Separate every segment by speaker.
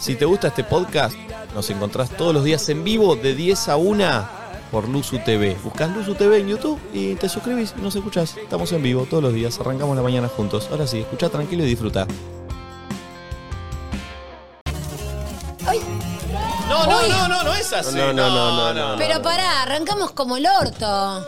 Speaker 1: Si te gusta este podcast, nos encontrás todos los días en vivo de 10 a 1 por Luzu TV. Buscás Luzu TV en YouTube y te suscribís y nos escuchás. Estamos en vivo todos los días, arrancamos la mañana juntos. Ahora sí, escucha tranquilo y disfruta. No, no, no, no, no es así.
Speaker 2: No, no, no, no, no,
Speaker 3: Pero pará, arrancamos como el orto.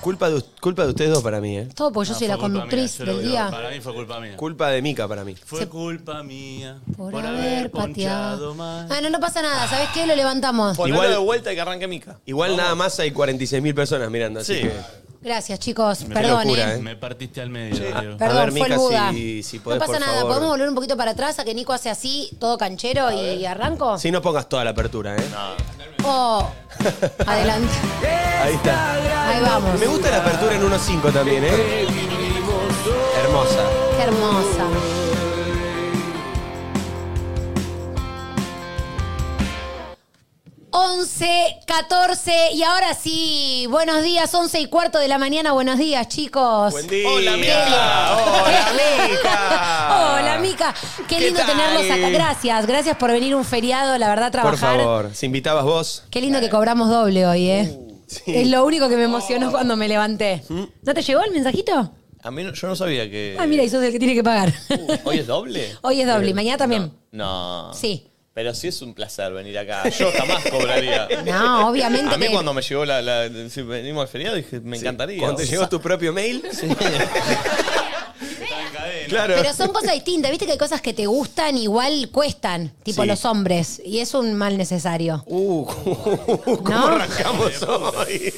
Speaker 2: Culpa de, culpa de ustedes dos para mí, ¿eh?
Speaker 3: Todo porque yo soy la conductriz del día.
Speaker 4: Para mí fue culpa mía.
Speaker 2: Culpa de Mica para mí.
Speaker 4: Fue culpa mía
Speaker 3: Por, haber pateado
Speaker 4: mal.
Speaker 3: Ah, no, no pasa nada. ¿Sabes qué? Lo levantamos.
Speaker 1: Ponelo
Speaker 2: Igual-
Speaker 1: de vuelta y que arranque Mica.
Speaker 2: Igual nada más hay 46.000 personas mirando, así
Speaker 4: Sí.
Speaker 2: que...
Speaker 3: Gracias, chicos.
Speaker 4: Me-
Speaker 3: Perdón,
Speaker 2: locura,
Speaker 3: eh.
Speaker 2: ¿eh? Ah.
Speaker 4: Me partiste al medio. Diego.
Speaker 3: Perdón,
Speaker 2: A ver,
Speaker 3: fue
Speaker 2: Mica,
Speaker 3: el Buda.
Speaker 2: si- si podés,
Speaker 3: no pasa
Speaker 2: por
Speaker 3: nada.
Speaker 2: favor.
Speaker 3: ¿Podemos volver un poquito para atrás a que Nico hace así, todo canchero y arranco?
Speaker 2: Si no pongas toda la apertura, ¿eh?
Speaker 3: Oh, adelante.
Speaker 2: Ahí está.
Speaker 3: Ahí vamos.
Speaker 2: Me gusta la apertura en 1.5 también, ¿eh? Hermosa.
Speaker 3: Qué hermosa. Once, 14 y ahora sí, buenos días, once y cuarto de la mañana, buenos días chicos.
Speaker 2: Buen día.
Speaker 1: Hola, Mica.
Speaker 2: Hola, Mica.
Speaker 3: Hola, Mica. Qué
Speaker 2: ¿Qué
Speaker 3: lindo
Speaker 2: tal?
Speaker 3: tenerlos acá. Gracias, gracias por venir un feriado, la verdad,
Speaker 2: Por
Speaker 3: trabajar.
Speaker 2: favor, si invitabas vos,
Speaker 3: Qué lindo que cobramos doble hoy, ¿eh?
Speaker 2: Uh,
Speaker 3: Es lo único que me emocionó cuando me levanté.
Speaker 2: ¿Mm?
Speaker 3: ¿No te llegó el mensajito?
Speaker 1: A mí no- yo no sabía que.
Speaker 3: Ah, mira, y sos el que tiene que pagar.
Speaker 2: Uh,
Speaker 1: ¿Hoy es doble?
Speaker 3: Hoy es
Speaker 2: Eh,
Speaker 3: doble, y mañana también.
Speaker 1: No.
Speaker 3: Sí.
Speaker 1: Pero sí es un placer venir acá. Yo jamás cobraría.
Speaker 3: No, obviamente
Speaker 1: A mí
Speaker 3: que.
Speaker 1: cuando me llegó la, la- si venimos al feriado dije, me encantaría.
Speaker 2: cuando te llegó tu propio mail, claro.
Speaker 3: Pero son cosas distintas, viste que hay cosas que te gustan, igual cuestan, tipo
Speaker 2: Sí.
Speaker 3: los hombres, y es un mal necesario.
Speaker 2: Uh, ¿cómo
Speaker 3: ¿No?
Speaker 2: arrancamos hoy?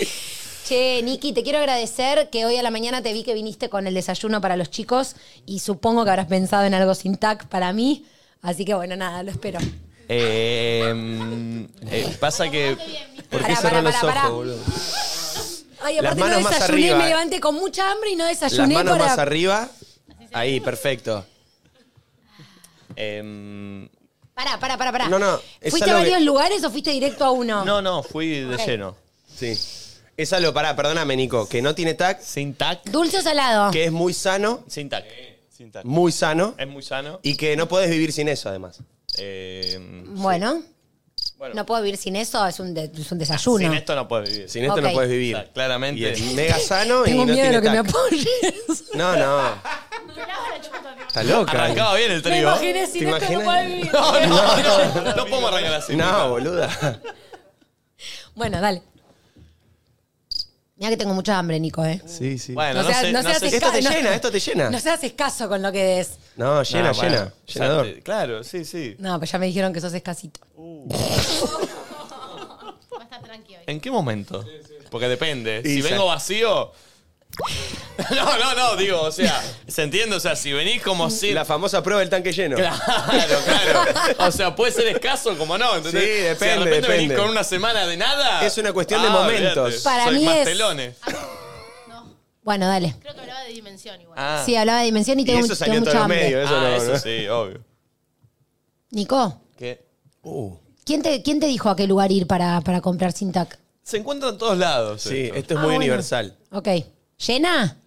Speaker 3: Che, Niki, te quiero agradecer que hoy a la mañana te vi que viniste con el desayuno para los chicos y supongo que habrás pensado en algo sin tac para mí, así que bueno, nada, lo espero.
Speaker 1: Eh, mm, eh, pasa que.
Speaker 2: ¿Por qué
Speaker 3: Pará, pará,
Speaker 2: cerrar los
Speaker 3: pará,
Speaker 2: ojos,
Speaker 3: pará.
Speaker 2: boludo?
Speaker 3: Ay,
Speaker 2: Las
Speaker 3: aparte
Speaker 2: manos
Speaker 3: no
Speaker 2: más
Speaker 3: desayuné,
Speaker 2: arriba. eh.
Speaker 3: me levanté con mucha hambre y no
Speaker 2: Las
Speaker 3: desayuné
Speaker 2: manos
Speaker 3: para...
Speaker 2: más arriba. Ahí, perfecto.
Speaker 1: eh, no,
Speaker 3: Pará, pará, pará, pará.
Speaker 2: No, no, es
Speaker 3: ¿Fuiste a
Speaker 2: algo que-
Speaker 3: varios lugares o fuiste directo a uno?
Speaker 1: no, fui de
Speaker 3: Ok.
Speaker 1: lleno.
Speaker 2: Sí. Es algo, pará, perdóname, Nico, que no tiene tac,
Speaker 1: Sin tac.
Speaker 3: ¿Dulce o salado?
Speaker 2: que es muy sano,
Speaker 1: Sin tac. Sin tac.
Speaker 2: muy sano,
Speaker 1: Es muy sano.
Speaker 2: y que no podés vivir sin eso, además.
Speaker 1: Eh,
Speaker 3: Bueno,
Speaker 1: bueno,
Speaker 3: no puedo vivir sin eso, es un, de- es un desayuno.
Speaker 1: sin esto no puedes vivir.
Speaker 2: Sin esto
Speaker 3: Ok.
Speaker 2: no podés vivir.
Speaker 1: Claro, claramente.
Speaker 2: Y es mega sano y
Speaker 3: Tengo
Speaker 2: no
Speaker 3: miedo de
Speaker 2: tiene
Speaker 3: lo que me
Speaker 2: tac.
Speaker 3: apoyes.
Speaker 2: No, no. Está loca.
Speaker 1: Arrancaba bien el
Speaker 3: Me
Speaker 1: trío.
Speaker 3: imaginé sin esto no
Speaker 2: ¿Te imaginas?
Speaker 3: puedo vivir.
Speaker 1: No, no, no, no podemos arrancar así.
Speaker 2: No, boluda.
Speaker 3: Bueno, dale. Mira que tengo mucha hambre, Nico, ¿eh?
Speaker 2: Sí, sí.
Speaker 1: Bueno,
Speaker 3: No
Speaker 1: no,
Speaker 3: seas-
Speaker 1: sé,
Speaker 3: no
Speaker 1: no
Speaker 3: seas
Speaker 1: sé si-
Speaker 2: Esto te
Speaker 3: No.
Speaker 2: llena, esto te llena.
Speaker 3: No seas escaso con lo que des.
Speaker 2: No, llena,
Speaker 1: No, Ah, bueno,
Speaker 2: llena.
Speaker 1: ya
Speaker 2: Llenador.
Speaker 1: te- Claro, sí, sí.
Speaker 3: No, pero ya me dijeron que sos escasito.
Speaker 5: Va a estar tranqui hoy.
Speaker 1: ¿En qué momento? Porque depende.
Speaker 2: Y
Speaker 1: si
Speaker 2: ya-
Speaker 1: vengo vacío. No, no, no, digo, o sea, se entiende, o sea, si venís como si.
Speaker 2: La famosa prueba del tanque lleno.
Speaker 1: Claro, claro. O sea, puede ser escaso, como no, ¿entendés?
Speaker 2: Sí, depende,
Speaker 1: Si de repente
Speaker 2: depende.
Speaker 1: venís con una semana de nada. ah,
Speaker 2: Es una cuestión de momentos.
Speaker 1: olvídate.
Speaker 3: Para
Speaker 1: Soy
Speaker 3: mí
Speaker 1: más
Speaker 3: es-
Speaker 1: telones.
Speaker 5: No,
Speaker 3: Bueno, dale.
Speaker 5: creo que hablaba de dimensión igual.
Speaker 1: Ah,
Speaker 3: Sí, hablaba de dimensión y,
Speaker 2: Y
Speaker 3: tengo,
Speaker 2: eso
Speaker 3: mu-
Speaker 2: salió
Speaker 3: tengo
Speaker 2: en todos
Speaker 3: mucha
Speaker 2: los
Speaker 3: hambre.
Speaker 2: medios. eh. Eso
Speaker 1: Ah,
Speaker 2: no,
Speaker 1: eso
Speaker 2: no.
Speaker 1: sí, obvio.
Speaker 3: Nico,
Speaker 1: ¿Qué?
Speaker 2: Uh,
Speaker 3: ¿quién te, ¿quién te dijo a qué lugar ir para, para comprar sin tac?
Speaker 1: Se encuentra en todos lados.
Speaker 2: sí,
Speaker 1: esto.
Speaker 2: esto es muy
Speaker 3: Ah, bueno.
Speaker 2: universal.
Speaker 3: Ok. ¿Llena?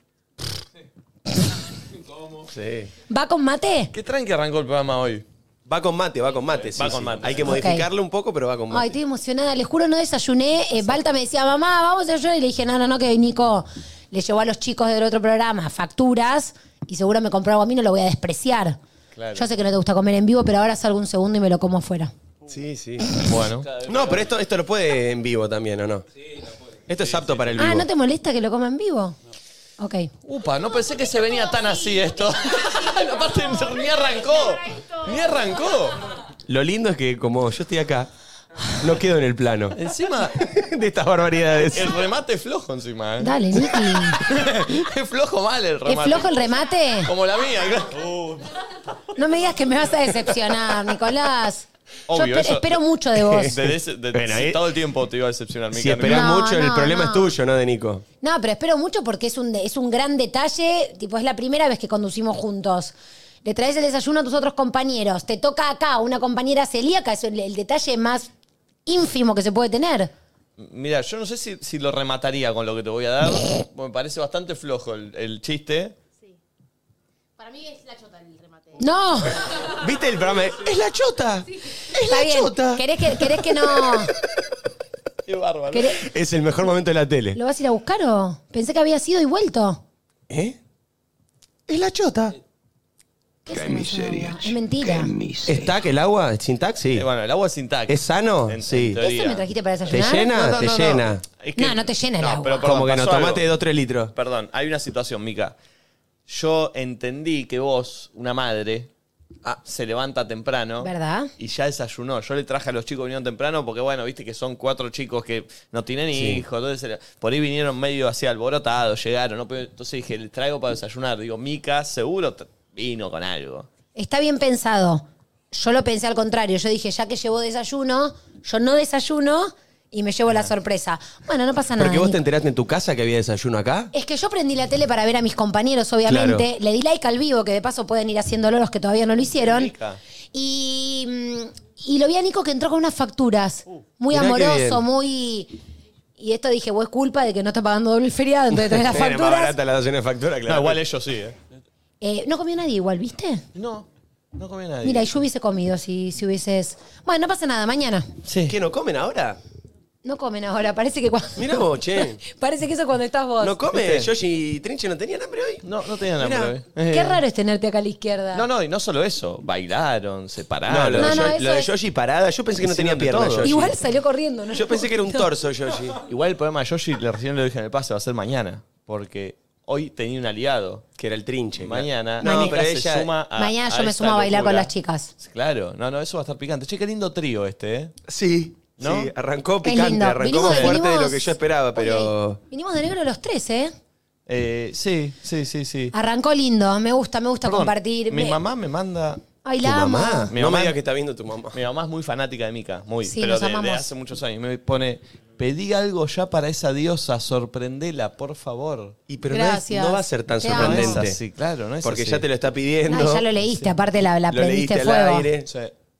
Speaker 2: Sí.
Speaker 3: ¿Va con mate?
Speaker 1: ¿Qué tranqui arrancó el programa hoy?
Speaker 2: Va con mate, va con mate. sí,
Speaker 1: Va con
Speaker 2: sí.
Speaker 1: mate.
Speaker 2: Hay que
Speaker 3: Ok.
Speaker 2: modificarlo un poco, pero va con mate.
Speaker 3: Ay, estoy emocionada. Les juro, no desayuné. Eh, Balta me decía, mamá, vamos a desayunar. Y le dije, no, no, no, que Nico le llevó a los chicos del otro programa facturas y seguro me compró algo a mí, no lo voy a despreciar.
Speaker 1: Claro.
Speaker 3: Yo sé que no te gusta comer en vivo, pero ahora salgo un segundo y me lo como afuera.
Speaker 2: Sí, sí.
Speaker 1: Bueno.
Speaker 2: No, pero esto, esto lo puede en vivo también, ¿o no? Sí, Esto es apto para el vivo.
Speaker 3: Ah, ¿no te molesta que lo coma en vivo? Ok.
Speaker 1: Upa, no pensé que se venía tan así esto. Aparte, ni arrancó. Ni arrancó.
Speaker 2: Lo lindo es que como yo estoy acá, no quedo en el plano
Speaker 1: Encima,
Speaker 2: de estas barbaridades.
Speaker 1: el remate es flojo encima, ¿eh?
Speaker 3: Dale, Niki.
Speaker 1: Es flojo mal el remate.
Speaker 3: ¿Es flojo el remate?
Speaker 1: Como la mía. claro. Uh,
Speaker 3: No me digas que me vas a decepcionar, Nicolás. Yo
Speaker 1: Obvio,
Speaker 3: espe-
Speaker 1: eso-
Speaker 3: espero mucho de vos.
Speaker 1: Desde ese- de-
Speaker 2: Bueno, ahí-
Speaker 1: todo el tiempo te iba a decepcionar,
Speaker 2: Si
Speaker 1: Mica.
Speaker 2: esperás
Speaker 3: No,
Speaker 2: mucho, el
Speaker 3: no,
Speaker 2: problema
Speaker 3: no.
Speaker 2: es tuyo, ¿no, de Nico?
Speaker 3: No, pero espero mucho porque es un, de- es un gran detalle. Tipo, es la primera vez que conducimos juntos. Le traes el desayuno a tus otros compañeros. Te toca acá una compañera celíaca. Es el, el detalle más ínfimo que se puede tener.
Speaker 1: Mira, yo no sé si, si lo remataría con lo que te voy a dar. porque Me parece bastante flojo el, el chiste.
Speaker 5: Sí. Para Para mí es la chota el remate.
Speaker 3: No,
Speaker 2: ¿Viste el programa? de- ¡Es la chota! ¡Es
Speaker 3: está
Speaker 2: la
Speaker 3: bien.
Speaker 2: chota!
Speaker 3: ¿Querés que, querés que no?
Speaker 1: Qué bárbaro.
Speaker 3: querés-
Speaker 2: Es el mejor momento de la tele.
Speaker 3: ¿Lo vas a ir a buscar o? Pensé que había sido y vuelto.
Speaker 2: ¿Eh? ¡Es la chota!
Speaker 3: ¿Qué, es miseria. Es mentira.
Speaker 2: ¿Es tac el agua? ¿Sin tac? Sí.
Speaker 1: Eh, bueno, el agua es sin tac.
Speaker 2: ¿Es sano?
Speaker 1: En- en
Speaker 2: Sí.
Speaker 1: teoría.
Speaker 3: ¿Eso me trajiste para
Speaker 2: ¿Te
Speaker 3: desayunar?
Speaker 2: llena? ¿Te llena?
Speaker 1: Es
Speaker 3: No, no te llena el agua.
Speaker 2: Como que no
Speaker 1: pasó algo.
Speaker 2: tomaste 2-3 litros.
Speaker 1: Perdón, hay una situación, Mica. Yo entendí que vos, una madre, ah, se levanta temprano.
Speaker 3: ¿Verdad?
Speaker 1: Y ya desayunó. Yo le traje a los chicos que vinieron temprano porque, bueno, viste que son cuatro chicos que no tienen hijos. Entonces, se le- por ahí vinieron medio así alborotados, llegaron. no pudieron- Entonces dije, les traigo para desayunar. Digo, Mica, seguro t- vino con algo.
Speaker 3: Está bien pensado. Yo lo pensé al contrario. Yo dije, ya que llevo desayuno, yo no desayuno y me llevo la sorpresa. Bueno, no pasa nada.
Speaker 2: Porque vos te
Speaker 3: Nico.
Speaker 2: enteraste en tu casa que había desayuno acá.
Speaker 3: Es que yo prendí la tele para ver a mis compañeros, obviamente.
Speaker 2: Claro.
Speaker 3: Le di like al vivo, que de paso pueden ir haciéndolo los que todavía no lo hicieron.
Speaker 1: Rica.
Speaker 3: Y, mm, y lo vi a Nico que entró con unas facturas. Muy
Speaker 2: Uh, mirá qué
Speaker 3: amoroso,
Speaker 2: bien.
Speaker 3: muy... Y esto dije, vos es culpa de que no está pagando doble feriado, entonces traes las
Speaker 2: Era más
Speaker 3: facturas.
Speaker 2: barata la docenas de factura, claro.
Speaker 1: No, igual ellos sí, ¿eh?
Speaker 3: Eh, no comió nadie igual, ¿viste?
Speaker 1: No, no comió nadie.
Speaker 3: Mira, y yo hubiese comido si, si hubieses... Bueno, no pasa nada, mañana.
Speaker 2: ¿Qué, no comen ahora?
Speaker 3: No comen ahora, parece que cuando...
Speaker 2: Mirá vos, che.
Speaker 3: parece que eso cuando estás vos.
Speaker 2: ¿No come?
Speaker 1: ¿Viste?
Speaker 2: ¿Yoshi y Trinche no tenían hambre hoy?
Speaker 1: no, no tenían
Speaker 2: Mirá.
Speaker 1: hambre. ¿eh?
Speaker 3: Qué raro es tenerte acá a la izquierda.
Speaker 1: No, no, y no solo eso. Bailaron, se
Speaker 2: No,
Speaker 1: pararon.
Speaker 2: Ah, lo,
Speaker 3: No,
Speaker 2: de,
Speaker 3: no,
Speaker 2: Yo-
Speaker 3: eso
Speaker 2: lo de
Speaker 3: es-
Speaker 2: Yoshi parada, yo pensé que no tenía
Speaker 1: Hicieron de
Speaker 2: piernas.
Speaker 1: todo.
Speaker 2: Yoshi.
Speaker 3: Igual salió corriendo, ¿no?
Speaker 2: Yo pensé que era un torso, Yoshi.
Speaker 1: Igual el problema de Yoshi, le- recién lo dije en el pase, va a ser mañana. Porque hoy tenía un aliado.
Speaker 2: Que era el Trinche. claro.
Speaker 1: Mañana,
Speaker 2: No,
Speaker 1: Nica
Speaker 2: pero
Speaker 1: se
Speaker 2: ella.
Speaker 1: suma a-
Speaker 3: Mañana
Speaker 1: a
Speaker 3: yo me
Speaker 1: esta
Speaker 3: sumo a bailar con
Speaker 1: locura.
Speaker 3: las chicas.
Speaker 1: Claro, no, no, eso va a estar picante. Che, qué lindo trío este, ¿eh?
Speaker 2: Sí.
Speaker 1: ¿No?
Speaker 2: Sí, arrancó
Speaker 3: Qué
Speaker 2: picante,
Speaker 3: lindo.
Speaker 2: arrancó
Speaker 3: Vinimos-
Speaker 2: más fuerte de lo
Speaker 3: vinimos-
Speaker 2: que yo esperaba, pero.
Speaker 3: Ok. Vinimos de negro los tres, ¿eh?
Speaker 1: Eh, sí, sí, sí, sí.
Speaker 3: Arrancó lindo, me gusta, me gusta
Speaker 1: Perdón,
Speaker 3: Ah, compartir.
Speaker 1: Mi
Speaker 3: Me-
Speaker 1: mamá me manda.
Speaker 3: Ay,
Speaker 2: ¿Tu
Speaker 3: la amo.
Speaker 2: mamá?
Speaker 1: Mi
Speaker 2: no
Speaker 1: mamá-
Speaker 2: me digas que está viendo tu mamá.
Speaker 1: Mi mamá es muy fanática de Mica, muy,
Speaker 3: Sí,
Speaker 1: pero
Speaker 3: nos
Speaker 1: de, de
Speaker 3: amamos.
Speaker 1: hace muchos años. Me pone, pedí algo ya para esa diosa, sorprendela, por favor.
Speaker 2: Y pero no, es-
Speaker 3: Gracias.
Speaker 2: no va a ser tan
Speaker 3: Te amo.
Speaker 1: No es
Speaker 2: sorprendente.
Speaker 1: así, claro, no es
Speaker 2: porque
Speaker 1: así.
Speaker 2: ya te lo está pidiendo.
Speaker 3: Ay, ya lo leíste, aparte la, la
Speaker 2: Lo leíste
Speaker 3: prendiste
Speaker 2: al
Speaker 3: fuego.
Speaker 2: aire.
Speaker 1: Sí.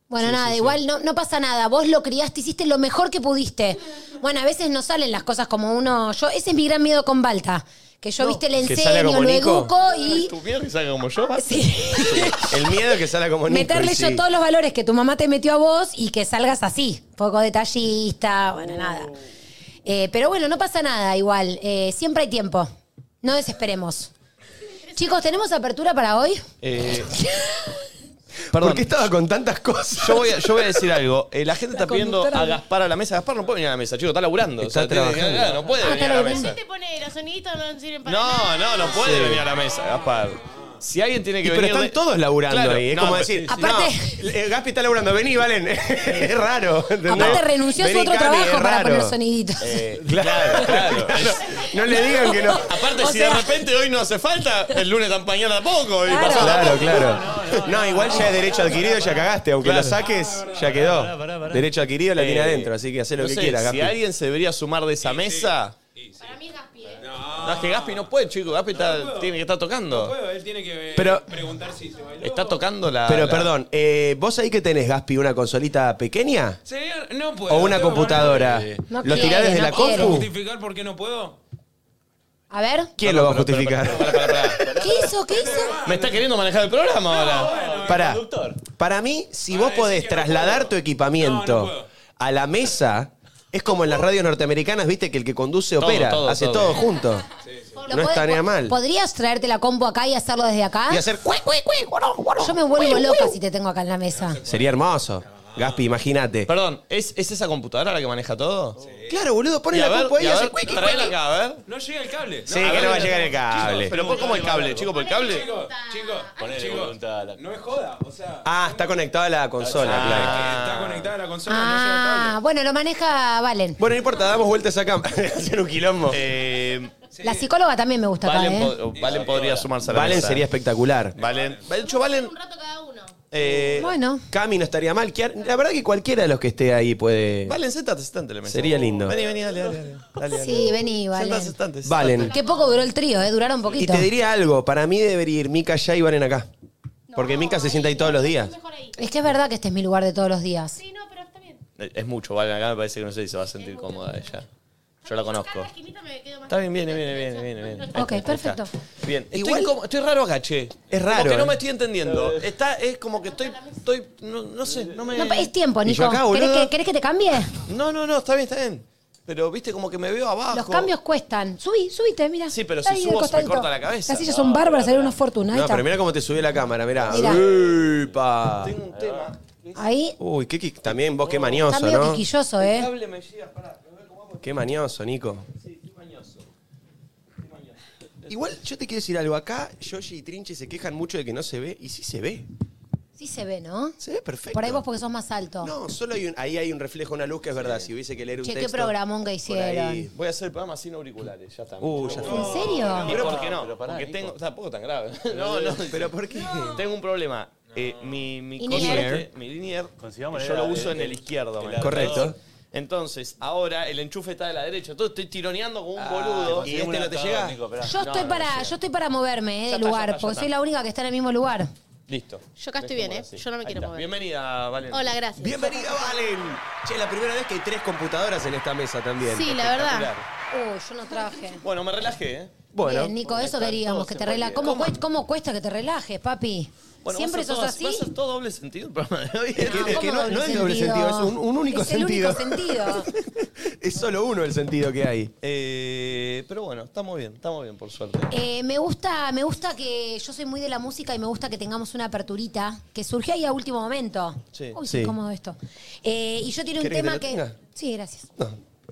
Speaker 3: Bueno, nada, igual No, no pasa nada. Vos lo criaste, hiciste lo mejor que pudiste. Bueno, a veces no salen las cosas como uno. Yo, ese es mi gran miedo con Balta. Que yo, viste, le
Speaker 2: que sale
Speaker 3: enseño,
Speaker 2: como
Speaker 3: lo
Speaker 2: Nico.
Speaker 3: educo y. Ah,
Speaker 1: ¿Estuvieron que salga como yo? Basti?
Speaker 3: Sí.
Speaker 2: El miedo que salga como Nico.
Speaker 3: Meterle
Speaker 2: y
Speaker 3: yo
Speaker 2: sí.
Speaker 3: todos los valores que tu mamá te metió a vos y que salgas así, poco detallista, bueno, nada.
Speaker 2: Oh.
Speaker 3: Eh, pero bueno, no pasa nada igual, eh, siempre hay tiempo, no desesperemos. Chicos, ¿tenemos apertura para hoy?
Speaker 1: Eh,
Speaker 2: ¿Por
Speaker 1: perdón,
Speaker 2: qué estaba con tantas cosas?
Speaker 1: yo voy, a, yo voy a decir algo. Eh, la gente está pidiendo
Speaker 3: conductora
Speaker 1: a
Speaker 3: de-
Speaker 1: Gaspar a la mesa. Gaspar no puede venir a la mesa, chico, está laburando.
Speaker 2: Está
Speaker 1: tiene que-
Speaker 2: trabajando.
Speaker 1: no puede
Speaker 3: Ah,
Speaker 1: venir
Speaker 3: está
Speaker 1: a la
Speaker 3: laburando.
Speaker 1: mesa.
Speaker 5: Usted te pone los soniditos, no sirven para
Speaker 1: No,
Speaker 5: nada.
Speaker 1: no, no puede venir a la mesa, Gaspar. Si alguien tiene que
Speaker 2: Pero
Speaker 1: venir.
Speaker 2: están
Speaker 1: de-
Speaker 2: todos laburando
Speaker 1: Claro,
Speaker 2: ahí. Es
Speaker 1: no,
Speaker 2: como
Speaker 1: pero-
Speaker 2: decir.
Speaker 3: Aparte-
Speaker 2: no, eh, Gaspi está laburando. Vení, Valen. es raro. ¿entendés?
Speaker 3: Aparte renunció a su
Speaker 2: Vení,
Speaker 3: otro
Speaker 2: Cami,
Speaker 3: trabajo
Speaker 2: es
Speaker 3: para poner
Speaker 2: raro.
Speaker 3: soniditos.
Speaker 1: Eh, claro, claro.
Speaker 2: No le digan que no.
Speaker 1: Aparte,
Speaker 3: O
Speaker 1: si
Speaker 3: sea-
Speaker 1: de repente hoy no hace falta, el lunes tan mañana tampoco. Y
Speaker 3: Claro.
Speaker 1: pasado
Speaker 2: Claro,
Speaker 1: tampoco.
Speaker 2: claro. No, igual ya es derecho adquirido, ya cagaste. Aunque
Speaker 1: Claro.
Speaker 2: lo saques, ya quedó.
Speaker 6: pará, pará, pará.
Speaker 2: Derecho adquirido la tiene
Speaker 1: Eh,
Speaker 2: adentro, así que hacé lo
Speaker 1: no
Speaker 2: que
Speaker 1: sé,
Speaker 2: quieras,
Speaker 1: Si
Speaker 2: Gaspi.
Speaker 1: alguien se debería sumar de esa mesa.
Speaker 5: Para mí es Gaspi. ¿eh?
Speaker 1: No, es que Gaspi no puede, chico. Gaspi está- tiene que estar tocando.
Speaker 4: Él tiene que eh,
Speaker 2: Pero-
Speaker 4: preguntar si se bailó.
Speaker 1: Está tocando la.
Speaker 2: Pero
Speaker 1: la-
Speaker 2: perdón, eh, ¿vos ahí que tenés, Gaspi, una consolita pequeña?
Speaker 4: Señor, no puedo.
Speaker 2: ¿O una
Speaker 4: tengo
Speaker 2: computadora? Eh.
Speaker 4: ganas de-
Speaker 3: No
Speaker 2: ¿Lo
Speaker 3: quiere,
Speaker 2: tirás desde
Speaker 3: no
Speaker 2: la
Speaker 3: quiere.
Speaker 4: ¿Puedo
Speaker 2: compu?
Speaker 4: justificar por qué no puedo?
Speaker 3: A ver,
Speaker 2: ¿Quién lo va a
Speaker 1: Pero, pero,
Speaker 2: justificar?
Speaker 1: pará, pará, pará.
Speaker 3: ¿qué hizo? ¿Qué hizo?
Speaker 1: ¿Me está queriendo manejar el programa ahora?
Speaker 2: Para, para mí, si vos
Speaker 4: Para
Speaker 2: podés
Speaker 4: decir que no
Speaker 2: trasladar
Speaker 4: puedo.
Speaker 2: tu
Speaker 4: No, no
Speaker 2: equipamiento
Speaker 4: puedo.
Speaker 2: a la mesa, es como en las radios norteamericanas, viste que el que conduce
Speaker 1: Todo,
Speaker 2: opera,
Speaker 1: todo,
Speaker 2: hace
Speaker 1: todo.
Speaker 2: todo junto.
Speaker 3: Lo
Speaker 2: No
Speaker 3: podés-
Speaker 2: estaría mal.
Speaker 3: ¿Podrías traerte la combo acá y hacerlo desde acá?
Speaker 2: Y hacer... cuec, cuec, cuec, guaró, guaró,
Speaker 3: Yo me vuelvo
Speaker 2: cuec,
Speaker 3: loca
Speaker 2: cuec.
Speaker 3: si te tengo acá en la mesa.
Speaker 2: Sería hermoso. Gaspi, imagínate.
Speaker 1: Perdón, ¿es, es esa computadora la que maneja todo?
Speaker 2: Claro, boludo,
Speaker 1: Y
Speaker 2: pones
Speaker 1: a
Speaker 2: la
Speaker 1: ver,
Speaker 2: compu ahí
Speaker 1: y
Speaker 2: y
Speaker 1: a
Speaker 2: hace
Speaker 1: ver,
Speaker 2: cuec, cuec,
Speaker 1: traela
Speaker 2: cuec.
Speaker 1: acá, a ver.
Speaker 4: No llega el cable.
Speaker 2: Sí,
Speaker 4: a
Speaker 2: que
Speaker 4: ver,
Speaker 2: no va a llegar el cable.
Speaker 1: Pero ¿por- ¿cómo el cable, chico? ¿Por el cable?
Speaker 4: Chicos, chicos,
Speaker 6: Ponele
Speaker 4: chicos,
Speaker 6: voluntad a la-
Speaker 4: No es joda, o sea.
Speaker 2: Ah, está conectada a la
Speaker 1: Ah.
Speaker 2: consola, claro.
Speaker 4: que Está conectada a la consola,
Speaker 3: Ah, bueno, lo maneja Valen.
Speaker 2: Bueno, no importa, damos vueltas acá. Hacer un quilombo.
Speaker 1: Eh,
Speaker 3: La psicóloga también me gusta acá,
Speaker 1: Valen,
Speaker 3: ¿eh?
Speaker 1: po- Valen podría sumarse a la
Speaker 2: Valen
Speaker 1: mesa.
Speaker 2: sería espectacular.
Speaker 1: Valen. De hecho, Valen.
Speaker 5: Un rato cada uno.
Speaker 1: eh,
Speaker 3: Bueno.
Speaker 2: Cami no estaría mal. Kiar- La verdad que cualquiera de los que esté ahí puede...
Speaker 1: Valen, sentate, sentate en la mesa.
Speaker 2: Sería lindo.
Speaker 1: Vení, vení, dale, dale. dale, dale, dale.
Speaker 3: Sí, vení,
Speaker 1: Sentate,
Speaker 3: Valen.
Speaker 1: sentate, sentate.
Speaker 2: Valen.
Speaker 3: Qué poco duró el trío, ¿eh? Duraron
Speaker 2: Y
Speaker 3: poquito.
Speaker 2: te diría algo, para mí debería ir Mica allá y Valen acá.
Speaker 5: No, Eh.
Speaker 2: Porque Mica se sienta ahí todos los días.
Speaker 5: Es mejor ahí.
Speaker 3: Es que es verdad que este es mi lugar de todos los días.
Speaker 5: Sí, no, pero está bien.
Speaker 1: Eh, Es mucho, Valen. Acá me parece que no sé si se va a sentir cómoda ella. Yo la conozco.
Speaker 5: Acá en la esquinita me quedo más
Speaker 1: Está bien, viene, viene, viene, viene. viene. Ahí
Speaker 3: Ok,
Speaker 1: está, ahí
Speaker 3: perfecto.
Speaker 1: está. Bien. Estoy,
Speaker 2: Igual-
Speaker 1: incómodo- estoy raro acá, che.
Speaker 2: Es raro,
Speaker 1: Como que no
Speaker 2: eh.
Speaker 1: me estoy entendiendo. Está, es como que estoy. estoy no, no sé, no me.
Speaker 3: No, pa- es tiempo,
Speaker 1: Y
Speaker 3: Nico.
Speaker 1: yo acá,
Speaker 3: ¿Querés,
Speaker 1: boludo.
Speaker 3: que, querés que te cambie?
Speaker 1: No, no, no, está bien, está bien. Pero viste, como que me veo abajo.
Speaker 3: Los cambios cuestan. Subí, subite, mira.
Speaker 1: Sí, pero si subo, se me corta la cabeza.
Speaker 3: Las sillas son bárbaras, salen unos fortunas. Ahí
Speaker 2: No,
Speaker 3: está.
Speaker 2: pero mira cómo te subió la cámara, mirá.
Speaker 3: Mirá.
Speaker 2: ¡Epa!
Speaker 1: Tengo un tema.
Speaker 3: Ahí
Speaker 2: Uy, qué, qui- también vos qué
Speaker 3: está
Speaker 2: manioso,
Speaker 3: medio
Speaker 2: ¿no?
Speaker 3: quisquilloso, ¿eh?
Speaker 1: me llega, pará.
Speaker 2: Qué manioso, Nico. Igual yo te quiero decir algo. Acá Yoshi y Trinche se quejan mucho de que no se ve. Y sí se ve.
Speaker 3: Sí se ve, ¿no?
Speaker 2: Se ve perfecto.
Speaker 3: Por ahí vos porque sos más alto.
Speaker 2: No, solo hay un- ahí hay un reflejo, una luz que es verdad. Si hubiese que leer un
Speaker 3: Che, qué
Speaker 2: texto.
Speaker 3: programón que
Speaker 2: por ahí.
Speaker 3: hicieron.
Speaker 1: Voy a hacer el programa sin auriculares, ya está.
Speaker 2: Uh, ya está.
Speaker 3: ¿En serio?
Speaker 1: Pero ¿por qué no? porque tengo. Tampoco tan grave. No, no.
Speaker 2: Pero ¿por qué?
Speaker 1: Tengo un problema. Eh, mi mi
Speaker 3: Linier.
Speaker 1: consola, mi linier,
Speaker 4: Consigamos
Speaker 1: yo
Speaker 4: la-
Speaker 1: lo uso
Speaker 4: el-
Speaker 1: en el izquierdo. man.
Speaker 2: Correcto.
Speaker 1: Entonces, ahora el enchufe está de la derecha. Entonces estoy tironeando como un boludo.
Speaker 2: y este no te llega.
Speaker 3: Yo estoy para, yo estoy para moverme eh, del
Speaker 1: Ya está, ya
Speaker 3: lugar,
Speaker 1: está, ya
Speaker 3: porque
Speaker 1: está.
Speaker 3: soy la única que está en el mismo lugar.
Speaker 1: Listo.
Speaker 5: Yo acá estoy bien, ¿eh?
Speaker 1: Así.
Speaker 5: Yo no me
Speaker 1: Ahí
Speaker 5: quiero
Speaker 1: está.
Speaker 5: mover.
Speaker 1: Bienvenida, Valen.
Speaker 5: Hola, gracias.
Speaker 2: Bienvenida, Valen. Che, la primera vez que hay tres computadoras en esta mesa también.
Speaker 5: Sí, la verdad.
Speaker 3: Uy, yo no traje.
Speaker 1: Bueno, me relajé, ¿eh?
Speaker 2: Bueno,
Speaker 3: Bien, Nico, eso queríamos, que te relajes. ¿Cómo, cuest- cómo cuesta que te relajes, papi?
Speaker 1: Bueno,
Speaker 3: ¿Siempre
Speaker 1: vos sos
Speaker 3: sos
Speaker 1: todas-
Speaker 3: así?
Speaker 1: vos sos todo doble sentido el programa de hoy. ¿eh?
Speaker 3: No,
Speaker 2: que- que
Speaker 3: ¿cómo
Speaker 2: no- no es doble sentido, es un- un único
Speaker 3: Es el único sentido.
Speaker 2: es solo uno el sentido que hay.
Speaker 1: Eh, pero bueno, estamos bien, estamos bien, por suerte.
Speaker 3: Eh, me gusta, me gusta que yo soy muy de la música y me gusta que tengamos una aperturita que surgió ahí a último momento.
Speaker 1: Sí.
Speaker 3: Uy,
Speaker 2: Sí.
Speaker 3: qué cómodo esto. Eh, y yo tiene un
Speaker 2: ¿Querés que
Speaker 3: tema
Speaker 2: te lo
Speaker 3: que.
Speaker 2: tenga?
Speaker 3: Sí, gracias.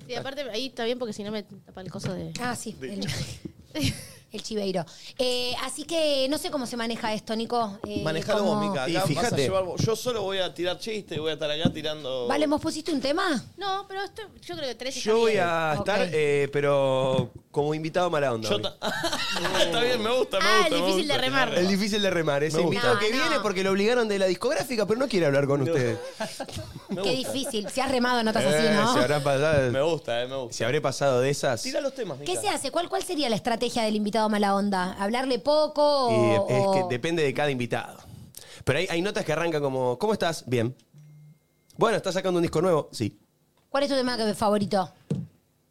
Speaker 5: Sí, aparte ahí está bien porque si no me tapa el coso de.
Speaker 3: Ah, sí. El, el chiveiro. Eh, así que no sé cómo se maneja esto, Nico. Eh,
Speaker 1: Manejalo vos,
Speaker 3: cómo-
Speaker 1: Mica.
Speaker 2: Y
Speaker 1: Acá vas a
Speaker 2: fíjate.
Speaker 1: llevar vos. Yo solo voy a tirar chistes y voy a estar acá tirando.
Speaker 3: Vale, ¿vos pusiste un tema?
Speaker 5: No, pero este, yo creo que tres está
Speaker 2: Yo voy
Speaker 5: bien.
Speaker 2: a
Speaker 3: Ok.
Speaker 2: estar, eh, pero como invitado mala onda.
Speaker 1: Yo
Speaker 2: hoy.
Speaker 1: ta- Está bien, me gusta, me
Speaker 5: Ah,
Speaker 1: gusta.
Speaker 5: el
Speaker 1: me
Speaker 5: difícil
Speaker 1: gusta.
Speaker 5: de remar.
Speaker 2: El difícil de remar, ese
Speaker 1: Me gusta.
Speaker 2: invitado
Speaker 3: No,
Speaker 2: que
Speaker 3: no.
Speaker 2: viene porque lo obligaron de la discográfica, pero no quiere hablar con ustedes.
Speaker 3: Qué difícil. Si has remado notas
Speaker 2: Eh,
Speaker 3: así,
Speaker 2: se,
Speaker 3: ¿no?
Speaker 2: habrá pasado,
Speaker 1: Me gusta, eh, me gusta.
Speaker 2: se habré pasado de esas.
Speaker 1: Tira los temas,
Speaker 3: ¿Qué
Speaker 1: Mica.
Speaker 3: se hace? ¿Cuál, ¿Cuál sería la estrategia del invitado mala onda? ¿Hablarle poco
Speaker 2: Y
Speaker 3: o,
Speaker 2: es que
Speaker 3: o-
Speaker 2: depende de cada invitado. Pero hay, hay notas que arrancan como, ¿cómo estás? Bien. Bueno, ¿estás sacando un disco nuevo? Sí.
Speaker 3: ¿Cuál es tu tema que- favorito?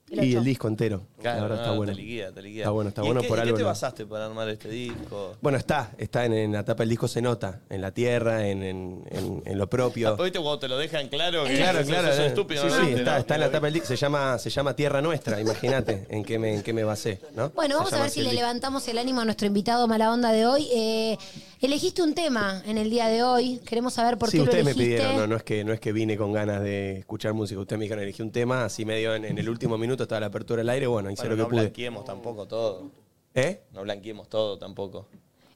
Speaker 3: El
Speaker 2: y
Speaker 3: ocho.
Speaker 2: el disco entero.
Speaker 1: Claro,
Speaker 2: la verdad
Speaker 1: no,
Speaker 2: está bueno.
Speaker 1: Te liquida, te liquida.
Speaker 2: Está bueno, está
Speaker 1: ¿Y en
Speaker 2: bueno
Speaker 1: qué-
Speaker 2: por
Speaker 1: en
Speaker 2: algo,
Speaker 1: ¿Qué te
Speaker 2: ¿no?
Speaker 1: basaste para armar este disco?
Speaker 2: Bueno, está, está en, en la tapa del disco, se nota. En la tierra, en, en- en- en lo propio.
Speaker 1: ¿Viste cuando te lo dejan claro? que
Speaker 2: Claro,
Speaker 1: sos-
Speaker 2: claro.
Speaker 1: sos
Speaker 2: eh.
Speaker 1: estúpido,
Speaker 2: sí,
Speaker 1: ¿no?
Speaker 2: sí,
Speaker 1: Te
Speaker 2: está,
Speaker 1: lo-
Speaker 2: está
Speaker 1: te
Speaker 2: en
Speaker 1: lo
Speaker 2: la tapa del disco. Se llama, se llama Tierra Nuestra, imagínate en qué me, en qué me basé, ¿no?
Speaker 3: Bueno,
Speaker 2: Se
Speaker 3: vamos a
Speaker 2: llama
Speaker 3: ver
Speaker 2: así
Speaker 3: si
Speaker 2: el
Speaker 3: le
Speaker 2: disco.
Speaker 3: levantamos el ánimo a nuestro invitado mala onda de hoy. Eh, elegiste un tema en el día de hoy. Queremos saber por qué
Speaker 2: Sí,
Speaker 3: lo
Speaker 2: ustedes me
Speaker 3: elegiste.
Speaker 2: pidieron, no, no es que no es que vine con ganas de escuchar música, ustedes me dijeron elegí un tema, así medio en, en el último minuto estaba la apertura del aire, bueno, hice
Speaker 1: Bueno,
Speaker 2: lo
Speaker 1: no
Speaker 2: que pude.
Speaker 1: blanqueemos tampoco todo.
Speaker 2: ¿Eh?
Speaker 1: No blanqueemos todo tampoco.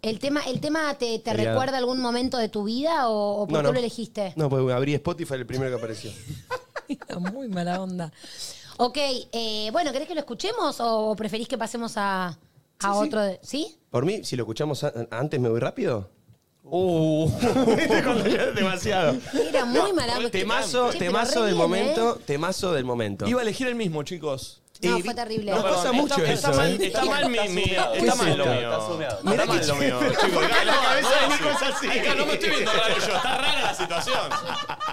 Speaker 3: ¿El tema, el tema te, te
Speaker 2: Sería-
Speaker 3: recuerda algún momento de tu vida o, o por
Speaker 2: No,
Speaker 3: qué
Speaker 2: no.
Speaker 3: lo elegiste?
Speaker 2: No, pues abrí Spotify el primero que apareció.
Speaker 3: Muy mala onda. Ok, eh, bueno, ¿querés que lo escuchemos o preferís que pasemos a, a otro? de- ¿Sí?
Speaker 2: Por mí, si lo escuchamos a- antes me voy rápido. Uh, Viste cuando ya es demasiado.
Speaker 3: Era muy mala
Speaker 2: este
Speaker 3: onda.
Speaker 2: Temazo,
Speaker 3: Che, pero
Speaker 2: temazo
Speaker 3: re
Speaker 2: del
Speaker 3: bien, ¿eh?
Speaker 2: momento, temazo del momento.
Speaker 1: Iba a elegir el mismo, chicos.
Speaker 3: ¿eh? No,
Speaker 2: Y-
Speaker 3: fue terrible.
Speaker 2: No,
Speaker 1: Perdón,
Speaker 2: pasa mucho
Speaker 1: está, Está
Speaker 2: eso,
Speaker 1: mal,
Speaker 2: ¿eh?
Speaker 1: está mal mi, mi- está
Speaker 2: ¿Qué
Speaker 1: mal lo
Speaker 2: es
Speaker 1: mío.
Speaker 2: esto?
Speaker 1: Está
Speaker 2: Mirá
Speaker 1: mal
Speaker 2: que
Speaker 1: lo mío, chicos.
Speaker 2: la cabeza de Nico es así.
Speaker 1: Acá no me estoy viendo raro yo, está rara la situación.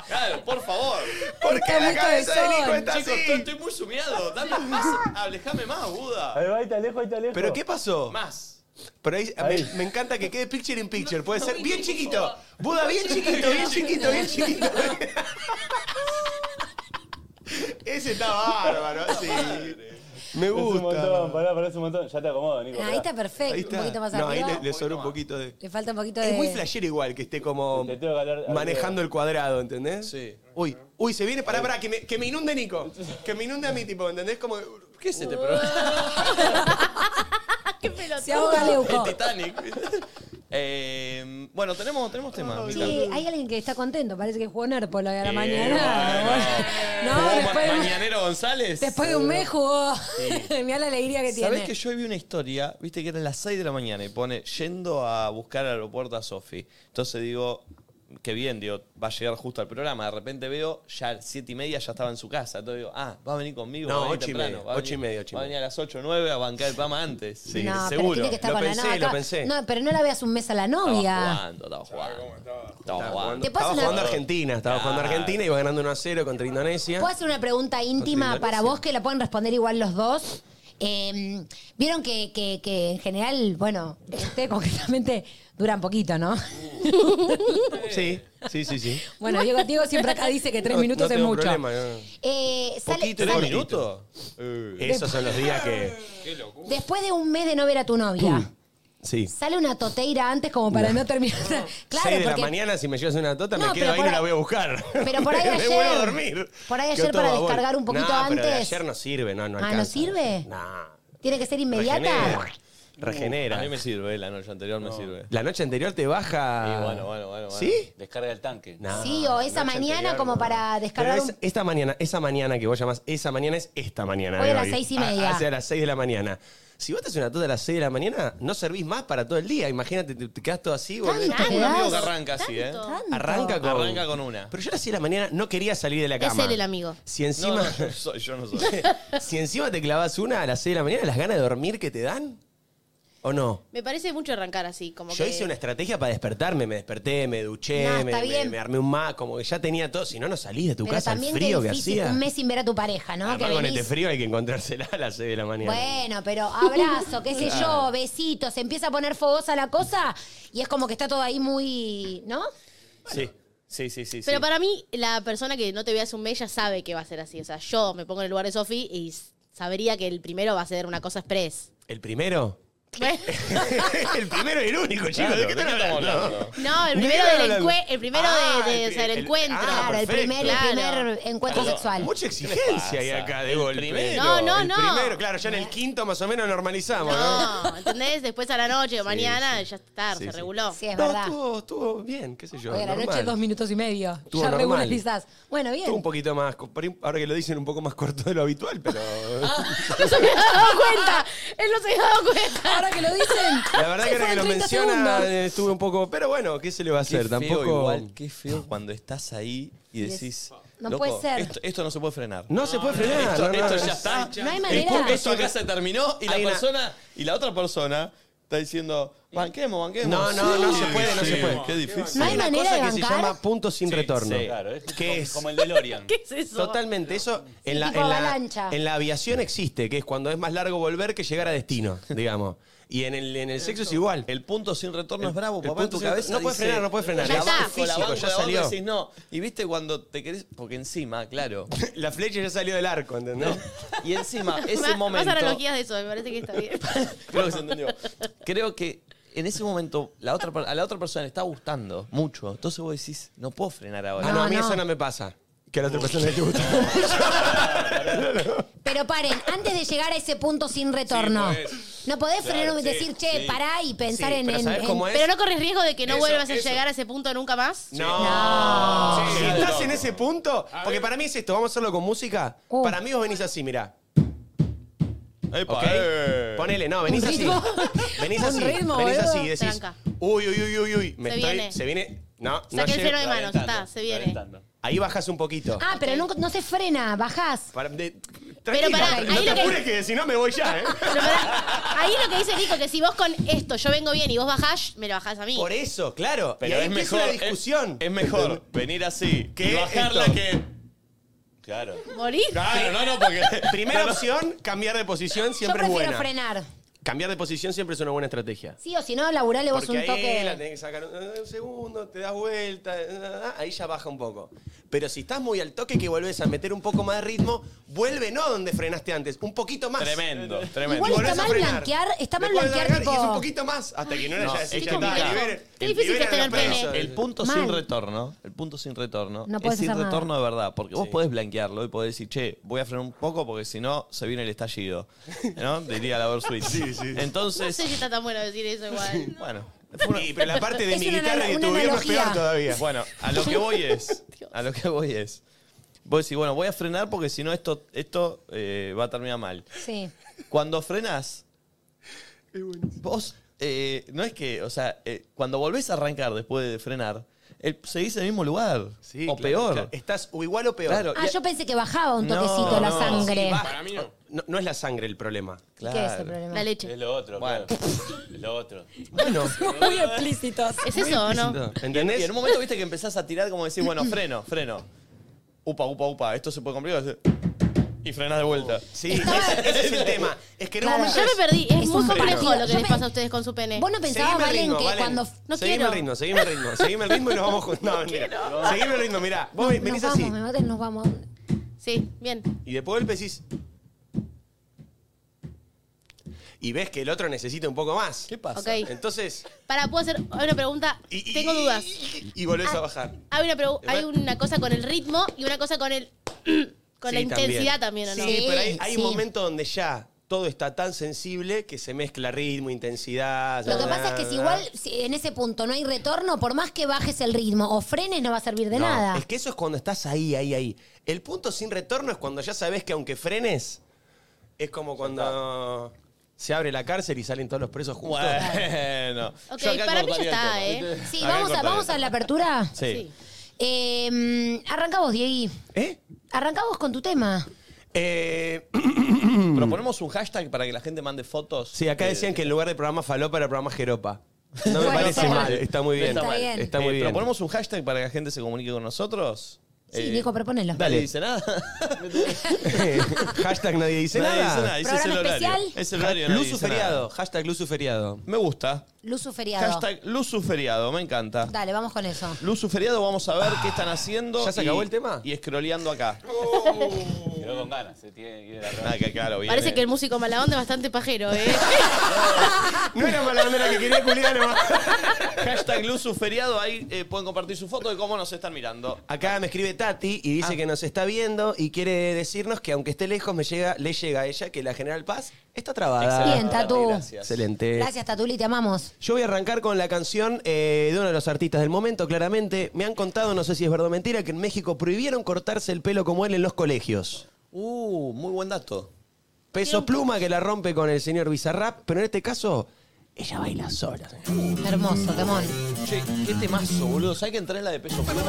Speaker 1: Claro, por favor.
Speaker 2: ¿Por qué la
Speaker 3: muy
Speaker 2: cabeza de Nico
Speaker 3: cabezón.
Speaker 2: está
Speaker 1: Chicos,
Speaker 2: así?
Speaker 1: estoy, estoy muy sumiado. Dame más, alejame más, Buda.
Speaker 7: Ahí va, ahí te alejo, ahí te alejo.
Speaker 2: ¿Pero qué pasó?
Speaker 1: Más.
Speaker 2: Pero ahí, Me, me encanta que quede picture in picture. Puede ser bien chiquito. Buda, bien chiquito, bien chiquito, bien chiquito. Ese está bárbaro, sí. Me
Speaker 7: Es un montón,
Speaker 2: gusta.
Speaker 7: pará, pará, es un montón. Ya te acomodo, Nico.
Speaker 3: Ahí está perfecto.
Speaker 2: Ahí
Speaker 3: Un
Speaker 2: está.
Speaker 3: poquito más
Speaker 2: No, ahí
Speaker 3: arriba.
Speaker 2: le, le sobra un poquito de.
Speaker 3: Le falta un poquito de.
Speaker 2: Es muy flashero igual que esté como
Speaker 7: Te tengo que hablar arriba.
Speaker 2: manejando el cuadrado, ¿entendés?
Speaker 1: Sí.
Speaker 2: Uy, uy, se viene, pará, pará, que me, que me inunde Nico. Que me inunde a mí, tipo, ¿entendés? Como.
Speaker 1: ¿Qué es este
Speaker 2: Uh.
Speaker 1: programa?
Speaker 5: ¡Qué pelotudo!
Speaker 3: Se ahoga
Speaker 1: El
Speaker 2: este
Speaker 3: Leuco.
Speaker 1: Titanic.
Speaker 8: Em,
Speaker 1: Eh, bueno, tenemos, tenemos temas.
Speaker 3: Sí,
Speaker 1: Mica.
Speaker 3: hay alguien que está contento. Parece que jugó Nérpolo a la
Speaker 1: Eh,
Speaker 3: mañana.
Speaker 1: bueno.
Speaker 3: No,
Speaker 1: ¿Jugó
Speaker 3: después, de
Speaker 1: Ma-
Speaker 3: un-
Speaker 1: Mañanero González.
Speaker 3: después de un mes jugó. Mirá la alegría que tiene.
Speaker 1: Sabés que yo vi una historia, viste que era las 6 de la mañana y pone yendo a buscar al aeropuerto a Sofi. Entonces digo,
Speaker 8: qué bien, digo, va a llegar justo al programa. De repente veo, ya a las 7 y media ya estaba en su casa. Entonces digo, ah, va a venir conmigo. va
Speaker 2: No,
Speaker 8: a venir
Speaker 2: ocho y
Speaker 8: temprano,
Speaker 2: media,
Speaker 8: va a
Speaker 2: ocho y
Speaker 8: venir-
Speaker 2: media, ocho y
Speaker 8: Va a
Speaker 2: media.
Speaker 8: venir a las 8 o 9 a bancar el programa antes. Sí,
Speaker 3: no, pero
Speaker 8: seguro.
Speaker 3: tiene que estar
Speaker 2: Lo
Speaker 3: con
Speaker 2: pensé,
Speaker 3: la
Speaker 2: lo
Speaker 3: novia.
Speaker 2: pensé. ah,
Speaker 3: No, pero no la veas un mes a la
Speaker 8: Estaba
Speaker 3: novia.
Speaker 8: jugando, estaba jugando. Estaba
Speaker 2: Estaba jugando,
Speaker 8: jugando.
Speaker 3: Te puedo
Speaker 2: estaba
Speaker 3: hacer una-
Speaker 2: jugando Argentina, estaba jugando
Speaker 8: Claro.
Speaker 2: Argentina, iba ganando 1 a 0 contra Indonesia.
Speaker 3: ¿Puedo hacer una pregunta íntima
Speaker 2: Indonesia.
Speaker 3: para vos que la pueden responder igual los dos? Eh, Vieron que, que- que en general, bueno, este concretamente duran poquito, ¿no?
Speaker 2: Sí, sí, sí, sí.
Speaker 3: Bueno, Diego, Diego siempre acá dice que tres
Speaker 2: No-
Speaker 3: minutos
Speaker 2: no
Speaker 3: es
Speaker 2: tengo
Speaker 3: mucho.
Speaker 2: problema, no.
Speaker 3: Eh, sale-
Speaker 2: Poquito y
Speaker 3: sale-
Speaker 2: cortito.
Speaker 8: Eh,
Speaker 2: Esos son los días que.
Speaker 3: después de un mes de no ver a tu novia,
Speaker 2: Sí.
Speaker 3: sale una toteira antes como para no, terminar. claro,
Speaker 2: 6 de
Speaker 3: porque
Speaker 2: la mañana, si me llevas una tota,
Speaker 3: No,
Speaker 2: me quedo
Speaker 3: pero
Speaker 2: ahí y
Speaker 3: por
Speaker 2: no
Speaker 3: ahí-
Speaker 2: la voy a buscar.
Speaker 3: pero por ahí
Speaker 2: Me
Speaker 3: ayer-
Speaker 2: vuelvo a dormir.
Speaker 3: por ahí
Speaker 2: Quedó
Speaker 3: ayer
Speaker 2: todo
Speaker 3: para
Speaker 2: babón.
Speaker 3: descargar un poquito
Speaker 2: No, pero de
Speaker 3: antes.
Speaker 2: ayer no sirve, no, no
Speaker 3: Ah, ¿no
Speaker 2: alcanza.
Speaker 3: sirve?
Speaker 2: No.
Speaker 3: tiene que ser inmediata.
Speaker 2: Regenera. Regenera.
Speaker 8: A mí me sirve, la noche anterior me sirve.
Speaker 2: La noche anterior te baja.
Speaker 8: Y bueno, bueno, bueno. bueno.
Speaker 2: Ah. ¿Sí?
Speaker 1: Descarga el tanque.
Speaker 2: No,
Speaker 3: Sí, o esa
Speaker 2: noche
Speaker 3: mañana como para
Speaker 2: Pero
Speaker 3: descargar
Speaker 2: es-
Speaker 3: un-
Speaker 2: esta mañana, esa mañana que vos llamás, esa mañana es esta mañana.
Speaker 3: Hoy
Speaker 2: de Ah,
Speaker 3: a las seis y
Speaker 2: A-
Speaker 3: media.
Speaker 2: hacia las 6 de la mañana. Si vos te haces una tota a las 6 de la mañana, no servís más para todo el día. Imagínate, te, te quedás todo así, volvés.
Speaker 3: Tanto.
Speaker 8: Tengo un amigo que
Speaker 3: Tanto.
Speaker 8: arranca así, ¿eh?
Speaker 5: Tanto.
Speaker 3: Tanto.
Speaker 2: Arranca con,
Speaker 8: Arranca con una.
Speaker 2: Pero yo a las 6 de la mañana no quería salir de la
Speaker 5: Es
Speaker 2: cama.
Speaker 5: él el amigo.
Speaker 2: Si
Speaker 8: No,
Speaker 2: encima,
Speaker 8: no, yo, soy- yo no soy.
Speaker 2: si encima te clavas una a las 6 de la mañana, las ganas de dormir que te dan, ¿o no?
Speaker 5: Me parece mucho arrancar así, como
Speaker 2: Yo
Speaker 5: que...
Speaker 2: hice una estrategia para despertarme, me desperté, me duché,
Speaker 3: No,
Speaker 2: me,
Speaker 3: está
Speaker 2: me-
Speaker 3: bien.
Speaker 2: me armé un ma, como que ya tenía todo, si no, no salís de tu
Speaker 3: Pero
Speaker 2: casa al
Speaker 3: también
Speaker 2: frío
Speaker 3: qué
Speaker 2: que
Speaker 3: difícil
Speaker 2: hacía.
Speaker 3: un mes sin ver a tu pareja, ¿no?
Speaker 2: Además,
Speaker 3: Que
Speaker 2: con
Speaker 3: venís-
Speaker 2: este frío hay que encontrársela a las 6 de la mañana.
Speaker 3: Ah, Bueno, pero abrazo, qué sé yo, besitos, se empieza a poner fogosa la cosa y es como que está todo ahí muy, ¿no?
Speaker 8: Sí, sí, sí, sí. sí.
Speaker 5: Pero para mí, la persona que no te ve hace un mes ya sabe que va a ser así. O sea, yo me pongo en el lugar de Sofi y s- sabría que el primero va a ser una cosa express.
Speaker 2: ¿El primero? el primero y el único, chicos.
Speaker 8: Claro,
Speaker 2: ¿De qué están
Speaker 8: estamos
Speaker 2: hablando?
Speaker 8: hablando?
Speaker 5: No, el
Speaker 2: ¿De qué
Speaker 5: primero
Speaker 2: están
Speaker 5: del
Speaker 2: hablando?
Speaker 5: encue- el primero
Speaker 2: Ah,
Speaker 5: de- de-
Speaker 2: el
Speaker 5: o sea, el
Speaker 2: pri-
Speaker 5: encuentro.
Speaker 2: ah,
Speaker 5: Claro,
Speaker 3: el
Speaker 2: perfecto.
Speaker 3: primer,
Speaker 5: claro.
Speaker 3: el primer encuentro sexual.
Speaker 2: Mucha exigencia hay acá de
Speaker 8: El
Speaker 2: golpe.
Speaker 8: primero.
Speaker 5: No, no,
Speaker 2: El
Speaker 5: no.
Speaker 2: primero, claro, ya en el quinto más o menos normalizamos, ¿no?
Speaker 5: No, ¿entendés? Después a la noche o mañana ya está tarde,
Speaker 2: Sí,
Speaker 5: se
Speaker 2: sí.
Speaker 5: reguló.
Speaker 3: Sí, es
Speaker 2: No,
Speaker 3: verdad.
Speaker 2: estuvo, estuvo bien, qué sé yo.
Speaker 3: Hoy a la
Speaker 2: normal.
Speaker 3: noche dos minutos y medio.
Speaker 2: Estuvo
Speaker 3: ya
Speaker 2: normal.
Speaker 3: regularizás. Bueno, bien.
Speaker 2: Estuvo un poquito más, por ahí, ahora que lo dicen, un poco más corto de lo habitual, pero...
Speaker 5: No se había dado cuenta. Él no se había dado cuenta.
Speaker 3: Ahora que lo dicen.
Speaker 2: La
Speaker 3: se
Speaker 2: verdad que ahora que
Speaker 3: fueron
Speaker 2: lo
Speaker 3: 30
Speaker 2: menciona
Speaker 3: segundos.
Speaker 2: eh, estuve un poco... Pero bueno, ¿qué se le va a
Speaker 8: Qué
Speaker 2: hacer?
Speaker 8: feo
Speaker 2: Tampoco...
Speaker 8: igual, qué feo cuando estás ahí y
Speaker 3: es-
Speaker 8: decís.
Speaker 3: no
Speaker 8: "Loco,
Speaker 3: puede ser".
Speaker 8: Esto, esto no se puede frenar.
Speaker 2: No, se puede frenar.
Speaker 8: Ah, esto,
Speaker 2: no, no,
Speaker 8: esto
Speaker 2: no.
Speaker 8: ya está.
Speaker 3: No hay
Speaker 8: El
Speaker 3: manera.
Speaker 8: punto, esto acá se terminó y la
Speaker 2: Hay una-
Speaker 8: persona y la otra persona está diciendo, banquemos, banquemos.
Speaker 2: No, no, no se puede, no se puede.
Speaker 8: Qué difícil.
Speaker 3: No hay
Speaker 2: una
Speaker 3: manera
Speaker 2: cosa
Speaker 3: de
Speaker 2: que se
Speaker 3: bancar.
Speaker 2: llama punto sin retorno.
Speaker 8: sí.
Speaker 1: Claro, es
Speaker 2: ¿Qué
Speaker 1: como,
Speaker 2: es?
Speaker 1: como el DeLorean.
Speaker 5: ¿Qué es eso?
Speaker 2: Totalmente, eso en la,
Speaker 3: tipo
Speaker 2: en, la,
Speaker 3: avalancha.
Speaker 2: en la aviación existe, que es cuando es más largo volver que llegar a destino, digamos. Y en el, en el sexo es igual.
Speaker 8: El punto sin retorno es bravo,
Speaker 2: el
Speaker 8: papá. en
Speaker 2: punto
Speaker 8: tu
Speaker 2: sin-
Speaker 8: cabeza
Speaker 2: no puede
Speaker 8: dice,
Speaker 2: frenar, no puede frenar.
Speaker 5: Ya
Speaker 8: la
Speaker 5: está.
Speaker 8: banco, la
Speaker 2: Físico,
Speaker 8: banco,
Speaker 2: ya
Speaker 8: la banco,
Speaker 2: salió.
Speaker 8: decís, no. Y viste cuando te querés. Porque encima, claro.
Speaker 2: La flecha ya salió del arco, ¿entendés?
Speaker 8: Y encima,
Speaker 5: Ma-
Speaker 8: ese
Speaker 5: más
Speaker 8: momento.
Speaker 5: analogías de eso, me parece que está bien.
Speaker 8: Creo que se entendió. Creo que en ese momento la otra, per- a la otra persona le está gustando mucho. Entonces vos decís, no puedo frenar
Speaker 2: Ah,
Speaker 8: ahora.
Speaker 2: no, a mí
Speaker 3: no.
Speaker 2: eso no me pasa. Que a la otra persona le gusta.
Speaker 3: Pero paren, antes de llegar a ese punto sin retorno,
Speaker 9: Sí,
Speaker 3: no podés frenar y decir, che, pará y pensar
Speaker 2: pues. Sí,
Speaker 3: en.
Speaker 2: pero
Speaker 3: en-
Speaker 2: ¿sabés
Speaker 3: en-
Speaker 2: cómo es?
Speaker 5: Pero no corres riesgo de que no
Speaker 9: Eso,
Speaker 5: vuelvas a
Speaker 9: eso.
Speaker 5: llegar a ese punto nunca más.
Speaker 2: No.
Speaker 9: Sí,
Speaker 2: Si
Speaker 9: sí,
Speaker 2: estás
Speaker 9: loco.
Speaker 2: en ese punto,
Speaker 9: A
Speaker 2: porque
Speaker 9: ver.
Speaker 2: para mí es esto, vamos a hacerlo con música.
Speaker 3: Uh.
Speaker 2: Para mí vos venís así, mirá. ¿Ok? Ponele, no, venís
Speaker 3: Un
Speaker 2: así.
Speaker 3: ritmo.
Speaker 2: Venís
Speaker 3: Un
Speaker 2: así.
Speaker 3: ritmo,
Speaker 2: venís
Speaker 3: boludo.
Speaker 2: así y decís.
Speaker 5: Tranca.
Speaker 2: Uy, uy, uy, uy, uy. Me
Speaker 5: Se
Speaker 2: estoy.
Speaker 5: viene.
Speaker 2: Se viene. No, no
Speaker 5: Saqué el
Speaker 2: llego.
Speaker 5: freno de manos, está, se viene.
Speaker 2: Ahí bajas un poquito.
Speaker 3: Ah, pero no, no se frena, bajás.
Speaker 2: Para- de-
Speaker 5: Pero
Speaker 2: tranquila,
Speaker 5: pará,
Speaker 2: no
Speaker 5: ahí
Speaker 2: te
Speaker 5: lo que-
Speaker 2: apures que si no me voy ya, ¿eh?
Speaker 5: Pero pará, ahí lo que dice Nico, que si vos con esto yo vengo bien y vos bajás, me lo bajás a mí.
Speaker 2: Por eso, claro.
Speaker 8: Pero
Speaker 2: y ahí
Speaker 8: es
Speaker 2: empieza
Speaker 8: mejor.
Speaker 2: la discusión.
Speaker 8: Es, es mejor venir así
Speaker 2: ¿Qué
Speaker 8: que bajarla
Speaker 2: esto?
Speaker 8: que.
Speaker 1: Claro.
Speaker 5: ¿Morís?
Speaker 8: Claro, no, no, porque.
Speaker 2: Primera opción, cambiar de posición siempre
Speaker 3: Yo
Speaker 2: es
Speaker 3: prefiero
Speaker 2: buena.
Speaker 3: frenar.
Speaker 2: Cambiar de posición siempre es una buena estrategia.
Speaker 3: Sí o si no, laburale vos
Speaker 2: Porque
Speaker 3: un
Speaker 2: ahí
Speaker 3: toque.
Speaker 2: la tenés que sacar un, eh, un segundo, te das vuelta, eh, ahí ya baja un poco. Pero si estás muy al toque que volvés a meter un poco más de ritmo, vuelve no donde frenaste antes, un poquito más.
Speaker 8: Tremendo, tremendo.
Speaker 3: Igual
Speaker 2: Y volvés
Speaker 3: está
Speaker 2: a
Speaker 3: mal
Speaker 2: frenar.
Speaker 3: blanquear, está mal
Speaker 2: Después de
Speaker 3: blanquear
Speaker 2: largar,
Speaker 3: tipo.
Speaker 2: Y es un poquito más, hasta que no, era
Speaker 8: No,
Speaker 2: ya,
Speaker 8: es
Speaker 2: sí, ya
Speaker 5: complicado.
Speaker 2: está, libere-
Speaker 5: Qué difícil
Speaker 2: liberen
Speaker 5: que está
Speaker 2: los
Speaker 5: el
Speaker 2: pesos.
Speaker 5: pene.
Speaker 8: El punto
Speaker 3: Mal.
Speaker 8: sin retorno, el punto sin retorno,
Speaker 3: No
Speaker 8: es
Speaker 3: podés
Speaker 8: sin
Speaker 3: hacer nada.
Speaker 8: retorno de verdad, porque vos podés blanquearlo y podés decir, che, voy a frenar un poco porque si no se viene el estallido, ¿no? Diría la Versuit.
Speaker 5: No
Speaker 8: Entonces,
Speaker 5: sé si está tan bueno decir eso igual.
Speaker 8: bueno,
Speaker 2: Sí, pero la parte de
Speaker 3: Es
Speaker 2: mi
Speaker 3: una
Speaker 2: guitarra y de
Speaker 3: ana-
Speaker 2: tu
Speaker 3: una
Speaker 2: viejo es peor
Speaker 3: analogía.
Speaker 2: todavía.
Speaker 8: Bueno, a lo que voy es. A lo que voy es. Vos decís, bueno, voy a frenar porque si no esto, esto eh, va a terminar mal.
Speaker 3: Sí.
Speaker 8: Cuando frenás, vos eh, no es que, o sea, eh, cuando volvés a arrancar después de frenar, el- seguís en el mismo lugar.
Speaker 2: Sí,
Speaker 8: o
Speaker 2: claro,
Speaker 8: peor.
Speaker 2: claro. Estás o igual o peor.
Speaker 8: Claro.
Speaker 3: Ah,
Speaker 8: y-
Speaker 3: yo pensé que bajaba un
Speaker 8: No,
Speaker 3: toquecito la
Speaker 8: no,
Speaker 3: sangre.
Speaker 2: Sí, va.
Speaker 9: Para mí no.
Speaker 2: no. no es la sangre el problema.
Speaker 3: ¿Qué es el
Speaker 8: claro.
Speaker 3: problema?
Speaker 5: La leche.
Speaker 1: Es lo otro,
Speaker 8: Bueno.
Speaker 1: claro. Es lo otro.
Speaker 2: Bueno,
Speaker 3: Muy explícitos.
Speaker 5: ¿Es eso o no?
Speaker 8: Y
Speaker 2: ¿entendés?
Speaker 8: en un momento viste que empezás a tirar como decir, bueno, freno, freno. Upa, upa, upa, esto se puede complicar. así. Y frenás de vuelta.
Speaker 2: Sí, ese, ese es el tema. Es que no
Speaker 3: Claro.
Speaker 2: vamos
Speaker 5: Ya me perdí. Es,
Speaker 3: Es
Speaker 5: muy
Speaker 3: un
Speaker 5: complejo
Speaker 3: freno.
Speaker 5: lo que
Speaker 3: Yo
Speaker 5: les
Speaker 3: me-
Speaker 5: pasa a ustedes con su pene.
Speaker 3: Vos no pensabas,
Speaker 2: Seguime el
Speaker 3: Valen,
Speaker 2: ritmo,
Speaker 3: que
Speaker 2: Valen.
Speaker 3: cuando.
Speaker 5: No
Speaker 2: seguime
Speaker 5: quiero.
Speaker 2: el ritmo, seguime el ritmo, seguime el ritmo y nos vamos juntos. No, mentira. Seguime el ritmo, mirá. Vos
Speaker 3: Nos
Speaker 2: venís
Speaker 3: vamos,
Speaker 2: así.
Speaker 3: me maten, nos vamos.
Speaker 5: Sí, bien.
Speaker 2: Y después golpe decís. Y ves que el otro necesita un poco más.
Speaker 8: ¿Qué pasa?
Speaker 5: Ok.
Speaker 2: Entonces.
Speaker 5: Para, puedo hacer una pregunta.
Speaker 2: y- y-
Speaker 5: Tengo dudas.
Speaker 2: Y volvés
Speaker 3: Ah,
Speaker 2: a bajar.
Speaker 5: Hay una, pregu- hay una cosa con el ritmo y una cosa con el. con la
Speaker 2: Sí,
Speaker 5: intensidad también, ¿o no?
Speaker 2: Sí, pero hay, hay un
Speaker 3: sí.
Speaker 2: momento donde ya todo está tan sensible que se mezcla ritmo, intensidad.
Speaker 3: Lo que
Speaker 2: na,
Speaker 3: pasa es que
Speaker 2: na,
Speaker 3: si
Speaker 2: na.
Speaker 3: igual si en ese punto no hay retorno, por más que bajes el ritmo o frenes, no va a servir de
Speaker 2: No,
Speaker 3: nada.
Speaker 2: Es que eso es cuando estás ahí, ahí, ahí. El punto sin retorno es cuando ya sabes que aunque frenes, es como cuando se abre la cárcel y salen todos los presos juntos.
Speaker 8: Bueno.
Speaker 5: Ok,
Speaker 8: Yo acá
Speaker 5: para mí ya
Speaker 8: cortaría
Speaker 5: está,
Speaker 8: el tema,
Speaker 5: ¿eh?
Speaker 8: ¿viste?
Speaker 3: Sí,
Speaker 8: Acá
Speaker 3: vamos a,
Speaker 8: cortaría
Speaker 3: vamos
Speaker 8: el
Speaker 3: a la apertura.
Speaker 8: tema. Sí.
Speaker 5: Sí.
Speaker 3: Eh, mm, arranca vos, Diegui.
Speaker 2: ¿Eh?
Speaker 3: Arranca vos con tu tema.
Speaker 2: Eh,
Speaker 8: Proponemos un hashtag para que la gente mande fotos.
Speaker 2: sí, acá
Speaker 8: Eh,
Speaker 2: decían que en lugar de programa faló para programa jeropa. No me
Speaker 3: Bueno,
Speaker 2: parece
Speaker 3: está
Speaker 2: mal,
Speaker 3: bien.
Speaker 2: está muy bien.
Speaker 3: Está bien.
Speaker 2: Está muy
Speaker 8: eh,
Speaker 2: bien.
Speaker 8: Proponemos un hashtag para que la gente se comunique con nosotros.
Speaker 3: Sí,
Speaker 8: Eh,
Speaker 3: Nico, proponelo.
Speaker 8: Dale. dice nada?
Speaker 2: Eh, Hashtag nadie dice
Speaker 8: Nadie
Speaker 2: nada.
Speaker 8: dice nada, dice es el
Speaker 3: Programa
Speaker 8: horario.
Speaker 3: especial.
Speaker 8: Es el horario. nadie
Speaker 2: Luzu
Speaker 8: dice
Speaker 2: feriado.
Speaker 8: nada.
Speaker 2: Hashtag Luzu feriado.
Speaker 8: Me gusta.
Speaker 3: Luzu feriado.
Speaker 8: Hashtag Luzuferiado, me encanta.
Speaker 3: Dale, vamos con eso.
Speaker 8: Luzuferiado, vamos a ver qué están haciendo.
Speaker 2: ¿Ya se
Speaker 8: y-
Speaker 2: acabó el tema?
Speaker 8: Y escroleando acá.
Speaker 1: Quedó con ganas. Se tiene que ir a la
Speaker 8: Ah, que claro, viene.
Speaker 5: Parece que el músico mala onda es bastante pajero, ¿eh?
Speaker 3: Ah.
Speaker 2: No era mala bandera que quería culiar nomás.
Speaker 8: Hashtag Luzuferiado, ahí eh, pueden compartir su foto de cómo nos están mirando.
Speaker 2: Acá me escribe Tati y
Speaker 5: Ah.
Speaker 2: dice que nos está viendo y quiere decirnos que aunque esté lejos me llega, le llega a ella que la General Paz está trabada.
Speaker 3: Bien, Tatu.
Speaker 2: Excelente.
Speaker 3: Gracias, Tatuli, te amamos.
Speaker 2: Yo voy a arrancar con la canción eh, de uno de los artistas del momento, claramente. Me han contado, no sé si es verdad o mentira, que en México prohibieron cortarse el pelo como él en los colegios.
Speaker 8: Uh, muy buen dato.
Speaker 2: Peso pluma que la rompe con el señor Bizarrap, pero en este caso, ella baila sola.
Speaker 3: Hermoso, temón.
Speaker 8: Che, qué temazo, boludo. ¿Sabes que entré en la de peso pluma?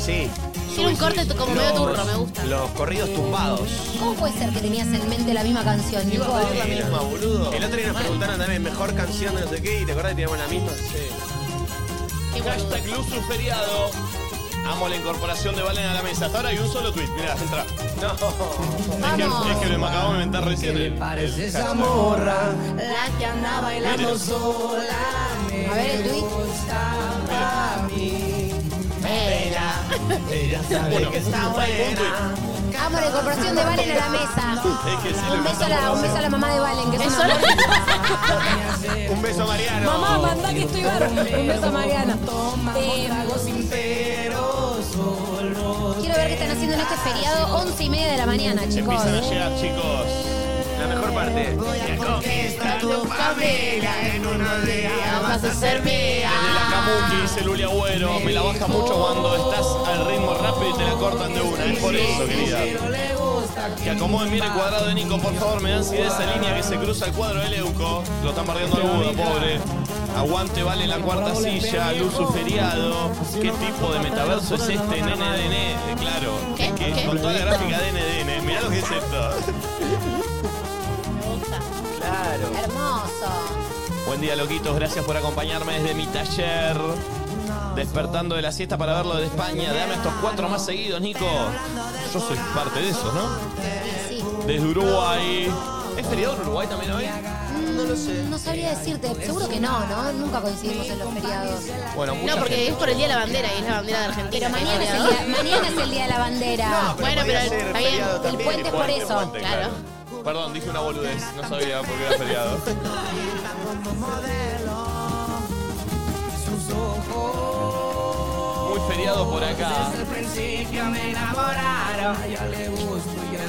Speaker 2: Sí.
Speaker 5: Tiene un corte como medio turro, me gusta.
Speaker 2: Los corridos tumbados.
Speaker 3: ¿Cómo puede ser que tenías en mente la misma canción, Nico?
Speaker 8: Iba a pedir la misma, boludo.
Speaker 2: El otro día nos preguntaron también mejor canción de no sé qué y te acordás que tiramos la misma.
Speaker 5: Qué boludo.
Speaker 8: Hashtag Luzuferiado. Amo la incorporación de Valen a la mesa. Hasta ahora hay un solo tweet. Mirá, entra.
Speaker 3: Vamos.
Speaker 8: Es que lo acabo de inventar recién.
Speaker 5: La que anda bailando
Speaker 3: A ver el tweet.
Speaker 8: Bueno, un tweet.
Speaker 3: Amo la incorporación de Valen a la mesa. un, beso a la, un beso a la mamá de Valen, que es
Speaker 5: ¿Es
Speaker 3: una
Speaker 5: solo?
Speaker 2: Un beso, Mariano.
Speaker 3: Mamá, mandá que estoy bárbaro. Un beso a Mariana. Eh, quiero ver qué están haciendo en este feriado, 11 y media de la mañana, chicos.
Speaker 8: Empiezan a llegar, chicos.
Speaker 2: La mejor parte.
Speaker 5: Vas a ser mía.
Speaker 8: Desde la Kabuki, dice Luli Agüero. Me la baja mucho cuando estás al ritmo rápido y te la cortan de una. Es por eso, querida. Que acomoden bien el cuadrado de Nico, por favor. Me da ansiedad esa línea que se cruza el cuadro de Leuco. Lo están barriendo al Buda, pobre. Aguante, vale en la cuarta silla. Luzu feriado. ¿Qué tipo de metaverso es este? NNDN. Claro.
Speaker 5: ¿Qué?
Speaker 8: Que
Speaker 5: ¿Qué?
Speaker 8: Con toda la gráfica de NDN. Mirá lo que es esto.
Speaker 5: Me gusta.
Speaker 3: Hermoso.
Speaker 8: Buen día, loquitos. Gracias por acompañarme desde mi taller. Despertando de la siesta para verlo de España. Dame estos cuatro más seguidos, Nico. Yo soy parte de esos, ¿no?
Speaker 3: Sí, sí.
Speaker 8: Desde Uruguay. ¿Es feriado en Uruguay también hoy?
Speaker 3: No lo sé. Mm, No sabría decirte. Seguro que no, ¿no? Nunca coincidimos en los feriados.
Speaker 8: Bueno, mucha
Speaker 5: No, porque
Speaker 8: gente.
Speaker 5: es por el día de la bandera y es la bandera de Argentina.
Speaker 3: Pero mañana es el día, mañana es el día de la bandera.
Speaker 5: Bueno, pero está bien.
Speaker 3: El puente es por eso.
Speaker 5: Claro.
Speaker 8: Perdón, dije una boludez. No sabía por qué era feriado. Muy feriado por acá.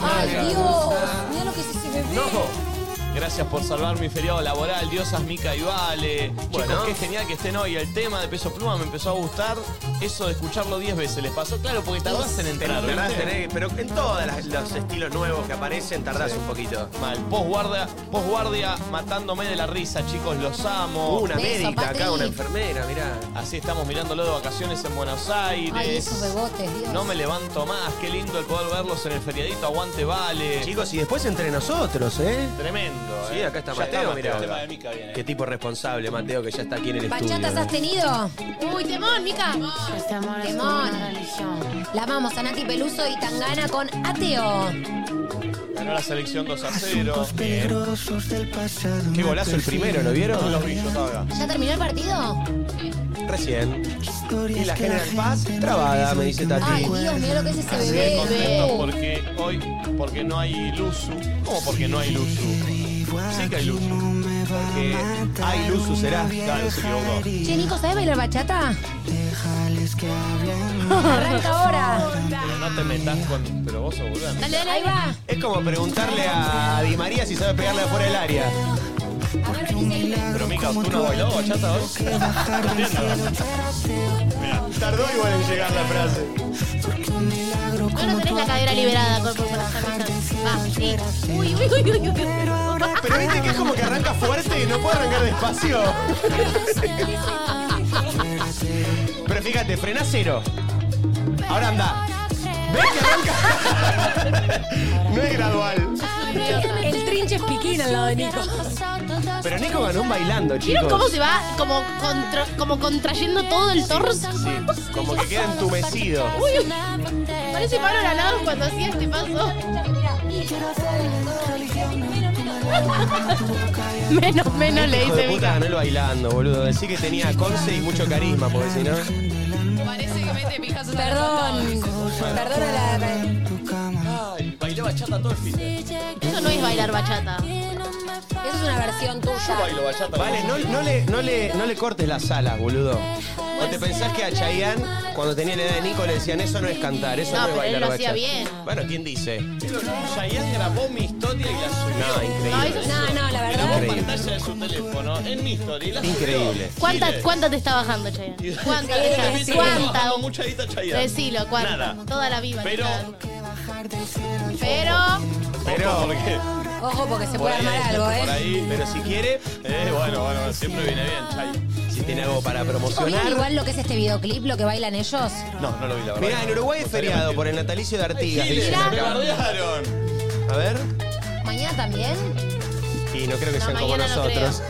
Speaker 1: Ah,
Speaker 3: Ay, Dios. Mira lo que es ese bebé.
Speaker 1: Gracias por salvar mi feriado laboral, diosas Mica y Vale.
Speaker 2: Bueno.
Speaker 1: Chicos, qué genial que estén hoy. El tema de Peso Pluma me empezó a gustar. Eso de escucharlo 10 veces les pasó. Claro, porque tardás en entrar,
Speaker 2: Tardás,
Speaker 1: ¿viste?
Speaker 2: tenés- pero en todos los estilos nuevos que aparecen tardás un poquito.
Speaker 1: Mal. Posguardia, posguardia matándome de la risa, chicos. Los amo.
Speaker 2: Una
Speaker 3: Beso,
Speaker 2: médica acá,
Speaker 3: Patrick.
Speaker 2: una enfermera, mirá.
Speaker 1: Así estamos mirándolo de vacaciones en Buenos Aires.
Speaker 3: Ay, esos bebotes, Dios.
Speaker 1: No me levanto más, qué lindo el poder verlos en el feriadito, aguante vale.
Speaker 2: Chicos, y después entre nosotros, ¿eh?
Speaker 1: Tremendo,
Speaker 2: Sí,
Speaker 1: eh.
Speaker 2: acá está
Speaker 1: Ya
Speaker 2: Mateo, mirá.
Speaker 10: El tema de Mica viene.
Speaker 2: Qué tipo responsable, Mateo, que ya está aquí en el
Speaker 3: ¿Bachatas has
Speaker 2: estudio.
Speaker 3: tenido?
Speaker 5: Uy, temón, Mica.
Speaker 11: Este amor es
Speaker 3: Temón.
Speaker 11: como una religión.
Speaker 3: La amamos a Nati Peluso y Tangana con Ateo.
Speaker 1: Ganó la selección 2 a 0.
Speaker 12: peligrosos del pasado.
Speaker 2: Qué golazo el primero, ¿lo vieron?
Speaker 1: Todos los brillos estaba acá.
Speaker 3: ¿Ya terminó el partido?
Speaker 2: Recién.
Speaker 12: Historias
Speaker 2: Y la
Speaker 12: que
Speaker 2: General
Speaker 12: gente
Speaker 2: Paz
Speaker 12: no
Speaker 2: trabada, me dice
Speaker 3: Ay,
Speaker 2: Tati.
Speaker 3: Dios, mira lo que es ese
Speaker 1: Así de
Speaker 3: bebé.
Speaker 1: contento porque hoy, porque no hay Luzu. ¿Cómo porque no hay Luzu?
Speaker 12: averigua
Speaker 1: Sí que hay Luzu.
Speaker 12: no me va
Speaker 1: Porque hay Luzu será. Claro, se equivocó.
Speaker 3: Che, Nico, ¿sabes bailar bachata?
Speaker 12: Déjales que hablen.
Speaker 3: Arranca ahora.
Speaker 1: Pero no te metas con. Pero vos sos boluda.
Speaker 5: Dale, dale,
Speaker 3: Ahí va.
Speaker 2: Es como preguntarle a Di María si sabe pegarle afuera del área.
Speaker 3: A ver, vení, seguí.
Speaker 1: Pero Mica, ¿tú no bailó bachata hoy?
Speaker 2: Tardó igual en llegar la frase.
Speaker 5: Ahora tenés la cadera liberada con por las camisas. Va, sí. Uy, uy, uy, uy, Ah, uy.
Speaker 2: Pero viste que es como que arranca fuerte y no puede arrancar despacio. Pero fíjate, frena cero. Ahora anda. ¿Ves que arranca? No es gradual.
Speaker 3: El trinche es piquín al lado de Nico.
Speaker 2: Pero Nico ganó un bailando,
Speaker 5: ¿Vieron
Speaker 2: chicos.
Speaker 5: cómo se va como, contra- como contrayendo todo el torso?
Speaker 2: Sí, como que queda entumecido.
Speaker 5: Uy, uy. Parece Pablo Lanao cuando hacía este paso. Menos, menos le
Speaker 2: Hijo de
Speaker 5: dice
Speaker 2: puta
Speaker 5: Mica.
Speaker 2: ganó el bailando, boludo. Decí que tenía conce y mucho carisma, porque si no.
Speaker 11: Parece que mete pijazos a los
Speaker 3: Perdón.
Speaker 11: botones.
Speaker 3: Perdón a la.
Speaker 1: Ay, bailé bachata todo el fin. de-
Speaker 5: Eso no es bailar bachata.
Speaker 3: Esa es una versión
Speaker 1: Yo
Speaker 3: tuya.
Speaker 1: bailo bachata.
Speaker 2: Vale, no, no le, no, le, no le cortes las alas, boludo. ¿O te pensás que a Chayanne, cuando tenía la edad de Nico, le decían eso no es cantar, eso no,
Speaker 5: No,
Speaker 2: es
Speaker 5: pero él
Speaker 2: bailar
Speaker 5: lo hacía
Speaker 2: bachata"?
Speaker 5: bien.
Speaker 2: Bueno, ¿quién dice? No,
Speaker 1: Chayanne grabó mi historia y la subió.
Speaker 2: increíble.
Speaker 5: No, eso es-
Speaker 3: No, no, la
Speaker 1: Grabó
Speaker 3: verdad.
Speaker 2: Increíble.
Speaker 1: pantalla de su teléfono en mi historia y la subió.
Speaker 2: Increíble.
Speaker 5: ¿Cuántas cuántas te está bajando, Chayanne? ¿Cuántas?
Speaker 3: Sí,
Speaker 5: te
Speaker 3: sí.
Speaker 5: está-
Speaker 1: Bajando
Speaker 5: ¿Cuántas?
Speaker 1: mucha guita Chayanne.
Speaker 5: Decilo, ¿cuántas?
Speaker 1: Nada.
Speaker 5: Toda la vida.
Speaker 1: Pero-
Speaker 5: Pero...
Speaker 1: Pero, ¿por qué?
Speaker 3: Ojo, porque se puede armar algo,
Speaker 1: Por
Speaker 3: ¿eh?
Speaker 1: ahí, pero si quiere, eh, bueno, bueno, siempre viene bien, Chay.
Speaker 2: Si tiene algo para
Speaker 3: ¿Chicos, ¿vieron
Speaker 2: promocionar.
Speaker 3: igual lo que es este videoclip, lo que bailan ellos?
Speaker 1: No, no lo vi, la verdad.
Speaker 2: Mirá, en Uruguay es feriado por el natalicio de Artigas,
Speaker 1: Giles,
Speaker 2: dicen
Speaker 1: ¡Me
Speaker 2: acá.
Speaker 1: bardearon!
Speaker 2: A ver.
Speaker 3: ¿Mañana también?
Speaker 2: Y no creo que
Speaker 5: No,
Speaker 2: sean como
Speaker 5: mañana no
Speaker 2: nosotros.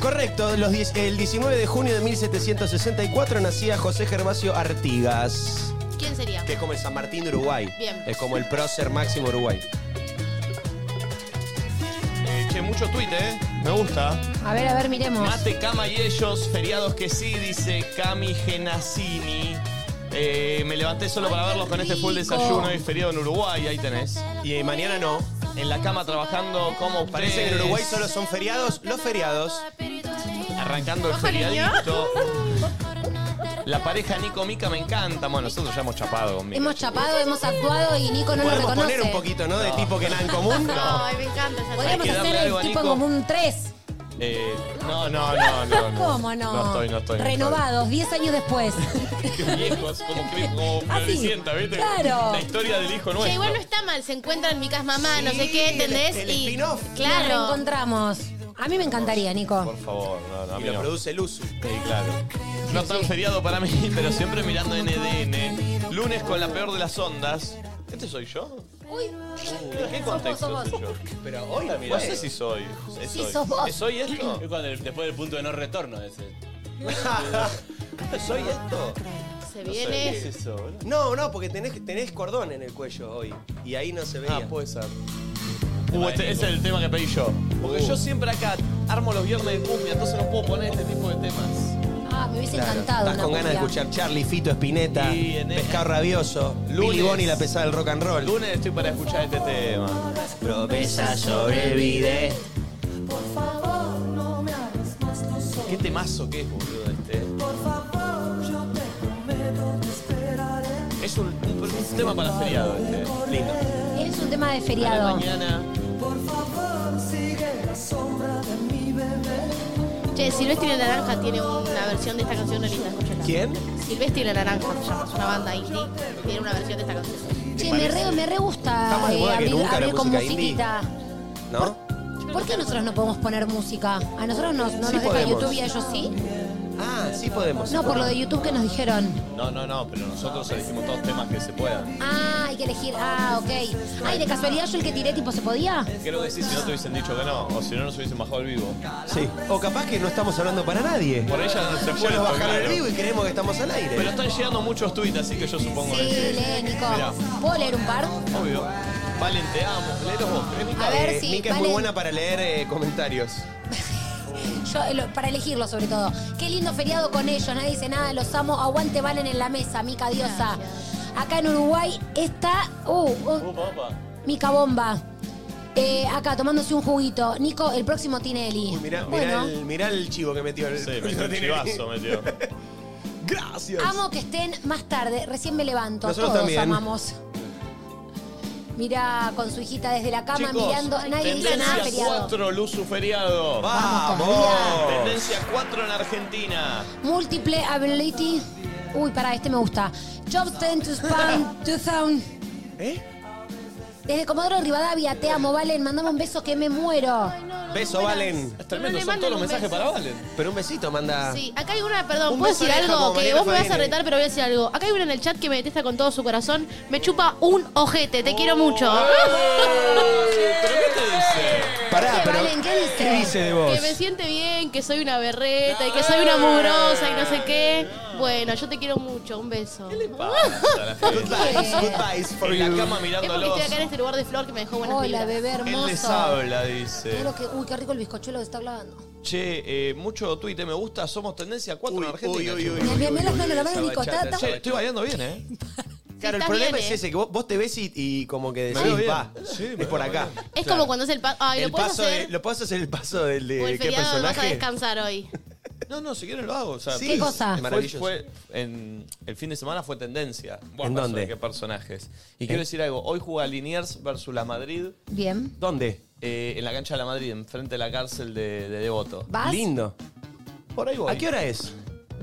Speaker 2: Correcto, los diez- el 19 de junio de 1764 nacía José Gervasio Artigas,
Speaker 5: ¿Quién sería?
Speaker 2: que es como el San Martín de Uruguay.
Speaker 5: Bien.
Speaker 2: Es como el prócer máximo Uruguay.
Speaker 1: Eh, che, mucho tweet, ¿eh? Me gusta.
Speaker 3: A ver, a ver, miremos.
Speaker 1: Mate, Cama y ellos, feriados que sí, dice Cami Genacini. Eh, me levanté solo para verlos con este full
Speaker 3: rico.
Speaker 1: desayuno y feriado en Uruguay, ahí tenés.
Speaker 2: Y eh, mañana no.
Speaker 1: En la cama trabajando como
Speaker 2: Parece que en Uruguay solo son feriados los feriados.
Speaker 1: Arrancando el feriadito. La pareja Nico Mica me encanta. Bueno, nosotros ya hemos chapado con Mica.
Speaker 3: Hemos chapado, hemos actuado y Nico no lo
Speaker 2: Podemos
Speaker 3: reconoce.
Speaker 2: poner un poquito, ¿no? De tipo que nada en común.
Speaker 5: Ay, me encanta esa
Speaker 3: Podríamos
Speaker 1: Hay que
Speaker 3: hacer
Speaker 1: darle algo
Speaker 3: el
Speaker 1: a
Speaker 3: tipo
Speaker 1: Nico.
Speaker 3: como un 3.
Speaker 1: Eh, no, no, no, no, no.
Speaker 3: ¿Cómo no?
Speaker 1: No estoy, no estoy. no
Speaker 3: Renovados, 10 años después.
Speaker 1: estoy. Viejos, como que como
Speaker 3: Así.
Speaker 1: Floricienta, ¿viste?
Speaker 3: Claro.
Speaker 1: La historia del hijo
Speaker 5: Che, igual no
Speaker 1: nuestro.
Speaker 5: está mal, se encuentran mi casa mamá, no
Speaker 2: Sí,
Speaker 5: sé qué, ¿entendés?
Speaker 2: el- el
Speaker 5: y
Speaker 2: spin-off.
Speaker 3: Nos
Speaker 5: claro.
Speaker 3: reencontramos. A mí me encantaría, Nico.
Speaker 1: Por favor, no, no, a
Speaker 2: Y
Speaker 1: mí
Speaker 2: lo
Speaker 1: no.
Speaker 2: produce Luzu.
Speaker 1: Sí, claro. No tan feriado para mí, pero siempre mirando NDN. Lunes con la peor de las ondas. ¿Este soy yo?
Speaker 3: Uy,
Speaker 1: ¿En qué contexto soy yo?
Speaker 2: Pero hoy
Speaker 1: No sé si soy. ¿Es
Speaker 3: Sí,
Speaker 1: hoy.
Speaker 3: sos vos.
Speaker 1: ¿Es hoy esto?
Speaker 10: Es cuando el- después del punto de no retorno ese.
Speaker 2: ¿Soy esto?
Speaker 1: No sé,
Speaker 5: Se viene.
Speaker 1: ¿Qué es eso, boludo?
Speaker 2: No, no, porque tenés, tenés cordón en el cuello hoy. Y ahí no se veía.
Speaker 1: Ah, puede ser. Uh, este, ese es el tema que pedí yo. Porque yo siempre acá armo los viernes de cumbia, entonces no puedo poner este tipo de temas.
Speaker 3: Ah, me hubiese
Speaker 2: Claro.
Speaker 3: encantado.
Speaker 2: Estás
Speaker 3: una
Speaker 2: con ganas de
Speaker 3: cumbia.
Speaker 2: escuchar Charlie, Fito, Espineta,
Speaker 1: Y en-
Speaker 2: Pescado Rabioso,
Speaker 1: Lunes.
Speaker 2: Billy Boni, la pesada del rock and
Speaker 1: El
Speaker 2: roll.
Speaker 1: lunes estoy para escuchar este tema.
Speaker 2: Promesa sobrevive.
Speaker 1: Qué temazo que es, boludo, este. Es un, un- un tema para feriado este. Lindo.
Speaker 3: Es un tema de
Speaker 1: A la
Speaker 3: feriado.
Speaker 1: mañana.
Speaker 5: Che, Silvestre y la Naranja tiene una versión de esta canción re linda, escúchala.
Speaker 2: ¿Quién?
Speaker 5: Silvestre y la Naranja se llama, es una banda indie. Tiene una versión de esta canción.
Speaker 3: Che, me re, me re gusta
Speaker 2: Está más de
Speaker 3: eh,
Speaker 2: moda que
Speaker 3: abrir,
Speaker 2: nunca la
Speaker 3: abrir con
Speaker 2: música indie.
Speaker 3: musiquita.
Speaker 2: ¿No?
Speaker 3: ¿Por qué nosotros no podemos poner música? ¿A nosotros nos, no nos
Speaker 2: Sí
Speaker 3: deja
Speaker 2: podemos.
Speaker 3: YouTube y a ellos sí?
Speaker 2: Ah, sí podemos.
Speaker 3: No, por lo de YouTube que nos dijeron.
Speaker 1: No, no, no, pero nosotros elegimos todos temas que se puedan.
Speaker 3: Ah, hay que elegir. Ah, ok. Ay, de casualidad yo el que tiré, tipo, ¿se podía?
Speaker 1: Creo que sí, si no te hubiesen dicho que no, o si no nos hubiesen bajado el vivo.
Speaker 2: Sí. O capaz que no estamos hablando para nadie.
Speaker 1: Por ella no se
Speaker 2: Bueno,
Speaker 1: fue,
Speaker 2: nos
Speaker 1: fue
Speaker 2: bajaron el
Speaker 1: claro.
Speaker 2: vivo y creemos que estamos al aire.
Speaker 1: Pero están llegando muchos tweets, así que yo supongo
Speaker 3: Sí,
Speaker 1: que sí.
Speaker 3: lee, Nico.
Speaker 1: Mirá.
Speaker 3: ¿Puedo leer un par?
Speaker 1: Obvio. Valen, te amo. Léelos vos. tenés
Speaker 3: A
Speaker 1: un
Speaker 3: ver
Speaker 2: Eh,
Speaker 3: si.
Speaker 2: Mica es
Speaker 3: vale,
Speaker 2: muy buena para leer eh, comentarios.
Speaker 3: yo, eh, lo- para elegirlo, sobre todo. Qué lindo feriado con ellos. Nadie dice nada, los amo. Aguante, valen en la mesa, Mica diosa. Acá en Uruguay está. Uh, uh,
Speaker 1: Opa, opa.
Speaker 3: Mica Bomba. Eh, acá tomándose un juguito. Nico, el próximo Tinelli.
Speaker 2: Mirá, mirá
Speaker 3: bueno,
Speaker 2: el, mirá el chivo que metió el.
Speaker 1: Sí, metió un chivazo, metió.
Speaker 2: Gracias.
Speaker 3: amo que estén más tarde. Recién me levanto.
Speaker 2: Nosotros
Speaker 3: Todos
Speaker 2: también.
Speaker 3: amamos. Mira con su hijita desde la cama
Speaker 1: Chicos,
Speaker 3: mirando. Nadie dice nada
Speaker 1: Tendencia
Speaker 3: feriado.
Speaker 1: 4, Luzu Feriado.
Speaker 2: ¡Vamos!
Speaker 1: Tendencia 4 en Argentina.
Speaker 3: Multiple ability. Uy, para este me gusta. Jobs tend to span 2000.
Speaker 2: ¿Eh?
Speaker 3: Desde Comodoro Rivadavia, te amo, Valen. Mandame un beso que me muero.
Speaker 2: Beso, Valen.
Speaker 1: Es
Speaker 5: No
Speaker 1: tremendo,
Speaker 5: le
Speaker 1: son todos
Speaker 5: manden
Speaker 1: los
Speaker 5: un
Speaker 1: mensajes
Speaker 5: beso.
Speaker 1: para Valen.
Speaker 2: Pero un besito manda.
Speaker 5: Sí, acá hay una, perdón,
Speaker 2: Un
Speaker 5: ¿puedo
Speaker 2: beso
Speaker 5: decir
Speaker 2: de Jacobo,
Speaker 5: algo? Que
Speaker 2: Mariana
Speaker 5: vos me vas a
Speaker 2: Fabiani.
Speaker 5: retar, pero voy a decir algo. Acá hay uno en el chat que me detesta con todo su corazón. Me chupa un ojete, te quiero mucho.
Speaker 2: ¡Oh!
Speaker 1: ¿Pero qué te dice?
Speaker 2: Pará,
Speaker 3: ¿Qué,
Speaker 2: pero.
Speaker 3: Valen? ¿Qué dice?
Speaker 2: ¿Qué dice de vos?
Speaker 5: Que me siente bien, que soy una berreta y que soy una mugrosa y no sé qué. Bueno, yo te quiero mucho, un beso.
Speaker 1: Pasa la gente.
Speaker 2: Good vibes, good vibes for
Speaker 1: En
Speaker 2: you.
Speaker 1: la cama
Speaker 5: Es porque estoy
Speaker 1: mirándolos.
Speaker 5: acá en este lugar de flor que me dejó buenas
Speaker 3: Hola,
Speaker 5: vibras.
Speaker 3: bebé
Speaker 1: Él les
Speaker 3: hermoso.
Speaker 1: habla,
Speaker 3: Mirá
Speaker 1: dice.
Speaker 3: lo que- uy, qué rico el bizcochuelo que está hablando.
Speaker 1: Che, eh, mucho tuit me gusta, somos tendencia 4
Speaker 2: Uy,
Speaker 1: en Argentina.
Speaker 2: uy, uy,
Speaker 1: chicos.
Speaker 2: uy,
Speaker 3: Mirá, mirá, mirá las manos, la mano de Nico.
Speaker 2: Bachata,
Speaker 3: ta, ta.
Speaker 1: Che, estoy bailando bien, ¿eh?
Speaker 2: Claro, el
Speaker 5: estás
Speaker 2: problema
Speaker 5: bien,
Speaker 2: es
Speaker 5: eh.
Speaker 2: ese, que vos, vos te ves y, y como que
Speaker 1: veo
Speaker 2: decís,
Speaker 1: bien.
Speaker 2: va,
Speaker 1: Sí, me
Speaker 2: es por
Speaker 1: veo
Speaker 2: acá.
Speaker 5: Es como cuando es el paso. Ay,
Speaker 2: El
Speaker 5: ¿lo puedes
Speaker 2: paso de-
Speaker 5: hacer?
Speaker 2: ¿Lo podés hacer el paso del
Speaker 5: o
Speaker 2: de
Speaker 5: el
Speaker 2: qué
Speaker 5: feriado vas a
Speaker 2: personaje?
Speaker 5: descansar hoy.
Speaker 1: No, no, si quieren lo hago. O sea,
Speaker 2: Sí,
Speaker 3: ¿Qué cosa?
Speaker 2: es
Speaker 1: Fue,
Speaker 2: Maravilloso.
Speaker 1: fue- en, el fin de semana fue tendencia.
Speaker 2: ¿En
Speaker 1: no sé
Speaker 2: dónde?
Speaker 1: ¿Qué personajes? Y quiero decir algo. Hoy juega Liniers versus la Madrid
Speaker 3: Bien.
Speaker 2: ¿Dónde?
Speaker 1: eh, en la cancha de la Madrid, enfrente de la cárcel de, de Devoto.
Speaker 3: ¿Vas?
Speaker 2: Lindo.
Speaker 1: Por ahí voy.
Speaker 2: ¿A qué hora es?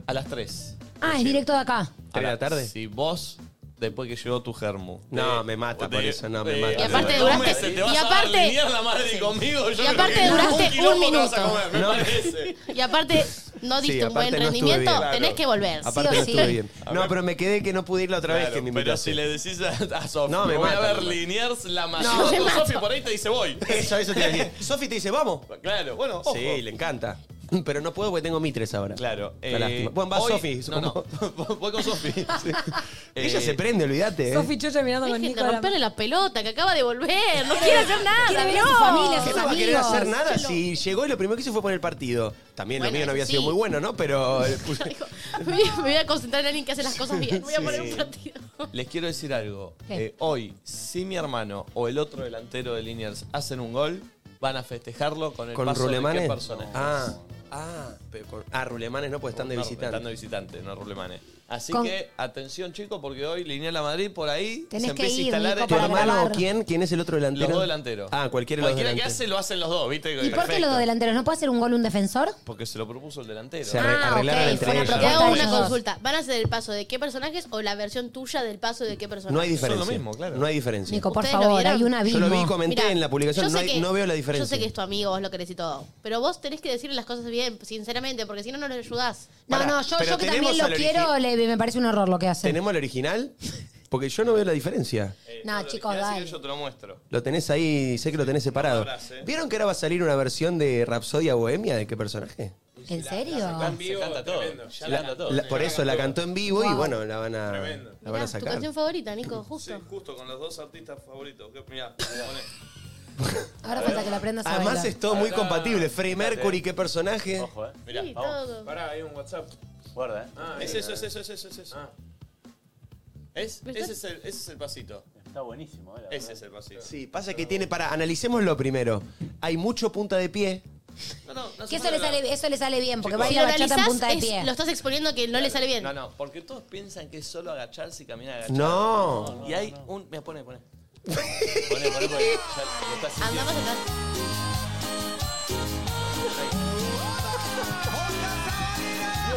Speaker 1: A las 3.
Speaker 3: Ah, es directo de acá.
Speaker 2: ¿Tres de la tarde?
Speaker 1: Si vos, después que llegó tu eh, germu.
Speaker 2: No,
Speaker 1: de-
Speaker 2: me mata
Speaker 1: de-
Speaker 2: por eso, no, me
Speaker 1: de-
Speaker 2: mata.
Speaker 5: Y aparte
Speaker 1: de-
Speaker 5: duraste-
Speaker 1: dos meses te
Speaker 5: y
Speaker 1: vas a dar
Speaker 5: aparte-
Speaker 1: Liniers la Madrid conmigo. yo
Speaker 5: y
Speaker 1: creo
Speaker 5: aparte
Speaker 1: que
Speaker 5: duraste un
Speaker 1: quilombo te vas a
Speaker 5: minuto.
Speaker 1: comer, me
Speaker 2: No.
Speaker 1: parece.
Speaker 5: Y aparte, no diste
Speaker 2: Sí, aparte
Speaker 5: un buen
Speaker 2: no estuve
Speaker 5: rendimiento,
Speaker 2: bien, claro.
Speaker 5: tenés que volver.
Speaker 2: Aparte
Speaker 3: o
Speaker 2: no
Speaker 3: sí.
Speaker 2: estuve bien. No, pero me quedé que no pude ir la otra vez
Speaker 1: Claro,
Speaker 2: que me
Speaker 1: pero
Speaker 2: invitaste.
Speaker 1: si le decís a, a Sofi,
Speaker 2: No, me
Speaker 1: voy
Speaker 2: mata,
Speaker 1: a ver
Speaker 2: me mata.
Speaker 1: Liniers la
Speaker 2: No,
Speaker 1: mañana. No, Sofi por ahí te dice voy.
Speaker 2: Eso, eso te iba a decir. Sofi te dice, vamos.
Speaker 1: Claro, bueno, ojo.
Speaker 2: Sí, le encanta. Pero no puedo porque tengo mitres ahora.
Speaker 1: Claro. eh,
Speaker 2: Una lástima. Bueno, va
Speaker 1: hoy-
Speaker 2: Sofi.
Speaker 1: No, no. Voy con Sofi.
Speaker 2: Ella
Speaker 1: Eh,
Speaker 2: se prende, olvídate. eh.
Speaker 13: Chocha mirando
Speaker 5: Dejen de romperle la pelota, que acaba de volver. No quiere hacer nada.
Speaker 3: Quiere ver a su
Speaker 5: no.
Speaker 3: familia,
Speaker 2: ¿Qué
Speaker 3: sus
Speaker 2: no va a querer
Speaker 3: amigos.
Speaker 2: hacer nada si llegó y lo primero que hizo fue poner el partido? También lo
Speaker 5: Bueno,
Speaker 2: mío no había
Speaker 5: sí.
Speaker 2: sido muy bueno, ¿no? Pero eh, puse-
Speaker 5: Me voy a concentrar en alguien que hace las cosas bien. Voy a poner un partido.
Speaker 1: Les quiero decir algo.
Speaker 3: ¿Qué?
Speaker 1: Eh, hoy, si mi hermano o el otro delantero de Liniers hacen un gol, van a festejarlo con el
Speaker 2: con
Speaker 1: paso de
Speaker 2: Rulemanes.
Speaker 1: qué personaje.
Speaker 2: Ah, ah, pero con- ah, Rulemanes no, porque están de
Speaker 1: No,
Speaker 2: visitante.
Speaker 1: Están de visitante, no Rulemanes. Así
Speaker 3: Con-
Speaker 1: que, atención chicos, porque hoy Liniers la Madrid por ahí
Speaker 3: Tenés
Speaker 1: se
Speaker 3: que
Speaker 1: empieza
Speaker 3: ir,
Speaker 1: a instalar
Speaker 3: Nico,
Speaker 1: el-
Speaker 2: ¿Tu
Speaker 3: para
Speaker 2: hermano o
Speaker 3: grabar.
Speaker 2: quién? ¿Quién es el otro delantero?
Speaker 1: Los dos delanteros.
Speaker 2: Ah, cualquiera de los
Speaker 1: Cualquiera que
Speaker 2: delanteros.
Speaker 1: hace, lo hacen los dos, ¿viste?
Speaker 3: ¿Y por qué los dos delanteros? ¿No puede hacer un gol un defensor?
Speaker 1: Porque se lo propuso el delantero.
Speaker 2: Se arre-
Speaker 3: Ah,
Speaker 2: arreglaron
Speaker 3: ok,
Speaker 2: entre
Speaker 3: fue una
Speaker 2: ellos.
Speaker 5: Te
Speaker 3: propuesta
Speaker 5: hago
Speaker 3: de
Speaker 5: una
Speaker 3: ellos dos.
Speaker 5: consulta. ¿Van a hacer el paso de qué personajes o la versión tuya del paso de qué personajes?
Speaker 2: No hay
Speaker 1: Son lo
Speaker 2: diferencia.
Speaker 1: mismo, claro.
Speaker 2: No hay diferencia.
Speaker 3: Nico, por
Speaker 5: ¿Ustedes lo
Speaker 3: favor,
Speaker 5: vieron?
Speaker 3: hay un abismo.
Speaker 2: Yo lo vi y comenté
Speaker 5: Mirá,
Speaker 2: en la publicación.
Speaker 5: yo
Speaker 2: No,
Speaker 5: sé
Speaker 2: hay-
Speaker 5: que-
Speaker 2: no veo la diferencia.
Speaker 5: Yo sé que es tu amigo, vos lo querés y todo. Pero vos tenés que decirle las cosas bien, sinceramente, porque si no, no le ayudás.
Speaker 3: No,
Speaker 2: Pará,
Speaker 3: no, yo,
Speaker 2: pero
Speaker 3: yo que también
Speaker 2: tenemos
Speaker 3: lo
Speaker 2: al origi-
Speaker 3: quiero, le- me parece un horror lo que hace.
Speaker 2: ¿Tenemos el original? Porque yo no veo la diferencia.
Speaker 3: No, chicos, dale.
Speaker 1: Yo te lo muestro.
Speaker 2: Lo tenés ahí, sé que lo tenés separado.
Speaker 1: abrazo, eh.
Speaker 2: ¿Vieron que ahora va a salir una versión de Rapsodia Bohemia? ¿De qué personaje?
Speaker 3: ¿En serio?
Speaker 1: Se canta todo. Ya la, canta todo.
Speaker 2: La- por eso la cantó en vivo y
Speaker 3: Wow.
Speaker 2: bueno, la van a, la van
Speaker 5: Mirá,
Speaker 2: a
Speaker 5: tu
Speaker 2: sacar.
Speaker 5: canción favorita, Nico, justo.
Speaker 9: Justo con los dos artistas favoritos. Que,
Speaker 3: Ah,
Speaker 9: mirá, poné.
Speaker 3: Ahora falta que lo aprendas a
Speaker 2: Además
Speaker 3: bailar.
Speaker 2: es todo muy compatible. Freddie Mercury, qué personaje.
Speaker 1: Ojo, eh. Mirá,
Speaker 5: Sí,
Speaker 1: vamos.
Speaker 5: todo.
Speaker 9: Pará, hay un WhatsApp.
Speaker 1: Guarda, eh.
Speaker 9: Ah,
Speaker 1: es
Speaker 9: mira.
Speaker 1: eso, es eso, es eso, es eso.
Speaker 3: Ah.
Speaker 1: Es, ese, es el, ese es el pasito.
Speaker 14: Está buenísimo, eh, la
Speaker 1: Ese es el pasito.
Speaker 2: Sí, pasa que tiene para. Analicémoslo primero. Hay mucho punta de pie.
Speaker 1: No, no,
Speaker 3: Que
Speaker 1: no
Speaker 3: eso
Speaker 1: se
Speaker 3: le,
Speaker 1: puede hablar.
Speaker 3: sale, eso le sale bien, porque
Speaker 1: Chicos,
Speaker 3: va a
Speaker 5: Si
Speaker 3: ir
Speaker 5: lo
Speaker 3: a bachata en
Speaker 5: analizás,
Speaker 3: punta de
Speaker 5: es-
Speaker 3: pie.
Speaker 5: lo estás exponiendo que no le sale bien.
Speaker 1: No, no, porque todos piensan que es solo agacharse y caminar agachado.
Speaker 2: No.
Speaker 1: Y hay un. Mira, pone, pone. Pone, pone, porque ya lo estás
Speaker 5: Andá
Speaker 1: sintiendo.
Speaker 5: más atrás.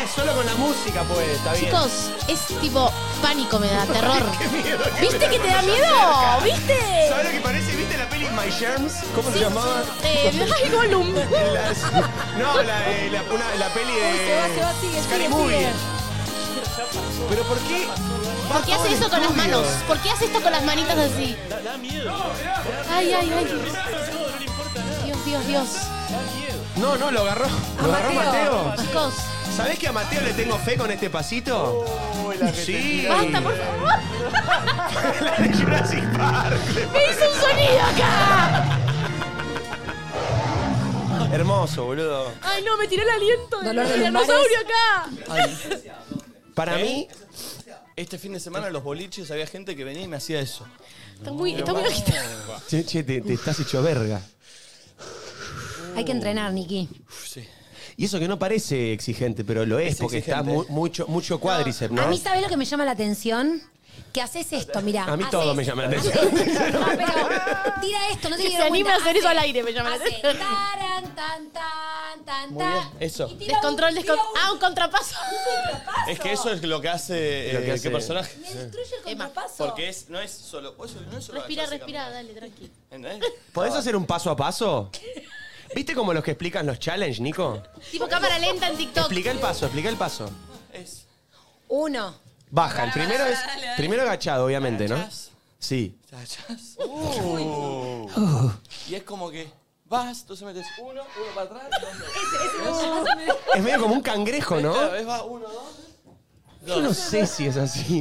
Speaker 2: Ah, es solo con la música, pues, está bien.
Speaker 5: Chicos, es tipo pánico me da, terror.
Speaker 2: Qué miedo que me
Speaker 5: ¿Viste
Speaker 2: da
Speaker 5: que te da
Speaker 2: cuando se
Speaker 5: miedo? Eh.
Speaker 2: acerca.
Speaker 5: ¿Viste?
Speaker 2: ¿Sabes lo que parece? ¿Viste la peli My Germs? ¿Cómo se llamaba?
Speaker 5: Eh, ay, Gollum.
Speaker 2: Las- no, la, eh, la, una- la peli de.
Speaker 3: Uy, se va, se va, sigue,
Speaker 2: Scary
Speaker 3: sigue,
Speaker 2: Movie.
Speaker 3: sigue.
Speaker 2: ¿Pero por qué?
Speaker 5: ¿Por qué hace eso con las manos? ¿Por qué hace esto con las manitas así?
Speaker 14: Da, da miedo.
Speaker 5: Ay, ay, ay. Dios, Dios, Dios.
Speaker 2: No, no, lo agarró.
Speaker 5: Ah,
Speaker 2: Lo agarró
Speaker 3: Mateo.
Speaker 2: Mateo.
Speaker 5: Chicos,
Speaker 2: ¿Sabés que a Mateo le tengo fe con este pasito? sí.
Speaker 5: basta, por favor.
Speaker 2: La de Jurassic Park.
Speaker 5: Me hizo un sonido acá.
Speaker 2: Hermoso, boludo.
Speaker 5: Ay, no, me tiró el aliento del
Speaker 3: Dolor de
Speaker 5: tiranosaurio acá.
Speaker 2: Para mí,
Speaker 1: Este fin de semana en los boliches había gente que venía y me hacía eso.
Speaker 5: Está muy, está muy agitado.
Speaker 2: Che, che, te, te estás hecho verga.
Speaker 3: Hay que entrenar, Niki.
Speaker 2: Y eso que no parece exigente, pero lo es, porque está mu- mucho, mucho cuádriceps, ¿no?
Speaker 3: A mí, ¿sabes lo que me llama la atención? Que haces esto, mirá.
Speaker 2: A mí
Speaker 3: haces-
Speaker 2: todo me llama la atención.
Speaker 3: haces- No, pero tira esto, no te
Speaker 5: Que
Speaker 3: dieron
Speaker 5: se anime
Speaker 3: cuenta.
Speaker 5: a hacer
Speaker 3: Hace-
Speaker 5: eso al aire, me llama la
Speaker 3: hace
Speaker 5: atención.
Speaker 3: taran, tan, tan, tan,
Speaker 1: Muy bien,
Speaker 3: tan.
Speaker 1: eso.
Speaker 3: Y tira
Speaker 5: Descontrol,
Speaker 3: un-
Speaker 5: descontrol.
Speaker 3: tira un-
Speaker 5: Ah, un contrapaso.
Speaker 1: Es que eso es lo que hace,
Speaker 2: Lo que
Speaker 1: eh,
Speaker 2: hace-
Speaker 1: qué personaje.
Speaker 3: Me destruye el
Speaker 5: Emma,
Speaker 3: contrapaso.
Speaker 1: Porque es, no es solo. no es solo agacharse y
Speaker 5: Respira, respira,
Speaker 1: caminar,
Speaker 5: dale, tranqui.
Speaker 1: ¿entendés?
Speaker 2: ¿Podés hacer un paso a paso? ¿Viste como los que explican los challenge, Nico?
Speaker 5: Tipo cámara lenta en TikTok.
Speaker 2: Explica el paso, explica el paso.
Speaker 1: Es.
Speaker 3: Uno.
Speaker 2: Baja, el primero es. Primero agachado, obviamente, ¿no?
Speaker 1: agachás,
Speaker 2: Sí.
Speaker 1: te agachás. Y es como que vas, tú se metes uno, uno para atrás, dos, dos.
Speaker 2: Es medio como un cangrejo, ¿no?
Speaker 1: Cada vez va uno, dos.
Speaker 2: Yo no sé si es así.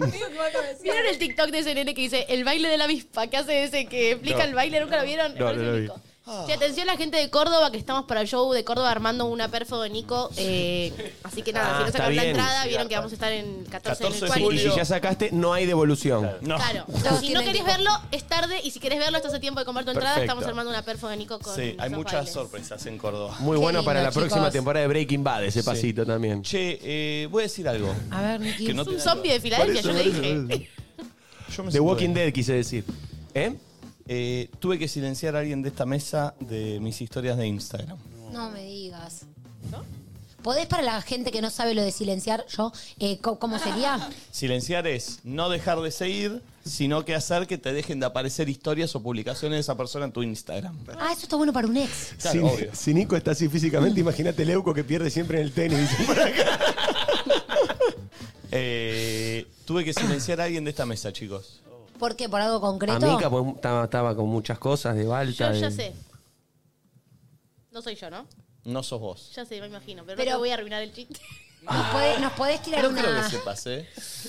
Speaker 5: ¿Vieron el TikTok de ese nene que dice el baile de la avispa? ¿Qué hace ese que explica el baile? ¿Nunca lo vieron? Me
Speaker 2: No,
Speaker 5: parece
Speaker 2: no lo vi.
Speaker 5: único. Sí, atención la gente de Córdoba, que estamos para el show de Córdoba armando una perfo de Nico. eh, así que nada,
Speaker 2: Ah,
Speaker 5: si no
Speaker 2: está
Speaker 5: sacaron la
Speaker 2: bien.
Speaker 5: entrada, vieron que vamos a estar en 14, en
Speaker 1: 14
Speaker 5: el
Speaker 1: de
Speaker 5: cual.
Speaker 2: Y si ya sacaste, no hay devolución.
Speaker 14: No.
Speaker 5: Claro.
Speaker 3: Todos
Speaker 5: si no
Speaker 3: tienen
Speaker 5: querés
Speaker 3: que-
Speaker 5: verlo, es tarde. Y si querés verlo, estás a tiempo de comprar tu entrada.
Speaker 2: Perfecto.
Speaker 5: Estamos armando una perfo de Nico con
Speaker 1: Sí, hay
Speaker 5: esos
Speaker 1: muchas
Speaker 5: bailes.
Speaker 1: sorpresas en Córdoba.
Speaker 2: Muy
Speaker 3: Qué
Speaker 2: bueno para la
Speaker 3: lindo,
Speaker 2: próxima
Speaker 3: chicos.
Speaker 2: temporada de Breaking Bad, ese pasito también.
Speaker 1: Che, eh, voy a decir algo.
Speaker 3: A ver, Niki.
Speaker 1: Que no
Speaker 5: Es un
Speaker 1: tiene-
Speaker 5: zombie de Filadelfia, yo le dije.
Speaker 1: Yo me
Speaker 2: The
Speaker 1: siento
Speaker 2: Walking
Speaker 1: bien.
Speaker 2: Dead, quise decir. ¿Eh?
Speaker 1: Eh, tuve que silenciar a alguien de esta mesa de mis historias de Instagram.
Speaker 3: No me digas. ¿Podés para la gente que no sabe lo de silenciar yo? eh, co- ¿Cómo sería?
Speaker 1: Silenciar es no dejar de seguir, sino que hacer que te dejen de aparecer historias o publicaciones de esa persona en tu Instagram.
Speaker 3: Ah, eso está bueno para un ex.
Speaker 1: Claro,
Speaker 2: si,
Speaker 1: obvio.
Speaker 2: si Nico está así físicamente, imagínate Leuco que pierde siempre en el tenis.
Speaker 1: Eh, tuve que silenciar a alguien de esta mesa, chicos.
Speaker 3: ¿Por qué? ¿Por algo concreto?
Speaker 2: Amica pues, estaba, estaba con muchas cosas de balta.
Speaker 5: Yo ya
Speaker 2: de-
Speaker 5: sé. No soy yo, ¿no?
Speaker 1: No sos vos.
Speaker 5: Ya sé, me imagino. Pero,
Speaker 3: Pero-
Speaker 5: no te voy a arruinar el chiste.
Speaker 3: ¿Nos, podés, nos podés tirar
Speaker 1: No
Speaker 3: una.
Speaker 1: ah, creo que sepas, ¿eh?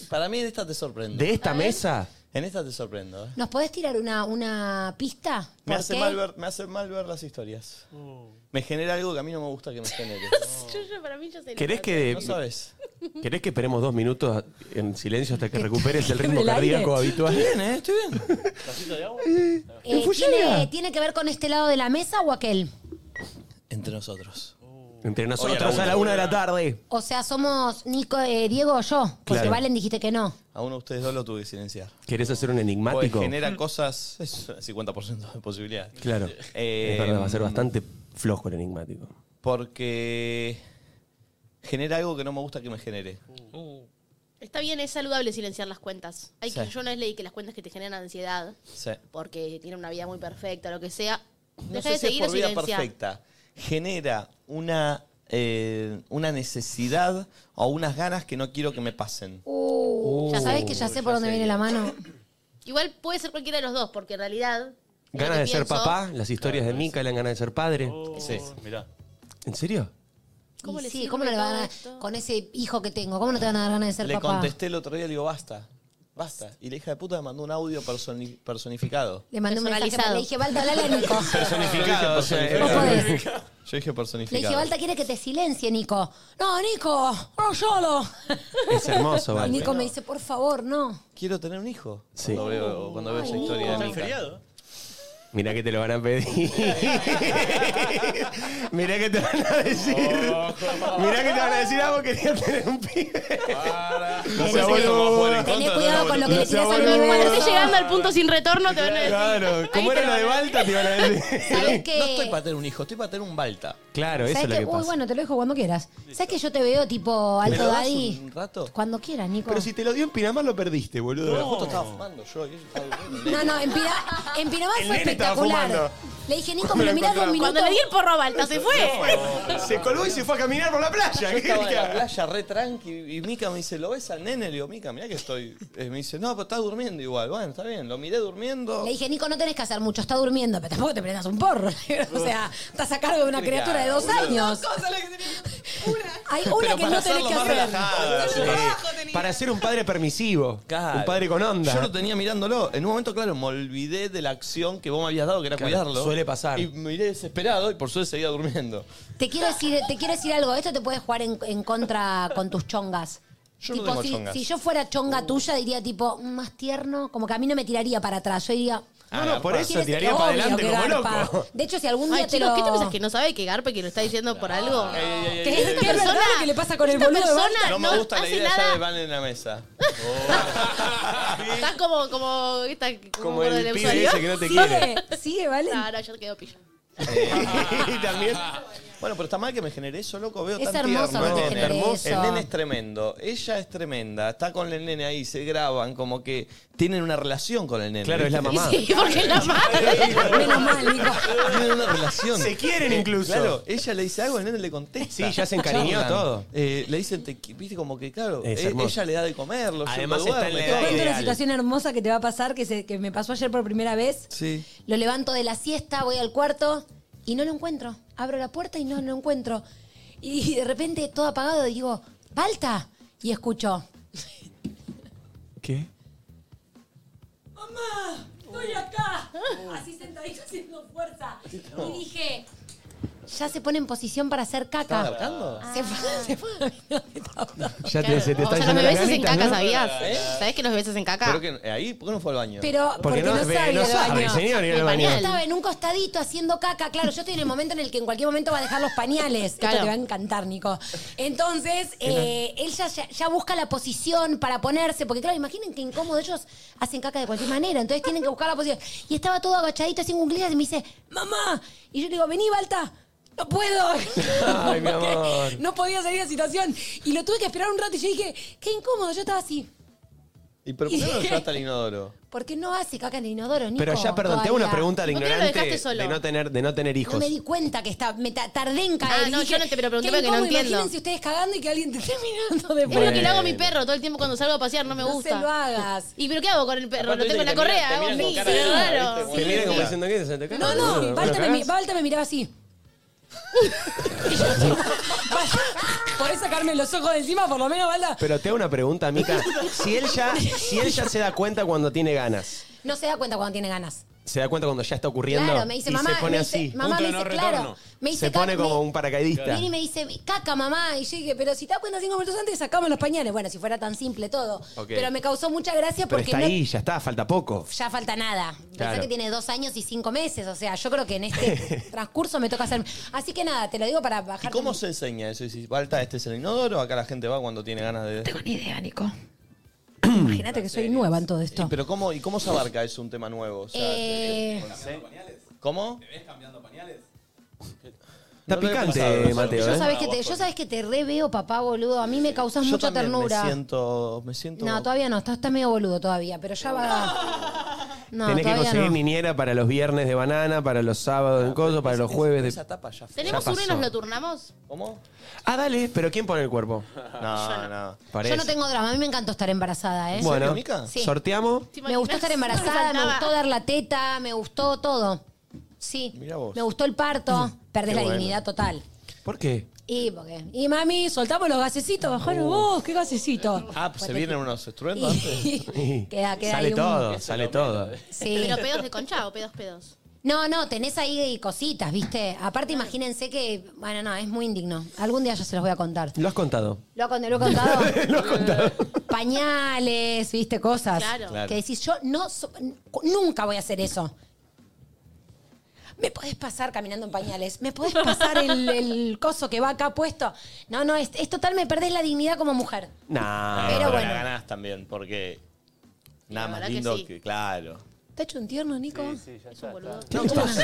Speaker 1: Para mí en esta te sorprendo.
Speaker 2: ¿De esta mesa?
Speaker 1: En esta te sorprendo, ¿eh?
Speaker 3: ¿Nos podés tirar una, una pista?
Speaker 1: Me
Speaker 3: ¿Por
Speaker 1: hace,
Speaker 3: qué?
Speaker 1: mal ver, me hace mal ver las historias. Me genera algo que a mí no me gusta que me genere.
Speaker 5: Yo, yo, para mí, yo sé.
Speaker 2: ¿Querés
Speaker 1: No
Speaker 2: que,
Speaker 1: sabes.
Speaker 2: ¿Querés que esperemos dos minutos en silencio hasta que recuperes el ritmo
Speaker 3: el aire.
Speaker 2: cardíaco habitual?
Speaker 1: ¿eh? Estoy bien.
Speaker 3: Eh, ¿tiene, tiene que ver con este lado de la mesa o aquel?
Speaker 1: Entre nosotros.
Speaker 2: Entre nosotros a la una de la tarde.
Speaker 3: O sea, somos Nico, eh, Diego o yo. Porque
Speaker 2: Claro.
Speaker 3: Valen dijiste que no.
Speaker 1: A uno de ustedes dos lo tuve que silenciar.
Speaker 2: ¿Querés hacer un
Speaker 1: Porque
Speaker 2: enigmático?
Speaker 1: genera cosas. Es 50% de posibilidad.
Speaker 2: Claro.
Speaker 1: Eh,
Speaker 2: es verdad, va a ser bastante flojo el enigmático.
Speaker 1: Porque genera algo que no me gusta que me genere.
Speaker 5: Está bien, es saludable silenciar las cuentas. Hay que,
Speaker 1: Sí.
Speaker 5: yo no leí que las cuentas que te generan ansiedad,
Speaker 1: Sí.
Speaker 5: porque tienen una vida muy perfecta, lo que sea, deja
Speaker 1: No sé si
Speaker 5: de
Speaker 1: es
Speaker 5: seguir
Speaker 1: por
Speaker 5: o
Speaker 1: vida
Speaker 5: silenciar.
Speaker 1: perfecta. Genera una, eh, una necesidad o unas ganas que no quiero que me pasen.
Speaker 3: Uh,
Speaker 1: Uh,
Speaker 3: ya sabés que ya sé por dónde viene la mano.
Speaker 5: Igual puede ser cualquiera de los dos, porque en realidad. lo
Speaker 2: Ganas
Speaker 5: que
Speaker 2: de ser
Speaker 5: pienso-
Speaker 2: papá, las historias de Mica le dan ganas de ser padre.
Speaker 1: Sí.
Speaker 14: Mirá.
Speaker 2: Oh. ¿En serio?
Speaker 5: ¿Cómo
Speaker 3: Y
Speaker 5: le
Speaker 3: sí,
Speaker 5: sirve
Speaker 3: ¿cómo no le van a
Speaker 5: todo
Speaker 3: dar-
Speaker 5: esto?
Speaker 3: Con ese hijo que tengo, ¿cómo no te van a dar ganas de ser
Speaker 1: Le
Speaker 3: papá?
Speaker 1: contesté el otro día, le digo, basta, basta. Y la hija de puta me mandó un audio personi- personificado.
Speaker 3: Le mandé un mensaje,
Speaker 5: Personalizado.
Speaker 3: le dije, Balta, hablale a Nico.
Speaker 1: Personificado, o sea,
Speaker 3: No
Speaker 1: era-
Speaker 3: podés.
Speaker 1: Yo dije
Speaker 3: Le dije,
Speaker 1: personificado.
Speaker 3: Balta quiere que te silencie, Nico. No, Nico, no solo.
Speaker 2: Es hermoso,
Speaker 3: Y
Speaker 2: Val.
Speaker 3: Nico me dice, por favor, no.
Speaker 1: Quiero tener un hijo.
Speaker 2: Sí.
Speaker 1: Cuando veo, cuando veo esa historia de
Speaker 14: Está el
Speaker 1: Mica.
Speaker 14: feriado.
Speaker 2: Mirá que te lo van a pedir. Mirá que te van a decir. Mirá que te van a decir, ah, vos querías tener un pibe.
Speaker 9: No sé, vos no vas a jugar en
Speaker 3: Tené
Speaker 9: contra,
Speaker 3: cuidado
Speaker 9: ¿no?
Speaker 3: con lo que
Speaker 9: No
Speaker 3: le
Speaker 9: sé,
Speaker 3: tirás
Speaker 9: vos
Speaker 3: al
Speaker 9: no-
Speaker 3: bebé.
Speaker 5: Cuando estés llegando al punto sin retorno, te van a decir.
Speaker 2: Claro, como era lo de Balta, te iban a decir.
Speaker 3: ¿Sabes qué?
Speaker 1: No estoy para tener un hijo, estoy para tener un balta.
Speaker 2: Claro, eso
Speaker 3: ¿Sabes
Speaker 2: es lo
Speaker 3: qué?
Speaker 2: que
Speaker 3: Uy,
Speaker 2: pasa.
Speaker 3: bueno, te lo dejo cuando quieras. ¿Sabes que yo te veo tipo
Speaker 1: ¿Me
Speaker 3: alto
Speaker 1: lo das
Speaker 3: daddy?
Speaker 1: un rato?
Speaker 3: Cuando quieras, Nico.
Speaker 2: Pero si te lo dio en Pinamar, lo perdiste, boludo.
Speaker 1: Pero justo estaba fumando yo y ella estaba durmiendo.
Speaker 3: No, no, en, Pira... en Pinamar
Speaker 2: El
Speaker 3: fue
Speaker 2: nene estaba
Speaker 3: espectacular.
Speaker 2: fumando.
Speaker 3: Le dije, Nico, me lo mirás dos minutos.
Speaker 5: Cuando le di el porro a Balta, se fue.
Speaker 2: Se colgó y se fue a caminar por la playa.
Speaker 1: Yo
Speaker 2: ¿Qué
Speaker 1: estaba en la
Speaker 2: era?
Speaker 1: playa re tranqui y Mica me dice, ¿lo ves al nene? Le digo, Mica, mirá que estoy. Eh, me dice, no, pero está durmiendo igual. Bueno, está bien, lo miré
Speaker 5: Oh.
Speaker 1: durmiendo.
Speaker 3: Le dije, Nico, no tenés que hacer mucho, está durmiendo, pero tampoco te prendas un porro. o sea, estás a cargo de una criatura de dos años. Hay una
Speaker 1: Pero
Speaker 3: que
Speaker 1: para
Speaker 3: no tenés
Speaker 1: hacerlo
Speaker 3: que
Speaker 1: más
Speaker 3: hacer.
Speaker 1: relajado,
Speaker 2: Sí. Para ser un padre permisivo.
Speaker 1: Claro.
Speaker 2: Un padre con onda.
Speaker 1: Yo lo tenía mirándolo. En un momento, claro, me olvidé de la acción que vos me habías dado, que era
Speaker 2: Claro,
Speaker 1: cuidarlo.
Speaker 2: suele pasar.
Speaker 1: Y me iré desesperado y por suerte seguía durmiendo.
Speaker 3: Te quiero decir, te quiero decir algo, esto te puede jugar en, en contra con tus chongas.
Speaker 1: Yo no
Speaker 3: Tipo,
Speaker 1: tengo
Speaker 3: si,
Speaker 1: chongas.
Speaker 3: si yo fuera
Speaker 5: Uh.
Speaker 3: chonga tuya, diría tipo, "Mm, más tierno, como que a mí no me tiraría para atrás. Yo diría.
Speaker 2: Ah, No, no, por eso
Speaker 3: ¿quieres-
Speaker 2: tiraría
Speaker 3: obvio
Speaker 2: para adelante
Speaker 3: que
Speaker 2: como
Speaker 3: garpa".
Speaker 2: loco.
Speaker 3: De hecho, si algún día
Speaker 5: Ay,
Speaker 3: te
Speaker 5: chicos,
Speaker 3: lo.
Speaker 5: ¿qué te pensás que no sabe que Garpe que lo está diciendo por algo?
Speaker 1: ey, ey,
Speaker 5: Que esta
Speaker 1: ey,
Speaker 3: ey.
Speaker 5: persona
Speaker 3: Es verdad lo que le pasa con el
Speaker 5: esta
Speaker 3: boludo de
Speaker 5: persona
Speaker 3: Balta.
Speaker 1: No me gusta la
Speaker 5: hace
Speaker 1: idea ya
Speaker 5: nada.
Speaker 1: de Van en la mesa.
Speaker 5: Estás como, como, esta,
Speaker 2: Como el
Speaker 5: del
Speaker 2: pibe
Speaker 5: usuario.
Speaker 2: ese que no te quiere.
Speaker 3: Sigue, sigue, ¿vale?
Speaker 5: No, no, yo te quedo pillo.
Speaker 2: y también.
Speaker 1: Bueno, pero está mal que me genere eso, loco. Veo
Speaker 3: Es
Speaker 1: tan
Speaker 3: hermoso que
Speaker 1: tierno.
Speaker 3: te
Speaker 1: el
Speaker 3: genere
Speaker 1: nene.
Speaker 3: eso.
Speaker 1: El nene es tremendo. Ella es tremenda. Está con el nene ahí, se graban, como que tienen una relación con el nene.
Speaker 2: Claro, es la
Speaker 1: ¿viste?
Speaker 2: mamá.
Speaker 5: Sí, porque la madre.
Speaker 3: Menos mal, Nico.
Speaker 1: Tienen una relación.
Speaker 2: Se quieren incluso.
Speaker 1: Claro, ella le dice algo, el nene le contesta.
Speaker 2: Sí, ya se encariñó
Speaker 1: Charlan.
Speaker 2: todo.
Speaker 1: Eh, le dicen, te qui- viste, como que claro,
Speaker 2: Es
Speaker 1: eh,
Speaker 2: hermoso.
Speaker 1: ella le da de comer, lo
Speaker 2: Además
Speaker 1: lleva,
Speaker 2: está en
Speaker 1: duerme,
Speaker 2: la
Speaker 1: todo.
Speaker 3: Te cuento
Speaker 2: Ideal.
Speaker 3: una situación hermosa que te va a pasar, que, se- que me pasó ayer por primera vez.
Speaker 1: Sí.
Speaker 3: Lo levanto de la siesta, voy al cuarto y no lo encuentro. Abro la puerta y no lo encuentro. Y de repente, todo apagado, digo, ¡Balta! Y escucho,
Speaker 2: ¿Qué?
Speaker 3: estoy acá, así sentadito haciendo fuerza. Y dije, ya se pone en posición para hacer caca. Se fue, se fue.
Speaker 2: Ya
Speaker 5: Claro.
Speaker 2: te, se te
Speaker 5: O
Speaker 2: está
Speaker 5: sea, los
Speaker 2: yendo la
Speaker 5: bebés hacen
Speaker 2: canita,
Speaker 5: caca,
Speaker 2: ¿no?
Speaker 5: ¿sabías? ¿Sabés que los bebés hacen caca?
Speaker 1: Pero que eh, ahí, ¿por qué no fue al baño?
Speaker 3: Pero porque, no,
Speaker 2: ve-
Speaker 3: sabía del
Speaker 2: sabe,
Speaker 3: baño.
Speaker 2: señor, ir
Speaker 5: El
Speaker 2: al baño.
Speaker 5: pañal.
Speaker 3: Estaba en un costadito haciendo caca. Claro, yo estoy en el momento en el que en cualquier momento va a dejar los pañales.
Speaker 5: Claro.
Speaker 3: Esto te va a encantar, Nico. Entonces, eh, él ya, ya- ya busca la posición para ponerse. Porque, claro, imaginen que incómodo ellos hacen caca de cualquier manera. Entonces tienen que buscar la posición. Y estaba todo agachadito haciendo cuclillas y me dice, mamá. Y yo le digo, vení, Balta. No puedo.
Speaker 2: Ay, mi
Speaker 3: Porque
Speaker 2: amor.
Speaker 3: No podía salir de la situación. Y lo tuve que esperar un rato y yo dije, qué incómodo. Yo estaba así.
Speaker 1: ¿Y pero por qué no lo llevaste al inodoro?
Speaker 3: Porque no hace caca en el inodoro, Nico?
Speaker 2: Pero ya, perdón, te hago una
Speaker 3: Todavía.
Speaker 2: pregunta al
Speaker 5: ¿Por qué no lo
Speaker 2: ignorante
Speaker 5: dejaste solo?
Speaker 2: de no tener, de no tener hijos.
Speaker 3: No me di cuenta que estaba, me ta- tardé en caer.
Speaker 5: Ah, no,
Speaker 3: Y dije,
Speaker 5: yo no te- pero pregunté
Speaker 3: qué
Speaker 5: porque no
Speaker 3: incómodo,
Speaker 5: entiendo.
Speaker 3: Imagínense ustedes cagando y que alguien te esté mirando de
Speaker 5: Es lo que le
Speaker 3: frente.
Speaker 5: hago a mi perro todo el tiempo cuando salgo a pasear, no me
Speaker 3: No
Speaker 5: gusta.
Speaker 3: se lo hagas.
Speaker 5: ¿Y pero qué hago con el perro?
Speaker 1: Aparte,
Speaker 5: Lo tengo
Speaker 1: viste,
Speaker 5: en
Speaker 1: te
Speaker 5: la
Speaker 1: miran-
Speaker 5: correa,
Speaker 1: te
Speaker 5: hago
Speaker 1: miran con
Speaker 5: así,
Speaker 1: cara de raro,
Speaker 5: claro.
Speaker 1: ¿viste?
Speaker 2: Te miran como
Speaker 1: Sí.
Speaker 2: diciendo que se te cae.
Speaker 3: No, no, Balta me, mi- Balta me miraba así. Y yo, tipo, Balta, Podés sacarme los ojos de encima, por lo menos, Balta.
Speaker 2: Pero te hago una pregunta, Mica. Si él ya, si él ya se da cuenta cuando tiene ganas,
Speaker 3: No se da cuenta cuando tiene ganas.
Speaker 2: se da cuenta cuando ya está ocurriendo
Speaker 3: Claro, me dice
Speaker 2: y
Speaker 3: mamá.
Speaker 2: se pone
Speaker 3: me dice-
Speaker 2: así.
Speaker 3: mamá
Speaker 14: punto
Speaker 3: me
Speaker 14: de no
Speaker 3: dice, claro.
Speaker 14: retorno.
Speaker 3: Me dice,
Speaker 2: se pone
Speaker 3: caca,
Speaker 2: como
Speaker 3: me-
Speaker 2: un paracaidista.
Speaker 3: Viene y me dice, caca, mamá. Y yo dije, pero si te das cuenta cinco minutos antes, sacamos los pañales. Bueno, si fuera tan simple todo.
Speaker 2: Ok.
Speaker 3: Pero me causó mucha gracia
Speaker 2: Pero
Speaker 3: porque
Speaker 2: está
Speaker 3: no-
Speaker 2: ahí, ya está, falta poco.
Speaker 3: ya falta nada. Pensá
Speaker 2: Claro.
Speaker 3: que tiene dos años y cinco meses. O sea, yo creo que en este transcurso me toca hacer. Así que nada, te lo digo para
Speaker 1: ¿Y
Speaker 3: bajar.
Speaker 1: cómo se enseña eso? Y Si falta este es el inodoro, acá la gente va cuando tiene ganas de.
Speaker 7: Tengo ni idea, Nico.
Speaker 3: Imagínate que soy nueva en todo
Speaker 1: Y,
Speaker 3: esto.
Speaker 1: pero cómo, ¿Y cómo se abarca eso un tema nuevo? O sea,
Speaker 3: Eh,
Speaker 1: ¿Cómo?
Speaker 2: Está
Speaker 1: No lo había
Speaker 2: picante,
Speaker 1: pensado,
Speaker 2: Mateo.
Speaker 3: yo
Speaker 2: ¿eh?
Speaker 3: sabes que te, yo sabes que te re veo, papá, boludo. A mí me causas
Speaker 1: Yo
Speaker 3: mucha
Speaker 1: también
Speaker 3: ternura.
Speaker 1: Me siento. Me siento
Speaker 3: No, todavía no, estás, estás medio boludo todavía, pero ya va. No,
Speaker 2: Tenés que
Speaker 3: todavía
Speaker 2: conseguir
Speaker 3: no.
Speaker 2: niñera para los viernes de banana, para los sábados
Speaker 1: Ah,
Speaker 2: en coso, para los jueves
Speaker 1: Esa
Speaker 2: de.
Speaker 1: etapa ya fue.
Speaker 5: ¿Tenemos
Speaker 2: Ya
Speaker 5: uno y nos
Speaker 2: pasó.
Speaker 5: lo turnamos?
Speaker 1: ¿Cómo?
Speaker 2: Ah, dale, pero ¿quién pone el cuerpo?
Speaker 1: No, no.
Speaker 2: Parece.
Speaker 3: Yo no tengo drama, a mí me encantó estar embarazada, ¿eh?
Speaker 2: Bueno,
Speaker 1: serio, Mica?
Speaker 3: Sí.
Speaker 2: sorteamos.
Speaker 5: ¿Te
Speaker 3: Me gustó
Speaker 5: imaginas?
Speaker 3: estar
Speaker 5: No
Speaker 3: embarazada,
Speaker 5: faltaba.
Speaker 3: me gustó dar la teta, me gustó todo. Sí.
Speaker 1: Mirá vos.
Speaker 3: Me gustó el parto, perdés la dignidad total.
Speaker 2: ¿Por qué?
Speaker 3: Y porque. Y mami, soltamos los gasecitos, bajaron vos, qué gasecitos.
Speaker 1: Ah, se vienen unos
Speaker 3: Y-
Speaker 1: estruendos antes.
Speaker 3: queda, queda
Speaker 2: sale
Speaker 3: ahí un-
Speaker 2: todo, sale todo.
Speaker 3: Sí.
Speaker 5: Pero pedos de concha o pedos pedos.
Speaker 3: No, no, tenés ahí cositas, ¿viste? Aparte, imagínense que. Bueno, no, es muy indigno. Algún día yo se los voy a contar.
Speaker 2: Lo has contado.
Speaker 3: ¿Lo, ha cont- lo he contado? lo he contado. Pañales, ¿viste? Cosas.
Speaker 5: Claro.
Speaker 1: Claro.
Speaker 3: Que decís, yo no so- nunca voy a hacer eso. ¿me podés pasar caminando en pañales? ¿Me podés pasar el, el coso que va acá puesto? No, no, es, es total, me perdés la dignidad como mujer.
Speaker 2: Nah,
Speaker 3: Pero
Speaker 1: Ah, pero
Speaker 3: bueno.
Speaker 1: la ganás también, porque nada
Speaker 5: La
Speaker 1: más
Speaker 5: verdad que
Speaker 1: lindo
Speaker 5: sí.
Speaker 1: que, claro.
Speaker 3: ¿Te ha hecho un tierno, Nico?
Speaker 1: No, Chicos,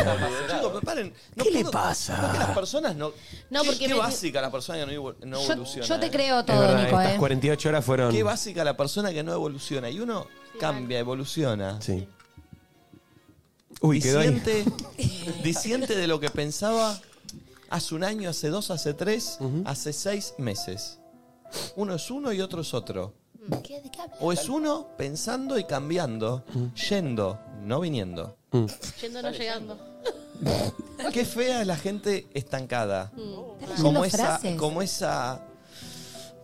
Speaker 1: pero paren. ¿Qué le pasa? ¿Por qué las personas no.?
Speaker 5: No,
Speaker 1: qué-
Speaker 5: porque
Speaker 1: Qué
Speaker 5: me-
Speaker 1: básica la persona que no, evol- no
Speaker 3: yo,
Speaker 1: evoluciona.
Speaker 3: yo te
Speaker 1: ¿eh?
Speaker 3: creo todo,
Speaker 2: es verdad,
Speaker 3: Nico,
Speaker 2: estas
Speaker 3: ¿eh?
Speaker 2: 48 horas fueron.
Speaker 1: Qué básica la persona que no evoluciona. Y uno cambia, evoluciona.
Speaker 2: Sí. Uy, quedó ahí.
Speaker 1: disiente, disiente de lo que pensaba hace un año, hace dos, hace tres, hace seis meses. Uno es uno y otro es otro.
Speaker 3: Mm. ¿Qué- de qué hablas?
Speaker 1: O es uno pensando y cambiando, yendo, no viniendo.
Speaker 5: Yendo no llegando.
Speaker 1: Qué fea es la gente estancada.
Speaker 3: Estás leyendo
Speaker 1: Como esa,
Speaker 3: frases.
Speaker 1: como esa,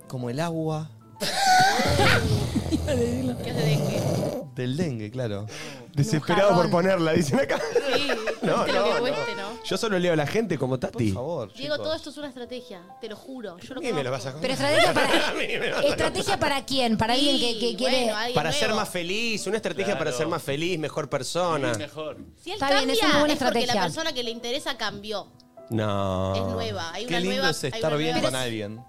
Speaker 1: como el agua
Speaker 5: ¿Qué hace de qué?
Speaker 1: del dengue, claro.
Speaker 2: Desesperado por
Speaker 3: Mojarrón.
Speaker 2: ponerla, dicen acá.
Speaker 5: Sí,
Speaker 2: No,
Speaker 5: cueste lo
Speaker 2: no,
Speaker 5: que
Speaker 2: no.
Speaker 5: cueste, ¿no?
Speaker 2: Yo solo leo a la gente como
Speaker 1: Por
Speaker 2: Tati.
Speaker 1: favor.
Speaker 5: Diego,
Speaker 1: chicos.
Speaker 5: todo esto es una estrategia, te lo juro. Yo lo
Speaker 2: Y me lo vas a
Speaker 3: Pero
Speaker 2: contar.
Speaker 3: estrategia
Speaker 2: A mí me
Speaker 3: para.
Speaker 2: mata.
Speaker 3: ¿Estrategia para quién? Para alguien que, que quiere.
Speaker 2: Para ser más feliz, una estrategia para
Speaker 14: Claro.
Speaker 2: ser más feliz, mejor persona.
Speaker 14: Es mejor.
Speaker 5: Si él
Speaker 3: Está
Speaker 5: cambia,
Speaker 3: bien, es una buena
Speaker 5: porque
Speaker 3: estrategia.
Speaker 5: la persona que le interesa cambió.
Speaker 2: No.
Speaker 5: Es nueva. Hay una
Speaker 1: Ah. Qué lindo
Speaker 5: nueva,
Speaker 1: es
Speaker 5: hay una
Speaker 1: estar bien
Speaker 5: nueva-
Speaker 1: con alguien.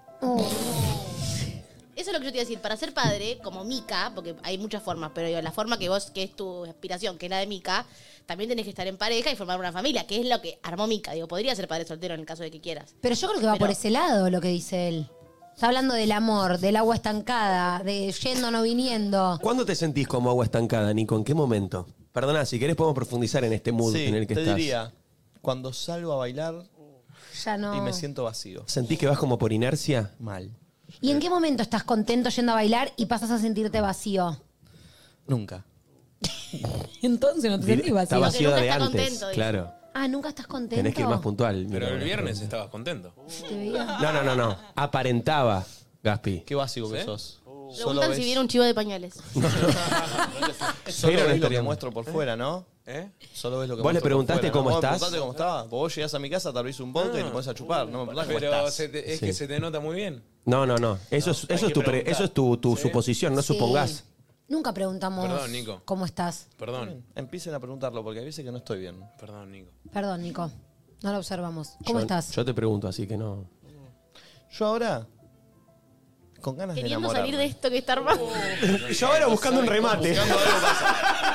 Speaker 5: Eso es lo que yo te iba a decir. Para ser padre, como Mika, porque hay muchas formas, pero digo, la forma que vos, que es tu aspiración, que es la de Mika, también tenés que estar en pareja y formar una familia, que es lo que armó Mika. Digo, podría ser padre soltero en el caso de que quieras.
Speaker 3: Pero yo creo que va
Speaker 5: Pero-
Speaker 3: por ese lado lo que dice él. Está hablando del amor, del agua estancada, de yendo no viniendo.
Speaker 2: ¿Cuándo te sentís como agua estancada, Nico? ¿En qué momento? Perdona, si querés podemos profundizar en este mood
Speaker 1: Sí,
Speaker 2: en el que
Speaker 1: te
Speaker 2: estás.
Speaker 1: diría, cuando salgo a bailar
Speaker 3: Ya no.
Speaker 1: y me siento vacío.
Speaker 2: ¿Sentís que vas como por inercia?
Speaker 1: Mal.
Speaker 3: ¿Y en qué momento estás contento yendo a bailar y pasas a sentirte vacío?
Speaker 1: Nunca.
Speaker 3: Entonces no te
Speaker 2: Está
Speaker 5: vacío
Speaker 2: vacío
Speaker 5: nunca
Speaker 2: de
Speaker 5: está
Speaker 2: antes.
Speaker 5: contento, dice.
Speaker 2: claro.
Speaker 3: Ah, nunca estás contento.
Speaker 2: Tenés que ir más puntual.
Speaker 9: Pero el viernes estabas contento.
Speaker 3: Te veía.
Speaker 2: No, no, no, no. Aparentaba, Gaspi.
Speaker 1: Qué básico que sos.
Speaker 2: Uh.
Speaker 1: Solo
Speaker 5: Preguntan
Speaker 1: ves,
Speaker 5: si viene un chivo de pañales.
Speaker 1: solo
Speaker 2: Pero
Speaker 1: ves lo que
Speaker 2: estaríamos.
Speaker 1: muestro por fuera, ¿no?
Speaker 9: ¿Eh?
Speaker 1: Solo ves lo que
Speaker 2: Vos le
Speaker 1: muestro por
Speaker 2: preguntaste
Speaker 1: fuera, ¿no?
Speaker 2: cómo
Speaker 1: Vos me
Speaker 2: estás.
Speaker 1: preguntaste cómo estaba. Vos llegás a mi casa, te abrís un vodka y te pones a chupar. No me preguntás cómo
Speaker 9: Pero
Speaker 1: estás.
Speaker 9: se te- es que se te nota muy bien.
Speaker 2: No, no, no. Eso es, eso es, tu, pre- eso es tu, tu suposición, no
Speaker 3: Sí.
Speaker 2: supongás.
Speaker 3: Nunca preguntamos
Speaker 9: Perdón, Nico.
Speaker 3: cómo estás.
Speaker 9: Perdón,
Speaker 1: Empiecen a preguntarlo porque hay veces que no estoy bien.
Speaker 9: perdón, Nico.
Speaker 3: Perdón, Nico. No lo observamos. ¿Cómo
Speaker 2: Yo-
Speaker 3: estás?
Speaker 2: Yo te pregunto, así que no.
Speaker 1: Yo ahora, con ganas de
Speaker 5: Queriendo
Speaker 1: enamorarme.
Speaker 5: salir de esto que está armado.
Speaker 2: Yo ahora buscando un remate.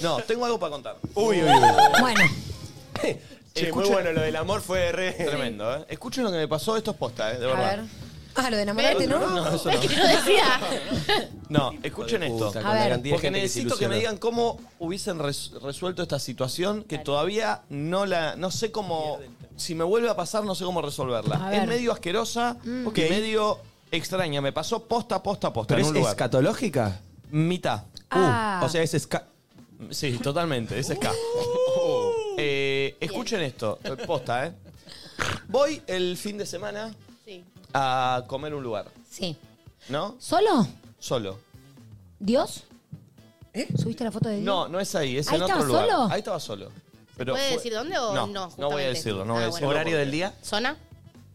Speaker 1: No, tengo algo para contar.
Speaker 2: Uy, uy, uy.
Speaker 3: Bueno,
Speaker 2: Che, muy
Speaker 1: Escucha-
Speaker 2: bueno, lo del amor fue re.
Speaker 1: Tremendo, ¿eh? Escuchen lo que me pasó. Esto es posta, ¿eh? De
Speaker 3: a
Speaker 1: verdad.
Speaker 3: ver. Ah, lo de enamorarte, ¿no?
Speaker 1: No, eso
Speaker 5: Es que
Speaker 1: no.
Speaker 5: yo decía.
Speaker 1: No, escuchen esto.
Speaker 2: Puta,
Speaker 3: A
Speaker 2: con la
Speaker 3: ver.
Speaker 2: cantidad de
Speaker 1: Porque
Speaker 2: gente que se
Speaker 1: necesito que me
Speaker 2: ilusiona.
Speaker 1: digan cómo hubiesen res- resuelto esta situación que todavía no la no sé cómo si me vuelve a pasar no sé cómo
Speaker 3: A
Speaker 1: resolverla.
Speaker 3: ver. Mm.
Speaker 1: Es medio asquerosa y
Speaker 2: Ok.
Speaker 1: medio extraña, me pasó posta posta posta
Speaker 2: ¿Pero
Speaker 1: en
Speaker 2: es
Speaker 1: un lugar.
Speaker 2: escatológica?
Speaker 1: Mitad.
Speaker 3: Ah.
Speaker 2: Uh, o sea, es esca.
Speaker 1: Sí, totalmente, es ska.
Speaker 5: Uh.
Speaker 1: Eh, escuchen esto, eh, posta, ¿eh? Voy el fin de semana
Speaker 5: Sí.
Speaker 1: a comer a un lugar,
Speaker 3: Sí.
Speaker 1: ¿no?
Speaker 3: ¿Solo?
Speaker 1: Solo.
Speaker 3: ¿Dios? ¿Subiste la foto de Dios?
Speaker 1: No, no es ahí, es
Speaker 3: ¿Ahí
Speaker 1: en
Speaker 3: estaba
Speaker 1: otro lugar.
Speaker 3: solo?
Speaker 1: Ahí estaba solo. Pero
Speaker 5: ¿Puede
Speaker 1: fue-
Speaker 5: decir dónde o no,
Speaker 1: No,
Speaker 5: justamente?
Speaker 1: voy a decirlo, no voy
Speaker 5: Ah,
Speaker 1: a
Speaker 5: bueno.
Speaker 1: decirlo.
Speaker 2: ¿Horario del día?
Speaker 5: ¿Zona?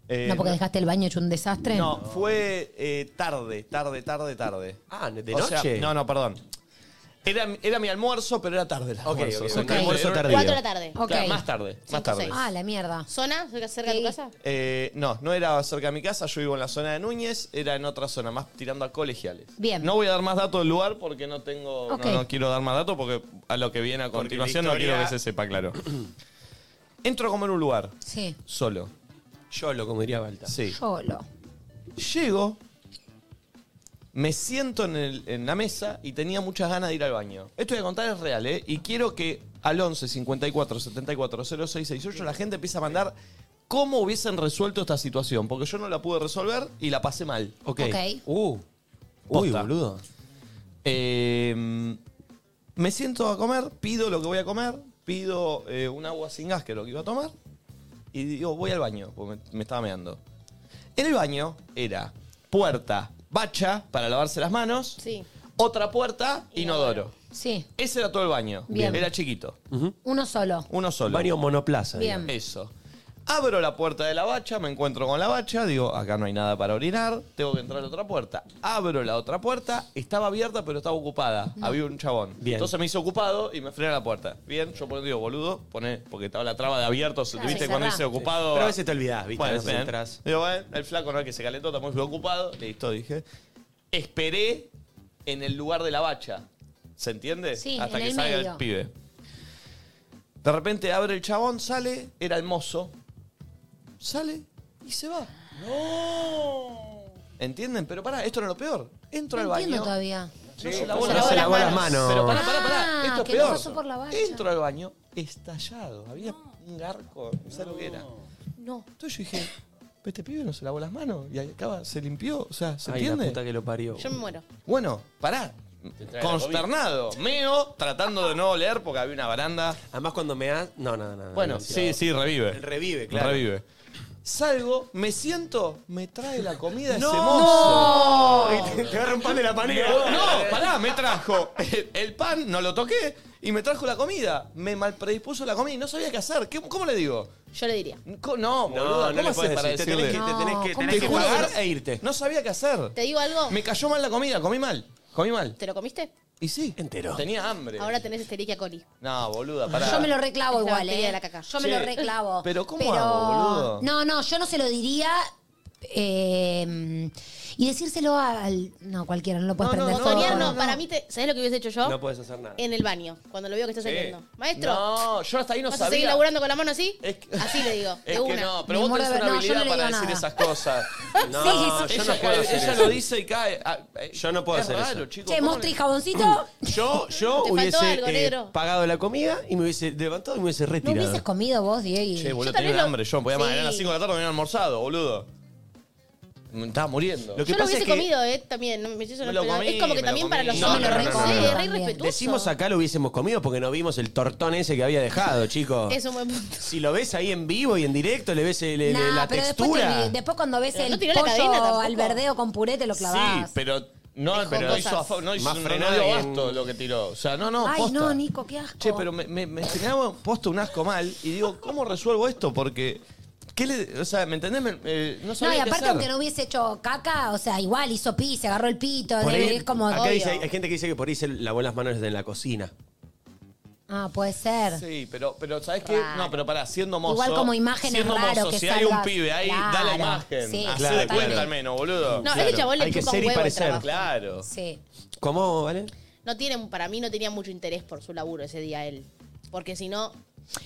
Speaker 1: Eh,
Speaker 3: No, porque dejaste el baño hecho un desastre.
Speaker 1: No, fue eh, tarde, tarde, tarde, tarde.
Speaker 2: Ah, ¿de
Speaker 1: O sea,
Speaker 2: noche?
Speaker 1: no, no, perdón. Era, era mi almuerzo, pero era tarde el almuerzo.
Speaker 2: ok,
Speaker 1: O sea,
Speaker 2: ok.
Speaker 1: mi
Speaker 2: Almuerzo
Speaker 1: almuerzo era-
Speaker 2: tardío.
Speaker 5: Cuatro de la tarde.
Speaker 3: Ok.
Speaker 1: Claro, más tarde, más
Speaker 5: Cinco,
Speaker 1: tarde.
Speaker 5: seis.
Speaker 3: Ah, la mierda.
Speaker 5: ¿Zona? ¿Cerca cerca de tu
Speaker 3: Sí.
Speaker 5: casa?
Speaker 1: Eh, no, no era cerca de mi casa, yo vivo en la zona de Núñez, era en otra zona, más tirando a colegiales.
Speaker 3: Bien.
Speaker 1: No voy a dar más datos del lugar porque no tengo. no-
Speaker 3: Ok.
Speaker 1: No, quiero dar más datos porque a lo que viene a
Speaker 2: Porque la
Speaker 1: continuación no quiero
Speaker 2: historia-
Speaker 1: que se sepa, claro. Entro a comer un lugar,
Speaker 3: Sí.
Speaker 1: solo.
Speaker 2: Yo lo como diría Balta.
Speaker 1: Sí.
Speaker 3: Solo.
Speaker 1: Llego, me siento en, el- en la mesa y tenía muchas ganas de ir al baño. Esto de contar es real, ¿eh? Y quiero que al 11 54 74 06 68 la gente empiece a mandar cómo hubiesen resuelto esta situación. Porque yo no la pude resolver y la pasé mal.
Speaker 2: Ok.
Speaker 3: Ok.
Speaker 2: Uh. Uy,
Speaker 1: Posta.
Speaker 2: boludo.
Speaker 1: Eh, me siento a comer, pido lo que voy a comer, pido eh, un agua sin gas que es lo que iba a tomar y digo, voy al baño, porque me, me estaba meando. En el baño era puerta, bacha para lavarse las manos,
Speaker 5: Sí.
Speaker 1: otra puerta, inodoro.
Speaker 3: Sí.
Speaker 1: Ese era todo el baño,
Speaker 3: Bien.
Speaker 1: era chiquito,
Speaker 3: Uno solo.
Speaker 1: uno solo. Eh,
Speaker 2: Baño monoplaza.
Speaker 3: Bien.
Speaker 1: Eso. Abro la puerta de la bacha, me encuentro con la bacha, digo, acá no hay nada para orinar, tengo que entrar a la otra puerta. Abro la otra puerta, estaba abierta pero estaba ocupada, había un chabón.
Speaker 2: Bien.
Speaker 1: Entonces me hizo ocupado y me frené la puerta. Bien, yo pone, digo, boludo, poné, porque estaba la traba de abierto, se-
Speaker 3: Claro,
Speaker 1: viste
Speaker 3: se
Speaker 1: cuando
Speaker 3: cerrá.
Speaker 1: dice ocupado.
Speaker 2: Pero a veces te olvidás, ¿viste?
Speaker 1: Bueno,
Speaker 2: a veces
Speaker 1: bien.
Speaker 2: entras.
Speaker 1: Digo, bueno, el flaco no es que se calentó, estamos ocupado. Listo, dije. Esperé en el lugar de la bacha. ¿Se entiende?
Speaker 3: Sí,
Speaker 1: Hasta
Speaker 3: en
Speaker 1: que
Speaker 3: el
Speaker 1: salga
Speaker 3: medio.
Speaker 1: el pibe. De repente abre el chabón, sale, era el mozo. Sale y se va. ¡No! ¿Entienden? Pero pará, esto no es lo peor. Entro
Speaker 3: No
Speaker 1: al
Speaker 3: entiendo
Speaker 1: baño.
Speaker 3: todavía.
Speaker 1: No se
Speaker 2: No
Speaker 1: lavó
Speaker 2: se
Speaker 1: las
Speaker 2: lavó
Speaker 1: manos.
Speaker 2: las manos.
Speaker 1: Pero pará, pará, pará.
Speaker 3: Ah,
Speaker 1: Esto es
Speaker 3: que no
Speaker 1: peor.
Speaker 3: pasó por la bacha.
Speaker 1: Entro al baño estallado. Había un garco, no sé lo que era.
Speaker 3: No.
Speaker 1: Entonces yo dije, "Pero este pibe no se lavó las manos y acaba, se limpió, o sea, ¿se
Speaker 2: Ay, la
Speaker 1: entiende?
Speaker 2: puta que lo parió.
Speaker 5: Yo me muero.
Speaker 1: Bueno, pará. Consternado, meo, tratando de no oler porque había una baranda.
Speaker 2: Además, cuando me has. No, no, no. no,
Speaker 1: Bueno,
Speaker 2: no.
Speaker 1: sí, sí, revive.
Speaker 2: Revive, claro.
Speaker 1: Revive. Salgo, me siento, me trae la comida ese
Speaker 2: ¡No!
Speaker 1: mozo.
Speaker 2: Y te, te Oh. agarra un pan de la panera.
Speaker 1: No, pará, me trajo el, el pan, no lo toqué y me trajo la comida. Me mal predispuso la comida y no sabía qué hacer. ¿Qué- ¿Cómo le digo?
Speaker 5: Yo le diría.
Speaker 1: Co- No,
Speaker 2: No,
Speaker 1: boluda,
Speaker 2: no
Speaker 1: ¿cómo
Speaker 2: le
Speaker 1: haces
Speaker 2: puedes
Speaker 1: para
Speaker 2: decir. Te tenés que,
Speaker 1: decirle?
Speaker 2: te tenés que,
Speaker 3: No,
Speaker 2: tenés
Speaker 1: Te
Speaker 2: que
Speaker 1: juro
Speaker 2: pagar
Speaker 1: que no-
Speaker 2: e irte.
Speaker 1: No sabía qué hacer.
Speaker 5: ¿Te digo algo?
Speaker 1: Me cayó mal la comida, comí mal. Comí mal.
Speaker 5: ¿Te lo comiste?
Speaker 1: Y sí.
Speaker 2: Entero.
Speaker 1: Tenía hambre.
Speaker 5: Ahora tenés Esterichia coli.
Speaker 1: No, boluda, pará.
Speaker 3: Yo me lo reclavo
Speaker 5: Es la
Speaker 3: igual,
Speaker 5: bacteria
Speaker 3: ¿eh?
Speaker 5: de la caca.
Speaker 3: Yo me
Speaker 1: Che,
Speaker 3: lo reclavo.
Speaker 1: pero ¿cómo hago, boludo?
Speaker 3: No, no, yo no se lo diría. eh, y decírselo al. No, cualquiera, no lo puedes
Speaker 1: No, no,
Speaker 3: prender.
Speaker 1: no,
Speaker 3: fuego.
Speaker 5: Soñar no,
Speaker 1: no.
Speaker 5: para mí, te, ¿sabés lo que hubiese hecho yo?
Speaker 2: No puedes hacer nada.
Speaker 5: En el baño, cuando lo veo que está saliendo. Maestro,
Speaker 1: No, yo hasta ahí no
Speaker 5: ¿vas a seguir
Speaker 1: sabía.
Speaker 5: laburando con la mano así?
Speaker 1: Es que-
Speaker 5: Así le digo, de
Speaker 1: Es
Speaker 5: una.
Speaker 1: que no,
Speaker 3: Me
Speaker 1: pero vos
Speaker 3: muero
Speaker 1: tenés
Speaker 3: de-
Speaker 1: una
Speaker 3: no, yo no
Speaker 1: habilidad
Speaker 3: le
Speaker 1: para
Speaker 3: digo
Speaker 1: decir
Speaker 3: nada.
Speaker 1: esas cosas.
Speaker 2: No,
Speaker 3: Sí, sí,
Speaker 2: yo
Speaker 1: ella,
Speaker 2: no puedo
Speaker 1: ella
Speaker 2: hacer eso.
Speaker 1: lo dice y cae. Ah, eh,
Speaker 2: Yo no puedo
Speaker 1: es
Speaker 2: hacer
Speaker 1: raro,
Speaker 2: eso.
Speaker 1: Chicos,
Speaker 3: Che,
Speaker 1: ¿cómo
Speaker 3: mostre
Speaker 1: le-
Speaker 3: y jaboncito.
Speaker 2: Yo, yo
Speaker 5: Te faltó
Speaker 2: hubiese
Speaker 5: algo,
Speaker 2: eh,
Speaker 5: negro.
Speaker 2: pagado la comida y me hubiese levantado y me hubiese
Speaker 3: No
Speaker 2: retirado.
Speaker 3: hubieses comido vos, Diego.
Speaker 1: Che, boludo,
Speaker 5: Yo tal
Speaker 1: tenía
Speaker 5: vez lo-
Speaker 1: hambre, yo. Podía más.
Speaker 5: Sí.
Speaker 1: Eran las 5 de la tarde, no había almorzado, boludo. Me estaba muriendo.
Speaker 2: Lo que
Speaker 5: Yo lo
Speaker 2: pasa
Speaker 5: hubiese
Speaker 2: es que
Speaker 5: comido, ¿eh? También, no, me hizo
Speaker 1: Me lo
Speaker 5: esperar.
Speaker 1: comí,
Speaker 5: Es como
Speaker 1: me
Speaker 5: que
Speaker 1: lo
Speaker 5: también para los
Speaker 1: comí.
Speaker 5: hombres,
Speaker 2: No, no,
Speaker 5: re-
Speaker 2: no, no,
Speaker 5: sí,
Speaker 2: no,
Speaker 5: es
Speaker 2: no,
Speaker 5: re
Speaker 3: no.
Speaker 5: irrespetuoso.
Speaker 2: Decimos acá lo hubiésemos comido porque no vimos el tortón ese que había dejado, chicos.
Speaker 5: Es un buen punto.
Speaker 2: Si lo ves ahí en vivo y en directo, le ves el- el-
Speaker 3: Nah,
Speaker 2: la
Speaker 3: pero después, te
Speaker 2: textura.
Speaker 3: olvidás. después cuando ves
Speaker 5: Pero
Speaker 3: el
Speaker 5: no tiró la
Speaker 3: pollo
Speaker 5: cadena tampoco.
Speaker 3: al verdeo con puré te lo clavás.
Speaker 1: Sí, pero no, pero no
Speaker 5: cosas.
Speaker 1: hizo, afo- no hizo
Speaker 2: Más
Speaker 1: no
Speaker 2: frenada
Speaker 1: dio
Speaker 2: que
Speaker 1: abasto
Speaker 2: en-
Speaker 1: lo que tiró. O sea, no, no,
Speaker 3: Ay,
Speaker 1: posta.
Speaker 3: no, Nico, qué asco.
Speaker 1: Che, pero me, me, me generaba posta un asco mal y digo, ¿cómo resuelvo esto? Porque, ¿qué le, o sea, ¿me entendés? Me- eh, no
Speaker 3: No,
Speaker 1: sabía
Speaker 3: y
Speaker 1: qué
Speaker 3: aparte,
Speaker 1: hacer.
Speaker 3: aunque no hubiese hecho caca, o sea, igual hizo pis, se agarró el pito,
Speaker 2: Por
Speaker 3: debe-
Speaker 2: ahí-
Speaker 3: es como.
Speaker 2: acá
Speaker 5: obvio.
Speaker 2: dice, hay gente que dice que por ahí se lavó las manos desde la cocina.
Speaker 3: Ah, puede ser.
Speaker 1: Sí, pero, pero ¿sabés qué?
Speaker 5: Raro.
Speaker 1: No, pero pará, siendo mozo.
Speaker 3: Igual como imagen es
Speaker 1: siendo
Speaker 3: raro
Speaker 1: mozo,
Speaker 3: que
Speaker 1: si hay
Speaker 3: salgas-
Speaker 1: un pibe ahí, da la
Speaker 3: Claro,
Speaker 1: imagen.
Speaker 3: sí,
Speaker 1: Hacé
Speaker 3: Claro,
Speaker 1: de cuenta
Speaker 3: totalmente.
Speaker 1: al menos, boludo.
Speaker 5: No, ese chabón le
Speaker 2: Hay que
Speaker 5: chupa
Speaker 2: ser
Speaker 5: un
Speaker 2: y
Speaker 5: huevo el
Speaker 2: parecer.
Speaker 5: trabajo.
Speaker 1: Claro.
Speaker 3: Sí.
Speaker 2: ¿Cómo, vale?
Speaker 5: No tiene, para mí no tenía mucho interés por su laburo ese día él. Porque si no,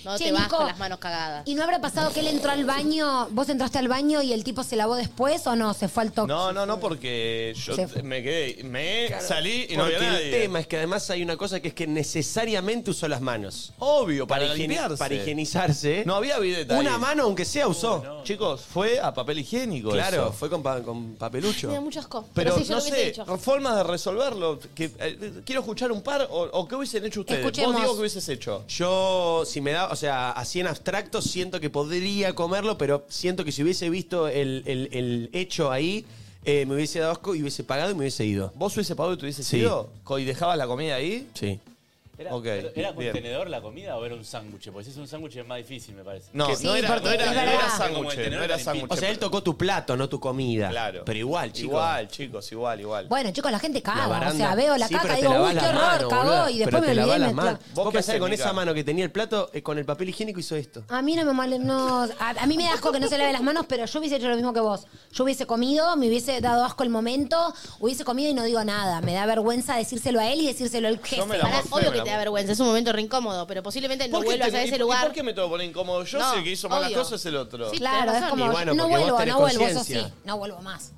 Speaker 5: no
Speaker 3: Che,
Speaker 5: te vas
Speaker 3: Nico,
Speaker 5: con las manos cagadas.
Speaker 3: ¿Y no habrá pasado que él entró al baño, vos entraste al baño y el tipo se lavó después o no? Se fue al toque.
Speaker 1: No, no, no, porque yo
Speaker 3: Se-
Speaker 1: te- me quedé, me salí y no
Speaker 2: Porque
Speaker 1: había nadie.
Speaker 2: el tema es que además hay una cosa que es que necesariamente usó las manos.
Speaker 1: Obvio, para,
Speaker 2: higieni-
Speaker 1: limpiarse.
Speaker 2: para higienizarse.
Speaker 1: No había bideta
Speaker 2: Una
Speaker 1: ahí.
Speaker 2: mano, aunque sea, usó.
Speaker 1: Chicos, fue a papel higiénico
Speaker 2: Claro,
Speaker 1: eso.
Speaker 2: fue con, pa- con papelucho.
Speaker 5: Me da mucho asco.
Speaker 1: Pero,
Speaker 5: Pero, sí, yo
Speaker 1: no
Speaker 5: lo hubiese
Speaker 1: sé,
Speaker 5: dicho.
Speaker 1: formas de resolverlo. Que, eh, quiero escuchar un par o, o qué hubiesen hecho ustedes.
Speaker 3: Escuchemos.
Speaker 1: Vos digo que hubieses hecho.
Speaker 2: Yo, si me da, o sea, así en abstracto, siento que podría comerlo, pero siento que si hubiese visto el, el- el hecho ahí, eh, me hubiese dado asco y hubiese pagado y me hubiese ido.
Speaker 1: ¿Vos hubiese pagado y te hubieses
Speaker 2: Sí.
Speaker 1: ido? Co- ¿Y dejabas la comida ahí?
Speaker 2: Sí.
Speaker 14: ¿Era,
Speaker 1: Ok,
Speaker 14: era- era
Speaker 1: bien.
Speaker 14: contenedor la comida o era un sándwich? Porque si es un sándwich es más difícil, me parece.
Speaker 1: No,
Speaker 2: Que
Speaker 1: no
Speaker 2: sí,
Speaker 1: era,
Speaker 3: porque
Speaker 1: no era,
Speaker 3: es
Speaker 1: no era
Speaker 3: verdad.
Speaker 14: Como
Speaker 1: sándwich,
Speaker 14: el tener
Speaker 1: no era
Speaker 14: la
Speaker 1: sándwich.
Speaker 2: O sea, él tocó tu plato, no tu comida.
Speaker 1: Claro.
Speaker 2: Pero igual, chicos.
Speaker 1: Igual, chicos, igual, igual.
Speaker 3: Bueno, chicos, la gente
Speaker 2: La
Speaker 3: caga.
Speaker 2: baranda.
Speaker 3: o sea, veo la
Speaker 2: Sí,
Speaker 3: caca
Speaker 2: pero
Speaker 3: y
Speaker 2: te
Speaker 3: digo,
Speaker 2: lavás
Speaker 3: uy, qué
Speaker 2: las
Speaker 3: horror,
Speaker 2: manos,
Speaker 3: cagó.
Speaker 2: boluda.
Speaker 3: y después
Speaker 2: Pero
Speaker 3: me
Speaker 2: te
Speaker 3: olvidé
Speaker 2: lavás
Speaker 3: y me
Speaker 2: las manos.
Speaker 3: tra-
Speaker 1: ¿Vos
Speaker 2: Vos
Speaker 1: qué
Speaker 2: pensás
Speaker 1: hacés,
Speaker 2: que con esa
Speaker 1: Mica?
Speaker 2: mano que tenía el plato, eh, con el papel higiénico hizo esto.
Speaker 3: A mí no me mal, no, a, a mí me da asco que no se lave las manos, pero yo hubiese hecho lo mismo que vos. Yo hubiese comido, me hubiese dado asco el momento, hubiese comido y no digo nada. Me da vergüenza decírselo a él y decírselo al jefe.
Speaker 1: me la
Speaker 5: Pará,
Speaker 1: más fea,
Speaker 5: obvio que
Speaker 1: la más-
Speaker 5: te da vergüenza, es un momento re incómodo, pero posiblemente no
Speaker 1: ¿Por qué
Speaker 5: vuelvas
Speaker 1: te-
Speaker 5: a
Speaker 1: y-
Speaker 5: ese
Speaker 1: y
Speaker 5: lugar.
Speaker 1: ¿Por qué me tengo que poner incómodo? Yo
Speaker 5: No,
Speaker 1: si el que hizo malas
Speaker 5: obvio.
Speaker 1: cosas es el otro.
Speaker 5: Sí,
Speaker 3: Claro,
Speaker 5: tenés
Speaker 3: es como,
Speaker 5: razón.
Speaker 2: Y bueno,
Speaker 3: no
Speaker 2: porque vos
Speaker 3: vuelvo,
Speaker 2: tenés
Speaker 3: no vuelvo, eso sí,
Speaker 2: conciencia.
Speaker 3: no vuelvo más.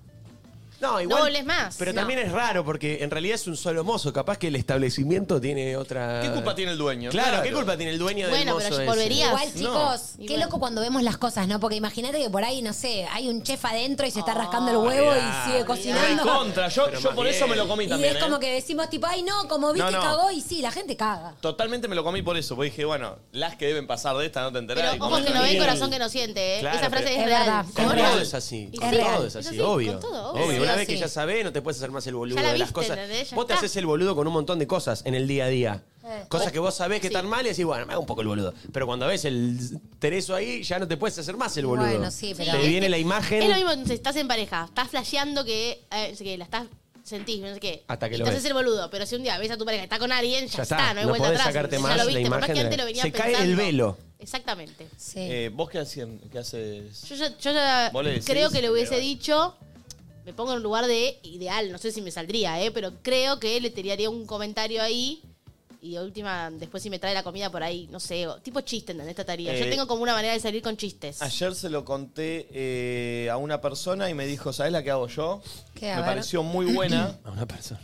Speaker 2: No,
Speaker 5: No volés más,
Speaker 2: Pero
Speaker 5: no.
Speaker 2: también es raro porque en realidad es un solo mozo. Capaz que el establecimiento tiene otra.
Speaker 1: ¿Qué culpa tiene el dueño?
Speaker 2: Claro,
Speaker 1: Claro.
Speaker 2: ¿qué culpa tiene el dueño del
Speaker 5: Bueno,
Speaker 2: mozo?
Speaker 5: pero
Speaker 2: ese?
Speaker 5: volverías.
Speaker 3: Igual, chicos,
Speaker 5: Y
Speaker 3: qué
Speaker 5: bueno.
Speaker 3: loco cuando vemos las cosas, ¿no? Porque imagínate que por ahí, no sé, hay un chef adentro y se está rascando
Speaker 1: Ah,
Speaker 3: el huevo y sigue
Speaker 1: En
Speaker 3: cocinando.
Speaker 1: contra, yo,
Speaker 2: Pero
Speaker 1: yo
Speaker 2: más
Speaker 1: por eso me
Speaker 2: bien.
Speaker 1: lo comí
Speaker 3: Y
Speaker 1: también.
Speaker 3: es
Speaker 1: ¿eh?
Speaker 3: como que decimos, tipo, ay, no, como viste,
Speaker 1: No, no.
Speaker 3: cagó. Y sí, la gente caga.
Speaker 1: Totalmente me lo comí por eso, porque dije, bueno, las que deben pasar de esta no te enterás.
Speaker 5: Pero
Speaker 1: y
Speaker 5: ojos
Speaker 1: comés
Speaker 5: que no ven,
Speaker 1: tranquilo.
Speaker 5: corazón que no siente, ¿eh?
Speaker 2: Claro,
Speaker 5: Esa frase
Speaker 2: pero-
Speaker 5: es,
Speaker 3: Es
Speaker 5: real.
Speaker 3: verdad.
Speaker 2: Con
Speaker 3: Es
Speaker 2: todo
Speaker 3: real.
Speaker 2: es así.
Speaker 5: Y
Speaker 2: Con
Speaker 3: sí.
Speaker 2: todo es
Speaker 5: Es
Speaker 2: así,
Speaker 5: así, con
Speaker 2: obvio.
Speaker 5: todo,
Speaker 2: obvio.
Speaker 5: obvio.
Speaker 2: Una
Speaker 3: Sí,
Speaker 2: vez que
Speaker 3: sí.
Speaker 2: ya sabés, no te puedes hacer más el boludo
Speaker 5: Ya la
Speaker 2: de las
Speaker 5: viste,
Speaker 2: cosas.
Speaker 5: ¿entendés? Ya
Speaker 2: Vos te
Speaker 5: está.
Speaker 2: haces el boludo con un montón de cosas en el día a día.
Speaker 3: Eh.
Speaker 2: Cosas que vos sabés que están mal y decís, bueno, me hago un poco el boludo. Pero cuando ves el tereso ahí, ya no te puedes hacer más el boludo.
Speaker 3: Bueno, sí, pero-
Speaker 2: Te
Speaker 5: es
Speaker 2: viene
Speaker 5: que-
Speaker 2: la imagen.
Speaker 5: Es lo mismo, entonces, estás en pareja, estás flasheando que, eh, no sé qué, la estás, sentís, no sé qué.
Speaker 2: Hasta que
Speaker 5: y
Speaker 2: lo
Speaker 5: te
Speaker 2: ves.
Speaker 5: haces el boludo, pero si un día ves a tu pareja que está con alguien, ya,
Speaker 2: Ya está,
Speaker 5: está, no hay
Speaker 2: no
Speaker 5: vuelta
Speaker 2: podés
Speaker 5: atrás.
Speaker 2: sacarte
Speaker 5: ya
Speaker 2: más
Speaker 5: lo
Speaker 2: la
Speaker 5: viste, por más
Speaker 2: imagen
Speaker 5: que
Speaker 2: de-
Speaker 5: antes lo venía
Speaker 2: se cae el
Speaker 5: pensando.
Speaker 2: velo.
Speaker 5: Exactamente.
Speaker 3: Sí.
Speaker 1: Eh, ¿Vos qué, hacían, qué haces?
Speaker 5: Yo ya, yo ya
Speaker 1: ¿Vos le decís?
Speaker 5: creo que le hubiese
Speaker 1: Pero-
Speaker 5: dicho, me pongo en un lugar de ideal, no sé si me saldría, ¿eh? pero creo que le tiraría un comentario ahí y de última, después si me trae la comida por ahí, no sé, o- tipo chiste, ¿entendés? Trataría.
Speaker 1: Eh,
Speaker 5: yo tengo como una manera de salir con chistes.
Speaker 1: Ayer se lo conté eh, a una persona y me dijo, ¿sabes la que hago yo?
Speaker 3: ¿Qué? A
Speaker 1: me
Speaker 3: ver.
Speaker 1: pareció muy buena,
Speaker 9: A una persona.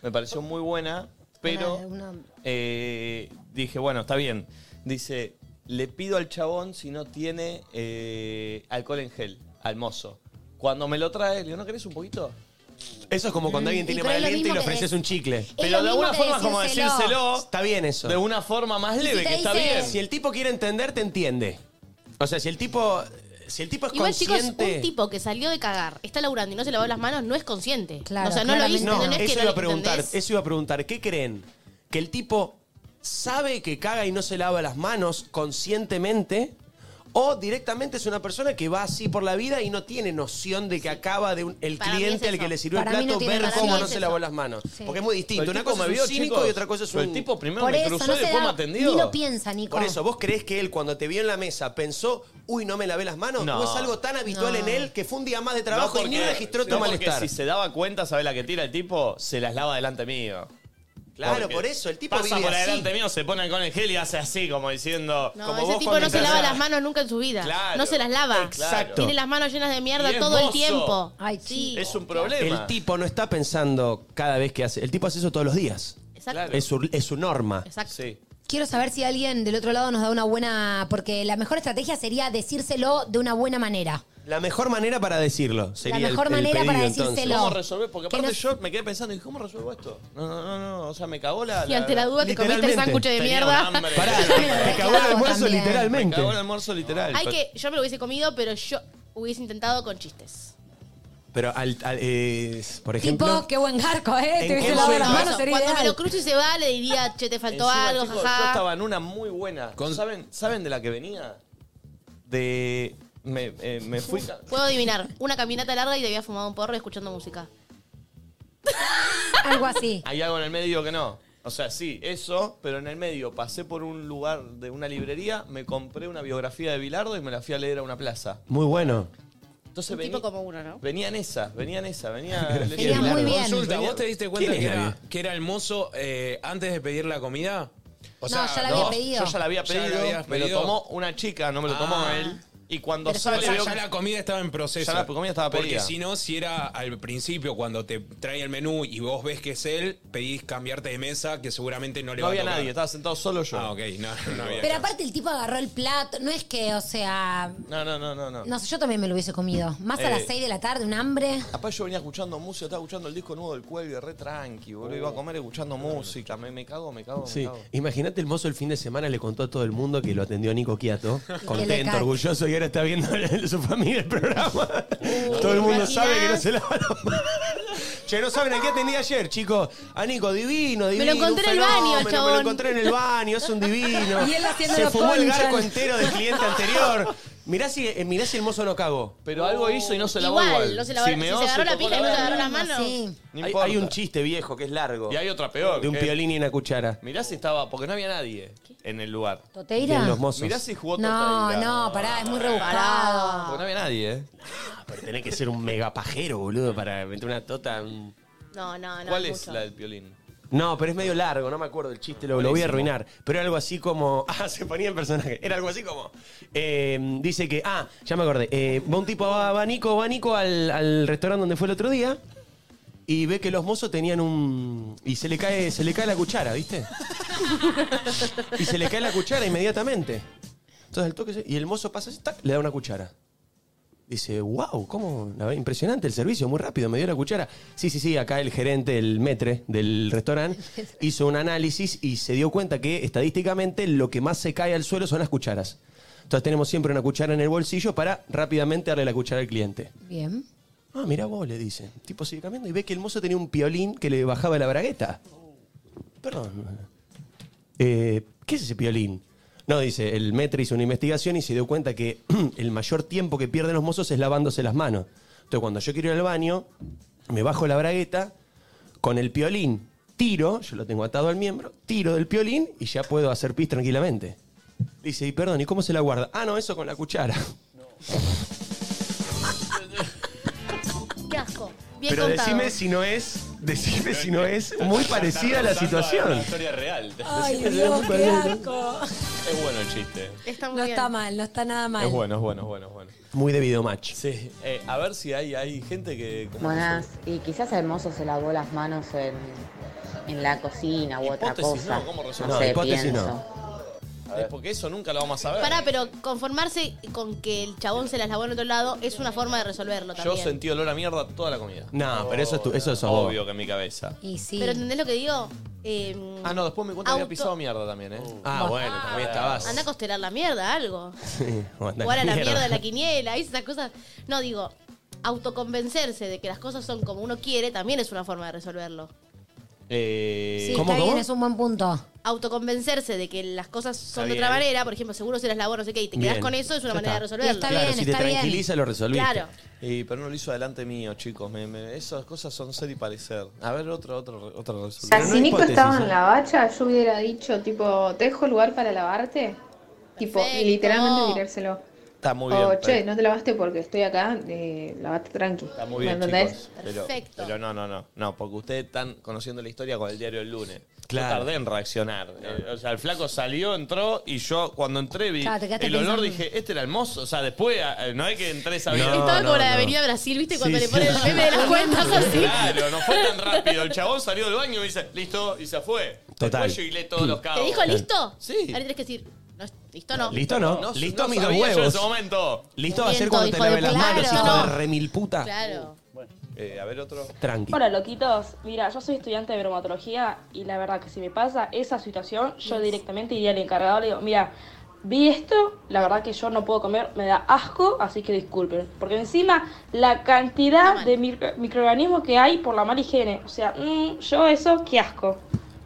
Speaker 1: me pareció muy buena, pero
Speaker 3: Una- una-
Speaker 1: eh, dije, bueno, está bien. Dice, le pido al chabón si no tiene eh, alcohol en gel, al mozo. Cuando me lo trae, le digo, ¿no querés un poquito?
Speaker 2: Eso es como cuando alguien
Speaker 3: Mm, y
Speaker 2: tiene
Speaker 3: pero
Speaker 2: mal
Speaker 3: es lo
Speaker 2: aliento y
Speaker 3: mismo
Speaker 2: le
Speaker 3: que
Speaker 2: ofreces
Speaker 3: dec-
Speaker 2: un chicle.
Speaker 3: Es
Speaker 1: Pero
Speaker 3: lo
Speaker 1: de
Speaker 3: mismo
Speaker 1: alguna
Speaker 3: que
Speaker 1: forma como
Speaker 3: decírselo.
Speaker 1: decírselo,
Speaker 2: Está bien eso.
Speaker 1: de una forma más
Speaker 3: si
Speaker 1: leve,
Speaker 3: te
Speaker 1: que está
Speaker 3: dice-
Speaker 1: bien.
Speaker 2: Si el tipo quiere entender, te entiende. O sea, si el tipo, si el tipo es
Speaker 5: Igual, chicos,
Speaker 2: consciente.
Speaker 5: un tipo que salió de cagar, está laburando y no se lavó las manos, no es consciente.
Speaker 3: Claro,
Speaker 5: o sea, no lo
Speaker 3: claramente
Speaker 5: hizo,
Speaker 2: No,
Speaker 5: no, es que
Speaker 2: eso
Speaker 5: no
Speaker 2: iba
Speaker 5: lo
Speaker 2: a preguntar,
Speaker 5: entendés.
Speaker 2: eso iba a preguntar, ¿qué creen? ¿Que el tipo sabe que caga y no se lava las manos conscientemente? ¿O directamente es una persona que va así por la vida y no tiene noción de que acaba de un- el
Speaker 5: Para mí
Speaker 2: cliente
Speaker 5: es
Speaker 2: al que
Speaker 5: eso.
Speaker 2: le sirvió
Speaker 3: Para mí
Speaker 2: el
Speaker 3: no
Speaker 2: plato
Speaker 3: tiene
Speaker 2: ver
Speaker 5: razón.
Speaker 2: cómo
Speaker 5: Para mí
Speaker 2: no
Speaker 5: es
Speaker 2: se
Speaker 5: eso.
Speaker 2: lavó las manos?
Speaker 3: Sí.
Speaker 2: Porque es muy distinto.
Speaker 1: Pero el
Speaker 2: Una
Speaker 1: tipo
Speaker 2: cosa
Speaker 1: se
Speaker 2: es un
Speaker 1: vio,
Speaker 2: cínico
Speaker 1: chicos.
Speaker 2: y otra cosa es
Speaker 1: Pero
Speaker 2: un...
Speaker 1: El tipo primero
Speaker 3: Por
Speaker 1: me
Speaker 3: eso,
Speaker 1: cruzó
Speaker 3: no
Speaker 1: y
Speaker 3: se
Speaker 1: después
Speaker 3: da-
Speaker 1: me atendió.
Speaker 3: Ni lo piensa, Nico.
Speaker 2: Por eso, ¿vos creés que él cuando te vio en la mesa pensó, uy, no me lavé las manos?
Speaker 1: No.
Speaker 2: ¿O es algo tan habitual
Speaker 3: No.
Speaker 2: en él que fue un día más de trabajo y ni registró tu
Speaker 1: no porque
Speaker 2: malestar?
Speaker 1: si se daba cuenta, sabe la que tira el tipo, se las lava delante mío.
Speaker 2: Claro,
Speaker 1: Porque
Speaker 2: por eso, el tipo
Speaker 1: pasa
Speaker 2: vive
Speaker 1: por
Speaker 2: así.
Speaker 1: delante mío, se pone con el gel y hace así, como diciendo.
Speaker 5: No,
Speaker 1: como
Speaker 5: ese
Speaker 1: vos
Speaker 5: tipo
Speaker 1: cuando
Speaker 5: no se
Speaker 1: entras
Speaker 5: lava
Speaker 1: a-
Speaker 5: las manos nunca en su vida.
Speaker 1: Claro.
Speaker 5: no se las lava.
Speaker 1: Exacto.
Speaker 5: Tiene las manos llenas de
Speaker 1: Y
Speaker 5: mierda
Speaker 1: es
Speaker 5: todo el
Speaker 1: mozo.
Speaker 5: tiempo.
Speaker 3: Ay,
Speaker 5: sí.
Speaker 1: Es un problema.
Speaker 2: El tipo no está pensando cada vez que hace. El tipo hace eso todos los días.
Speaker 5: Exacto.
Speaker 1: Claro.
Speaker 2: Es su, es su norma.
Speaker 5: Exacto.
Speaker 1: Sí.
Speaker 3: Quiero saber si alguien del otro lado nos da una buena. Porque la mejor estrategia sería decírselo de una buena manera.
Speaker 2: La mejor manera para decirlo sería el-
Speaker 3: mejor
Speaker 2: el
Speaker 3: manera
Speaker 2: pedido,
Speaker 3: para
Speaker 2: entonces.
Speaker 3: decírselo.
Speaker 1: ¿Cómo resolver? Porque
Speaker 3: Que
Speaker 1: aparte
Speaker 3: no-
Speaker 1: yo me quedé pensando, dije, ¿cómo resuelvo esto? No, no, no, no. O sea, me cagó la.
Speaker 5: Y ante la duda te comiste el
Speaker 2: Literalmente.
Speaker 5: sándwich de
Speaker 1: Tenía un
Speaker 5: mierda.
Speaker 1: hambre.
Speaker 2: Pará,
Speaker 3: Claro,
Speaker 2: te cagó el
Speaker 3: reclamo
Speaker 2: almuerzo
Speaker 3: también.
Speaker 1: Me
Speaker 2: literalmente.
Speaker 1: cagó el almuerzo literal.
Speaker 5: Hay
Speaker 1: Pero-
Speaker 5: que, yo me lo hubiese comido, pero yo hubiese intentado con chistes.
Speaker 2: Pero, al, al- eh, por ejemplo,
Speaker 3: tipo, qué buen garco, ¿eh?
Speaker 2: ¿en
Speaker 3: Te hubiese
Speaker 2: qué
Speaker 3: lavado las
Speaker 2: momento?
Speaker 3: manos,
Speaker 5: Eso,
Speaker 3: sería
Speaker 5: cuando me
Speaker 3: ideal.
Speaker 5: lo cruzo y se va, le diría, che, te faltó
Speaker 1: Encima,
Speaker 5: algo,
Speaker 1: chicos,
Speaker 5: jaja.
Speaker 1: Yo estaba en una muy buena.
Speaker 9: Con-
Speaker 1: ¿Saben, ¿Saben de la que venía? De. Me, eh, me fui. ca-
Speaker 5: Puedo adivinar, una caminata larga y te había fumado un porro y escuchando música.
Speaker 3: Algo así.
Speaker 1: Hay algo en el medio que no. O sea, sí, eso, pero en el medio pasé por un lugar de una librería, me compré una biografía de Bilardo y me la fui a leer a una plaza.
Speaker 2: muy bueno.
Speaker 1: Entonces
Speaker 5: Un
Speaker 1: vení-
Speaker 5: tipo como uno, ¿no?
Speaker 1: venían esas, venían esas, venía.
Speaker 3: Venía muy bien.
Speaker 9: Consulta, ¿vos te diste cuenta
Speaker 2: ¿Quién es
Speaker 9: que
Speaker 2: Gaby?
Speaker 9: era, que era el mozo eh, antes de pedir la comida? O sea,
Speaker 3: no, ya la
Speaker 1: No,
Speaker 3: había pedido.
Speaker 1: Yo ya la había
Speaker 9: Ya la
Speaker 1: pedido,
Speaker 9: habías
Speaker 1: me lo
Speaker 9: pedido.
Speaker 1: tomó una chica, no me lo tomó
Speaker 9: Ah.
Speaker 1: él. Y cuando
Speaker 9: o sea,
Speaker 1: sale veo
Speaker 9: ya
Speaker 1: que-
Speaker 9: la comida estaba en proceso.
Speaker 1: Ya la comida estaba
Speaker 9: Porque
Speaker 1: pedida.
Speaker 9: si no, si era al principio, cuando te trae el menú y vos ves que es él, pedís cambiarte de mesa, que seguramente no le
Speaker 1: no
Speaker 9: va
Speaker 1: había
Speaker 9: a tocar.
Speaker 1: nadie, estaba sentado solo yo.
Speaker 9: Ah, ok, no, no, no había. chance.
Speaker 3: Pero aparte, el tipo agarró el plato. No es que, o sea.
Speaker 1: No, no, no, no, no.
Speaker 3: No sé, yo también me lo hubiese comido. Más a las
Speaker 1: Eh.
Speaker 3: 6 de la tarde, un hambre.
Speaker 1: Aparte yo venía escuchando música, estaba escuchando el disco nuevo del Cuelgue, re tranqui, boludo. Iba a comer escuchando música, me, me cago, me cago, me
Speaker 2: Sí.
Speaker 1: cago.
Speaker 2: Imagínate el mozo el fin de semana le contó a todo el mundo que lo atendió Nico Quiato.
Speaker 3: le
Speaker 2: Contento,
Speaker 3: cae.
Speaker 2: orgulloso y ahora está viendo su familia el programa. todo el mundo
Speaker 5: ¿te
Speaker 2: sabe que no
Speaker 5: imaginas?
Speaker 2: se lava la mano. Che, no saben a qué atendí ayer, chicos. A Nico, divino, divino.
Speaker 5: encontré
Speaker 2: un
Speaker 5: en el baño,
Speaker 2: fenómeno, Me lo
Speaker 5: chabón.
Speaker 2: encontré en el baño, es un divino.
Speaker 3: Y él haciendo
Speaker 2: Se
Speaker 3: la
Speaker 2: fumó el
Speaker 3: concha.
Speaker 2: garco entero del cliente anterior. Mirá si, eh, mirá si el mozo no cagó.
Speaker 1: Pero algo hizo y no se lavó
Speaker 5: igual,
Speaker 1: igual.
Speaker 5: no se lavó. Si,
Speaker 1: meó,
Speaker 5: se agarró la
Speaker 1: tocó
Speaker 5: pija y no se
Speaker 1: mano.
Speaker 5: agarró las manos.
Speaker 3: Sí.
Speaker 1: No
Speaker 2: hay,
Speaker 1: importa.
Speaker 2: hay un chiste viejo que es largo.
Speaker 1: Y hay otra peor.
Speaker 2: de un
Speaker 1: que-
Speaker 2: piolín y una cuchara.
Speaker 1: Mirá si estaba, porque no había nadie en el lugar.
Speaker 2: De
Speaker 3: ¿Toteira?
Speaker 2: los mozos.
Speaker 1: Mirá si jugó
Speaker 3: No,
Speaker 1: Tortaira.
Speaker 3: no, pará, es muy rebuscado.
Speaker 1: Porque no había nadie, ¿eh?
Speaker 2: Pero tenés que ser un megapajero, boludo, para meter una tota. mm.
Speaker 5: No, no, no.
Speaker 1: ¿Cuál es
Speaker 5: mucho.
Speaker 1: la del violín?
Speaker 2: No, pero es medio largo, no me acuerdo el chiste, lo, lo voy a arruinar. Pero era algo así como. Ah, se ponía en personaje. Era algo así como. eh, dice que. Ah, ya me acordé. Eh, va un tipo, va, va Nico, va Nico al, al restaurante donde fue el otro día. Y ve que los mozos tenían un. Y se le cae, se le cae la cuchara, ¿viste? y se le cae la cuchara inmediatamente. Entonces el toque. se- Y el mozo pasa así, tac, le da una cuchara. Dice, wow, cómo, la verdad, impresionante el servicio, muy rápido, me dio la cuchara. Sí, sí, sí, acá el gerente, el metre del restaurante, hizo un análisis y se dio cuenta que estadísticamente lo que más se cae al suelo son las cucharas. Entonces tenemos siempre una cuchara en el bolsillo para rápidamente darle la cuchara al cliente.
Speaker 3: Bien.
Speaker 2: Ah, mira vos, le dice. El tipo sigue caminando y ve que el mozo tenía un piolín que le bajaba la bragueta. Perdón. eh, ¿qué es ese piolín? No, dice, el Metro hizo una investigación y se dio cuenta que el mayor tiempo que pierden los mozos es lavándose las manos. Entonces, cuando yo quiero ir al baño, me bajo la bragueta, con el piolín tiro, yo lo tengo atado al miembro, tiro del piolín y ya puedo hacer pis tranquilamente. Dice, y perdón, ¿y cómo se la guarda? Ah, no, eso con la cuchara.
Speaker 5: Qué asco. Bien
Speaker 2: Pero
Speaker 5: contado.
Speaker 2: decime si no es, decime si no es muy parecida a la
Speaker 14: Estás rozando
Speaker 2: situación.
Speaker 14: una historia real.
Speaker 3: Ay, Dios, qué asco.
Speaker 14: Es bueno el chiste.
Speaker 5: Está muy
Speaker 3: No
Speaker 5: bien.
Speaker 3: está mal, no está nada mal.
Speaker 1: Es bueno, es bueno, es bueno, es bueno.
Speaker 2: Muy de videomatch.
Speaker 1: Sí, eh, a ver si hay, hay gente que. como
Speaker 13: Buenas, y quizás el mozo se lavó las manos en, en la cocina u otra
Speaker 1: Hipótesis
Speaker 13: cosa.
Speaker 1: no, ¿cómo
Speaker 2: No,
Speaker 1: resolvemos?
Speaker 13: sé,
Speaker 2: hipótesis
Speaker 13: pienso.
Speaker 2: no.
Speaker 1: Porque eso nunca lo vamos a saber.
Speaker 5: Pará, pero conformarse con que el chabón se las lavó en otro lado es una forma de resolverlo
Speaker 1: Yo
Speaker 5: también.
Speaker 1: sentí olor a mierda toda la comida.
Speaker 2: No, pero eso es, tu- eso es vos.
Speaker 1: Obvio que en mi cabeza.
Speaker 3: Y sí.
Speaker 5: Pero ¿entendés lo que digo? Eh,
Speaker 1: Ah, no, después me cuenta que había
Speaker 5: Auto-
Speaker 1: pisado mierda también, ¿eh?
Speaker 2: Ah, bueno, también estabas.
Speaker 5: Anda a costelar la mierda, algo.
Speaker 2: Sí, o anda
Speaker 5: Jugar a la mierda de la quiniela, ¿viste? esas cosas. No, digo, autoconvencerse de que las cosas son como uno quiere también es una forma de resolverlo.
Speaker 1: Eh,
Speaker 3: sí,
Speaker 2: ¿cómo,
Speaker 3: está bien,
Speaker 2: cómo?
Speaker 3: es un buen punto.
Speaker 5: Autoconvencerse de que las cosas son de
Speaker 1: bien.
Speaker 5: otra manera, por ejemplo, seguro se las lavó, no sé qué, y te quedás
Speaker 2: Bien.
Speaker 5: con eso, es una
Speaker 2: Ya
Speaker 5: manera de
Speaker 2: está.
Speaker 5: resolverlo.
Speaker 3: Está
Speaker 2: Claro,
Speaker 3: bien,
Speaker 2: si te
Speaker 3: está bien.
Speaker 2: tranquiliza, lo resolviste.
Speaker 5: Claro.
Speaker 1: y- pero no lo hizo adelante mío, chicos. me- me- esas cosas son ser y parecer. A ver, otro, otro, otra resolución.
Speaker 2: Pero no hay hipótesis, ¿eh?
Speaker 15: bacha, yo hubiera dicho, tipo, ¿te dejo lugar para lavarte? Tipo, y
Speaker 5: Perfecto.
Speaker 15: literalmente tirárselo.
Speaker 1: Está muy bien.
Speaker 15: O,
Speaker 1: pero-
Speaker 15: che, no te lavaste porque estoy acá, eh, lavate tranqui.
Speaker 1: Está muy
Speaker 15: ¿Me
Speaker 1: bien,
Speaker 15: entendés?
Speaker 1: chicos. Pero,
Speaker 5: Perfecto.
Speaker 1: pero no, no, no. No, porque ustedes están conociendo la historia con el diario del lunes.
Speaker 2: Claro.
Speaker 1: Yo tardé en reaccionar. Eh, o sea, el flaco salió, entró y yo cuando entré vi
Speaker 3: Claro, te quedaste
Speaker 1: el olor
Speaker 3: pensando.
Speaker 1: dije, este era el mozo. O sea, después, eh, no es que entré sabiendo.
Speaker 2: No,
Speaker 5: Estaba como
Speaker 2: no,
Speaker 5: la de
Speaker 2: no.
Speaker 5: Avenida Brasil, ¿viste? Cuando
Speaker 2: Sí,
Speaker 5: le ponen
Speaker 2: sí.
Speaker 5: el meme de las cuentas así.
Speaker 1: Claro, no fue tan rápido. El chabón salió del baño y me dice, listo, y se fue.
Speaker 2: Total.
Speaker 1: Después yo hilé todos los
Speaker 5: ¿Te
Speaker 1: cabos.
Speaker 5: dijo listo?
Speaker 1: Sí.
Speaker 5: Ahora tenés que decir, no, listo no.
Speaker 2: Listo, ¿no?
Speaker 1: No,
Speaker 2: Listo
Speaker 1: no
Speaker 2: mis dos
Speaker 1: sabía yo en ese
Speaker 2: huevos.
Speaker 1: momento.
Speaker 2: Listo va a ser
Speaker 5: Miento,
Speaker 2: cuando te
Speaker 5: hijo de
Speaker 2: lave las
Speaker 5: puta.
Speaker 2: manos,
Speaker 5: Claro.
Speaker 2: hijo
Speaker 5: No.
Speaker 2: de remil puta.
Speaker 5: Claro.
Speaker 1: Eh, a ver otro.
Speaker 2: Tranqui.
Speaker 15: Hola loquitos, mira, yo soy estudiante de bromatología y la verdad que si me pasa esa situación, yo directamente iría al encargado y le digo, mira, vi esto, la verdad que yo no puedo comer, me da asco, así que disculpen. Porque encima la
Speaker 5: Está
Speaker 15: cantidad
Speaker 5: mal.
Speaker 15: de micro- microorganismos que hay por la mala higiene, o sea, mm, yo eso, qué asco,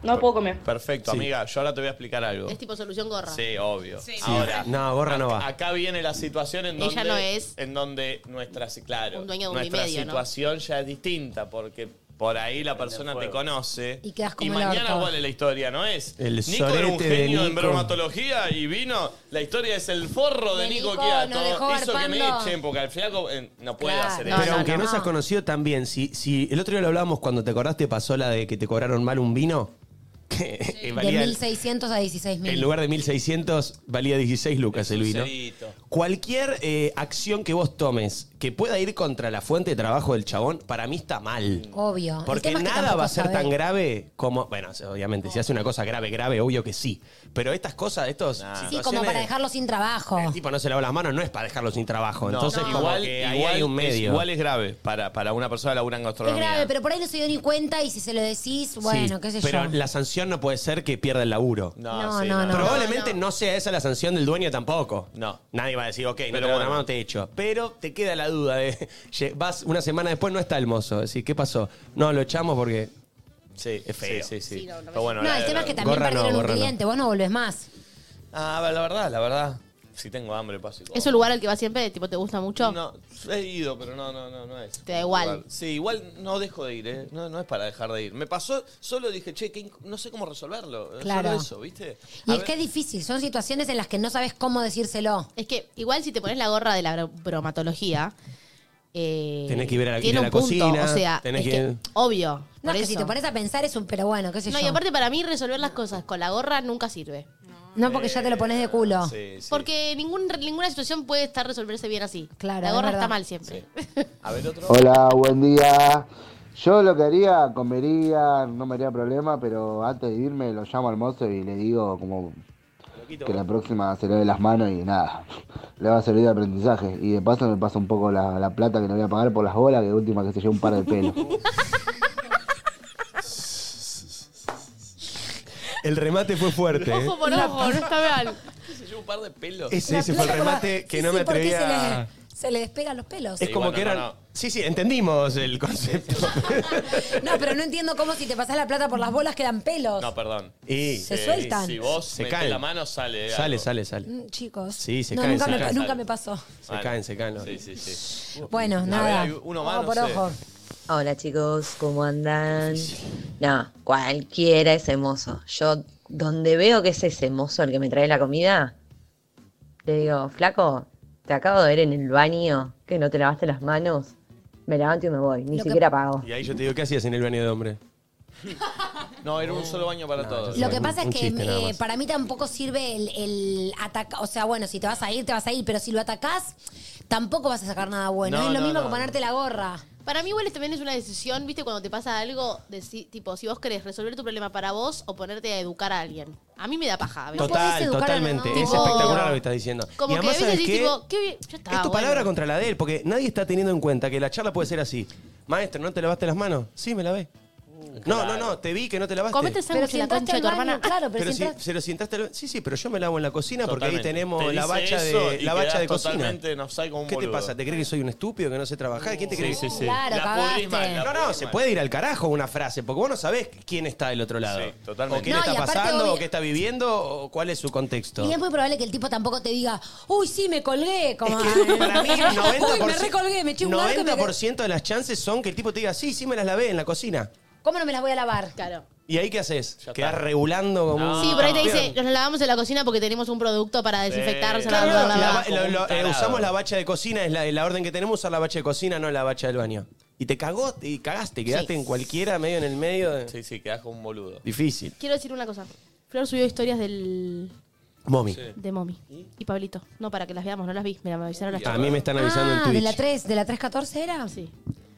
Speaker 15: no puedo comer.
Speaker 1: Perfecto,
Speaker 2: Sí.
Speaker 1: amiga. Yo ahora te voy a explicar algo.
Speaker 5: Es tipo solución gorra.
Speaker 1: Sí, obvio.
Speaker 7: Sí.
Speaker 1: Ahora.
Speaker 2: No, gorra Ah, no va.
Speaker 1: Acá viene la situación en donde.
Speaker 5: Ella no es
Speaker 1: En donde nuestra. Claro.
Speaker 5: un dueño de un
Speaker 1: nuestra
Speaker 5: Unimedia, ¿no?
Speaker 1: situación ya es distinta porque. Por ahí la persona te
Speaker 14: fuego.
Speaker 1: conoce.
Speaker 3: Y quedás como el
Speaker 1: mañana
Speaker 3: orto.
Speaker 1: cuál es la historia, ¿no es?
Speaker 2: El
Speaker 1: Nico era un
Speaker 2: sorete de
Speaker 1: genio en
Speaker 2: Nico.
Speaker 1: bromatología y vino. La historia es el forro de,
Speaker 3: De
Speaker 1: Nico
Speaker 3: Nico,
Speaker 1: Quiato.
Speaker 3: nos dejó
Speaker 1: Hizo que me
Speaker 3: garpando.
Speaker 1: echen porque al flaco eh, no puede
Speaker 3: Claro.
Speaker 1: hacer
Speaker 3: No,
Speaker 1: eso.
Speaker 2: Pero aunque no,
Speaker 3: no.
Speaker 2: seas conocido también, si, si el otro día lo hablábamos cuando te acordaste, pasó la de que te cobraron mal un vino, que eh,
Speaker 3: De
Speaker 2: valía el-
Speaker 3: 1.600 a 16.000.
Speaker 2: en lugar de 1600 valía 16 lucas el vino.
Speaker 14: Sincerito.
Speaker 2: Cualquier eh, acción que vos tomes que pueda ir contra la fuente de trabajo del chabón, para mí está mal.
Speaker 3: Obvio. El
Speaker 2: Porque
Speaker 3: tema es que
Speaker 2: nada
Speaker 3: tampoco
Speaker 2: va a ser
Speaker 3: sabés.
Speaker 2: tan grave como. Bueno, obviamente, si hace una cosa grave, grave, obvio que sí. Pero estas cosas, estos.
Speaker 3: Sí, como para dejarlo sin trabajo.
Speaker 2: El tipo no se lava las manos, no es para dejarlo sin trabajo.
Speaker 1: No,
Speaker 2: Entonces, como
Speaker 1: igual,
Speaker 2: que
Speaker 1: igual,
Speaker 2: ahí hay un medio.
Speaker 1: Es, igual es grave para, para una persona laburando en
Speaker 3: Es
Speaker 1: gastronomía.
Speaker 3: grave, pero por ahí no se dio ni cuenta y si se lo decís, bueno,
Speaker 2: Sí,
Speaker 3: qué sé
Speaker 2: pero
Speaker 3: yo.
Speaker 2: la sanción no puede ser que pierda el laburo.
Speaker 3: No,
Speaker 1: sí,
Speaker 3: no, no.
Speaker 2: Probablemente no. sea esa la sanción del dueño tampoco.
Speaker 1: No.
Speaker 2: Nadie va a decir, ok, no
Speaker 1: Pero
Speaker 2: te bueno.
Speaker 1: bueno.
Speaker 2: mano, te echo. Pero te queda la duda de. lle- Vas una semana después, no está el mozo. Decir, ¿qué pasó? No, lo echamos porque.
Speaker 1: Sí,
Speaker 2: Es feo.
Speaker 1: Sí, sí, sí.
Speaker 5: Sí, no, no me-
Speaker 1: Pero bueno,
Speaker 3: no,
Speaker 1: la-
Speaker 3: el tema es que
Speaker 1: la-
Speaker 3: también
Speaker 2: gorra no,
Speaker 3: perdieron
Speaker 2: gorra
Speaker 3: un
Speaker 2: no.
Speaker 3: cliente, vos no volvés más.
Speaker 1: Ah, la verdad, la verdad. Si tengo hambre, paso y como.
Speaker 5: ¿Es un lugar al que vas siempre? ¿Tipo te gusta mucho?
Speaker 1: No, he ido, pero no, no, no, no es.
Speaker 5: Te da igual.
Speaker 1: Igual. Sí, igual no dejo de ir, ¿eh? No, no es para dejar de ir. Me pasó, solo dije, che, qué inc- no sé cómo resolverlo.
Speaker 3: Claro.
Speaker 1: Solo eso, ¿viste?
Speaker 3: Y
Speaker 1: A
Speaker 3: es
Speaker 1: ver-
Speaker 3: que es difícil, son situaciones en las que no sabes cómo decírselo.
Speaker 5: Es que igual si te pones la gorra de la bro- bromatología. eh,
Speaker 2: Tenés que ir a la-
Speaker 5: tiene
Speaker 2: ir a
Speaker 5: un
Speaker 2: la
Speaker 5: punto,
Speaker 2: cocina,
Speaker 5: O sea,
Speaker 2: tenés
Speaker 5: es
Speaker 2: que-
Speaker 5: obvio.
Speaker 3: No,
Speaker 5: por
Speaker 3: es que si
Speaker 5: eso.
Speaker 3: te pones a pensar es un pero bueno, qué sé
Speaker 5: No,
Speaker 3: yo.
Speaker 5: y aparte para mí resolver las cosas con la gorra nunca sirve.
Speaker 3: no porque ya te lo pones de culo.
Speaker 1: Sí, sí.
Speaker 5: Porque ningún, ninguna situación puede estar resolverse bien así.
Speaker 3: Claro,
Speaker 5: La
Speaker 3: es
Speaker 5: gorra
Speaker 3: verdad.
Speaker 5: está mal siempre.
Speaker 1: A ver, otro.
Speaker 16: Hola, buen día. Yo lo que haría, comería, no me haría problema, pero antes de irme lo llamo al mozo y le digo como que la próxima se le dé las manos y nada, le va a servir de aprendizaje. Y de paso me pasa un poco la, la plata que le voy a pagar por las bolas, que de última que se lleve un par de pelo.
Speaker 2: El remate fue fuerte. ¿eh?
Speaker 5: Ojo por ojo, no está mal.
Speaker 1: Yo un par de pelos.
Speaker 2: Ese, ese fue el remate que
Speaker 3: Sí,
Speaker 2: no me
Speaker 3: sí, porque
Speaker 2: atrevía.
Speaker 3: Se le, Se le despegan los pelos.
Speaker 2: Es como que eran. Sí, sí, entendimos el concepto.
Speaker 3: No, pero no entiendo cómo si te pasas la plata por las bolas quedan pelos.
Speaker 2: pues,
Speaker 17: No, perdón.
Speaker 2: Y-
Speaker 3: Se sueltan.
Speaker 17: Si vos
Speaker 2: Se
Speaker 17: se
Speaker 2: caen.
Speaker 17: la mano,
Speaker 1: eh,
Speaker 17: sale.
Speaker 2: Sale,
Speaker 17: algo.
Speaker 2: sale, sale.
Speaker 3: Mm, Chicos.
Speaker 2: Sí, se
Speaker 3: no,
Speaker 2: caen,
Speaker 3: nunca,
Speaker 2: se
Speaker 3: me,
Speaker 2: caen.
Speaker 3: nunca me pasó.
Speaker 2: Se caen, se caen.
Speaker 17: Sí, sí, sí.
Speaker 3: Bueno, nada. Ojo por ojo.
Speaker 18: Hola chicos, ¿cómo andan? No, cualquiera es hermoso. Yo, donde veo que es ese mozo el que me trae la comida, le digo, flaco, te acabo de ver en el baño que no te lavaste las manos. Me levanto y me voy, ni
Speaker 3: Lo que-
Speaker 18: siquiera pago.
Speaker 2: Y ahí yo te digo, ¿qué hacías en el baño de hombre?
Speaker 1: No, era un solo baño para todos.
Speaker 3: Lo que pasa es
Speaker 2: un
Speaker 3: que
Speaker 2: chiste nada
Speaker 3: eh,
Speaker 2: más.
Speaker 3: para mí tampoco sirve el, el atacar. O sea, bueno, si te vas a ir, te vas a ir, pero si lo atacás, tampoco vas a sacar nada bueno.
Speaker 5: No,
Speaker 3: es lo
Speaker 5: no,
Speaker 3: mismo
Speaker 5: no.
Speaker 3: que ponerte la gorra.
Speaker 5: Para mí igual también es una decisión, viste, cuando te pasa algo, de si- tipo, si vos querés resolver tu problema para vos o ponerte a educar a alguien. A mí me da paja. a veces.
Speaker 2: Total, totalmente. Es
Speaker 5: Tipo,
Speaker 2: espectacular lo que estás diciendo.
Speaker 5: Como
Speaker 2: y además,
Speaker 5: que a
Speaker 2: ¿sabes
Speaker 5: veces decís,
Speaker 2: qué?
Speaker 5: tipo, qué bien, ya está,
Speaker 2: es tu
Speaker 5: bueno.
Speaker 2: palabra contra la de él, porque nadie está teniendo en cuenta que la charla puede ser así. Maestro, ¿no te lavaste las manos? Sí, me lavé.
Speaker 17: Mm,
Speaker 2: no, no, no, te vi que no te lavaste.
Speaker 5: Comete el sándwich en la concha de tu hermana.
Speaker 3: Claro,
Speaker 2: Pero si, se lo sentaste al- Sí, sí, pero yo me lavo en la cocina porque ahí
Speaker 17: Totalmente.
Speaker 2: tenemos
Speaker 17: Te
Speaker 2: la
Speaker 17: dice
Speaker 2: bacha
Speaker 17: eso
Speaker 2: de,
Speaker 17: y
Speaker 2: la bacha
Speaker 17: quedás
Speaker 2: de cocina.
Speaker 17: totalmente en offside como un
Speaker 2: ¿Qué te
Speaker 17: boludo.
Speaker 2: pasa? ¿Te crees que soy un estúpido que no sé trabajar? ¿Quién te crees?
Speaker 17: Sí, sí, sí.
Speaker 3: Claro, La pudrís cagaste. mal, la
Speaker 2: No, no, se puede ir al carajo una frase, porque vos no sabés quién está del otro lado.
Speaker 17: Sí, totalmente.
Speaker 2: O quién
Speaker 3: No, y
Speaker 2: está
Speaker 3: aparte,
Speaker 2: pasando,
Speaker 3: obvio-
Speaker 2: o qué está viviendo, o cuál es su contexto.
Speaker 3: Y es muy probable que el tipo tampoco te diga, uy, sí, me colgué. Como,
Speaker 2: Para mí, 90%,
Speaker 3: uy, me recolgué, me eché un barco y me...
Speaker 2: 90% de las chances son que el tipo te diga, sí, sí me las lavé en la cocina.
Speaker 3: ¿Cómo no me las voy a lavar?
Speaker 5: Claro.
Speaker 2: ¿Y ahí qué haces? Quedás regulando como un-
Speaker 5: Sí, por ahí te dice, nos lavamos en la cocina porque tenemos un producto para desinfectar,
Speaker 2: Claro,
Speaker 5: salvar, bla, bla,
Speaker 2: la
Speaker 5: bla.
Speaker 2: ba- lo- lo- eh,
Speaker 17: tarado.
Speaker 2: usamos la bacha de cocina, es la, la orden que tenemos, usar la bacha de cocina, no la bacha del baño. Y te cagó y cagaste, quedaste en cualquiera, medio en el medio.
Speaker 17: Sí, sí, quedás como un boludo.
Speaker 2: Difícil.
Speaker 5: Quiero decir una cosa. Flor subió historias del
Speaker 2: Momi.
Speaker 5: de Momi y Pablito. No, para que las veamos, no las vi. Mira, me avisaron las
Speaker 2: A mí me están avisando en
Speaker 3: Ah, de
Speaker 2: Twitch.
Speaker 3: la 3, de la 314 era? Sí.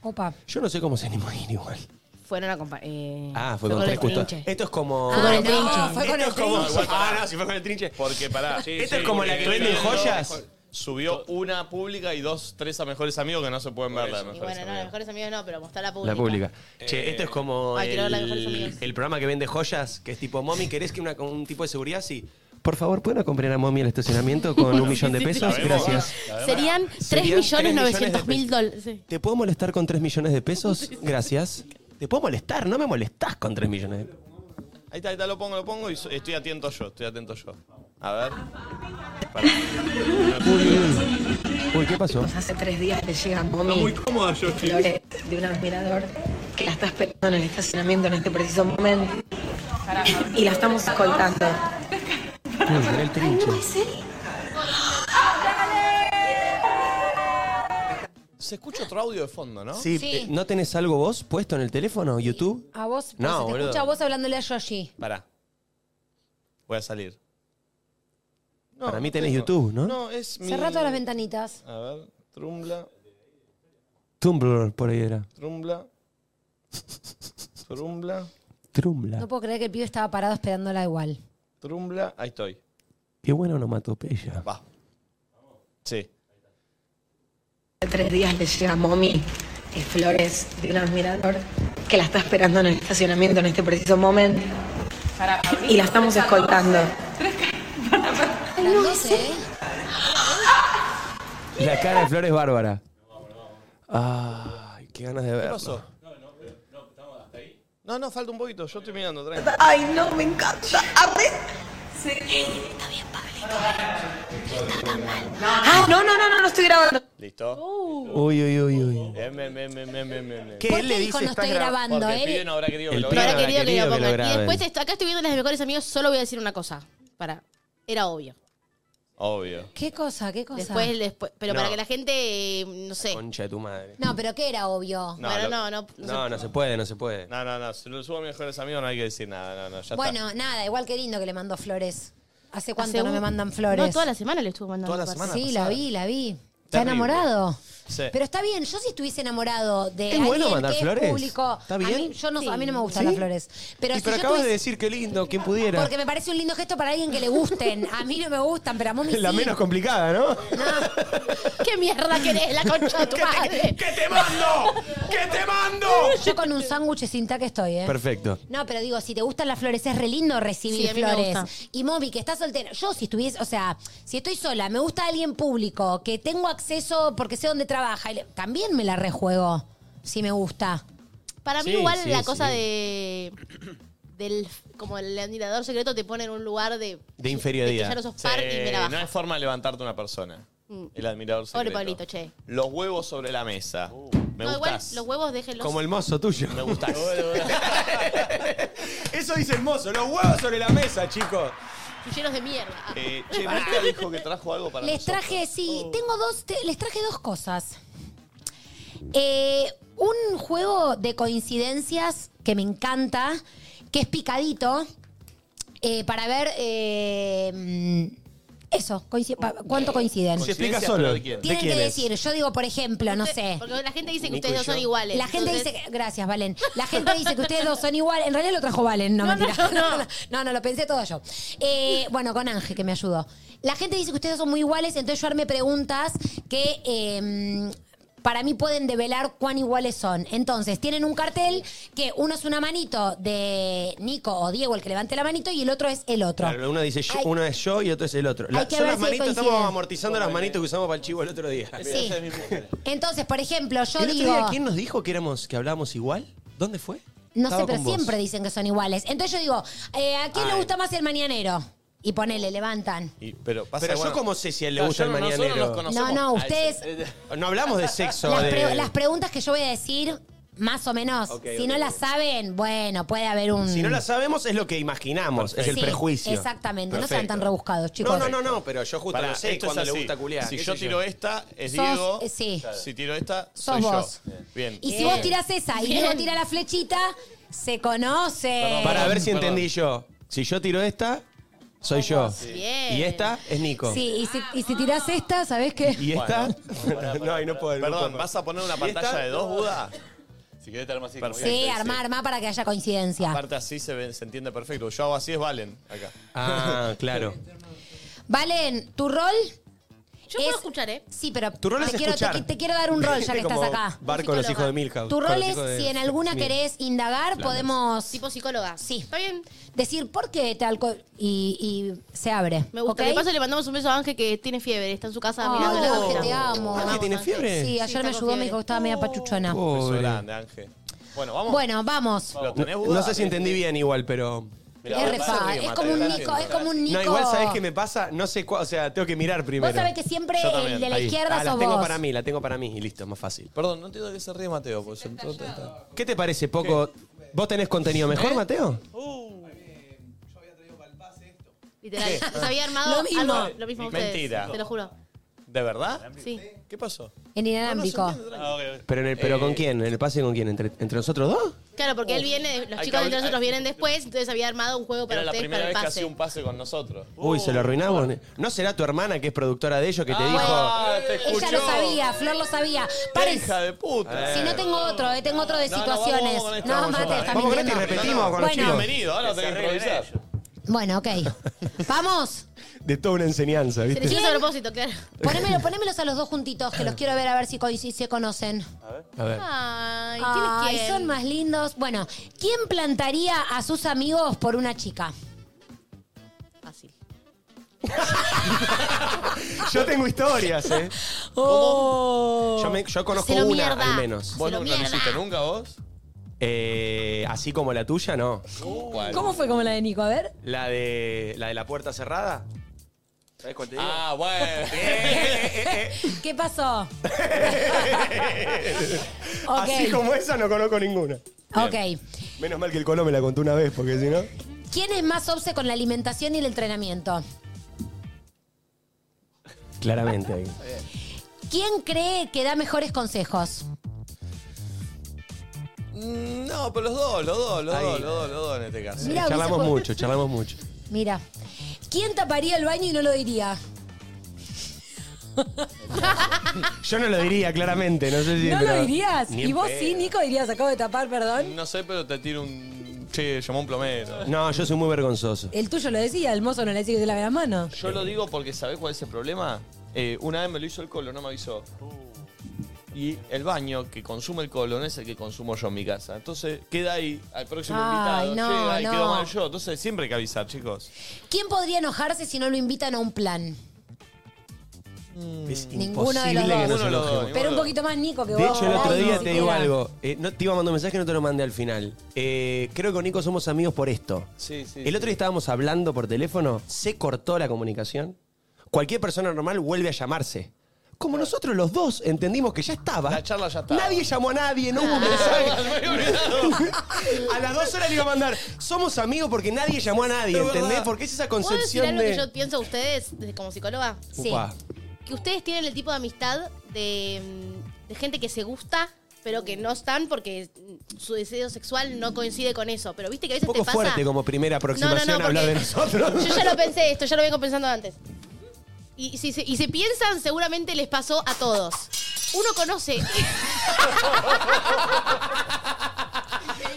Speaker 3: Opa.
Speaker 2: Yo no sé cómo se animó a ir igual.
Speaker 5: Fueron a compa- eh,
Speaker 2: Ah, fue, con, tres
Speaker 5: el
Speaker 2: justo.
Speaker 5: trinche.
Speaker 2: Esto es como.
Speaker 5: Fue con el
Speaker 2: Ah,
Speaker 5: trinche.
Speaker 2: no,
Speaker 5: Fue con
Speaker 2: esto
Speaker 5: el
Speaker 2: es como-
Speaker 5: trinche.
Speaker 2: Igual, pará. Ah, no, si fue con el trinche.
Speaker 17: Porque pará.
Speaker 2: Esta es como la que venden joyas.
Speaker 17: Subió una pública y dos, tres a mejores amigos que no se pueden ver. la de
Speaker 5: Y
Speaker 17: Mejores
Speaker 5: bueno, no,
Speaker 17: Amigos.
Speaker 5: los mejores amigos no, pero mostrar la pública. Eh,
Speaker 2: La pública. Che, esto es como
Speaker 5: Ay, quiero ver las mejores
Speaker 2: el,
Speaker 5: amigas.
Speaker 2: el programa que vende joyas, que es tipo, Momi, ¿querés que una, un tipo de seguridad? Sí. Por favor, ¿pueden acompañar a Momi al estacionamiento con un millón de
Speaker 5: Sí, sí, sí.
Speaker 2: pesos? Gracias.
Speaker 5: Serían 3
Speaker 2: Serían
Speaker 5: millones 900
Speaker 2: tres millones
Speaker 5: mil dólares. Sí.
Speaker 2: ¿Te puedo molestar con 3 millones de pesos? Gracias. ¿Te puedo molestar? No me molestás con 3 millones de pesos.
Speaker 17: Ahí está, ahí está, lo pongo, lo pongo y so- estoy atento yo, estoy atento yo. A ver.
Speaker 2: Uy, ¿qué pasó?
Speaker 19: Hace tres días que llegan conmigo.
Speaker 17: muy cómoda yo estoy.
Speaker 19: De un admirador que la está esperando en el estacionamiento en este preciso momento. Y la estamos escoltando.
Speaker 2: el trinche.
Speaker 17: Se escucha otro audio de fondo, ¿no?
Speaker 2: Sí, eh, ¿no tenés algo vos puesto en el teléfono, YouTube?
Speaker 3: A vos,
Speaker 2: No,
Speaker 3: no, se te
Speaker 2: boludo.
Speaker 3: escucha a vos hablándole a Yoshi.
Speaker 17: Pará. Voy a salir.
Speaker 2: Para mí tenés YouTube, ¿no?
Speaker 17: No, es mi...
Speaker 3: Cerrá todas las ventanitas.
Speaker 1: Ah.
Speaker 17: A ver, trumbla,
Speaker 2: Tumblr, por ahí era.
Speaker 17: trumbla. Trumbla,
Speaker 2: Trumbla.
Speaker 3: No puedo creer que el pibe estaba parado esperándola igual.
Speaker 17: trumbla, ahí estoy.
Speaker 2: Qué buena onomatopeya.
Speaker 17: Va. Sí.
Speaker 19: Hace tres días le llega a Momi eh, flores de un admirador que la está esperando en el estacionamiento en este preciso momento. Y la estamos escoltando.
Speaker 3: Las 12, ¿eh?
Speaker 2: La cara de Flores Bárbara. Ay, qué ganas de
Speaker 17: ¿Qué
Speaker 2: verlo.
Speaker 17: pasó? No, no, no, estamos hasta ahí. No, no, falta un poquito, yo estoy mirando, tranqui.
Speaker 19: Ay, no, me encanta. A ver. Sí. Está bien, Pablito. Ah, no, no, no, no, no estoy grabando.
Speaker 5: Oh.
Speaker 17: ¿Listo?
Speaker 2: Uy, uy, uy, uy.
Speaker 17: Em, em, em, em, em, em, em.
Speaker 2: ¿Qué? ¿Por Él le qué dijo dice, no "Estás estoy gra-". grabando?
Speaker 17: Porque el
Speaker 2: Él-
Speaker 3: eh?
Speaker 17: pibe no habrá querido que
Speaker 2: El
Speaker 17: lo
Speaker 2: pibe
Speaker 17: grabe.
Speaker 5: Ahora querido que lo
Speaker 2: que lo
Speaker 5: pongan. y
Speaker 2: graben.
Speaker 5: después, esto, acá estoy viendo las de mejores amigos, solo voy a decir una cosa. Para, era obvio.
Speaker 17: Obvio.
Speaker 3: ¿Qué cosa? ¿Qué cosa?
Speaker 5: Después, después, pero
Speaker 2: No.
Speaker 5: para que la gente, eh, no sé.
Speaker 2: Concha de tu madre.
Speaker 3: No, pero ¿qué era obvio?
Speaker 17: No,
Speaker 5: bueno,
Speaker 17: lo-
Speaker 5: no, no.
Speaker 2: No, no se puede, no se puede.
Speaker 17: No, no, no, si lo subo a mis mejores amigos no hay que decir nada, no, no, ya está.
Speaker 3: bueno, nada, igual que lindo que le mandó flores. ¿Hace cuánto
Speaker 5: Hace
Speaker 3: no
Speaker 5: un-
Speaker 3: me mandan flores?
Speaker 5: No, toda la semana le estuvo mandando.
Speaker 17: Toda la
Speaker 5: flores.
Speaker 17: semana
Speaker 3: sí, la vi, la vi. ¿Está
Speaker 17: Terrible.
Speaker 3: enamorado?
Speaker 17: Sí.
Speaker 3: Pero está bien, yo si estuviese enamorado de
Speaker 2: ¿Es bueno
Speaker 3: alguien
Speaker 2: mandar
Speaker 3: que
Speaker 2: flores?
Speaker 3: es público,
Speaker 2: ¿Está
Speaker 3: a
Speaker 2: bien?
Speaker 3: mí, yo no,
Speaker 5: Sí.
Speaker 3: a mí no me gustan
Speaker 2: ¿Sí?
Speaker 3: las flores. Pero
Speaker 2: Y
Speaker 3: si
Speaker 2: pero
Speaker 3: yo
Speaker 2: acabas de
Speaker 3: tuviese-
Speaker 2: decir qué lindo, quién pudiera.
Speaker 3: porque me parece un lindo gesto para alguien que le gusten. A mí no me gustan, pero a Momi
Speaker 2: La
Speaker 3: sí.
Speaker 2: menos complicada, ¿no?
Speaker 5: ¿Qué mierda querés, la concha de tu madre?
Speaker 2: ¡Que te mando! ¡Que te mando!
Speaker 9: hablando?
Speaker 3: Yo con un sándwich sin tac estoy, ¿eh?
Speaker 2: Perfecto.
Speaker 3: No, pero digo, si te gustan las flores, es re lindo recibir
Speaker 5: Sí, a mí me
Speaker 3: flores.
Speaker 5: gusta.
Speaker 3: Y Moby, que está soltera. Yo, si estuviese, o sea, si estoy sola, me gusta alguien público, que tengo acceso porque sé dónde trabaja, y le- también me la rejuego, si me gusta.
Speaker 5: Para mí
Speaker 3: Sí,
Speaker 5: igual
Speaker 3: sí,
Speaker 5: la
Speaker 3: sí.
Speaker 5: cosa de del como el admirador secreto te pone en un lugar de
Speaker 1: De inferioridad.
Speaker 5: ya no sos par y me la baja.
Speaker 1: no hay forma de levantarte una persona.
Speaker 5: Mm.
Speaker 1: El admirador
Speaker 5: Pobre
Speaker 1: secreto.
Speaker 5: Pablito, che. Uh.
Speaker 1: Los huevos sobre la mesa. Me
Speaker 5: no, igual
Speaker 1: gustás.
Speaker 5: los huevos déjenlos.
Speaker 1: el mozo tuyo. Me gustás.
Speaker 2: Eso dice el mozo, los huevos sobre la mesa, chicos.
Speaker 5: llenos de mierda.
Speaker 1: Eh, che, Mirta dijo que trajo algo para
Speaker 3: les
Speaker 1: nosotros. Oh.
Speaker 3: traje, sí, tengo dos, te- les traje dos cosas. Eh, un juego de coincidencias que me encanta, que es picadito, eh, para ver eh, mm, eso, coinci- pa- cuánto coinciden.
Speaker 2: Se explica solo.
Speaker 1: Eh, ¿De quién?
Speaker 3: Tienen que decir, yo digo, por ejemplo, no sé.
Speaker 5: Ah, Porque la gente dice que
Speaker 3: Nico
Speaker 5: ustedes
Speaker 3: y
Speaker 5: dos
Speaker 3: yo.
Speaker 5: son iguales.
Speaker 3: La gente
Speaker 5: Entonces,
Speaker 3: dice que, gracias, Valen. La gente dice que ustedes dos son iguales. En realidad lo trajo Valen, no, mentira. No no, no, no, lo pensé todo yo. Eh, bueno, con Ángel que me ayudó. La gente dice que ustedes dos son muy iguales, entonces yo armé preguntas que eh, para mí pueden develar cuán iguales son. Entonces, tienen un cartel que uno es una manito de Nico o Diego, el que levante la manito, y el otro es el otro.
Speaker 2: Claro, uno dice yo-
Speaker 3: Hay-
Speaker 2: uno es yo y otro es el otro. La-
Speaker 3: hay que
Speaker 2: son
Speaker 3: ver
Speaker 2: las
Speaker 3: si
Speaker 2: manitos,
Speaker 3: coinciden.
Speaker 2: estamos amortizando las manitos que usamos para el chivo el otro día.
Speaker 3: Sí. Entonces, por ejemplo, yo
Speaker 2: el otro
Speaker 3: digo.
Speaker 2: día, ¿quién nos dijo que éramos, que hablábamos igual? ¿Dónde fue?
Speaker 3: No
Speaker 2: Estaba
Speaker 3: sé, pero
Speaker 2: con vos.
Speaker 3: siempre dicen que son iguales. Entonces yo digo, eh, ¿a quién le
Speaker 2: Ay.
Speaker 3: gusta más el mañanero? Y ponele, levantan.
Speaker 1: Y- pero pasa,
Speaker 2: pero
Speaker 1: bueno,
Speaker 2: yo como sé si a él le
Speaker 1: Claro,
Speaker 2: gusta el
Speaker 1: yo no- nosotros
Speaker 2: mañanero.
Speaker 3: No,
Speaker 1: nos
Speaker 3: no, ustedes,
Speaker 2: No hablamos de sexo.
Speaker 3: las,
Speaker 2: de-
Speaker 3: pre- las preguntas que yo voy a decir, más o menos,
Speaker 2: Ok,
Speaker 3: si
Speaker 2: ok,
Speaker 3: no
Speaker 2: ok.
Speaker 3: las saben, bueno, puede haber un...
Speaker 2: Si no la sabemos, es lo que imaginamos, es el
Speaker 3: Sí,
Speaker 2: prejuicio.
Speaker 3: Exactamente, no sean
Speaker 2: Perfecto.
Speaker 3: tan rebuscados, chicos.
Speaker 2: No, no, no, no, pero yo justo
Speaker 1: Pará,
Speaker 2: lo sé
Speaker 1: esto es
Speaker 2: cuando le
Speaker 1: así.
Speaker 2: gusta culiar.
Speaker 1: Si
Speaker 2: qué
Speaker 1: yo
Speaker 2: sé
Speaker 1: tiro esta, es
Speaker 3: Sos-
Speaker 1: Diego.
Speaker 3: eh, sí.
Speaker 1: Si tiro esta,
Speaker 3: Sos
Speaker 1: soy
Speaker 3: vos.
Speaker 1: yo. Bien.
Speaker 3: Y si vos tirás esa y
Speaker 5: Bien.
Speaker 3: Diego tira la flechita, se conoce.
Speaker 2: Para ver si entendí yo. Si yo tiro esta, soy yo.
Speaker 3: Bien.
Speaker 2: Y esta es Nico.
Speaker 3: Sí, y si, y si tirás esta, ¿sabés qué?
Speaker 2: Y esta. no, ahí no puedo.
Speaker 1: Perdón, ¿vas a poner una
Speaker 2: ¿Y esta?
Speaker 1: pantalla de dos, Buda?
Speaker 14: Si querés te armas así.
Speaker 1: Perfecto.
Speaker 3: Sí, armá, armá para que haya coincidencia.
Speaker 1: Aparte así se, ve- se entiende perfecto. Yo hago así, es Valen, acá.
Speaker 2: Ah, claro.
Speaker 3: Valen, tu rol.
Speaker 5: Yo puedo escuchar, ¿eh?
Speaker 3: Sí, pero
Speaker 2: Tu rol
Speaker 3: te,
Speaker 2: es
Speaker 3: quiero, te-
Speaker 2: escuchar.
Speaker 3: te quiero dar un rol ya que
Speaker 2: Como
Speaker 3: estás acá.
Speaker 2: Bar con los hijos de Milka.
Speaker 3: Tu
Speaker 2: con
Speaker 3: rol
Speaker 2: los
Speaker 3: es,
Speaker 2: hijos de-
Speaker 3: si en alguna
Speaker 2: Mil.
Speaker 3: querés indagar,
Speaker 2: Flanders.
Speaker 3: podemos
Speaker 5: Tipo psicóloga. Sí. Está bien.
Speaker 3: decir por qué te alco... Y, y se abre.
Speaker 5: Me gusta.
Speaker 3: ¿ok?
Speaker 5: De paso le mandamos un beso a Ángel que tiene fiebre, está en su casa
Speaker 3: Ay,
Speaker 5: mirando la
Speaker 3: Ángel, te amo.
Speaker 2: Ah, ¿que tiene fiebre?
Speaker 3: Sí, ayer
Speaker 5: está Uh.
Speaker 3: me
Speaker 5: con
Speaker 3: ayudó, me
Speaker 5: fiebre.
Speaker 3: dijo que estaba media pachuchona.
Speaker 1: Beso
Speaker 2: Pobre.
Speaker 1: grande, Ángel. Bueno, vamos.
Speaker 3: Bueno, vamos.
Speaker 1: ¿Lo tenés,
Speaker 2: No,
Speaker 1: Buda?
Speaker 2: no sé si entendí bien igual, pero.
Speaker 1: Mirá,
Speaker 3: es re
Speaker 1: Buda,
Speaker 3: fa-
Speaker 1: se ríe,
Speaker 3: es como un
Speaker 1: Mateo.
Speaker 3: Nico, es como un Nico.
Speaker 2: No, igual sabes qué me pasa, no sé cuál, o sea, tengo que mirar primero.
Speaker 3: Vos sabés que siempre
Speaker 1: Yo también.
Speaker 3: el de la
Speaker 2: Ahí.
Speaker 3: izquierda
Speaker 2: ah,
Speaker 3: sos
Speaker 2: la tengo
Speaker 3: vos.
Speaker 2: para mí, la tengo para mí y listo, es más fácil.
Speaker 1: Perdón, no entiendo que se ríe Mateo. Pues, entonces,
Speaker 2: ¿Qué te parece poco? ¿Vos tenés contenido mejor, Mateo?
Speaker 5: Literal. Les había armado
Speaker 3: Lo mismo.
Speaker 5: algo. Lo mismo a ustedes.
Speaker 1: Mentira.
Speaker 5: Te lo juro.
Speaker 1: ¿De verdad?
Speaker 5: Sí.
Speaker 1: ¿Qué pasó?
Speaker 3: En inalámbrico.
Speaker 2: Pero, en el, pero ¿con quién? ¿En el pase con quién? ¿Entre, entre nosotros dos?
Speaker 5: Claro, porque
Speaker 1: Oh.
Speaker 5: él viene, los
Speaker 1: Hay
Speaker 5: chicos
Speaker 1: que
Speaker 5: de
Speaker 1: hablar-
Speaker 5: nosotros
Speaker 1: hay-
Speaker 5: vienen después, entonces había armado un juego para
Speaker 1: Era la
Speaker 5: ustedes
Speaker 1: primera
Speaker 5: para el
Speaker 1: vez que
Speaker 5: pase.
Speaker 1: hacía un pase con nosotros.
Speaker 2: Uy, se lo arruinamos. ¿No será tu hermana que es productora de ellos que te dijo?
Speaker 1: te
Speaker 3: Ella lo sabía, Flor lo sabía.
Speaker 1: ¡Qué
Speaker 3: Paren,
Speaker 1: hija de puta!
Speaker 3: Si no tengo otro, eh, tengo otro de
Speaker 1: No, no, vamos,
Speaker 3: situaciones.
Speaker 1: vamos con esto,
Speaker 3: No,
Speaker 1: vamos,
Speaker 3: mate,
Speaker 1: vamos.
Speaker 3: está
Speaker 2: Vamos con esto y
Speaker 3: mintiendo.
Speaker 2: repetimos con los
Speaker 3: Bueno.
Speaker 2: chicos.
Speaker 1: Bienvenido, ahora tenés que improvisar.
Speaker 3: Bueno, ok. Vamos.
Speaker 2: De toda una enseñanza,
Speaker 5: Se les
Speaker 2: ¿viste?
Speaker 5: hizo a propósito, claro.
Speaker 3: Ponémelo- ponémelos a los dos juntitos, que los quiero ver a ver si coinc- si se conocen.
Speaker 2: A ver.
Speaker 5: Ay, ¿quién es
Speaker 3: Ay,
Speaker 5: quién?
Speaker 3: son más lindos. Bueno, ¿quién plantaría a sus amigos por una chica?
Speaker 5: Fácil.
Speaker 2: Yo tengo historias, ¿eh?
Speaker 3: Oh.
Speaker 2: Yo, me- yo conozco
Speaker 5: Se lo
Speaker 2: una
Speaker 5: mierda.
Speaker 2: al menos.
Speaker 5: Se
Speaker 1: ¿Vos
Speaker 5: lo
Speaker 1: no lo
Speaker 5: mierda.
Speaker 1: hiciste nunca vos?
Speaker 2: Eh, así como la tuya, no.
Speaker 1: ¿Cuál?
Speaker 3: ¿Cómo fue como la de Nico? A ver.
Speaker 2: La de la, de la puerta cerrada. ¿Sabes cuál te digo?
Speaker 1: Ah, bueno.
Speaker 3: ¿Qué pasó? ok.
Speaker 2: Así como esa no conozco ninguna.
Speaker 3: Ok.
Speaker 2: Menos mal que el Colo me la contó una vez, porque si no.
Speaker 3: ¿Quién es más obse con la alimentación y el entrenamiento?
Speaker 2: Claramente ahí.
Speaker 3: ¿Quién cree que da mejores consejos?
Speaker 1: Mm, No, pero los dos, los dos, los
Speaker 2: Ahí.
Speaker 1: dos, los dos, los dos en este caso.
Speaker 3: Mirá,
Speaker 2: Eh, charlamos
Speaker 3: hubiese-
Speaker 2: mucho, charlamos mucho.
Speaker 3: Mira. ¿Quién taparía el baño y no lo diría?
Speaker 2: Yo no lo diría, claramente, no sé si.
Speaker 3: No
Speaker 2: pero-
Speaker 3: lo dirías.
Speaker 2: Ni en
Speaker 3: Y vos
Speaker 2: pedo.
Speaker 3: sí, Nico, dirías, acabo de tapar, perdón.
Speaker 1: No sé, pero te tiro un. Che, llamó un plomero.
Speaker 2: No, yo soy muy vergonzoso.
Speaker 3: El tuyo lo decía, el mozo no le decía que se lave la mano.
Speaker 1: Yo lo digo porque ¿sabés cuál es el problema? Eh, una vez me lo hizo el colo, no me avisó. y el baño que consume el colon es el que consumo yo en mi casa. Entonces queda ahí al próximo
Speaker 3: Ay,
Speaker 1: invitado.
Speaker 3: no,
Speaker 1: llega y
Speaker 3: no.
Speaker 1: quedó mal yo. Entonces siempre hay que avisar, chicos.
Speaker 3: ¿Quién podría enojarse si no lo invitan a un plan?
Speaker 2: Es
Speaker 3: Ninguno Mm, de
Speaker 2: imposible
Speaker 3: los
Speaker 2: que
Speaker 3: dos.
Speaker 2: no se enoje.
Speaker 3: Pero un poquito más Nico que
Speaker 2: De
Speaker 3: vos.
Speaker 2: hecho, el otro
Speaker 3: Ay,
Speaker 2: día
Speaker 3: ni
Speaker 2: te digo
Speaker 3: siquiera.
Speaker 2: algo. Eh, no, te iba a mandar un mensaje y no te lo mandé al final. Eh, creo que con Nico somos amigos por esto.
Speaker 1: Sí, sí,
Speaker 2: el otro día estábamos hablando por teléfono, se cortó la comunicación. Cualquier persona normal vuelve a llamarse. Como nosotros los dos entendimos que ya estaba. La charla ya estaba. Nadie llamó a nadie, no hubo un mensaje. a las dos horas le iba a mandar. Somos amigos porque nadie llamó a nadie,
Speaker 5: Es
Speaker 2: ¿entendés?
Speaker 5: verdad.
Speaker 2: Porque es esa
Speaker 5: ¿Puedo decir
Speaker 2: concepción
Speaker 5: algo que yo
Speaker 2: de.
Speaker 5: pienso a ustedes desde- como psicóloga?
Speaker 2: Upa.
Speaker 5: Que ustedes tienen el tipo de amistad de, mm, de gente que se gusta, pero que no están porque mm, su deseo sexual no coincide con eso. Pero viste que a veces
Speaker 2: Un poco
Speaker 5: te pasa.
Speaker 2: fuerte como primera aproximación
Speaker 5: No, no, no,
Speaker 2: hablar de
Speaker 5: porque-
Speaker 2: nosotros.
Speaker 5: Yo ya lo pensé esto, ya lo vengo pensando antes. Y si, se- y si piensan, seguramente les pasó a todos. Uno conoce.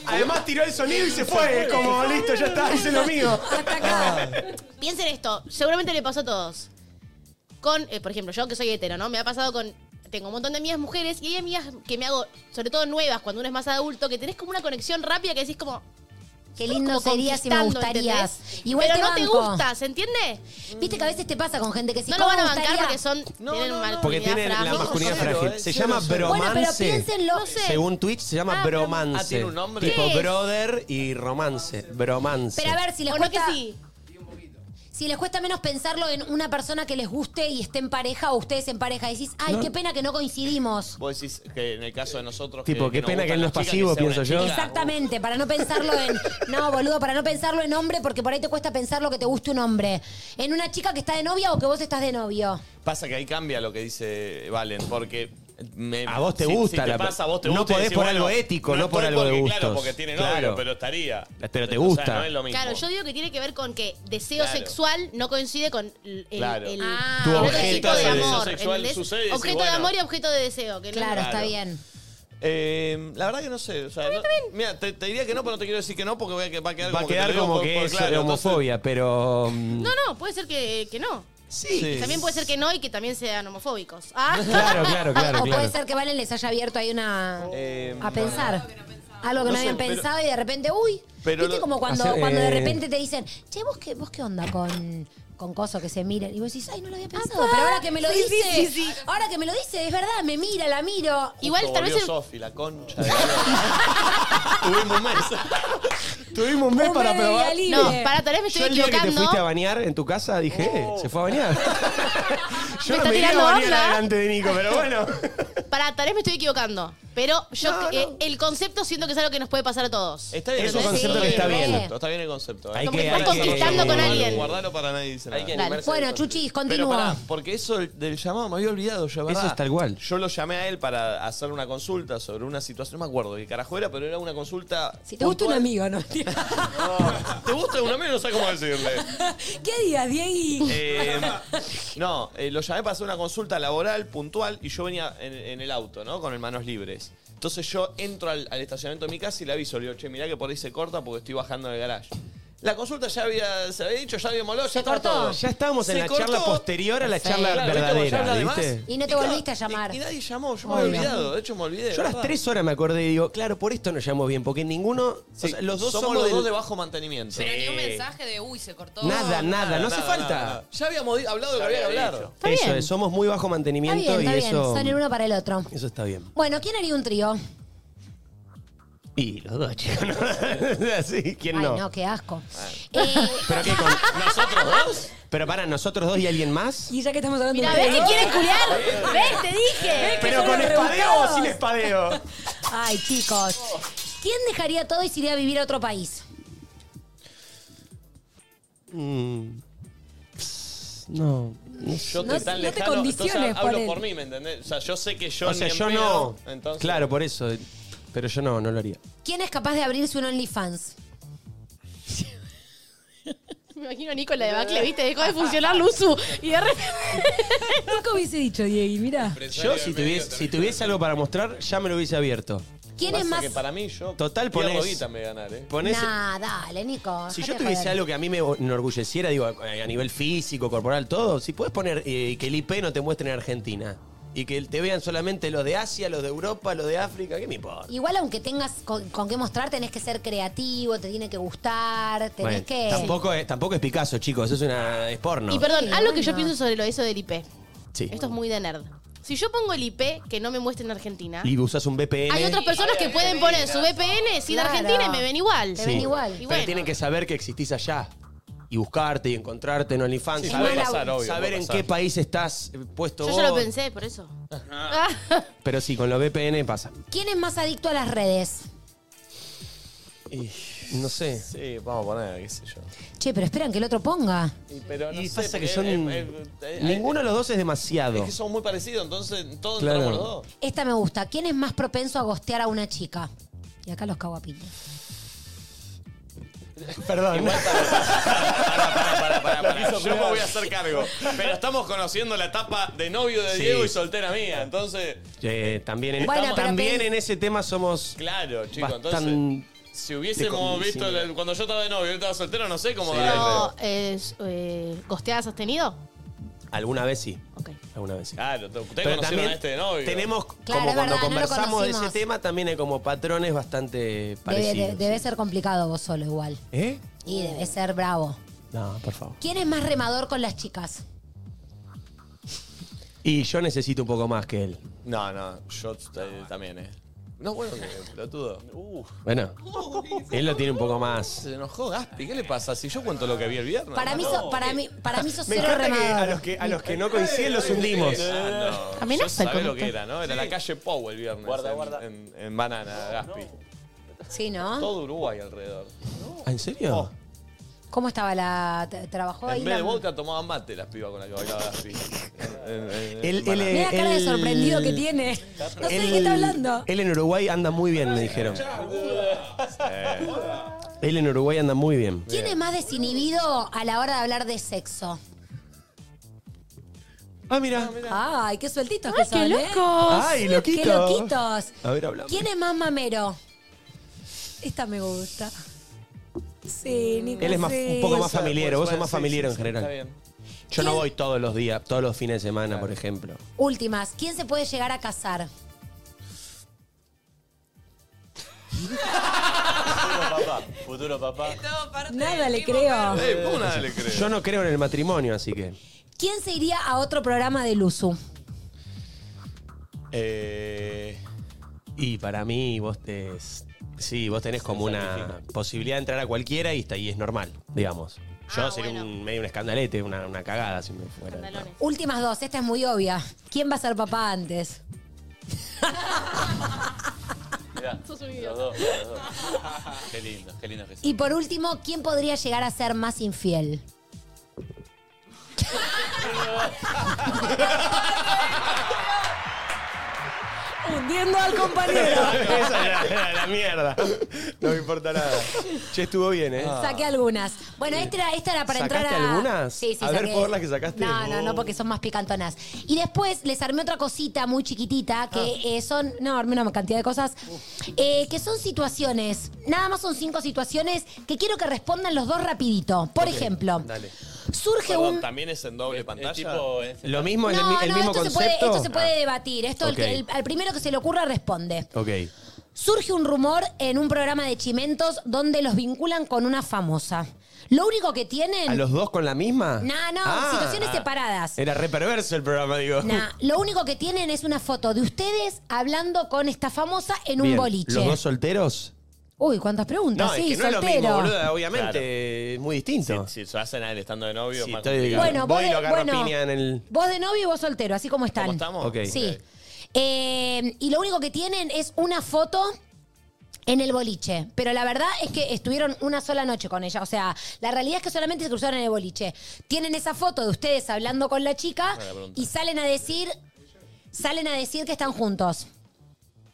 Speaker 2: Además tiró el sonido y se fue. Como listo, ya está, hice lo mío.
Speaker 5: Piensen esto, seguramente le pasó a todos. Con, eh, por ejemplo, yo que soy hetero, ¿no? Me ha pasado con. Tengo un montón de amigas mujeres y hay amigas que me hago, sobre todo nuevas, cuando uno es más adulto, que tenés como una conexión rápida que decís como.
Speaker 3: Qué
Speaker 5: "Estamos
Speaker 3: lindo
Speaker 5: como
Speaker 3: sería si me
Speaker 5: conquistando",
Speaker 3: gustarías.
Speaker 5: ¿entendés?
Speaker 3: Igual
Speaker 5: Pero
Speaker 3: te
Speaker 5: no te
Speaker 3: banco.
Speaker 5: gusta, ¿se entiende?
Speaker 3: Viste que a veces te pasa con gente que si
Speaker 5: No lo
Speaker 3: ¿cómo
Speaker 5: van a
Speaker 3: me
Speaker 5: bancar
Speaker 3: gustaría?
Speaker 5: porque son. tienen mal
Speaker 2: Porque tiene la masculinidad frágil. Se llama bromance.
Speaker 3: Bueno, pero piénsenlo.
Speaker 2: Según Twitch se llama
Speaker 3: Ah,
Speaker 2: bromance.
Speaker 3: Ah, ¿tiene un nombre?
Speaker 2: Tipo
Speaker 3: ¿Qué es?
Speaker 2: brother y romance. Bromance.
Speaker 3: Pero a ver si les
Speaker 5: ¿O no
Speaker 3: cuesta.
Speaker 5: que
Speaker 3: Si les cuesta menos pensarlo en una persona que les guste y esté en pareja o ustedes en pareja, decís, ay,
Speaker 1: No.
Speaker 3: qué pena que no coincidimos.
Speaker 1: Vos decís que en el caso de nosotros.
Speaker 2: Tipo, qué
Speaker 1: nos
Speaker 2: pena que
Speaker 1: gustan
Speaker 2: él no
Speaker 1: las
Speaker 2: es
Speaker 1: chicas,
Speaker 2: pasivo,
Speaker 1: que sea una
Speaker 2: pienso yo.
Speaker 1: chica.
Speaker 3: Exactamente, para no pensarlo en. No, boludo, para no pensarlo en hombre, porque por ahí te cuesta pensar lo que te guste un hombre. En una chica que está de novia o que vos estás de novio.
Speaker 1: Pasa que ahí cambia lo que dice Valen, porque. me-
Speaker 2: A vos te
Speaker 1: si-
Speaker 2: gusta
Speaker 1: si te
Speaker 2: la-
Speaker 1: pasa, a vos te
Speaker 2: no
Speaker 1: gusta y
Speaker 2: podés
Speaker 1: decís,
Speaker 2: por
Speaker 1: bueno,
Speaker 2: algo ético, no por
Speaker 1: estoy
Speaker 2: algo de
Speaker 1: porque, Claro,
Speaker 2: gustos.
Speaker 1: porque tiene novio,
Speaker 2: Claro.
Speaker 1: pero estaría.
Speaker 2: Pero te
Speaker 1: O sea,
Speaker 2: gusta.
Speaker 1: no es lo mismo.
Speaker 5: Claro, yo digo que tiene que ver con que deseo
Speaker 1: Claro.
Speaker 5: sexual no coincide con el, el-
Speaker 1: Claro.
Speaker 5: el-
Speaker 1: Ah.
Speaker 5: el
Speaker 1: Tu
Speaker 5: otro
Speaker 1: objeto
Speaker 5: tipo de
Speaker 1: de deseo
Speaker 5: amor.
Speaker 1: sexual
Speaker 5: ¿entendés?
Speaker 1: sucede y decís,
Speaker 5: objeto de
Speaker 1: bueno.
Speaker 5: amor y objeto de deseo. Que no-
Speaker 3: Claro, está
Speaker 1: Claro.
Speaker 3: bien.
Speaker 1: Eh, la verdad que no sé. O sea, no- Mira, te, te diría que no, pero no te quiero decir que no porque voy a que- va a quedar
Speaker 2: Va a
Speaker 1: como
Speaker 2: quedar
Speaker 1: que te lo
Speaker 2: como
Speaker 1: digo por-
Speaker 2: que
Speaker 1: por-
Speaker 2: es
Speaker 1: claro, entonces-
Speaker 2: homofobia, pero. mm,
Speaker 5: No, no, puede ser que, que no.
Speaker 2: Sí. Sí.
Speaker 5: También puede ser que no y que también sean homofóbicos. Ah.
Speaker 2: Claro, claro, claro,
Speaker 3: o
Speaker 2: claro.
Speaker 3: puede ser que Valen les haya abierto ahí una.
Speaker 1: Eh,
Speaker 3: a pensar. Algo que no,
Speaker 1: No sé,
Speaker 3: habían
Speaker 1: pero-
Speaker 3: pensado y de repente, uy.
Speaker 1: Pero
Speaker 3: Viste
Speaker 1: lo-
Speaker 3: como cuando,
Speaker 1: Hacer,
Speaker 3: cuando de
Speaker 1: eh,
Speaker 3: repente te dicen, che, vos qué, vos qué onda con, con coso que se miren. Y vos decís, ay, no lo había pensado. pero ahora que me lo
Speaker 5: Sí,
Speaker 3: dice,
Speaker 5: sí, sí, sí.
Speaker 3: ahora que me lo dice, es verdad, me mira, la miro.
Speaker 5: Igual
Speaker 1: Justo
Speaker 5: tal vez
Speaker 1: volvió
Speaker 5: el-
Speaker 1: Sofi, la concha. de la lora. Tuvimos un mes.
Speaker 2: Tuvimos un mes
Speaker 1: Un
Speaker 2: para
Speaker 1: mes de
Speaker 2: probar.
Speaker 1: día
Speaker 5: No, para tal vez me
Speaker 2: Yo
Speaker 5: estoy
Speaker 2: el día que te
Speaker 5: equivocando.
Speaker 2: fuiste a bañar en tu casa dije,
Speaker 1: Oh.
Speaker 2: eh, se fue a bañar. Yo
Speaker 5: Me
Speaker 2: no
Speaker 5: está
Speaker 2: me iría
Speaker 5: tirando
Speaker 2: a bañar
Speaker 5: onda.
Speaker 2: delante de Nico, pero bueno.
Speaker 5: Para tal vez me estoy equivocando. Pero yo eh, el concepto siento que es algo que nos puede pasar a todos.
Speaker 1: Está bien,
Speaker 2: Es
Speaker 1: el
Speaker 2: un concepto que está
Speaker 1: está
Speaker 2: bien.
Speaker 1: el concepto, Está bien el concepto.
Speaker 2: Hay
Speaker 1: Hay
Speaker 2: Como
Speaker 1: que,
Speaker 2: que- que estás hay que- conquistando con alguien.
Speaker 1: Guardalo para nadie dice nada.
Speaker 2: que Dale. animarse
Speaker 3: Bueno, Chuchis,
Speaker 1: Pero
Speaker 3: continúa.
Speaker 1: pará, porque eso del- del llamado me había olvidado yo, ¿verdad?
Speaker 2: Eso es tal cual.
Speaker 1: Yo lo llamé a él para hacer una consulta sobre una situación, no me acuerdo qué carajo era, pero era una consulta...
Speaker 3: Si te gusta un
Speaker 1: puntual.
Speaker 3: amigo, ¿no?
Speaker 1: ¿Te gusta un amigo? No sé cómo decirle.
Speaker 3: ¿Qué digas, Diego?
Speaker 1: Eh, no, eh, lo llamé para hacer una consulta laboral puntual y yo venía en, en el auto, ¿no? Con el manos libres. Entonces yo entro al, al estacionamiento de mi casa y le aviso, le digo, che, mirá que por ahí se corta porque estoy bajando del garage. La consulta ya había, se había dicho, ya habíamos hablado, ya está todo.
Speaker 2: Ya estábamos en
Speaker 1: Se
Speaker 2: la
Speaker 1: cortó.
Speaker 2: charla posterior a la charla
Speaker 1: Claro, ¿viste? Como ya
Speaker 2: verdadera,
Speaker 1: habla de más.
Speaker 2: ¿viste?
Speaker 3: Y no te volviste a llamar.
Speaker 1: Y nadie llamó, yo me había
Speaker 3: Obvio.
Speaker 1: olvidado, de hecho me olvidé.
Speaker 2: Yo a las
Speaker 1: ¿verdad?
Speaker 2: tres horas me acordé y digo, claro, por esto nos llamó bien, porque ninguno.
Speaker 1: Sí,
Speaker 2: o sea, los dos
Speaker 1: somos,
Speaker 2: somos
Speaker 1: los
Speaker 2: del-
Speaker 1: dos de bajo mantenimiento.
Speaker 7: Pero ni un mensaje de uy, se cortó.
Speaker 2: Nada, nada, no hace falta.
Speaker 1: nada. Ya habíamos di- hablado de que había que hablar.
Speaker 2: Eso
Speaker 3: bien.
Speaker 2: es, somos muy bajo
Speaker 3: Está
Speaker 2: mantenimiento
Speaker 3: bien, está
Speaker 2: y
Speaker 3: bien.
Speaker 2: eso.
Speaker 3: Son el uno para el otro.
Speaker 2: Eso está bien.
Speaker 3: Bueno, ¿quién haría un trío?
Speaker 2: Y los dos, chicos. ¿no? Así, ¿quién
Speaker 3: Ay,
Speaker 2: no?
Speaker 3: no, qué asco.
Speaker 2: ¿Pero qué, con nosotros dos? ¿Pero para nosotros dos y alguien más?
Speaker 3: Y ya que estamos hablando
Speaker 5: Mira,
Speaker 3: de
Speaker 5: ¿ves que
Speaker 3: trío-
Speaker 5: quieren culiar? ¿Ves? Te dije.
Speaker 2: ¿Pero con espadeo o sin espadeo?
Speaker 3: Ay, chicos. ¿Quién dejaría todo y se iría a vivir a otro país?
Speaker 2: Mm. No. no sé.
Speaker 3: No-
Speaker 1: Yo estoy tan
Speaker 3: no te
Speaker 1: lejano, entonces
Speaker 3: condiciones,
Speaker 1: hablo
Speaker 3: Juanel.
Speaker 1: por mí, ¿me entendés? O sea, yo sé que yo
Speaker 2: O sea,
Speaker 1: ni en
Speaker 2: yo
Speaker 1: pedo,
Speaker 2: no.
Speaker 1: entonces-
Speaker 2: Claro, por eso. Pero yo no, no lo haría.
Speaker 3: ¿Quién es capaz de abrirse un OnlyFans?
Speaker 5: Me imagino a Nico en la debacle, ¿viste? Dejó de funcionar Luzu. Y de repente.
Speaker 3: Nunca hubiese dicho, Diego, mira.
Speaker 2: Yo, si tuviese, si tuviese algo para mostrar, ya me lo hubiese abierto.
Speaker 3: ¿Quién es
Speaker 1: Pasa
Speaker 3: más?
Speaker 1: que para mí yo.
Speaker 2: Total,
Speaker 1: pierdo
Speaker 2: ponés-
Speaker 1: guita en vez de ganar, ¿eh?
Speaker 2: Ponés.
Speaker 3: Nah, dale, Nico.
Speaker 2: Si
Speaker 3: dejate
Speaker 2: yo
Speaker 3: de
Speaker 2: tuviese
Speaker 3: joder.
Speaker 2: algo que a mí me enorgulleciera, digo, a a nivel físico, corporal, todo, si puedes poner eh, que el IP no te muestre en Argentina. y que te vean solamente los de Asia, los de Europa, los de África, ¿qué me importa?
Speaker 3: Igual aunque tengas con, con qué mostrar, tenés que ser creativo, te tiene que gustar, tenés
Speaker 2: Bueno,
Speaker 3: que...
Speaker 2: tampoco, es, tampoco es Picasso, chicos, es una es porno.
Speaker 5: Y perdón,
Speaker 3: Sí,
Speaker 5: algo que yo
Speaker 3: bueno.
Speaker 5: pienso sobre lo eso del IP.
Speaker 2: Sí.
Speaker 5: Esto es muy de nerd. Si yo pongo el IP que no me muestra en Argentina,
Speaker 2: Y usas un VPN.
Speaker 5: hay otras personas que pueden poner su VPN sin
Speaker 3: Claro.
Speaker 5: Argentina y me ven igual.
Speaker 2: Sí. Pero tienen que saber que existís allá. Y buscarte y encontrarte en OnlyFans.
Speaker 5: Sí,
Speaker 2: saber
Speaker 5: puede pasar,
Speaker 1: obvio,
Speaker 2: saber
Speaker 1: puede
Speaker 2: en
Speaker 1: pasar.
Speaker 2: qué país estás eh, puesto
Speaker 5: Yo
Speaker 2: vos.
Speaker 5: ya lo pensé, por eso.
Speaker 2: Pero sí, con los VPN pasa.
Speaker 3: ¿Quién es más adicto a las redes?
Speaker 2: No sé.
Speaker 1: Sí, vamos a poner, qué sé yo.
Speaker 3: Che, pero esperan que el otro ponga.
Speaker 1: Y, pero no
Speaker 2: Y
Speaker 1: sé,
Speaker 2: pasa que
Speaker 1: porque,
Speaker 2: son-
Speaker 1: eh, eh, eh,
Speaker 2: Ninguno de los dos es
Speaker 1: Es
Speaker 2: demasiado.
Speaker 1: que somos muy parecidos, entonces todos
Speaker 2: Claro.
Speaker 1: entramos los dos.
Speaker 3: Esta me gusta. ¿Quién es más propenso a gostear a una chica? Y acá los cago a piña.
Speaker 2: Perdón.
Speaker 1: Yo me voy a hacer cargo. Pero estamos conociendo la etapa de novio de
Speaker 2: Sí.
Speaker 1: Diego y soltera mía, entonces.
Speaker 2: Eh, también en,
Speaker 1: Bueno, pero
Speaker 2: también
Speaker 1: pen-
Speaker 2: en ese tema somos.
Speaker 1: Claro, chico,
Speaker 2: Bastan-
Speaker 1: entonces. Si hubiésemos
Speaker 2: de-
Speaker 1: visto
Speaker 2: sí.
Speaker 1: el- cuando yo estaba de novio y él estaba soltero, no sé cómo darle.
Speaker 5: Pero, es, eh, ¿gosteadas has tenido?
Speaker 2: Alguna vez sí.
Speaker 5: Ok.
Speaker 2: Alguna vez sí.
Speaker 1: Claro, te- ustedes
Speaker 2: Pero
Speaker 1: conocieron
Speaker 2: también
Speaker 1: a este Ah, de novio.
Speaker 2: Tenemos,
Speaker 3: Claro, es
Speaker 2: como cuando
Speaker 3: verdad, no lo
Speaker 2: conversamos de ese
Speaker 3: conocimos.
Speaker 2: tema, también hay como patrones bastante
Speaker 3: Debe,
Speaker 2: parecidos.
Speaker 3: de- debe ser complicado vos solo igual.
Speaker 2: ¿Eh?
Speaker 3: Y debe ser bravo.
Speaker 2: No, por favor.
Speaker 3: ¿Quién es más remador con las chicas?
Speaker 2: Y yo necesito un poco más que él.
Speaker 1: No, no, yo eh, también, eh. No, bueno, que pelotudo. Uf,
Speaker 2: Bueno, él lo tiene un poco más.
Speaker 1: se enojó Gaspi. ¿Qué le pasa? Si yo cuento lo que vi el viernes.
Speaker 3: Para mí, so- para mí, para mí sos
Speaker 2: Me
Speaker 3: cero
Speaker 2: encanta que a
Speaker 3: remador.
Speaker 2: los que, a los que no coinciden los hundimos.
Speaker 1: Ah, no.
Speaker 5: Amenaza
Speaker 1: Yo sabés
Speaker 5: el
Speaker 1: lo que
Speaker 5: conductor.
Speaker 1: era, ¿no? Era la calle Powell el viernes.
Speaker 2: Guarda,
Speaker 1: en,
Speaker 2: guarda.
Speaker 1: En, en Banana, Gaspi.
Speaker 3: Sí, ¿no?
Speaker 1: Todo Uruguay alrededor.
Speaker 2: Ah, ¿En serio?
Speaker 1: Oh.
Speaker 3: ¿Cómo estaba la... t- trabajó ahí?
Speaker 1: en vez de
Speaker 3: la-
Speaker 1: vodka tomaban mate las pibas con las que bailaba Gaspi. En- en- en
Speaker 2: Él-
Speaker 1: Banana.
Speaker 2: él-
Speaker 3: Mira la cara de
Speaker 2: el-
Speaker 3: sorprendido que tiene. No sé de qué está hablando.
Speaker 2: Él en Uruguay anda muy bien, me dijeron. Él en Uruguay anda muy bien.
Speaker 3: ¿Quién es más desinhibido a la hora de hablar de sexo?
Speaker 2: Ah, mira.
Speaker 3: Ay, qué sueltitos que son,
Speaker 5: qué
Speaker 3: ¿eh?
Speaker 5: locos.
Speaker 2: Ay, loquito.
Speaker 3: ¡Qué loquitos!
Speaker 2: A ver, hablamos.
Speaker 3: ¿Quién es más mamero? Esta me gusta. Sí, Nico,
Speaker 2: Él es más,
Speaker 3: sí.
Speaker 2: un poco más
Speaker 1: ser,
Speaker 2: familiar,
Speaker 1: puede
Speaker 2: vos
Speaker 1: ser,
Speaker 2: sos más
Speaker 1: sí,
Speaker 2: familiar
Speaker 1: sí,
Speaker 2: en
Speaker 1: sí,
Speaker 2: general.
Speaker 1: está bien.
Speaker 2: Yo no voy todos los días, todos los fines de semana, por ejemplo.
Speaker 3: Últimas, ¿quién se puede llegar a casar?
Speaker 14: Futuro papá.
Speaker 3: Nada le creo.
Speaker 1: Eh, ¿cómo nada le creo?
Speaker 2: Yo no creo en el matrimonio, así que.
Speaker 3: ¿Quién se iría a otro programa de Luzu?
Speaker 1: Eh,
Speaker 2: Y para mí, vos te. Sí, vos tenés como una posibilidad de entrar a cualquiera y, está, y es normal, digamos. Yo
Speaker 5: Ah,
Speaker 2: sería
Speaker 5: bueno.
Speaker 2: un, medio un escandalete, una, una cagada si me fuera.
Speaker 5: Pantalones.
Speaker 3: Últimas dos, esta es muy obvia. ¿Quién va a ser papá antes?
Speaker 14: Mirá, los dos, los dos. Qué lindo, qué lindo que
Speaker 3: Y por último, ¿quién podría llegar a ser más infiel? Hundiendo al compañero.
Speaker 2: Esa era, era la mierda. No me importa nada. Che, estuvo bien, ¿eh?
Speaker 3: Saqué algunas. Bueno, esta era, esta era para entrar
Speaker 2: ¿Sacaste
Speaker 3: a.
Speaker 2: algunas?
Speaker 3: Sí, sí,
Speaker 2: A ver,
Speaker 3: saqué.
Speaker 2: por las que sacaste.
Speaker 3: No, no, no, porque son más picantonas. Y después les armé otra cosita muy chiquitita que
Speaker 2: Ah.
Speaker 3: eh, son. No, armé una cantidad de cosas. eh, que son situaciones. Nada más son cinco situaciones que quiero que respondan los dos rapidito. Por ejemplo,
Speaker 2: Dale.
Speaker 3: surge
Speaker 1: perdón,
Speaker 3: un.
Speaker 1: ¿también es en doble
Speaker 14: es. Es
Speaker 1: pantalla?
Speaker 14: tipo. es-
Speaker 2: Lo mismo, el,
Speaker 3: No,
Speaker 2: mi- el
Speaker 3: no,
Speaker 2: mismo
Speaker 3: esto, se
Speaker 2: concepto. Ah.
Speaker 3: puede, esto se puede debatir. Esto el
Speaker 2: Ok.
Speaker 3: que- el- al primero que se le ocurra responde.
Speaker 2: Ah. Ok.
Speaker 3: Surge un rumor en un programa de Chimentos donde los vinculan con una famosa. Lo único que tienen.
Speaker 2: ¿A los dos con la misma? Ah.
Speaker 3: No, no, situaciones separadas.
Speaker 2: Era re perverso el programa, digo.
Speaker 3: Nah, lo único que tienen es una foto de ustedes hablando con esta famosa en un
Speaker 2: Bien,
Speaker 3: boliche.
Speaker 2: ¿Los dos solteros?
Speaker 3: Uy, cuántas preguntas.
Speaker 2: No,
Speaker 3: sí,
Speaker 2: es que no
Speaker 3: soltero.
Speaker 2: es lo mismo, boluda, obviamente.
Speaker 1: Claro.
Speaker 2: Es muy distinto.
Speaker 1: Si se hacen a él estando de novio,
Speaker 2: Sí,
Speaker 1: más
Speaker 2: estoy-
Speaker 1: complicado.
Speaker 3: bueno,
Speaker 2: Voy
Speaker 3: vos
Speaker 2: y
Speaker 3: de,
Speaker 2: lo agarro a
Speaker 3: bueno,
Speaker 2: piña en el-
Speaker 3: Vos de novio y vos soltero, así como están.
Speaker 1: ¿Cómo estamos?
Speaker 2: Ok.
Speaker 3: Sí. Eh, y lo único que tienen es una foto en el boliche. Pero la verdad es que estuvieron una sola noche con ella. O sea, la realidad es que solamente se cruzaron en el boliche. Tienen esa foto de ustedes hablando con la chica
Speaker 1: Buena pregunta.
Speaker 3: y salen a decir. Salen a decir que están juntos.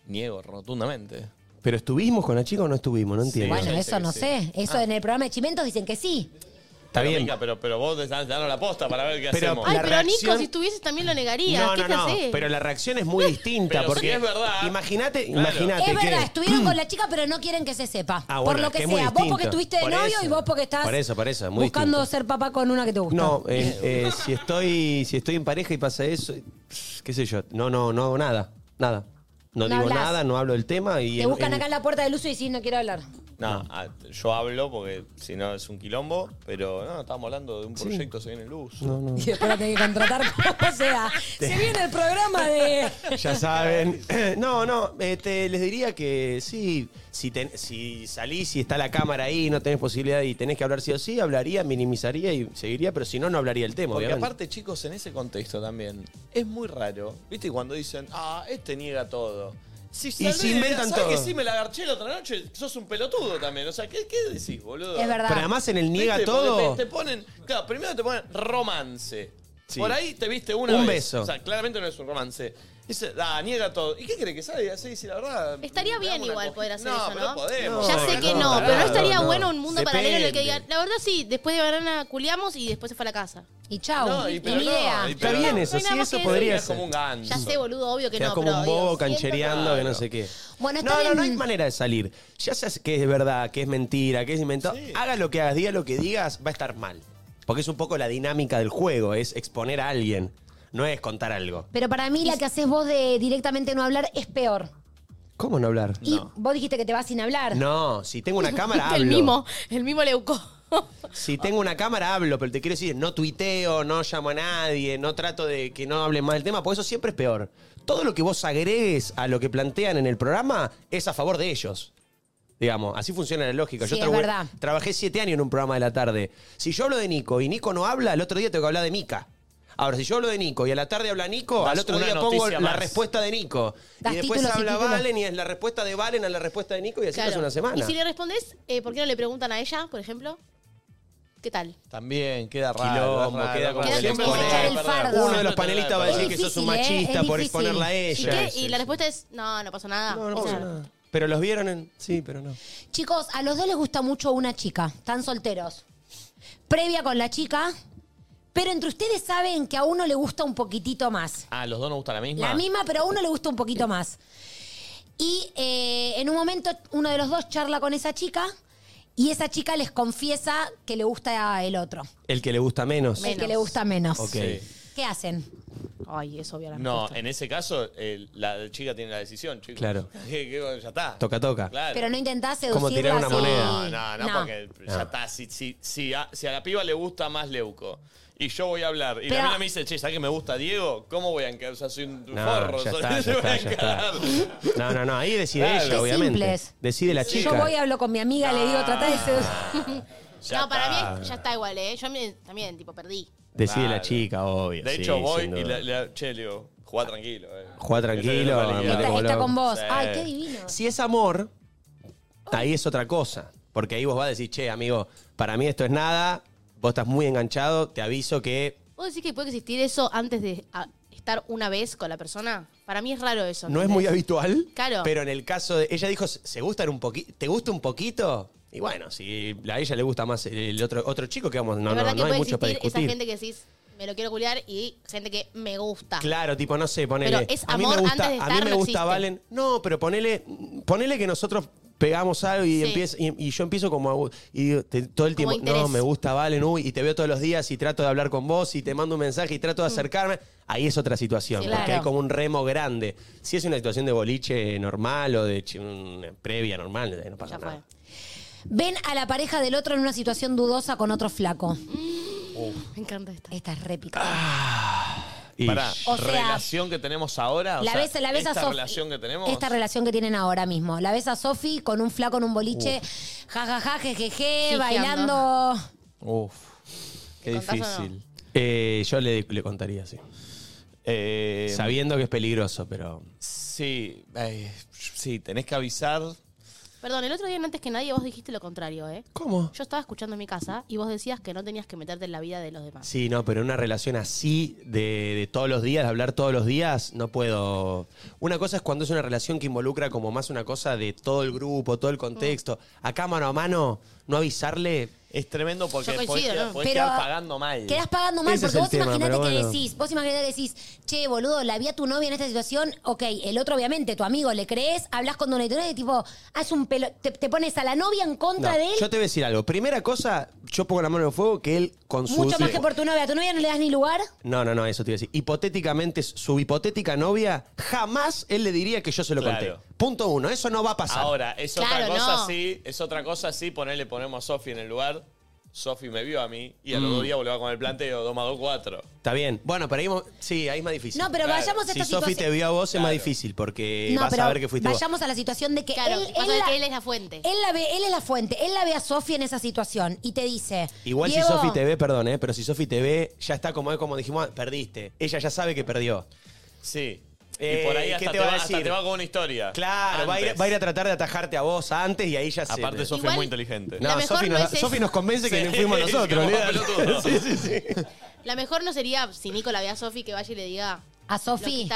Speaker 1: Niego rotundamente.
Speaker 2: ¿Pero estuvimos con la chica o no estuvimos? No entiendo.
Speaker 3: bueno,
Speaker 1: dice
Speaker 3: eso
Speaker 1: que
Speaker 3: no
Speaker 2: Ah.
Speaker 1: sí.
Speaker 3: sé. Eso en el programa de Chimentos dicen que sí.
Speaker 2: Está bien.
Speaker 1: Mica, pero, pero vos te estás dando la posta para ver qué
Speaker 2: Pero-
Speaker 1: hacemos.
Speaker 5: Ay,
Speaker 2: La
Speaker 5: pero Nico,
Speaker 2: reacción-
Speaker 5: si estuvieses también lo negaría.
Speaker 2: no,
Speaker 5: ¿Qué
Speaker 2: no,
Speaker 5: te
Speaker 2: no.
Speaker 5: haces?
Speaker 2: Pero la reacción es muy distinta.
Speaker 1: Pero
Speaker 2: porque
Speaker 1: si es verdad.
Speaker 2: Imagínate,
Speaker 1: Claro.
Speaker 2: imagínate.
Speaker 3: Es verdad,
Speaker 2: Ah, que-
Speaker 3: estuvieron con la chica, pero no quieren que se sepa.
Speaker 2: Ah,
Speaker 3: por
Speaker 2: bueno,
Speaker 3: lo
Speaker 2: es
Speaker 3: que,
Speaker 2: que es muy
Speaker 3: sea. Vos porque
Speaker 2: distinto.
Speaker 3: estuviste de
Speaker 2: Por
Speaker 3: novio
Speaker 2: eso.
Speaker 3: y vos porque estás
Speaker 2: Por eso, por eso, muy
Speaker 3: buscando
Speaker 2: distinto.
Speaker 3: ser papá con una que te gusta.
Speaker 2: No, eh, eh, si, estoy, si estoy en pareja y pasa eso, eh, qué sé yo, no, no, no hago nada, nada. No,
Speaker 3: No
Speaker 2: digo
Speaker 3: hablas.
Speaker 2: nada, no hablo del tema y...
Speaker 3: te
Speaker 2: en-
Speaker 3: buscan
Speaker 2: en-
Speaker 3: acá en la puerta del uso y decís, no quiero hablar.
Speaker 1: No, ah, yo hablo porque si no es un quilombo, pero no, estábamos hablando de un proyecto, se viene luz.
Speaker 2: No, no.
Speaker 3: Y después la tenés que contratar como sea. Se viene el programa de...
Speaker 2: Ya saben. No, no, este, les diría que sí, si, ten- si salís y está la cámara ahí, no tenés posibilidad y tenés que hablar sí o sí, hablaría, minimizaría y seguiría, pero si no, no hablaría el tema,
Speaker 1: Porque
Speaker 2: obviamente.
Speaker 1: aparte, chicos, en ese contexto también, es muy raro, ¿viste? Cuando dicen, ah, este niega todo. Si
Speaker 2: se inventan
Speaker 1: ¿sabes
Speaker 2: todo.
Speaker 1: que sí me la garché la otra noche? Sos un pelotudo también. O sea, ¿qué, qué decís, boludo?
Speaker 3: Es verdad.
Speaker 2: Pero además en el niega
Speaker 1: ¿Viste? Porque
Speaker 2: todo.
Speaker 1: Te, te ponen, claro, primero te ponen romance.
Speaker 2: Sí.
Speaker 1: Por ahí te viste una
Speaker 2: Un
Speaker 1: vez.
Speaker 2: beso.
Speaker 1: O sea, claramente no es un romance. Dice, ah, niega todo. ¿Y qué crees que salga? Sí, sí, la verdad.
Speaker 5: Estaría
Speaker 1: me
Speaker 5: bien
Speaker 1: damos una
Speaker 5: igual
Speaker 1: cogi-
Speaker 5: poder hacer
Speaker 1: no,
Speaker 5: eso,
Speaker 1: pero
Speaker 5: ¿no?
Speaker 1: podemos.
Speaker 5: Ya sé que no,
Speaker 1: pará,
Speaker 5: pero no estaría
Speaker 1: no, no.
Speaker 5: bueno un mundo paralelo en el que
Speaker 2: Depende.
Speaker 5: digan, la verdad sí, después de banana culiamos y después se fue a la casa.
Speaker 3: Y chao.
Speaker 1: No, y
Speaker 3: y
Speaker 1: pero
Speaker 3: ni
Speaker 1: no,
Speaker 3: idea.
Speaker 1: y
Speaker 2: Está
Speaker 1: pero
Speaker 2: bien
Speaker 1: no.
Speaker 2: eso,
Speaker 5: hay nada
Speaker 2: sí,
Speaker 5: más
Speaker 2: eso
Speaker 5: que
Speaker 2: podría
Speaker 1: Quedás
Speaker 2: ser.
Speaker 1: como un ganso.
Speaker 5: Ya sé, boludo, obvio que
Speaker 2: Quedás
Speaker 5: no,
Speaker 2: como
Speaker 5: pero
Speaker 2: un
Speaker 5: digo,
Speaker 2: bobo
Speaker 5: siento-
Speaker 2: canchereando que no sé qué.
Speaker 3: Bueno, está
Speaker 2: no, no,
Speaker 3: bien.
Speaker 2: no hay manera de salir. Ya sabes que es verdad, que es mentira, que es inventado. Haga lo que hagas, diga lo que digas, va a estar mal. Porque es un poco la dinámica del juego, es exponer a alguien, no es contar algo.
Speaker 3: Pero para mí la que haces vos de directamente no hablar es peor.
Speaker 2: ¿Cómo no hablar?
Speaker 3: Y vos dijiste que te vas sin hablar.
Speaker 2: No, si tengo una cámara
Speaker 5: El
Speaker 2: hablo.
Speaker 5: mismo, el mismo leuco.
Speaker 2: Si tengo una cámara hablo, pero te quiero decir, no tuiteo, no llamo a nadie, no trato de que no hable más del tema, porque eso siempre es peor. Todo lo que vos agregues a lo que plantean en el programa es a favor de ellos. Digamos, así funciona la lógica.
Speaker 3: Sí,
Speaker 2: yo
Speaker 3: es verdad.
Speaker 2: trabajé siete años en un programa de la tarde. Si yo hablo de Nico y Nico no habla, al otro día tengo que hablar de Mica. Ahora, si yo hablo de Nico y a la tarde habla Nico,
Speaker 1: Das
Speaker 2: al otro
Speaker 1: una
Speaker 2: día pongo
Speaker 1: noticia
Speaker 2: la
Speaker 1: más.
Speaker 2: respuesta de Nico.
Speaker 3: Das
Speaker 2: y después
Speaker 3: títulos y
Speaker 2: habla
Speaker 3: títulos.
Speaker 2: Valen y es la respuesta de Valen a la respuesta de Nico y así
Speaker 5: Claro.
Speaker 2: pasa una semana.
Speaker 5: Y si le respondes, eh, ¿por qué no le preguntan a ella, por ejemplo? ¿Qué tal?
Speaker 1: También queda raro.
Speaker 2: Quilombo, queda como
Speaker 5: Queda
Speaker 2: que le
Speaker 5: como
Speaker 2: expones.
Speaker 3: echar el fardo.
Speaker 2: Uno de los panelistas va a
Speaker 3: Es
Speaker 2: decir que sos
Speaker 3: difícil,
Speaker 2: un
Speaker 3: ¿eh?
Speaker 2: machista
Speaker 3: Es
Speaker 2: por
Speaker 3: difícil.
Speaker 2: exponerla a
Speaker 5: ¿Y,
Speaker 2: ella.
Speaker 5: qué? y la respuesta es, no, no pasó nada.
Speaker 2: No, no
Speaker 5: O sea,
Speaker 2: pasa nada. Pero los vieron en. Sí, pero no.
Speaker 3: Chicos, a los dos les gusta mucho una chica. Están solteros. Previa con la chica. Pero entre ustedes saben que a uno le gusta un poquitito más.
Speaker 1: Ah, los dos nos gusta la misma.
Speaker 3: La misma, pero a uno le gusta un poquito más. Y eh, en un momento uno de los dos charla con esa chica y esa chica les confiesa que le gusta el otro,
Speaker 2: El que le gusta menos.
Speaker 3: el que le gusta menos.
Speaker 2: Ok.
Speaker 3: ¿Qué hacen?
Speaker 5: Ay, es obvio la
Speaker 1: No,
Speaker 5: respuesta.
Speaker 1: en ese caso, eh, la chica tiene la decisión, chicos.
Speaker 2: Claro.
Speaker 1: ¿Qué- qué- ya está.
Speaker 2: Toca, toca.
Speaker 1: Claro.
Speaker 3: Pero no intentás seducirla.
Speaker 2: Como tirar una
Speaker 3: así.
Speaker 2: moneda. Ah.
Speaker 1: No, no, porque ya está. Si, si, si, a, si a la piba le gusta más Leuco y yo voy a hablar y la
Speaker 3: Pero-
Speaker 1: mina me dice, che, ¿sabes que me gusta Diego? ¿Cómo voy a encarar? O sea, soy un
Speaker 2: No,
Speaker 1: forro.
Speaker 2: ya
Speaker 1: soy-
Speaker 2: está, ya
Speaker 1: voy
Speaker 2: está,
Speaker 1: a
Speaker 2: ya está. No,
Speaker 1: encarar.
Speaker 2: no, no. Ahí decide
Speaker 1: Claro.
Speaker 2: ella,
Speaker 1: Qué
Speaker 2: obviamente.
Speaker 3: simples.
Speaker 2: Decide la
Speaker 3: Yo
Speaker 2: chica. Ah,
Speaker 3: voy, hablo con mi amiga, le digo, tratá de seducir.
Speaker 1: Ya
Speaker 5: no, para
Speaker 1: está.
Speaker 5: mí es- ya está igual, ¿eh? Yo me- también, tipo, perdí.
Speaker 2: Decide la
Speaker 1: Claro.
Speaker 2: chica, obvio.
Speaker 1: De
Speaker 2: sí,
Speaker 1: hecho, voy
Speaker 2: sin
Speaker 1: y
Speaker 2: duda.
Speaker 1: le, le- che, Leo, jugá tranquilo. eh.
Speaker 2: Jugá tranquilo,
Speaker 1: Esa es la
Speaker 2: andate
Speaker 1: realidad.
Speaker 3: Está,
Speaker 2: como
Speaker 3: está
Speaker 2: loco.
Speaker 3: con vos.
Speaker 1: Sí.
Speaker 3: Ay, qué divino.
Speaker 2: Si es amor, ahí es otra cosa. Porque ahí vos vas a decir, che, amigo, para mí esto es nada. Vos estás muy enganchado. Te aviso que
Speaker 5: ¿Vos decís que puede existir eso antes de ah, estar una vez con la persona? Para mí es raro eso.
Speaker 2: No es muy
Speaker 5: ¿entendés?
Speaker 2: habitual.
Speaker 5: Claro.
Speaker 2: Pero en el caso de. Ella dijo, ¿se gustan un poquito? ¿Te gusta un poquito? Y bueno, si a ella le gusta más el otro, otro chico, que vamos. No,
Speaker 5: Es
Speaker 2: no,
Speaker 5: verdad que
Speaker 2: no hay
Speaker 5: puede
Speaker 2: mucho para
Speaker 5: existir esa
Speaker 2: discutir.
Speaker 5: gente que decís, me lo quiero culiar, y gente que me gusta.
Speaker 2: Claro, tipo, no sé, ponele.
Speaker 5: Ah. Pero es
Speaker 2: a mí me
Speaker 5: amor
Speaker 2: gusta,
Speaker 5: antes de
Speaker 2: a mí
Speaker 5: estar,
Speaker 2: me
Speaker 5: no
Speaker 2: gusta
Speaker 5: existe.
Speaker 2: Valen. No, pero ponele, ponele que nosotros pegamos algo y,
Speaker 5: Sí.
Speaker 2: empieza- y, y yo empiezo como a- y digo, te- todo el
Speaker 5: Como
Speaker 2: tiempo, no,
Speaker 5: interés.
Speaker 2: me gusta Valen, uy, y te veo todos los días y trato de hablar con vos y te mando un mensaje y trato de acercarme. Ahí es otra situación,
Speaker 5: Mm. Sí,
Speaker 2: porque
Speaker 5: claro.
Speaker 2: hay como un remo grande. Si es una situación de boliche normal o de chi- una previa normal, no pasa
Speaker 5: Ya fue.
Speaker 2: nada.
Speaker 3: Ven a la pareja del otro en una situación dudosa con otro flaco.
Speaker 5: Me encanta esta.
Speaker 3: Esta es re picante.
Speaker 2: Y-
Speaker 1: Pará,
Speaker 3: O sea,
Speaker 1: relación que tenemos ahora. o
Speaker 3: La
Speaker 1: sea,
Speaker 3: ves, la ves a
Speaker 1: esta
Speaker 3: Sofi-
Speaker 1: relación que tenemos.
Speaker 3: Esta relación que tienen ahora mismo. La ves a Sofi con un flaco en un boliche, jajaja, jejeje,
Speaker 5: Fijeando.
Speaker 3: bailando.
Speaker 1: Uf, qué
Speaker 5: ¿Te contás o no?
Speaker 1: difícil.
Speaker 2: Eh, yo le, le contaría, sí.
Speaker 1: Eh,
Speaker 2: Sabiendo que es peligroso, pero.
Speaker 1: sí, ay, sí, tenés que avisar.
Speaker 5: Perdón, el otro día, antes que nadie, vos dijiste lo contrario, ¿eh?
Speaker 2: ¿Cómo?
Speaker 5: Yo estaba escuchando en mi casa y vos decías que no tenías que meterte en la vida de los demás.
Speaker 2: Sí, no, pero una relación así de, de todos los días, de hablar todos los días, no puedo. Una cosa es cuando es una relación que involucra
Speaker 3: Mm.
Speaker 2: como más una cosa de todo el grupo, todo el contexto. Acá mano a mano, no avisarle
Speaker 1: Es tremendo porque
Speaker 3: Yo
Speaker 1: después
Speaker 3: coincido,
Speaker 1: queda-
Speaker 3: ¿no?
Speaker 1: podés
Speaker 3: Pero-
Speaker 1: quedar pagando mal.
Speaker 3: Quedás pagando mal,
Speaker 1: Ese es
Speaker 3: porque
Speaker 1: el
Speaker 3: vos
Speaker 1: tema,
Speaker 3: imaginate
Speaker 1: pero
Speaker 3: que
Speaker 1: bueno.
Speaker 3: decís, vos imaginate que decís, che, boludo, la vi a tu novia en esta situación, ok, el otro obviamente, tu amigo, le crees, hablas con donatores y tipo, haz un pelo, te, te pones a la novia en contra
Speaker 2: No,
Speaker 3: de él,
Speaker 2: Yo te voy a decir algo. Primera cosa, yo pongo la mano en el fuego que él con su.
Speaker 3: mucho más que por tu novia, a tu novia no le das ni lugar.
Speaker 2: No, no, no, eso te iba a decir. Hipotéticamente, su hipotética novia, jamás él le diría que yo se lo
Speaker 17: Claro.
Speaker 2: conté. Punto uno, eso no va a pasar.
Speaker 17: Ahora, es otra
Speaker 2: Claro,
Speaker 17: cosa
Speaker 2: no.
Speaker 17: así, es otra cosa así, ponerle ponemos a Sofi en el lugar. Sofi me vio a mí y a los
Speaker 2: Mm.
Speaker 17: dos días volvía con el planteo 2 más 2, 4.
Speaker 2: Está bien. Bueno, pero ahí, mo- sí, ahí es más difícil.
Speaker 3: No, pero Claro. vayamos a
Speaker 2: Si
Speaker 3: esta
Speaker 2: Sofi
Speaker 3: situación-
Speaker 2: te vio a vos, es más difícil porque
Speaker 3: no,
Speaker 2: vas
Speaker 3: pero
Speaker 2: a ver que fuiste vos.
Speaker 3: vayamos a la situación de que,
Speaker 5: Claro,
Speaker 3: él,
Speaker 5: vas a ver que él
Speaker 3: es la fuente. Él la ve, él es la fuente, él la ve a Sofía en esa situación y te dice,
Speaker 2: Igual
Speaker 3: Diego,
Speaker 2: si Sofi te ve, perdón, ¿eh? pero si Sofi te ve, ya está como, como dijimos, ah, perdiste. Ella ya sabe que perdió.
Speaker 17: Sí.
Speaker 2: Eh,
Speaker 17: y por ahí hasta
Speaker 2: ¿qué
Speaker 17: te,
Speaker 2: te va a
Speaker 17: va, hasta
Speaker 2: decir?
Speaker 17: te va con una historia.
Speaker 2: Claro, va a, ir,
Speaker 17: Antes.
Speaker 2: va a ir a tratar de atajarte a vos antes y ahí ya se...
Speaker 17: Aparte, Sofi es muy inteligente.
Speaker 2: No, Sofi nos, Sofi nos convence que
Speaker 17: Sí,
Speaker 2: no fuimos nosotros.
Speaker 17: como
Speaker 2: olvidate.
Speaker 17: pelotudo.
Speaker 2: Sí, sí, sí.
Speaker 5: La mejor no sería si Nico la ve a Sofi que vaya y le diga.
Speaker 3: A Sofi.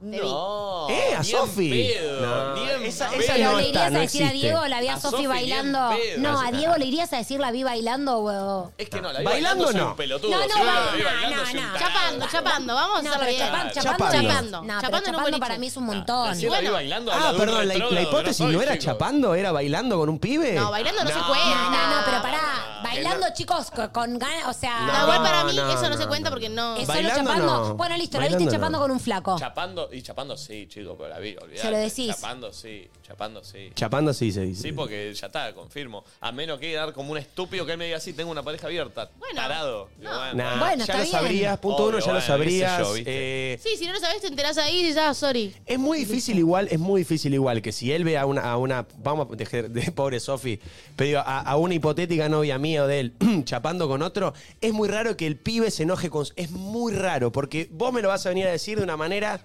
Speaker 17: No.
Speaker 2: Eh, a
Speaker 17: Ni en
Speaker 2: Sofi.
Speaker 17: pedo,
Speaker 2: No.
Speaker 17: ni en
Speaker 2: Esa-
Speaker 17: pedo.
Speaker 2: esa
Speaker 3: Pero
Speaker 2: no
Speaker 3: le
Speaker 2: está,
Speaker 3: irías
Speaker 2: no
Speaker 3: a decir a
Speaker 2: existe.
Speaker 3: Diego, la vi a,
Speaker 17: A
Speaker 3: Sofi
Speaker 17: Sofi, ni en
Speaker 3: bailando.
Speaker 17: pedo.
Speaker 3: No, a
Speaker 17: Ah.
Speaker 3: Diego le irías a decir la vi bailando, huevo.
Speaker 17: Es que no, la vi
Speaker 2: ¿Bailando
Speaker 17: bailando soy
Speaker 2: no?
Speaker 17: un pelotudo.
Speaker 3: No, no,
Speaker 17: Si veo la
Speaker 3: no,
Speaker 17: vi
Speaker 3: no,
Speaker 17: bailando, soy un tarado.
Speaker 5: Chapando, chapando, vamos a
Speaker 3: No,
Speaker 5: hacerlo
Speaker 3: pero
Speaker 5: bien.
Speaker 3: chapan-
Speaker 2: Chapando.
Speaker 3: chapando, chapando. No, pero
Speaker 5: Chapando en un
Speaker 3: chapando
Speaker 5: boliche.
Speaker 3: para mí es un montón.
Speaker 17: Si la vi bailando, habla
Speaker 2: Ah,
Speaker 17: de un
Speaker 2: perdón, la, la
Speaker 17: retrógrado,
Speaker 2: hipótesis no
Speaker 17: soy,
Speaker 2: era
Speaker 17: chicos.
Speaker 2: chapando, era bailando con un pibe.
Speaker 5: No, bailando no, se
Speaker 3: No,
Speaker 5: cuenta.
Speaker 3: no, no, pero pará. Bailando, chicos, co- con ganas, o sea...
Speaker 2: No,
Speaker 5: No, igual para mí
Speaker 2: no,
Speaker 5: eso no,
Speaker 2: no,
Speaker 5: se cuenta
Speaker 2: no.
Speaker 5: porque no.
Speaker 3: Es solo
Speaker 2: Bailando
Speaker 3: chapando.
Speaker 2: no.
Speaker 3: Bueno, listo, la
Speaker 2: Bailando
Speaker 3: viste chapando
Speaker 2: no.
Speaker 3: con un flaco.
Speaker 17: Chapando, y chapando sí, chicos, pero la vi, olvidate.
Speaker 3: Ah. Se lo decís.
Speaker 17: Chapando sí, chapando sí.
Speaker 2: Chapando sí se dice.
Speaker 17: Sí, porque ya está, confirmo. A menos que dar como un estúpido que él me diga así, tengo una pareja abierta. Parado. Digo, Bueno.
Speaker 2: Nah,
Speaker 3: Bueno,
Speaker 2: ya
Speaker 3: está
Speaker 2: lo
Speaker 3: bien.
Speaker 2: sabrías, punto
Speaker 17: Obvio,
Speaker 2: uno, ya
Speaker 17: bueno,
Speaker 2: lo
Speaker 17: qué sé
Speaker 2: sabrías.
Speaker 17: yo,
Speaker 2: eh,
Speaker 5: Sí, si no lo sabes, te enterás ahí y dices, ah, sorry.
Speaker 2: Es muy difícil igual, es muy difícil igual que si él ve a una, a una vamos a dejar de pobre Sofi, pero digo, a, a una hipotética novia mía o de él chapando con otro, es muy raro que el pibe se enoje con... Es muy raro, porque vos me lo vas a venir a decir de una manera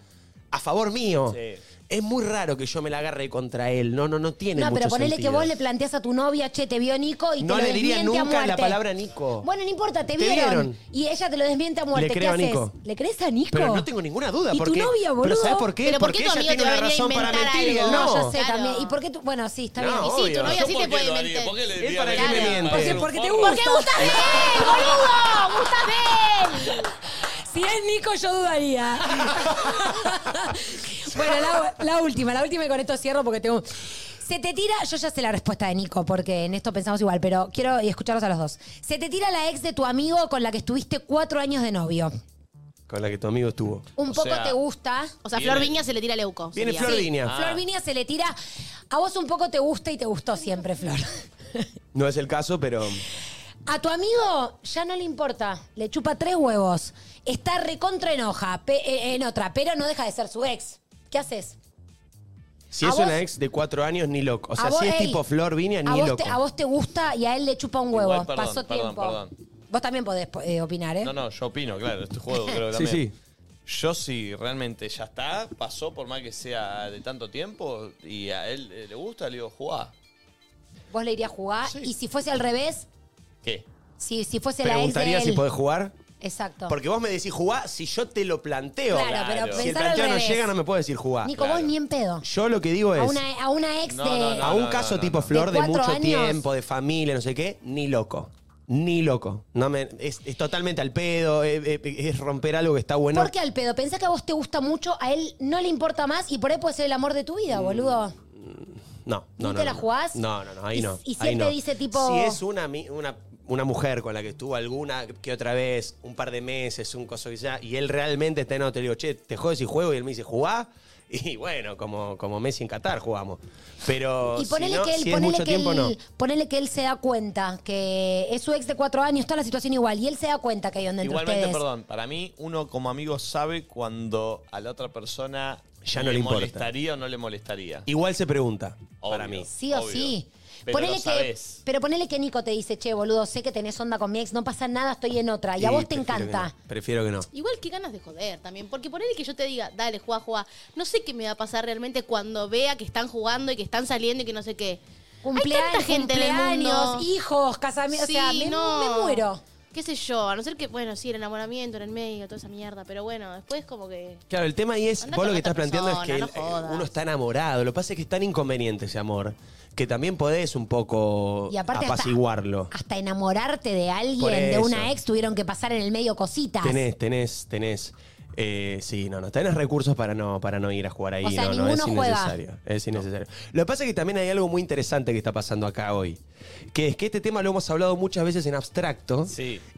Speaker 2: a favor mío.
Speaker 17: Sí.
Speaker 2: Es muy raro que yo me la agarre contra él, no, no, no tiene
Speaker 3: No, pero
Speaker 2: mucho
Speaker 3: ponele
Speaker 2: sentido.
Speaker 3: que vos le planteas a tu novia, che, te vio Nico y
Speaker 2: No
Speaker 3: te lo
Speaker 2: le diría
Speaker 3: desmiente a
Speaker 2: nunca la
Speaker 3: muerte.
Speaker 2: palabra Nico.
Speaker 3: Bueno, no importa, te
Speaker 2: Te
Speaker 3: vieron.
Speaker 2: vieron.
Speaker 3: Y ella te lo desmiente a muerte.
Speaker 2: Le
Speaker 3: ¿Qué
Speaker 2: creo a
Speaker 3: haces?
Speaker 2: Nico.
Speaker 3: ¿Le crees a Nico?
Speaker 2: Pero no tengo ninguna duda.
Speaker 3: ¿Y tu
Speaker 2: porque,
Speaker 3: novia,
Speaker 2: Pero
Speaker 3: boludo?
Speaker 2: ¿sabes por qué?
Speaker 5: Pero ¿por
Speaker 2: porque
Speaker 5: qué tu
Speaker 2: ella
Speaker 5: amigo
Speaker 2: tiene
Speaker 5: te va
Speaker 2: una
Speaker 5: a venir a
Speaker 2: razón para
Speaker 5: inventar
Speaker 2: mentir y él
Speaker 5: algo?
Speaker 2: no.
Speaker 3: ya sé
Speaker 5: Claro.
Speaker 3: también. ¿Y por qué tú? Bueno, sí, está
Speaker 2: No,
Speaker 3: bien.
Speaker 5: Y sí, tu
Speaker 2: obvio.
Speaker 5: novia
Speaker 17: Yo
Speaker 5: sí
Speaker 17: por
Speaker 5: te
Speaker 17: qué
Speaker 5: puede
Speaker 17: lo haría,
Speaker 5: mentir.
Speaker 17: ¿Por qué le
Speaker 2: Él
Speaker 17: diría
Speaker 2: para
Speaker 17: que
Speaker 2: qué me
Speaker 17: me
Speaker 2: miente.
Speaker 17: parece
Speaker 3: Porque,
Speaker 17: un
Speaker 3: porque te
Speaker 17: forro?
Speaker 3: gusta.
Speaker 5: ¡Porque gustas de él, boludo! ¡Gustas de él!
Speaker 3: Si es Nico, yo dudaría. bueno, la, la última, la última y con esto cierro porque tengo. Se te tira, yo ya sé la respuesta de Nico, porque en esto pensamos igual, pero quiero escucharlos a los dos. Se te tira la ex de tu amigo con la que estuviste cuatro años de novio.
Speaker 2: Con la que tu amigo estuvo.
Speaker 3: Un
Speaker 17: O
Speaker 3: poco
Speaker 17: sea,
Speaker 3: te gusta.
Speaker 5: O sea,
Speaker 17: Viene-
Speaker 5: Flor Viña se le tira a Leuco.
Speaker 2: Viene
Speaker 5: sería.
Speaker 2: Flor
Speaker 5: Sí.
Speaker 2: Viña.
Speaker 17: Ah.
Speaker 3: Flor Viña se le tira. A vos un poco te gusta y te gustó siempre, Flor.
Speaker 2: No es el caso, pero...
Speaker 3: A tu amigo ya no le importa, le chupa tres huevos. Está recontra enoja, pe- eh, en otra, pero no deja de ser su ex. ¿Qué haces?
Speaker 2: Si
Speaker 3: ¿A
Speaker 2: es
Speaker 3: vos-
Speaker 2: una ex de cuatro años, ni loco. O
Speaker 3: A
Speaker 2: sea,
Speaker 3: vos,
Speaker 2: si es
Speaker 3: ey,
Speaker 2: tipo Flor Viña,
Speaker 3: a
Speaker 2: ni
Speaker 3: vos,
Speaker 2: loco.
Speaker 3: te, a vos te gusta y a él le chupa un huevo.
Speaker 17: Eh, Igual, perdón,
Speaker 3: Pasó
Speaker 17: perdón,
Speaker 3: tiempo.
Speaker 17: perdón.
Speaker 3: Vos también podés eh, opinar, ¿eh?
Speaker 17: No, no, yo opino, claro, este juego creo que
Speaker 2: Sí,
Speaker 17: también.
Speaker 2: sí.
Speaker 17: Yo sí, realmente ya está, pasó por más que sea de tanto tiempo y a él eh, le gusta, le digo, jugá.
Speaker 3: Vos le irías a jugar. Y si fuese al revés,
Speaker 17: ¿Qué?
Speaker 3: si, si fuese la ex de
Speaker 2: Preguntaría
Speaker 3: él.
Speaker 2: si podés jugar.
Speaker 3: Exacto.
Speaker 2: Porque vos me decís jugá si yo te lo planteo.
Speaker 3: Claro, pero
Speaker 2: Si el
Speaker 3: pensar al
Speaker 2: planteo no
Speaker 3: revés.
Speaker 2: llega, no me puedo decir jugá.
Speaker 3: Nico, vos ni en pedo.
Speaker 2: ah, Yo lo que digo
Speaker 3: A
Speaker 2: es,
Speaker 3: una, a una ex
Speaker 17: No,
Speaker 3: de.
Speaker 17: no, no.
Speaker 2: a un caso tipo Flor de,
Speaker 3: ¿De cuatro
Speaker 2: mucho
Speaker 3: años?
Speaker 2: tiempo, de familia, no sé qué, ni loco. Ni loco. No me, es, es totalmente al pedo, es, es- es romper algo que está bueno.
Speaker 3: ¿Por qué al pedo? Pensá que a vos te gusta mucho, a él no le importa más y por ahí puede ser el amor de tu vida,
Speaker 17: Mm.
Speaker 3: boludo.
Speaker 2: No, no,
Speaker 3: ¿Ni
Speaker 2: no,
Speaker 3: te la
Speaker 2: no.
Speaker 3: jugás?
Speaker 2: No, no, no, ahí
Speaker 3: Y-
Speaker 2: no.
Speaker 3: y si
Speaker 2: ahí
Speaker 3: él te
Speaker 2: no.
Speaker 3: dice, tipo-
Speaker 2: Si es una, mi- una, una mujer con la que estuvo alguna que otra vez, un par de meses, un coso que sea, y él realmente está en otro, le digo, che, te jodes y juego, y él me dice, jugá. Y bueno, como, como Messi en Qatar jugamos. Pero
Speaker 3: Y ponele
Speaker 2: si, no,
Speaker 3: que él,
Speaker 2: si es
Speaker 3: ponele
Speaker 2: mucho
Speaker 3: que
Speaker 2: tiempo,
Speaker 3: él,
Speaker 2: no.
Speaker 3: ponele que él se da cuenta que es su ex de cuatro años, está la situación igual, y él se da cuenta que hay onda entre
Speaker 17: Igualmente,
Speaker 3: ustedes.
Speaker 17: perdón, para mí uno como amigo sabe cuando a la otra persona
Speaker 2: Ya no le importa.
Speaker 17: molestaría o no le molestaría.
Speaker 2: Igual se pregunta, para
Speaker 17: Obvio.
Speaker 2: mí.
Speaker 3: Sí o
Speaker 17: Obvio.
Speaker 3: sí.
Speaker 17: Pero lo
Speaker 3: que,
Speaker 17: sabés.
Speaker 3: pero ponele que Nico te dice, che, boludo, sé que tenés onda con mi ex, no pasa nada, estoy en otra. Y, a vos te
Speaker 2: prefiero que
Speaker 3: encanta.
Speaker 2: no, Prefiero que no.
Speaker 5: Igual qué ganas de joder también, porque ponele que yo te diga, dale, juega, juega. No sé qué me va a pasar realmente cuando vea que están jugando y que están saliendo y que no sé qué. Hay
Speaker 3: Cumpleaños,
Speaker 5: tanta gente en el
Speaker 3: cumpleaños,
Speaker 5: mundo.
Speaker 3: hijos, casamientos.
Speaker 5: Sí,
Speaker 3: o sea, me,
Speaker 5: no.
Speaker 3: me muero.
Speaker 5: qué sé yo, a no ser que, bueno, sí, el enamoramiento en el medio, toda esa mierda, pero bueno, después como que...
Speaker 2: Claro, el tema ahí es,
Speaker 5: Andá
Speaker 2: vos lo
Speaker 5: con
Speaker 2: que
Speaker 5: otra
Speaker 2: estás planteando es que
Speaker 5: persona,
Speaker 2: el-
Speaker 5: no jodas.
Speaker 2: uno está enamorado. Lo que pasa es que es tan inconveniente ese amor que también podés un poco
Speaker 3: Y aparte hasta-
Speaker 2: apaciguarlo.
Speaker 3: Hasta enamorarte de alguien,
Speaker 2: Por
Speaker 3: de una
Speaker 2: eso.
Speaker 3: ex, tuvieron que pasar en el medio cositas.
Speaker 2: Tenés, tenés, tenés. eh, sí, no, no. Tenés recursos para no, para no ir a jugar ahí.
Speaker 3: O sea,
Speaker 2: no, no, es
Speaker 3: ninguno juega.
Speaker 2: innecesario. Es innecesario. Lo que pasa es que también hay algo muy interesante que está pasando acá hoy. Que es que este tema lo hemos hablado muchas veces en abstracto.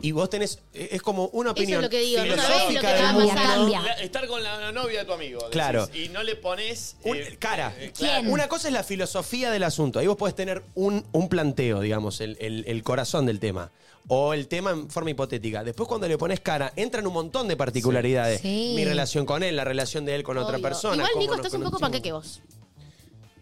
Speaker 2: Y vos tenés. eh, Es como una
Speaker 5: Eso es
Speaker 2: opinión.
Speaker 5: lo que digo, no sabés lo que
Speaker 2: filosófica
Speaker 5: te va a
Speaker 2: del
Speaker 5: pasar.
Speaker 2: mundo.
Speaker 5: Cambia.
Speaker 17: La- estar con la, la novia de tu amigo. decís,
Speaker 2: Claro.
Speaker 17: y no le pones. eh,
Speaker 2: Cara,
Speaker 17: eh, claro.
Speaker 2: una cosa es la filosofía del asunto. Ahí vos podés tener un, un planteo, digamos, el, el- el corazón del tema. O el tema en forma hipotética. Después, cuando le pones cara, entran un montón de particularidades.
Speaker 5: Sí.
Speaker 2: Mi relación con él, la relación de él con otra
Speaker 5: Obvio.
Speaker 2: persona.
Speaker 5: Igual,
Speaker 2: cómo
Speaker 5: Nico,
Speaker 2: nos
Speaker 5: estás un poco
Speaker 2: conocimos.
Speaker 5: panqueque vos.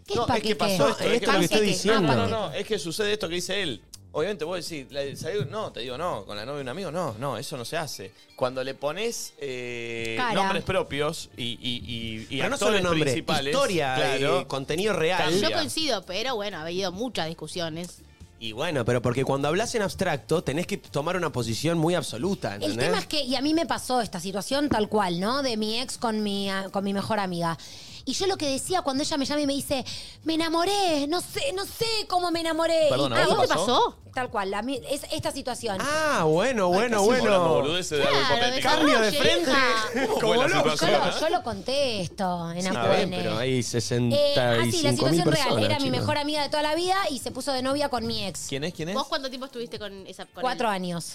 Speaker 5: ¿Qué
Speaker 17: No,
Speaker 5: es panqueque?
Speaker 17: pasó esto,
Speaker 5: es
Speaker 17: es que lo que estoy
Speaker 5: panqueque.
Speaker 2: diciendo.
Speaker 5: Ah,
Speaker 17: No,
Speaker 2: No,
Speaker 17: no, es que sucede esto que dice él. Obviamente vos decís, la- ¿sabés? no, te digo no, con la novia de un amigo, no, no, eso no se hace. Cuando le pones eh,
Speaker 2: Cara.
Speaker 17: nombres propios y, y, y, y
Speaker 2: Pero no
Speaker 17: actores
Speaker 2: solo nombre,
Speaker 17: principales,
Speaker 2: historia,
Speaker 17: claro,
Speaker 2: eh, contenido real.
Speaker 5: Yo
Speaker 2: Cambia.
Speaker 5: coincido, pero bueno, ha habido muchas discusiones.
Speaker 2: Y bueno, pero porque cuando hablas en abstracto tenés que tomar una posición muy absoluta,
Speaker 3: El
Speaker 2: ¿entendés?
Speaker 3: tema es que, y a mí me pasó esta situación tal cual, ¿no? De mi ex con mi, a- con mi mejor amiga. Y yo lo que decía cuando ella me llama y me dice, me enamoré, no sé, no sé cómo me enamoré.
Speaker 17: Perdón,
Speaker 3: Y ah,
Speaker 17: ¿a vos
Speaker 3: tal-
Speaker 17: te pasó?
Speaker 3: Tal cual, a mí- es esta situación.
Speaker 2: Ah, bueno, bueno,
Speaker 17: Estás hablando
Speaker 2: bueno.
Speaker 17: boludeces de algo hipotético.
Speaker 2: Cambio de
Speaker 3: desarrolle,
Speaker 2: frente.
Speaker 3: hija.
Speaker 2: Como
Speaker 17: Buena
Speaker 2: loco.
Speaker 3: Yo lo, yo lo conté esto en
Speaker 2: Está
Speaker 3: AQN.
Speaker 2: bien, pero
Speaker 3: Eh,
Speaker 2: hay
Speaker 3: ah, sí, la
Speaker 2: 65 mil
Speaker 3: situación
Speaker 2: personas.
Speaker 3: real. Era mi
Speaker 2: chicos.
Speaker 3: mejor amiga de toda la vida y se puso de novia con mi ex.
Speaker 2: ¿Quién es? ¿Quién
Speaker 5: ¿Vos cuánto tiempo estuviste con esa con
Speaker 3: Cuatro
Speaker 5: él?
Speaker 3: años.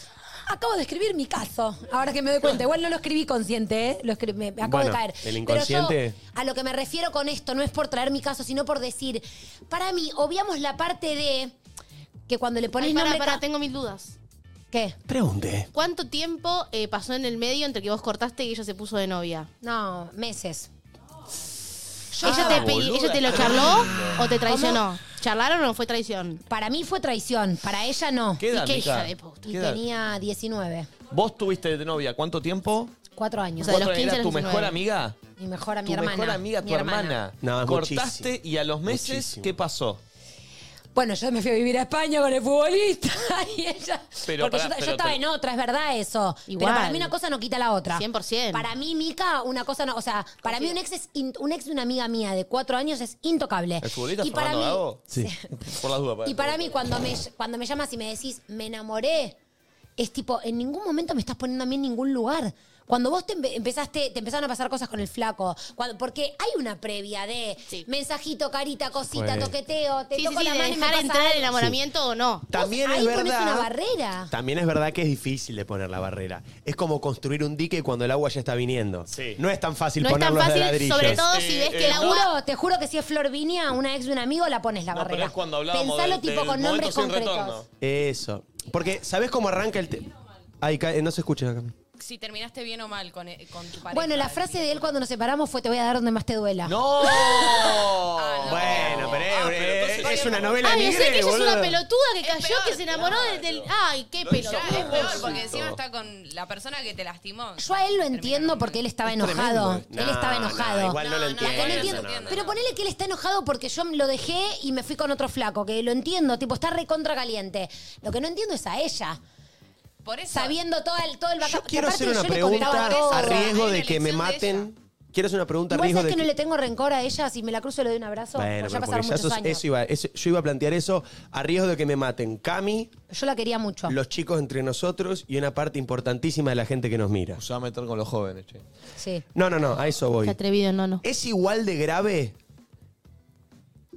Speaker 3: Acabo de escribir mi caso, ahora que me doy cuenta. Igual no lo escribí consciente, ¿eh? Lo escri- me, me acabo
Speaker 2: Bueno,
Speaker 3: de caer.
Speaker 2: el
Speaker 3: Pero yo,
Speaker 2: inconsciente-
Speaker 3: a lo que me refiero con esto no es por traer mi caso, sino por decir, para mí, obviamos la parte de que cuando le pones
Speaker 5: Ay, para,
Speaker 3: nombre...
Speaker 5: para,
Speaker 3: ca-
Speaker 5: tengo mil dudas.
Speaker 3: ¿Qué?
Speaker 2: Pregunte.
Speaker 5: ¿Cuánto tiempo eh, pasó en el medio entre que vos cortaste y ella se puso de novia?
Speaker 3: No, meses.
Speaker 5: ¿Ella, te pedi-
Speaker 3: boluda,
Speaker 5: ¿Ella te lo
Speaker 3: qué
Speaker 5: charló
Speaker 3: lindo.
Speaker 5: o te traicionó? ¿Charlaron o fue traición?
Speaker 3: Para mí fue traición, para ella no.
Speaker 17: ¿Qué edad, ¿Y qué Mica? hija de
Speaker 3: Y
Speaker 17: puta? ¿Qué edad?
Speaker 3: tenía 19,
Speaker 17: Vos tuviste de novia, ¿cuánto tiempo?
Speaker 3: cuatro años.
Speaker 17: ¿Cuatro era tu mejor amiga?
Speaker 3: Mi mejor, a mi
Speaker 17: tu
Speaker 3: hermana.
Speaker 17: mejor amiga, tu
Speaker 3: mi
Speaker 17: hermana.
Speaker 2: No, es
Speaker 17: Cortaste y a los meses, ¿qué pasó?
Speaker 3: Bueno, yo me fui a vivir a España con el futbolista y ella.
Speaker 17: Pero
Speaker 3: porque
Speaker 17: pará,
Speaker 3: yo, yo
Speaker 17: pero
Speaker 3: estaba
Speaker 17: te-
Speaker 3: en otra, es verdad eso.
Speaker 5: Igual.
Speaker 3: Pero para mí una cosa no quita la otra.
Speaker 5: 100%.
Speaker 3: Para mí, Mica, una cosa no. O sea, para mí un ex, es in- un ex de una amiga mía de cuatro años es intocable.
Speaker 17: ¿El futbolista
Speaker 3: y para
Speaker 17: Fernando
Speaker 3: mí,
Speaker 17: Gago? Sí. Por las dudas.
Speaker 3: Y para mí, cuando me, cuando me llamas y me decís, me enamoré, es tipo, en ningún momento me estás poniendo a mí en ningún lugar. Cuando vos te empe- empezaste, te empezaron a pasar cosas con el flaco. cuando- porque hay una previa de mensajito, carita, cosita,
Speaker 2: Fue-
Speaker 3: toqueteo, te
Speaker 5: Sí, sí,
Speaker 3: toco
Speaker 5: sí,
Speaker 3: la
Speaker 5: de
Speaker 3: mano y me
Speaker 5: dejar
Speaker 3: pasa
Speaker 5: entrar el
Speaker 3: algo.
Speaker 5: enamoramiento o no.
Speaker 2: También
Speaker 3: Ahí
Speaker 2: es
Speaker 3: pones
Speaker 2: verdad.
Speaker 3: una barrera.
Speaker 2: También es verdad que es difícil de poner la barrera. Es como construir un dique cuando el agua ya está viniendo. No es tan fácil
Speaker 3: No es tan
Speaker 2: ponerlos de
Speaker 3: fácil,
Speaker 2: ladrillo.
Speaker 3: sobre
Speaker 5: todo si ves que
Speaker 3: Te
Speaker 5: el agua-
Speaker 3: juro, te juro que si es Flor Vinia, una ex de un amigo, la pones la barrera.
Speaker 17: pero es cuando hablábamos
Speaker 3: Pensalo
Speaker 17: del- del
Speaker 3: tipo con
Speaker 17: momento
Speaker 3: nombres
Speaker 17: sin
Speaker 3: concretos.
Speaker 17: retorno.
Speaker 2: Eso. Porque, ¿sabés cómo arranca el tema? Ay, ca- eh, no se escucha acá.
Speaker 7: Si terminaste bien o mal con, eh, con tu pareja.
Speaker 3: Bueno, la frase de él cuando nos separamos fue te voy a dar donde más te duela.
Speaker 2: ¡No! Ah, Bueno, pero, eh, es una novela
Speaker 5: Ay,
Speaker 2: libre,
Speaker 5: sé que ella es una
Speaker 2: boludo.
Speaker 5: pelotuda que cayó, que se enamoró del, del- Ay, qué pelotuda.
Speaker 7: es peor porque encima está con la persona que te lastimó.
Speaker 3: Yo a él lo entiendo porque él estaba enojado.
Speaker 2: Tremendo.
Speaker 3: él estaba
Speaker 2: No, no,
Speaker 3: enojado.
Speaker 2: igual no lo entiendo.
Speaker 3: Que no entiendo.
Speaker 2: No, no,
Speaker 3: Pero ponele que él está enojado porque yo lo dejé y me fui con otro flaco, que lo entiendo, tipo, está recontra caliente. Lo que no entiendo es a ella.
Speaker 7: Por eso.
Speaker 3: Sabiendo todo el, todo el
Speaker 2: Yo
Speaker 3: backup-
Speaker 2: quiero
Speaker 3: Aparte,
Speaker 2: hacer una
Speaker 3: yo le contaba
Speaker 2: pregunta
Speaker 3: todo.
Speaker 2: a riesgo de que me
Speaker 3: elección de
Speaker 2: maten. Quiero hacer una pregunta a
Speaker 3: Igual
Speaker 2: riesgo
Speaker 3: sabes
Speaker 2: de
Speaker 3: que no
Speaker 2: que...
Speaker 3: le tengo rencor a ella, si me la cruzo le doy un abrazo,
Speaker 2: Bueno,
Speaker 3: porque ya
Speaker 2: pero
Speaker 3: pasaron
Speaker 2: porque ya
Speaker 3: muchos
Speaker 2: sos-
Speaker 3: años.
Speaker 2: eso iba, eso- yo iba a plantear eso a riesgo de que me maten. Cami,
Speaker 3: Yo la quería mucho.
Speaker 2: los chicos entre nosotros y una parte importantísima de la gente que nos mira.
Speaker 17: Se va a meter con los jóvenes, che.
Speaker 3: Sí.
Speaker 2: No, no, no, a eso voy.
Speaker 5: atrevido, no, no.
Speaker 2: ¿Es igual de grave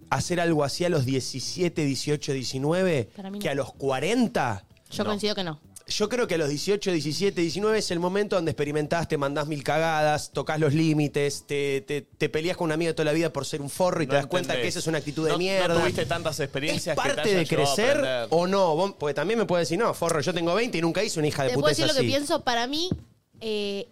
Speaker 2: hacer algo así a los 17, 18, 19
Speaker 5: Para mí no.
Speaker 2: que a los 40?
Speaker 5: Yo coincido que no.
Speaker 2: Yo creo que a los 18, 17, 19 es el momento donde experimentás, te mandás mil cagadas, tocas los límites, te, te, te peleas con un amigo de toda la vida por ser un forro y
Speaker 17: No
Speaker 2: te das cuenta
Speaker 17: entendés.
Speaker 2: que esa es una actitud de
Speaker 17: No-
Speaker 2: mierda.
Speaker 17: pues. No tuviste tantas experiencias que te
Speaker 2: ¿Parte
Speaker 17: hayan
Speaker 2: de
Speaker 17: llevado a
Speaker 2: crecer
Speaker 17: aprender.
Speaker 2: o no? Vos- Porque también me puede decir, no, forro, yo tengo 20 y nunca hice una hija de
Speaker 5: Te
Speaker 2: puta
Speaker 5: puedo
Speaker 2: es
Speaker 5: decir lo que
Speaker 2: así.
Speaker 5: pienso. Para mí, eh,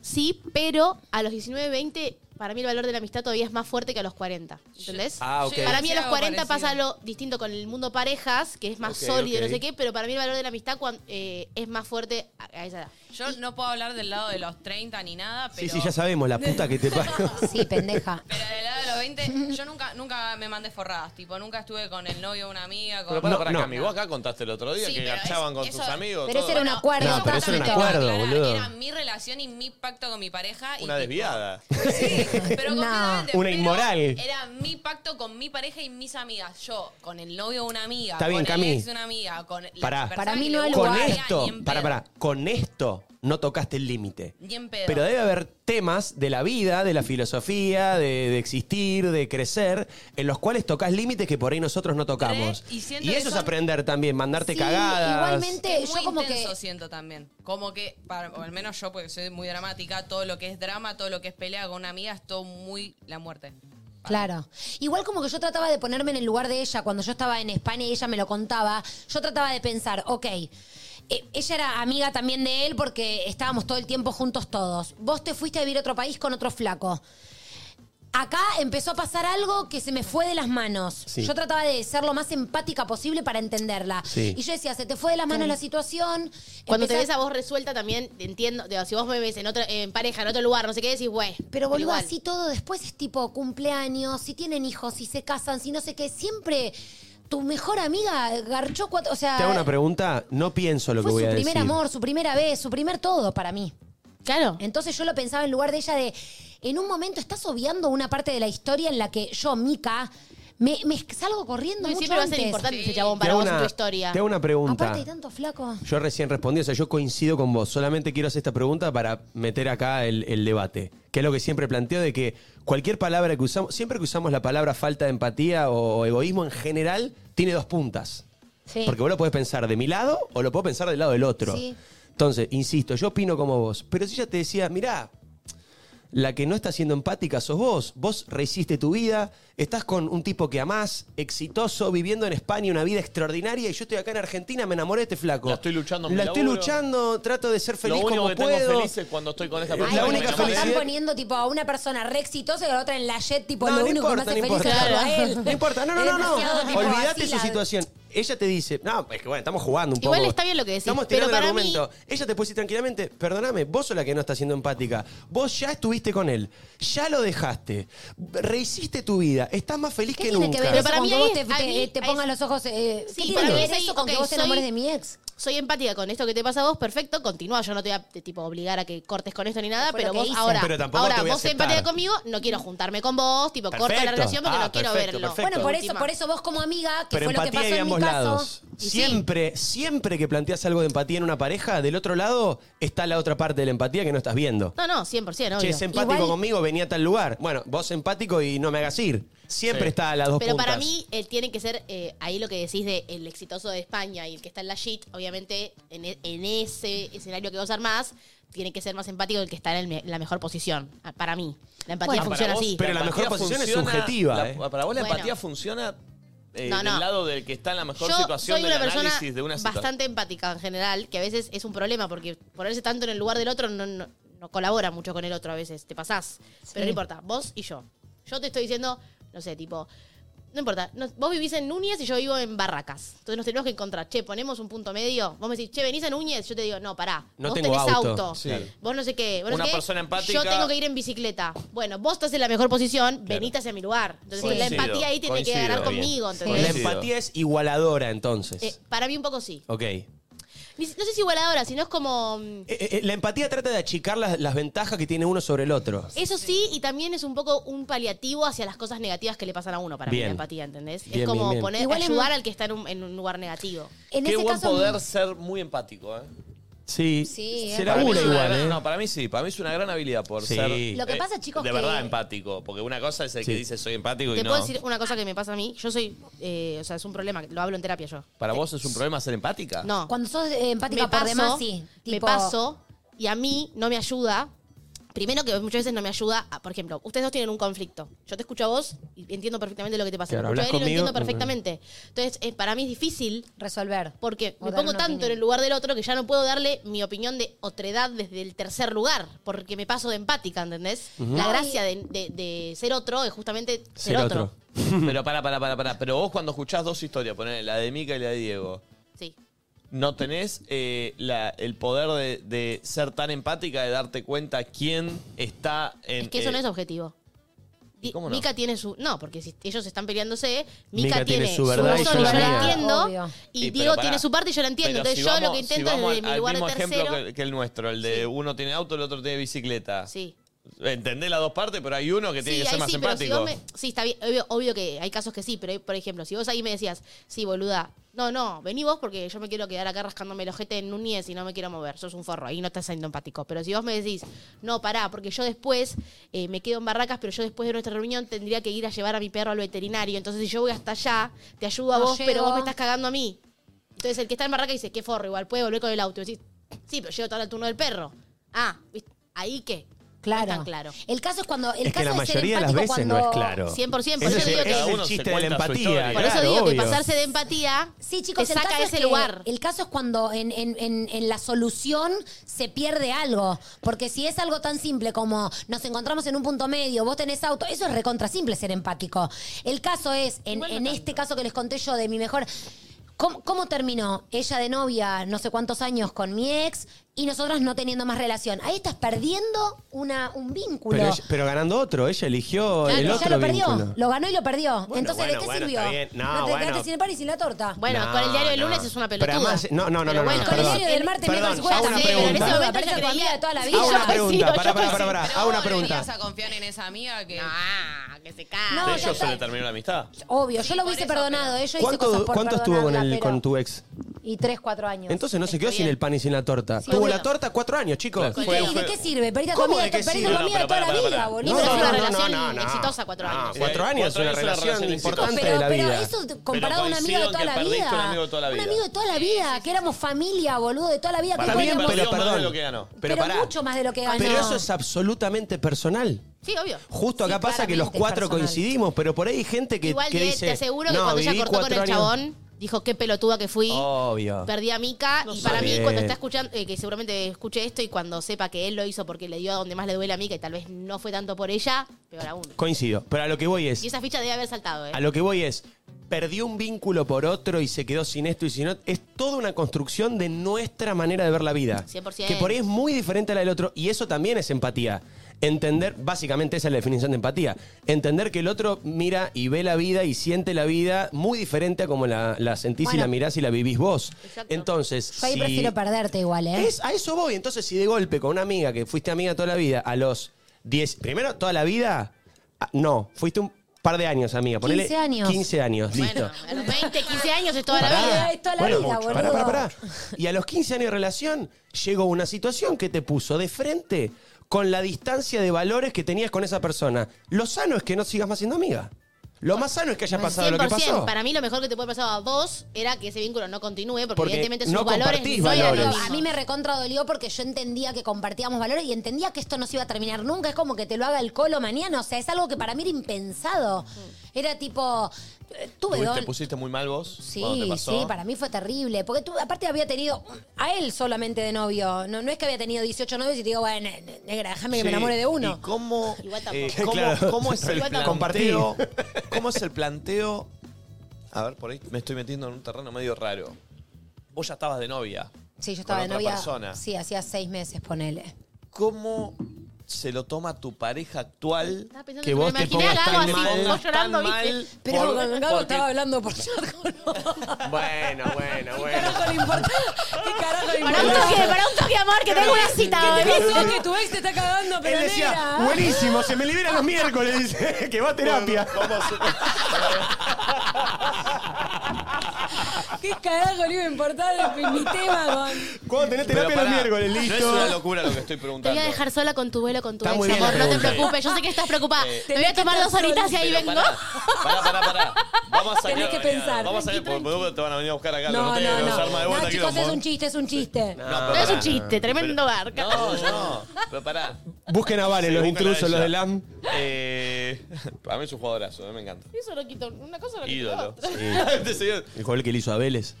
Speaker 5: sí, pero a los 19, 20, para mí el valor de la amistad todavía es más fuerte que a los 40. ¿Entendés?
Speaker 2: Ah, ok.
Speaker 5: Para mí a los
Speaker 7: Sí,
Speaker 5: 40 pasa
Speaker 7: parecido.
Speaker 5: algo distinto con el mundo parejas, que es más
Speaker 2: Ok,
Speaker 5: sólido,
Speaker 2: ok.
Speaker 5: no sé qué, pero para mí el valor de la amistad cuan- eh, es más fuerte a, a esa edad.
Speaker 7: Yo no puedo hablar del lado de los 30 ni nada, pero.
Speaker 2: Sí, sí, ya sabemos, la puta que te parió.
Speaker 3: Sí, pendeja.
Speaker 7: Pero del lado de los 20, yo nunca, nunca me mandé forradas. Tipo, nunca estuve con el novio de una amiga. Con...
Speaker 17: Pero para, para
Speaker 7: No,
Speaker 17: Cami, vos acá contaste el otro día
Speaker 7: Sí,
Speaker 17: que
Speaker 7: pero
Speaker 17: garchaban
Speaker 7: es-
Speaker 17: con
Speaker 7: eso-
Speaker 17: sus amigos.
Speaker 3: Pero ese era un
Speaker 7: Bueno,
Speaker 3: acuerdo.
Speaker 2: No, pero eso era un acuerdo, boludo.
Speaker 7: Era mi relación y mi pacto con mi pareja. y
Speaker 17: Una
Speaker 7: tipo,
Speaker 17: desviada.
Speaker 7: Pero completamente,
Speaker 2: Una
Speaker 7: pero
Speaker 2: inmoral.
Speaker 7: Era mi pacto con mi pareja y mis amigas. Yo, con el novio de una amiga,
Speaker 2: Está bien,
Speaker 7: con
Speaker 2: Cami.
Speaker 7: el ex de una amiga, con la
Speaker 2: Pará.
Speaker 7: persona
Speaker 3: Para mí
Speaker 7: que
Speaker 3: no
Speaker 7: le
Speaker 3: hay
Speaker 7: gusta,
Speaker 2: Con
Speaker 3: lugar.
Speaker 7: ni
Speaker 2: esto,
Speaker 7: en
Speaker 2: para,
Speaker 7: pedo.
Speaker 2: para, con esto no tocaste el límite.
Speaker 7: Ni en pedo.
Speaker 2: Pero debe haber temas de la vida, de la filosofía, de, de existir, de crecer, en los cuales tocas límites que por ahí nosotros no tocamos.
Speaker 7: Re, y siento
Speaker 2: y
Speaker 7: que
Speaker 2: eso es
Speaker 7: son-
Speaker 2: aprender también, mandarte
Speaker 3: Sí,
Speaker 2: cagadas.
Speaker 3: Igualmente,
Speaker 7: Es muy
Speaker 3: yo como
Speaker 7: intenso
Speaker 3: que.
Speaker 7: siento también. Como que, para- o al menos yo, porque soy muy dramática, todo lo que es drama, todo lo que es pelea con una amiga, es todo muy la muerte.
Speaker 3: Claro. Igual como que yo trataba de ponerme en el lugar de ella cuando yo estaba en España y ella me lo contaba, yo trataba de pensar, ok, eh, ella era amiga también de él porque estábamos todo el tiempo juntos todos. Vos te fuiste a vivir a otro país con otro flaco. Acá empezó a pasar algo que se me fue de las manos.
Speaker 2: Sí.
Speaker 3: Yo trataba de ser lo más empática posible para entenderla.
Speaker 2: Sí.
Speaker 3: Y yo decía, se te fue de las manos la situación.
Speaker 5: Cuando te
Speaker 3: empezás-
Speaker 5: ves a vos resuelta también, entiendo, digo, si vos me ves en, otra, en pareja, en otro lugar, no sé qué, decís, güey.
Speaker 3: Pero boludo,
Speaker 5: igual.
Speaker 3: así todo después es tipo cumpleaños, si tienen hijos, si se casan, si no sé qué, siempre tu mejor amiga garchó cuatro, o sea,
Speaker 2: Te hago una pregunta, no pienso lo
Speaker 3: eh, fue
Speaker 2: que
Speaker 3: su
Speaker 2: voy a
Speaker 3: primer
Speaker 2: decir.
Speaker 3: amor, su primera vez, su primer todo para mí.
Speaker 5: Claro.
Speaker 3: Entonces yo lo pensaba en lugar de ella de, en un momento estás obviando una parte de la historia en la que yo, Mica, me, me salgo corriendo
Speaker 5: No, y
Speaker 3: mucho
Speaker 5: siempre va a ser
Speaker 3: antes.
Speaker 5: importante ese
Speaker 2: Te
Speaker 5: chabón para
Speaker 2: hago
Speaker 5: vos en
Speaker 2: una-
Speaker 5: tu historia.
Speaker 2: Te hago una pregunta.
Speaker 3: Aparte hay tanto flaco.
Speaker 2: Yo recién respondí, o sea, yo coincido con vos. Solamente quiero hacer esta pregunta para meter acá el, el debate. Que es lo que siempre planteo de que cualquier palabra que usamos, siempre que usamos la palabra falta de empatía o, o egoísmo en general, tiene dos puntas.
Speaker 3: Sí.
Speaker 2: Porque vos lo podés pensar de mi lado o lo puedo pensar del lado del otro.
Speaker 3: Sí.
Speaker 2: Entonces, insisto, yo opino como vos. Pero si ella te decía, mirá, la que no está siendo empática sos vos. Vos resiste tu vida, estás con un tipo que amás, exitoso, viviendo en España una vida extraordinaria y yo estoy acá en Argentina, me enamoré de este flaco.
Speaker 17: La estoy luchando en mi
Speaker 2: La estoy
Speaker 17: laburo.
Speaker 2: luchando, trato de ser feliz
Speaker 17: Lo único
Speaker 2: como
Speaker 17: que
Speaker 2: puedo.
Speaker 17: tengo feliz es cuando estoy con esta
Speaker 2: La
Speaker 17: persona.
Speaker 3: Ay,
Speaker 17: que
Speaker 2: única
Speaker 17: me enamoré.
Speaker 3: están
Speaker 2: felicidad-
Speaker 3: poniendo tipo a una persona re exitosa y a la otra en la jet, tipo
Speaker 2: no,
Speaker 3: lo
Speaker 2: no
Speaker 3: único
Speaker 2: importa,
Speaker 3: que me hace
Speaker 2: no
Speaker 3: feliz es
Speaker 2: importa.
Speaker 3: verlo a él.
Speaker 2: No importa, no, no,
Speaker 3: Es
Speaker 2: no, no.
Speaker 3: demasiado, tipo,
Speaker 2: Olvídate
Speaker 3: así
Speaker 2: su
Speaker 3: la-
Speaker 2: situación. Ella te dice, no, es que bueno, estamos jugando un poco.
Speaker 5: Igual está bien lo que decís,
Speaker 2: Estamos tirando
Speaker 5: pero
Speaker 2: el
Speaker 5: para mí-
Speaker 2: argumento. Ella te puede decir tranquilamente, perdóname, vos sos la que no está siendo empática. Vos ya estuviste con él, ya lo dejaste, rehiciste tu vida, estás más feliz
Speaker 3: ¿Qué
Speaker 2: que
Speaker 3: tiene
Speaker 2: nunca.
Speaker 3: que ver
Speaker 5: Pero
Speaker 3: eso
Speaker 5: para
Speaker 3: con
Speaker 5: mí
Speaker 3: que
Speaker 5: ahí
Speaker 3: vos te,
Speaker 5: es- a
Speaker 3: te-
Speaker 5: mí-
Speaker 3: te
Speaker 5: ahí
Speaker 3: pongas
Speaker 5: es-
Speaker 3: los ojos? eh,
Speaker 5: Sí,
Speaker 3: ¿Qué tiene
Speaker 5: para
Speaker 3: que
Speaker 5: mí
Speaker 3: ver
Speaker 5: es ahí,
Speaker 3: eso con que
Speaker 5: ok,
Speaker 3: vos te enamores
Speaker 5: soy-
Speaker 3: de mi ex?
Speaker 5: soy empática con esto que te pasa a vos, perfecto, continúa. Yo no te voy a te, tipo, obligar a que cortes con esto ni nada,
Speaker 3: Fue lo
Speaker 5: pero
Speaker 3: que
Speaker 5: vos
Speaker 3: hice.
Speaker 5: ahora,
Speaker 2: Pero tampoco
Speaker 5: ahora
Speaker 2: te voy a
Speaker 5: vos
Speaker 2: aceptar.
Speaker 5: empática conmigo, no quiero juntarme con vos, tipo, corta la
Speaker 2: Perfecto.
Speaker 5: relación porque
Speaker 2: Ah,
Speaker 5: no quiero
Speaker 2: perfecto,
Speaker 5: verlo.
Speaker 2: perfecto.
Speaker 3: Bueno, por eso,
Speaker 5: Última.
Speaker 3: por eso vos como amiga, que
Speaker 2: Pero
Speaker 3: fue lo que
Speaker 2: empatía
Speaker 3: pasó
Speaker 2: hay de
Speaker 3: en mi
Speaker 2: ambos
Speaker 3: caso.
Speaker 2: lados. Siempre, siempre que planteas algo de empatía en una pareja, del otro lado está la otra parte de la empatía que no estás viendo.
Speaker 5: No, no, 100%,
Speaker 2: Che,
Speaker 5: obvio.
Speaker 2: es empático
Speaker 3: Igual-
Speaker 2: conmigo, venía a tal lugar. Bueno, vos empático y no me hagas ir. Siempre
Speaker 17: Sí.
Speaker 2: está a las dos
Speaker 5: Pero
Speaker 2: puntas.
Speaker 5: para mí, él tiene que ser eh, ahí lo que decís de el exitoso de España y el que está en la shit, obviamente, en, e- en ese escenario que vos armás, tiene que ser más empático el que está en el me- la mejor posición, ah, para mí. La empatía
Speaker 3: Bueno.
Speaker 17: Para
Speaker 5: funciona
Speaker 17: vos,
Speaker 5: así.
Speaker 2: Pero la
Speaker 17: empatía
Speaker 2: mejor posición es
Speaker 17: funciona-
Speaker 2: subjetiva,
Speaker 17: la-
Speaker 2: ¿eh?
Speaker 17: Para vos la
Speaker 5: Bueno.
Speaker 17: empatía funciona eh,
Speaker 5: No, no.
Speaker 17: del lado del que está en la mejor
Speaker 5: Yo
Speaker 17: situación
Speaker 5: soy una
Speaker 17: del
Speaker 5: persona
Speaker 17: análisis de una situación.
Speaker 5: bastante empática en general, que a veces es un problema, porque ponerse tanto en el lugar del otro no, no- no colabora mucho con el otro a veces, te pasás. Pero no importa, vos y yo. Yo te estoy diciendo, no sé, tipo, no importa, no- vos vivís en Núñez y yo vivo en Barracas. Entonces nos tenemos que encontrar, che, ponemos un punto medio. Vos me decís, che, venís a Núñez, yo te digo, no, pará,
Speaker 2: No
Speaker 5: vos
Speaker 2: tengo
Speaker 5: tenés
Speaker 2: auto.
Speaker 5: auto.
Speaker 2: Sí.
Speaker 5: Vos no sé qué, vos no
Speaker 17: Una
Speaker 5: sé qué,
Speaker 17: persona empática-
Speaker 5: Yo tengo que ir en bicicleta. Bueno, vos estás en la mejor posición, venite hacia mi lugar. Entonces la
Speaker 17: Coincido,
Speaker 5: empatía ahí tiene que
Speaker 17: coincido.
Speaker 5: ganar
Speaker 17: Bien.
Speaker 5: conmigo, ¿entendés?
Speaker 2: La
Speaker 17: Coincido.
Speaker 2: empatía es igualadora, entonces.
Speaker 5: Eh, para mí un poco sí.
Speaker 2: ok. Eh,
Speaker 5: Ni- No sé si igualadora, sino es como... mm,
Speaker 2: eh, eh, la empatía trata de achicar las, las ventajas que tiene uno sobre el otro.
Speaker 5: Eso sí, y también es un poco un paliativo hacia las cosas negativas que le pasan a uno, para mí,
Speaker 2: Bien.
Speaker 5: la empatía, ¿entendés?
Speaker 2: Bien,
Speaker 5: es como
Speaker 2: bien, bien.
Speaker 5: poner,
Speaker 3: Igual es
Speaker 5: ayudar
Speaker 3: mu-
Speaker 5: al que está en un, en un lugar negativo.
Speaker 3: En
Speaker 17: Qué
Speaker 3: ese
Speaker 17: buen
Speaker 3: caso,
Speaker 17: poder ser muy empático, ¿eh?
Speaker 2: Sí.
Speaker 3: Sí,
Speaker 2: Se
Speaker 3: eh.
Speaker 17: Para mí
Speaker 2: labura
Speaker 17: es una
Speaker 2: igual,
Speaker 17: gran-
Speaker 2: ¿eh?
Speaker 17: No, para mí sí. Para mí es una gran habilidad por
Speaker 2: Sí.
Speaker 17: ser.
Speaker 2: Lo
Speaker 3: que
Speaker 17: eh,
Speaker 3: pasa, chicos,
Speaker 17: De
Speaker 3: que-
Speaker 17: verdad empático. Porque una cosa es el
Speaker 2: Sí.
Speaker 17: que dice soy empático y
Speaker 5: Te
Speaker 17: no.
Speaker 5: puedo decir una cosa que me pasa a mí. Yo soy, eh, o sea, es un problema, lo hablo en terapia yo.
Speaker 17: ¿Para vos es un problema ser empática?
Speaker 5: No.
Speaker 3: cuando sos eh, empática
Speaker 5: me
Speaker 3: por
Speaker 5: paso,
Speaker 3: demás, sí.
Speaker 5: me
Speaker 3: Tipo,
Speaker 5: paso y a mí no me ayuda. Primero que muchas veces no me ayuda, a- por ejemplo, ustedes dos tienen un conflicto. Yo te escucho a vos y entiendo perfectamente lo que te pasa.
Speaker 2: Claro,
Speaker 5: Yo a
Speaker 2: hablas
Speaker 5: él y lo
Speaker 2: conmigo,
Speaker 5: entiendo perfectamente. Entonces, eh, para mí es difícil
Speaker 3: Resolver.
Speaker 5: porque
Speaker 3: O
Speaker 5: me
Speaker 3: dar
Speaker 5: pongo
Speaker 3: una
Speaker 5: tanto
Speaker 3: opinión.
Speaker 5: en el lugar del otro que ya no puedo darle mi opinión de otredad desde el tercer lugar, porque me paso de empática, ¿entendés? La gracia de, de- de ser otro es justamente ser, otro.
Speaker 17: Pero para, para, para, para. Pero vos cuando escuchás dos historias, poner la de Mica y la de Diego.
Speaker 5: Sí.
Speaker 1: no tenés eh, la- el poder de, de ser tan empática, de darte cuenta quién está en.
Speaker 5: Es que eso
Speaker 1: eh,
Speaker 5: no es objetivo. Di-
Speaker 1: cómo no?
Speaker 5: Mika tiene su. No, porque si ellos están peleándose, Mika,
Speaker 1: Mika
Speaker 5: tiene,
Speaker 1: tiene su
Speaker 5: razón
Speaker 1: verdad y
Speaker 5: y
Speaker 1: yo
Speaker 5: yo
Speaker 1: la
Speaker 5: la
Speaker 1: mía.
Speaker 5: entiendo.
Speaker 1: Obvio.
Speaker 5: Y
Speaker 1: Y, eh, pero
Speaker 5: Diego
Speaker 1: pará.
Speaker 5: tiene su parte y yo la entiendo.
Speaker 1: Pero
Speaker 5: Entonces
Speaker 1: si
Speaker 5: yo lo
Speaker 1: vamos-
Speaker 5: que
Speaker 1: si
Speaker 5: intento
Speaker 1: vamos
Speaker 5: desde
Speaker 1: al-
Speaker 5: mi
Speaker 1: al
Speaker 5: lugar de
Speaker 1: mismo
Speaker 5: tercero.
Speaker 1: ejemplo que, que el nuestro, el de uno tiene auto, el otro tiene bicicleta.
Speaker 5: Sí.
Speaker 1: Entendés las dos partes, pero hay uno que tiene
Speaker 5: Sí,
Speaker 1: que
Speaker 5: ahí
Speaker 1: ser más
Speaker 5: sí, pero si
Speaker 1: empático.
Speaker 5: vos me- sí, está bien. Obvio, obvio que hay casos que sí, pero por ejemplo, si vos ahí me decías, sí, boluda, no, no, vení vos porque yo me quiero quedar acá rascándome el ojete en Núñez y no me quiero mover, sos un forro, ahí no estás siendo empático. Pero si vos me decís, no, pará, porque yo después eh, me quedo en Barracas, pero yo después de nuestra reunión tendría que ir a llevar a mi perro al veterinario, entonces si yo voy hasta allá, te ayudo a
Speaker 3: No
Speaker 5: vos, pero
Speaker 3: llego.
Speaker 5: vos me estás cagando a mí. Entonces el que está en Barracas dice, qué forro, igual puede volver con el auto. Y vos decís, sí, pero llego tarde al turno del perro. Ah, ¿viste? ahí qué.
Speaker 3: Claro.
Speaker 5: No es tan claro.
Speaker 3: El caso es cuando. El
Speaker 2: Es que
Speaker 3: caso
Speaker 2: la
Speaker 3: de ser
Speaker 2: mayoría de las
Speaker 3: empático
Speaker 2: veces no
Speaker 3: cuando-
Speaker 2: es claro.
Speaker 5: 100%, por
Speaker 2: Ese
Speaker 5: eso
Speaker 2: es-
Speaker 5: digo que-
Speaker 2: ese es
Speaker 5: Cada
Speaker 2: el
Speaker 5: uno se
Speaker 2: chiste de la
Speaker 1: cuenta su
Speaker 2: empatía.
Speaker 1: historia.
Speaker 5: Por
Speaker 2: claro,
Speaker 5: eso digo que
Speaker 2: obvio.
Speaker 5: pasarse de empatía
Speaker 3: Sí, chicos,
Speaker 5: te
Speaker 3: el
Speaker 5: saca
Speaker 3: caso
Speaker 5: de
Speaker 3: es
Speaker 5: ese
Speaker 3: que-
Speaker 5: lugar.
Speaker 3: El caso es cuando en, en- en- en la solución se pierde algo. Porque si es algo tan simple como nos encontramos en un punto medio, vos tenés auto, eso es recontra simple ser empático. El caso es, en, en este caso que les conté yo de mi mejor. ¿Cómo, cómo terminó? Ella de novia, no sé cuántos años con mi ex y nosotros no teniendo más relación. Ahí estás perdiendo una, un vínculo.
Speaker 2: Pero, ella- pero ganando otro, ella eligió
Speaker 3: Claro,
Speaker 2: el
Speaker 3: ya
Speaker 2: otro
Speaker 3: lo perdió,
Speaker 2: vínculo.
Speaker 3: lo ganó y lo perdió.
Speaker 2: Bueno,
Speaker 3: Entonces,
Speaker 2: bueno,
Speaker 3: ¿de qué
Speaker 2: bueno,
Speaker 3: sirvió?
Speaker 2: está bien. No,
Speaker 3: te
Speaker 2: bueno.
Speaker 3: quedaste sin el pan y sin la torta.
Speaker 5: Bueno,
Speaker 2: No,
Speaker 5: con el diario del
Speaker 2: no.
Speaker 5: lunes es una pelotuda.
Speaker 2: Pero además, no, no, no, no, no,
Speaker 5: bueno,
Speaker 2: perdón.
Speaker 3: El diario del martes,
Speaker 2: Perdón,
Speaker 3: miércoles y jueves
Speaker 2: hago una
Speaker 3: también, pero en ese
Speaker 2: pregunta.
Speaker 3: momento parece tu amiga de toda la vida.
Speaker 2: Hago una pregunta, pará, pará, pará, pará.
Speaker 7: Pero
Speaker 2: Hago
Speaker 7: vos
Speaker 2: una pregunta.
Speaker 7: deberías a confiar en esa amiga que...
Speaker 5: ah, que se cae.
Speaker 3: No,
Speaker 1: de
Speaker 3: ya
Speaker 1: ellos
Speaker 3: está.
Speaker 1: se le terminó la amistad.
Speaker 3: Obvio, yo lo hubiese perdonado. eh, Yo hice cosas
Speaker 2: ¿Cuánto,
Speaker 3: por
Speaker 2: cuánto estuvo con,
Speaker 3: perdonarla,
Speaker 2: el, con
Speaker 3: pero-
Speaker 2: tu ex?
Speaker 3: Y tres, cuatro años.
Speaker 2: Entonces no se quedó
Speaker 3: Está
Speaker 2: sin
Speaker 3: bien.
Speaker 2: el pan y sin la torta.
Speaker 3: Sí,
Speaker 2: Tuvo
Speaker 3: obvio.
Speaker 2: la torta cuatro años, chicos.
Speaker 3: ¿Y qué- y de qué sirve? Perdiste a tu
Speaker 1: ¿Cómo
Speaker 3: amiga
Speaker 1: de qué
Speaker 3: perdiste a tu
Speaker 1: sirve?
Speaker 3: amiga de toda la
Speaker 1: No, no,
Speaker 3: vida,
Speaker 1: para, para,
Speaker 3: boludo.
Speaker 5: No,
Speaker 2: No,
Speaker 5: es
Speaker 2: no,
Speaker 5: una
Speaker 2: no,
Speaker 5: relación
Speaker 2: no, no.
Speaker 5: exitosa cuatro
Speaker 1: No,
Speaker 5: años.
Speaker 1: sí.
Speaker 2: Cuatro años es
Speaker 1: Cuatro
Speaker 2: una
Speaker 1: años es una
Speaker 2: relación
Speaker 1: relación
Speaker 2: importante
Speaker 3: Pero,
Speaker 2: de la
Speaker 3: pero
Speaker 2: vida.
Speaker 3: eso te- comparado a un amigo
Speaker 1: coincido
Speaker 3: de
Speaker 1: en
Speaker 3: toda
Speaker 1: que
Speaker 3: la
Speaker 1: perdiste
Speaker 3: vida.
Speaker 1: un amigo de toda la vida.
Speaker 3: Un amigo de toda la vida, que éramos familia, boludo, de toda la vida. que
Speaker 2: Está bien,
Speaker 3: podíamos-
Speaker 2: pero
Speaker 1: más de
Speaker 2: perdón.
Speaker 1: lo que ganó.
Speaker 3: pero mucho más de lo que ganó.
Speaker 2: Pero eso es absolutamente personal.
Speaker 5: Sí, obvio.
Speaker 2: Justo acá
Speaker 3: Sí,
Speaker 2: pasa que los
Speaker 3: claramente
Speaker 2: cuatro
Speaker 3: es personal.
Speaker 2: coincidimos, pero por ahí hay gente que,
Speaker 5: Igual eh,
Speaker 2: que
Speaker 5: te-
Speaker 2: dice.
Speaker 5: te aseguro que
Speaker 2: "No,
Speaker 5: cuando ella
Speaker 2: viví
Speaker 5: cortó con
Speaker 2: cuatro
Speaker 5: el
Speaker 2: años". Oh.
Speaker 5: chabón, dijo qué pelotuda que fui.
Speaker 2: Obvio.
Speaker 5: Perdí a Mika y para mí
Speaker 2: sabía.
Speaker 5: cuando está escuchando, eh, que seguramente escuche esto y cuando sepa que él lo hizo porque le dio a donde más le duele a Mika y tal vez no fue tanto por ella, peor aún.
Speaker 2: Coincido. Pero a lo que voy es.
Speaker 5: Y esa ficha debe haber saltado, ¿eh?
Speaker 2: A lo que voy es, perdió un vínculo por otro y se quedó sin esto y sin otro. Es toda una construcción de nuestra manera de ver la vida.
Speaker 5: 100%.
Speaker 2: Que por ahí es muy diferente a la del otro y eso también es empatía. Entender, básicamente esa es la definición de empatía. Entender que el otro mira y ve la vida y siente la vida muy diferente a como la, la sentís y
Speaker 3: Bueno.
Speaker 2: la mirás y la vivís vos.
Speaker 5: Exacto.
Speaker 2: Entonces,
Speaker 3: Yo ahí
Speaker 2: si-
Speaker 3: prefiero perderte igual, ¿eh?
Speaker 2: es- a eso voy. Entonces, si de golpe con una amiga que fuiste amiga toda la vida, a los 10. Primero, toda la vida. ah, No, fuiste un par de años, amiga. Ponele
Speaker 3: 15 años.
Speaker 2: 15 años, listo.
Speaker 5: Bueno, a los 20, 15 años es toda la
Speaker 2: Pará.
Speaker 5: vida.
Speaker 3: Es toda la
Speaker 2: Bueno,
Speaker 3: vida,
Speaker 2: mucho.
Speaker 3: boludo.
Speaker 2: Pará, pará, pará. Y a los 15 años de relación, llegó una situación que te puso de frente con la distancia de valores que tenías con esa persona. Lo sano es que no sigas más siendo amiga. Lo más sano es que haya pasado lo que pasó.
Speaker 5: Para mí lo mejor que te puede pasar a vos era que ese vínculo no continúe porque,
Speaker 2: Porque
Speaker 5: evidentemente sus
Speaker 2: no
Speaker 5: valores
Speaker 2: compartís
Speaker 5: no eran
Speaker 2: valores.
Speaker 5: los mismos.
Speaker 3: A mí me recontra dolió porque yo entendía que compartíamos valores y entendía que esto no se iba a terminar nunca. Es como que te lo haga el colo mañana. O sea, es algo que para mí era impensado. Era tipo, eh, tuve
Speaker 1: Uy,
Speaker 3: dos.
Speaker 1: ¿Te pusiste muy mal vos? cuando te
Speaker 3: Sí,
Speaker 1: pasó?
Speaker 3: sí, para mí fue terrible. Porque tú, aparte, había tenido a él solamente de novio. No, no es que había tenido 18 novios y te digo, bueno, ne- negra, déjame que me
Speaker 1: Sí,
Speaker 3: enamore de
Speaker 1: ¿Y
Speaker 3: uno.
Speaker 1: cómo,
Speaker 5: Igual
Speaker 1: eh,
Speaker 5: tampoco.
Speaker 1: cómo-
Speaker 2: Claro.
Speaker 1: cómo es el
Speaker 5: Igual tampoco.
Speaker 1: planteo? ¿Cómo es el planteo? A ver, por ahí me estoy metiendo en un terreno medio raro. Vos ya estabas de novia.
Speaker 3: Sí, yo estaba
Speaker 1: con
Speaker 3: de
Speaker 1: otra
Speaker 3: novia.
Speaker 1: persona.
Speaker 3: Sí, hacía seis meses, ponele.
Speaker 1: ¿Cómo se lo toma tu pareja actual
Speaker 5: Estaba pensando
Speaker 1: que
Speaker 5: que me
Speaker 1: vos te
Speaker 5: imaginé
Speaker 1: pongas
Speaker 5: a Gago
Speaker 1: tan
Speaker 5: así,
Speaker 1: mal,
Speaker 5: vos llorando,
Speaker 1: tan
Speaker 5: ¿viste?
Speaker 1: mal
Speaker 3: Pero
Speaker 1: por-
Speaker 3: con Gago
Speaker 1: porque-
Speaker 3: estaba hablando por chat con
Speaker 1: Bueno, bueno,
Speaker 3: ¿Qué
Speaker 1: bueno.
Speaker 3: carajo le importa? ¿Qué carajo le
Speaker 5: Para un
Speaker 3: importa?
Speaker 5: toque, para un toque, amor, que tengo una cita.
Speaker 3: ¿Qué te
Speaker 5: ¿verdad?
Speaker 3: pasó? Que tu ex te está cagando, pero
Speaker 2: Él decía,
Speaker 3: negra.
Speaker 2: buenísimo, se me libera los miércoles, dice, que va a terapia.
Speaker 3: ¿Qué carajo le iba a importar mi mi tema con...?
Speaker 2: Cuando tenés
Speaker 1: Pero
Speaker 2: terapia los
Speaker 1: pará,
Speaker 2: miércoles, listo.
Speaker 1: No es una locura lo que estoy
Speaker 5: Te voy
Speaker 1: preguntando.
Speaker 5: a dejar sola con tu vuelo, con tu
Speaker 2: Está muy
Speaker 5: ex,
Speaker 2: bien
Speaker 5: amor.
Speaker 2: la
Speaker 5: No te
Speaker 2: pregunta.
Speaker 5: preocupes, yo sé que estás preocupada.
Speaker 1: Eh,
Speaker 5: Me voy a tomar dos horitas y ahí
Speaker 1: Pero
Speaker 5: vengo.
Speaker 1: pará, pará, pará, pará. Vamos a salir.
Speaker 3: Tenés que
Speaker 1: mañana,
Speaker 3: pensar.
Speaker 1: Vamos a salir, porque vos te van a venir a buscar acá.
Speaker 3: No, no,
Speaker 1: te
Speaker 3: no.
Speaker 1: los arma de vuelta
Speaker 3: No,
Speaker 1: aquí,
Speaker 3: chicos,
Speaker 1: los
Speaker 3: es
Speaker 1: mon-
Speaker 3: un chiste, es un chiste.
Speaker 1: Eh,
Speaker 5: No es un chiste, tremendo barca.
Speaker 1: No, no, pero pará.
Speaker 2: Busquen a Vale,
Speaker 1: Sí,
Speaker 2: los
Speaker 1: buscan a
Speaker 2: intrusos, los
Speaker 1: ella.
Speaker 2: de LAM.
Speaker 1: Eh, a mí es un jugadorazo, eh, me encanta.
Speaker 5: Eso lo quito, una cosa lo
Speaker 1: Ídolo. Este señor-
Speaker 2: El gol que le hizo a Vélez.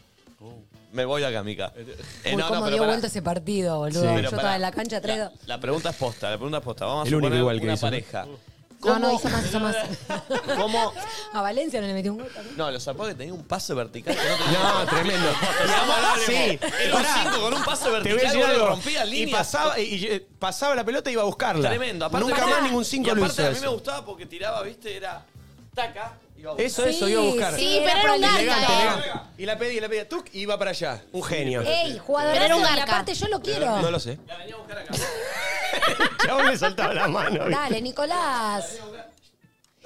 Speaker 1: me voy acá, Mica. Eh,
Speaker 3: Uy,
Speaker 1: no, no,
Speaker 3: cómo
Speaker 1: pero
Speaker 3: dio
Speaker 1: pará.
Speaker 3: vuelta ese partido, boludo.
Speaker 1: Pero
Speaker 3: Yo
Speaker 1: pará.
Speaker 3: estaba en la cancha tres
Speaker 1: La, la pregunta es posta, la pregunta es posta. Vamos a
Speaker 2: El único
Speaker 1: suponer
Speaker 2: igual que
Speaker 1: una
Speaker 2: hizo, ¿no?
Speaker 1: pareja.
Speaker 3: No, no, hizo más, hizo más.
Speaker 1: ¿Cómo?
Speaker 3: A Valencia no le metió un gol.
Speaker 1: No, los que tenía un pase vertical. Que no,
Speaker 2: No, tremendo. Sí.
Speaker 1: Era un
Speaker 2: Pará.
Speaker 1: cinco con un pase
Speaker 2: Te voy a
Speaker 1: vertical.
Speaker 2: decir
Speaker 1: boludo,
Speaker 2: algo.
Speaker 1: rompía
Speaker 2: Y
Speaker 1: líneas.
Speaker 2: pasaba, y, y, eh, pasaba la pelota y iba a buscarla.
Speaker 1: Tremendo. Aparte,
Speaker 2: Nunca
Speaker 1: pará.
Speaker 2: más ningún
Speaker 1: y
Speaker 2: 5 lo hizo
Speaker 1: aparte a mí me
Speaker 2: eso.
Speaker 1: gustaba porque tiraba, viste, era taca. iba a buscar.
Speaker 2: Eso, eso, iba a buscar.
Speaker 5: sí, pero era un garca,
Speaker 2: Elegante,
Speaker 5: eh.
Speaker 2: elegante. Y la pedí, la pedí, tuc, y iba para allá. Un genio.
Speaker 3: Ey, jugador.
Speaker 5: Pero era un
Speaker 3: y
Speaker 5: garca.
Speaker 3: aparte yo lo Eh, quiero.
Speaker 2: No lo sé. La venía a buscar acá. Chabón le saltaba la mano. ¿viste?
Speaker 3: Dale, Nicolás.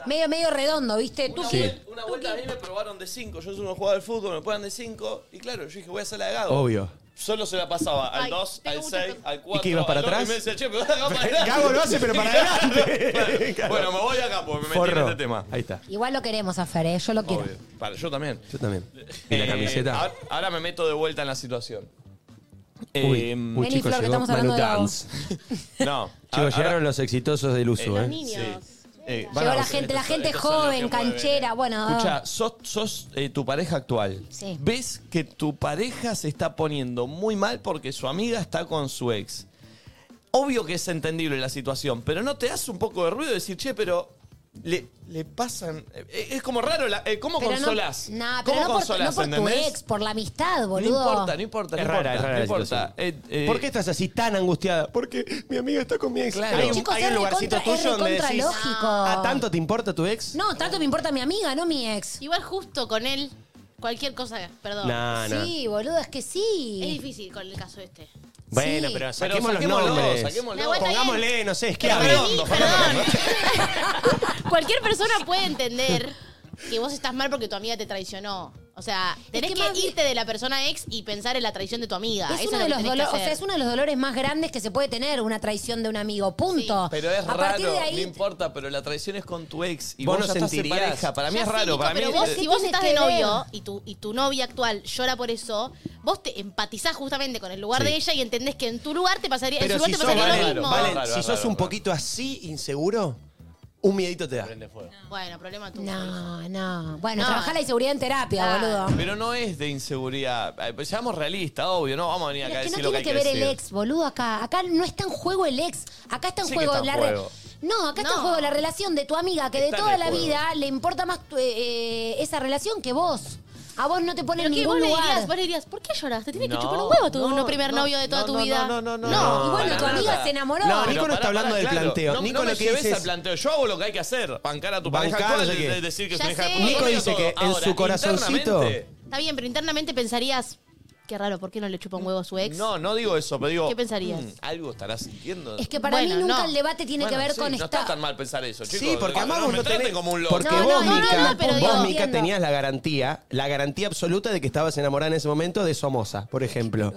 Speaker 3: Medio, medio redondo, ¿viste? Tú
Speaker 2: Sí.
Speaker 3: que-
Speaker 1: Una vuelta a mí me probaron de 5. Yo soy un jugador de fútbol, me ponen de 5. Y claro, yo dije, voy a hacer la de Gago.
Speaker 2: Obvio.
Speaker 1: Solo se la pasaba al
Speaker 5: Ay,
Speaker 1: 2,
Speaker 5: tengo
Speaker 1: al
Speaker 5: muchas
Speaker 1: 6,
Speaker 5: cosas.
Speaker 1: al 4.
Speaker 2: ¿Y qué, ibas para atrás?
Speaker 1: Y me decía, che, pero acá para adelante.
Speaker 2: Gago lo hace, pero para adelante.
Speaker 1: Claro. Bueno, me voy acá porque me metí en
Speaker 2: Forro.
Speaker 1: este tema.
Speaker 2: Ahí está.
Speaker 3: Igual lo queremos a Fer, ¿eh? yo lo quiero.
Speaker 1: Obvio. Para, yo también.
Speaker 2: Yo también. Y la
Speaker 1: Eh,
Speaker 2: camiseta.
Speaker 1: ahora, ahora me meto de vuelta en la situación.
Speaker 2: Uy,
Speaker 1: Eh,
Speaker 2: uy,
Speaker 3: Vení,
Speaker 2: chicos,
Speaker 3: Flor, que
Speaker 2: llegó
Speaker 3: estamos hablando
Speaker 2: Manu
Speaker 3: de Gago.
Speaker 2: Dance.
Speaker 1: No.
Speaker 2: Chicos,
Speaker 1: Ah,
Speaker 2: llegaron los exitosos del uso,
Speaker 5: Los
Speaker 2: ¿eh?
Speaker 5: niños.
Speaker 1: eh,
Speaker 3: Llegó
Speaker 1: van a-
Speaker 3: la gente, la gente
Speaker 1: estos son los que
Speaker 3: joven,
Speaker 1: mueven,
Speaker 3: canchera, bueno.
Speaker 1: Escucha, sos, sos, eh, tu pareja actual.
Speaker 3: Ah. Sí.
Speaker 1: Ves que tu pareja se está poniendo muy mal porque su amiga está con su ex. Obvio que es entendible la situación, pero ¿no te hace un poco de ruido decir, che, pero le, le pasan... eh, Es como raro, la, eh, ¿cómo
Speaker 3: pero no-
Speaker 1: consolás?
Speaker 3: Nah, pero
Speaker 1: ¿Cómo
Speaker 3: no por, no
Speaker 1: consolás,
Speaker 3: por tu
Speaker 1: entendés?
Speaker 3: ex, por la amistad,
Speaker 1: No
Speaker 3: boludo.
Speaker 1: importa, no importa, no
Speaker 2: Es rara,
Speaker 1: importa,
Speaker 2: es rara
Speaker 1: no
Speaker 2: la
Speaker 1: importa. Eh, eh,
Speaker 2: ¿Por qué estás así tan angustiada? Porque mi amiga está con mi ex.
Speaker 1: Claro.
Speaker 2: Hay un,
Speaker 3: Chicos,
Speaker 2: hay
Speaker 3: es
Speaker 2: un lugarcito
Speaker 3: recontra- es
Speaker 2: tuyo donde
Speaker 3: recontra
Speaker 2: decís,
Speaker 3: lógico.
Speaker 1: "Ah,
Speaker 2: ¿a tanto te importa tu ex?
Speaker 3: No, tanto me importa mi amiga, no mi ex.
Speaker 5: Igual justo con él, cualquier cosa, perdón.
Speaker 1: Ah,
Speaker 2: No, no.
Speaker 3: Sí, boludo, es que
Speaker 5: Es
Speaker 3: sí.
Speaker 5: difícil con el caso este.
Speaker 2: Bueno,
Speaker 3: Sí.
Speaker 2: pero
Speaker 1: Pero
Speaker 2: saquemos los
Speaker 1: saquémoslo,
Speaker 2: nombres.
Speaker 1: saquémoslo.
Speaker 5: Nahuel, está bien.
Speaker 2: Pongámosle, no sé, es que
Speaker 5: Pero para mí,
Speaker 2: hablando.
Speaker 5: perdón. Cualquier persona puede entender que vos estás mal porque tu amiga te traicionó. O sea, tenés
Speaker 3: que
Speaker 5: que,
Speaker 3: más bien-
Speaker 5: irte de la persona ex y pensar en la traición de tu amiga.
Speaker 3: Es
Speaker 5: Ah, Eso
Speaker 3: uno, de
Speaker 5: es lo
Speaker 3: los
Speaker 5: que tenés
Speaker 3: dolo-
Speaker 5: que
Speaker 3: o sea,
Speaker 5: hacer.
Speaker 3: es uno de los dolores más grandes que se puede tener, una traición de un amigo, punto.
Speaker 1: Pero es
Speaker 3: A
Speaker 1: raro,
Speaker 3: partir de ahí,
Speaker 1: no importa, pero la traición es con tu ex y
Speaker 2: Vos no
Speaker 1: vos, ya estás en
Speaker 2: sentirías.
Speaker 1: pareja. Para mí
Speaker 5: Ya
Speaker 1: es
Speaker 5: sé,
Speaker 1: raro,
Speaker 5: Nico,
Speaker 1: para mí
Speaker 5: pero
Speaker 1: es-
Speaker 5: vos,
Speaker 3: ¿Qué
Speaker 5: si vos
Speaker 3: tiene
Speaker 5: estás
Speaker 3: que
Speaker 5: de
Speaker 3: ver?
Speaker 5: novio y tu, y tu novia actual llora por eso, vos te empatizás justamente con el lugar
Speaker 2: Sí.
Speaker 5: de ella y entendés que en tu lugar te pasaría, en
Speaker 2: Pero
Speaker 5: su lugar
Speaker 2: si
Speaker 5: te
Speaker 2: sos,
Speaker 5: pasaría lo
Speaker 2: Valen,
Speaker 5: mismo.
Speaker 2: Valen,
Speaker 1: Raro,
Speaker 2: si
Speaker 1: raro,
Speaker 2: sos un
Speaker 1: raro.
Speaker 2: poquito así, inseguro, un miedito te da.
Speaker 20: Prende fuego.
Speaker 5: Bueno, problema tuyo.
Speaker 3: No, no. Bueno,
Speaker 5: No.
Speaker 3: trabajar la inseguridad en terapia,
Speaker 5: Ah.
Speaker 3: boludo.
Speaker 1: Pero no es de inseguridad. Eh, pues Seamos realistas, obvio, no vamos a venir
Speaker 3: Pero
Speaker 1: acá a
Speaker 3: es que
Speaker 1: decir
Speaker 3: no
Speaker 1: lo que
Speaker 3: tiene que
Speaker 1: hay que,
Speaker 3: ver el
Speaker 1: decir.
Speaker 3: ex, boludo. Acá, acá no está en juego el ex. Acá está en
Speaker 1: Sí que
Speaker 3: juego
Speaker 1: está en
Speaker 3: la re-
Speaker 1: juego.
Speaker 3: No, acá está en
Speaker 5: No.
Speaker 3: juego la relación de tu amiga, que de
Speaker 1: Está en
Speaker 3: toda
Speaker 1: el
Speaker 3: la
Speaker 1: juego.
Speaker 3: vida le importa más tu- eh, eh, esa relación que vos. A vos no te pone
Speaker 5: Pero
Speaker 3: en
Speaker 5: que vos
Speaker 3: ningún
Speaker 5: le
Speaker 3: lugar.
Speaker 5: dirías, vos le dirías, ¿por qué lloras? Te tiene que
Speaker 1: No,
Speaker 5: chupar un huevo tu
Speaker 1: no,
Speaker 5: no, primer
Speaker 1: no,
Speaker 5: novio de toda
Speaker 1: no,
Speaker 5: tu
Speaker 1: no,
Speaker 5: vida.
Speaker 1: no, no, no,
Speaker 5: No,
Speaker 1: no,
Speaker 5: y bueno,
Speaker 1: para
Speaker 5: tu
Speaker 1: nada.
Speaker 5: amiga
Speaker 3: se enamoró.
Speaker 2: No,
Speaker 1: Pero
Speaker 2: Nico no
Speaker 1: pará,
Speaker 2: está hablando
Speaker 1: pará,
Speaker 2: del
Speaker 1: claro.
Speaker 2: planteo.
Speaker 1: No,
Speaker 2: Nico
Speaker 1: no me
Speaker 2: lo que
Speaker 1: lleves
Speaker 2: dice
Speaker 1: al
Speaker 2: es-
Speaker 1: planteo. Yo hago lo que hay que hacer. Bancar a tu pareja
Speaker 2: Bancar,
Speaker 1: actual,
Speaker 2: no sé qué.
Speaker 1: de- decir que
Speaker 5: Ya
Speaker 1: su hija
Speaker 5: sé.
Speaker 1: puta,
Speaker 5: Nico
Speaker 1: todo.
Speaker 2: dice que en
Speaker 1: Ahora,
Speaker 2: su corazoncito-
Speaker 1: internamente,
Speaker 5: Está bien, pero internamente pensarías, qué raro, ¿por qué no le chupa un huevo a su ex?
Speaker 1: No, no digo eso, pero digo.
Speaker 5: ¿Qué pensarías?
Speaker 1: mm, algo estarás sintiendo.
Speaker 3: Es que para
Speaker 5: Bueno,
Speaker 3: mí nunca
Speaker 5: no.
Speaker 3: el debate tiene
Speaker 1: Bueno,
Speaker 3: que ver
Speaker 1: sí,
Speaker 3: con
Speaker 1: no
Speaker 3: esta.
Speaker 1: está tan mal pensar eso, chicos.
Speaker 2: Sí, porque
Speaker 1: no,
Speaker 2: además
Speaker 1: no
Speaker 2: vos
Speaker 1: me
Speaker 2: no
Speaker 1: traten
Speaker 2: tenés
Speaker 1: como un loco.
Speaker 2: Porque
Speaker 3: No,
Speaker 2: vos,
Speaker 3: no, no,
Speaker 2: Mica,
Speaker 5: no, pero
Speaker 2: vos,
Speaker 5: digo-
Speaker 2: Mica,
Speaker 3: Entiendo.
Speaker 2: tenías la garantía, la garantía absoluta de que estabas enamorada en ese momento de Somoza, por ejemplo.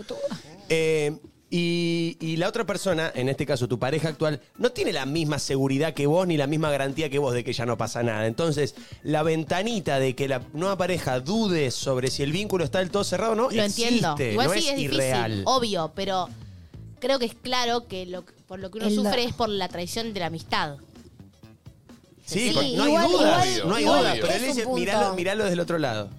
Speaker 2: Eh, y, y la otra persona, en este caso tu pareja actual, no tiene la misma seguridad que vos ni la misma garantía que vos de que ya no pasa nada. Entonces, la ventanita de que la nueva pareja dude sobre si el vínculo está del todo cerrado o no,
Speaker 5: Lo
Speaker 2: existe,
Speaker 5: entiendo. Igual
Speaker 2: no
Speaker 5: sí
Speaker 2: es,
Speaker 5: es, difícil,
Speaker 2: irreal.
Speaker 5: obvio, pero creo que es claro que lo, por lo que uno
Speaker 3: El-
Speaker 5: sufre es por la traición de la amistad.
Speaker 2: Sí,
Speaker 3: Sí,
Speaker 2: porque no hay
Speaker 3: igual-
Speaker 2: dudas,
Speaker 3: igual-
Speaker 2: no hay
Speaker 3: igual
Speaker 2: dudas,
Speaker 3: es
Speaker 2: pero él
Speaker 3: un
Speaker 2: dice,
Speaker 3: punto.
Speaker 2: miralo, miralo desde el otro lado.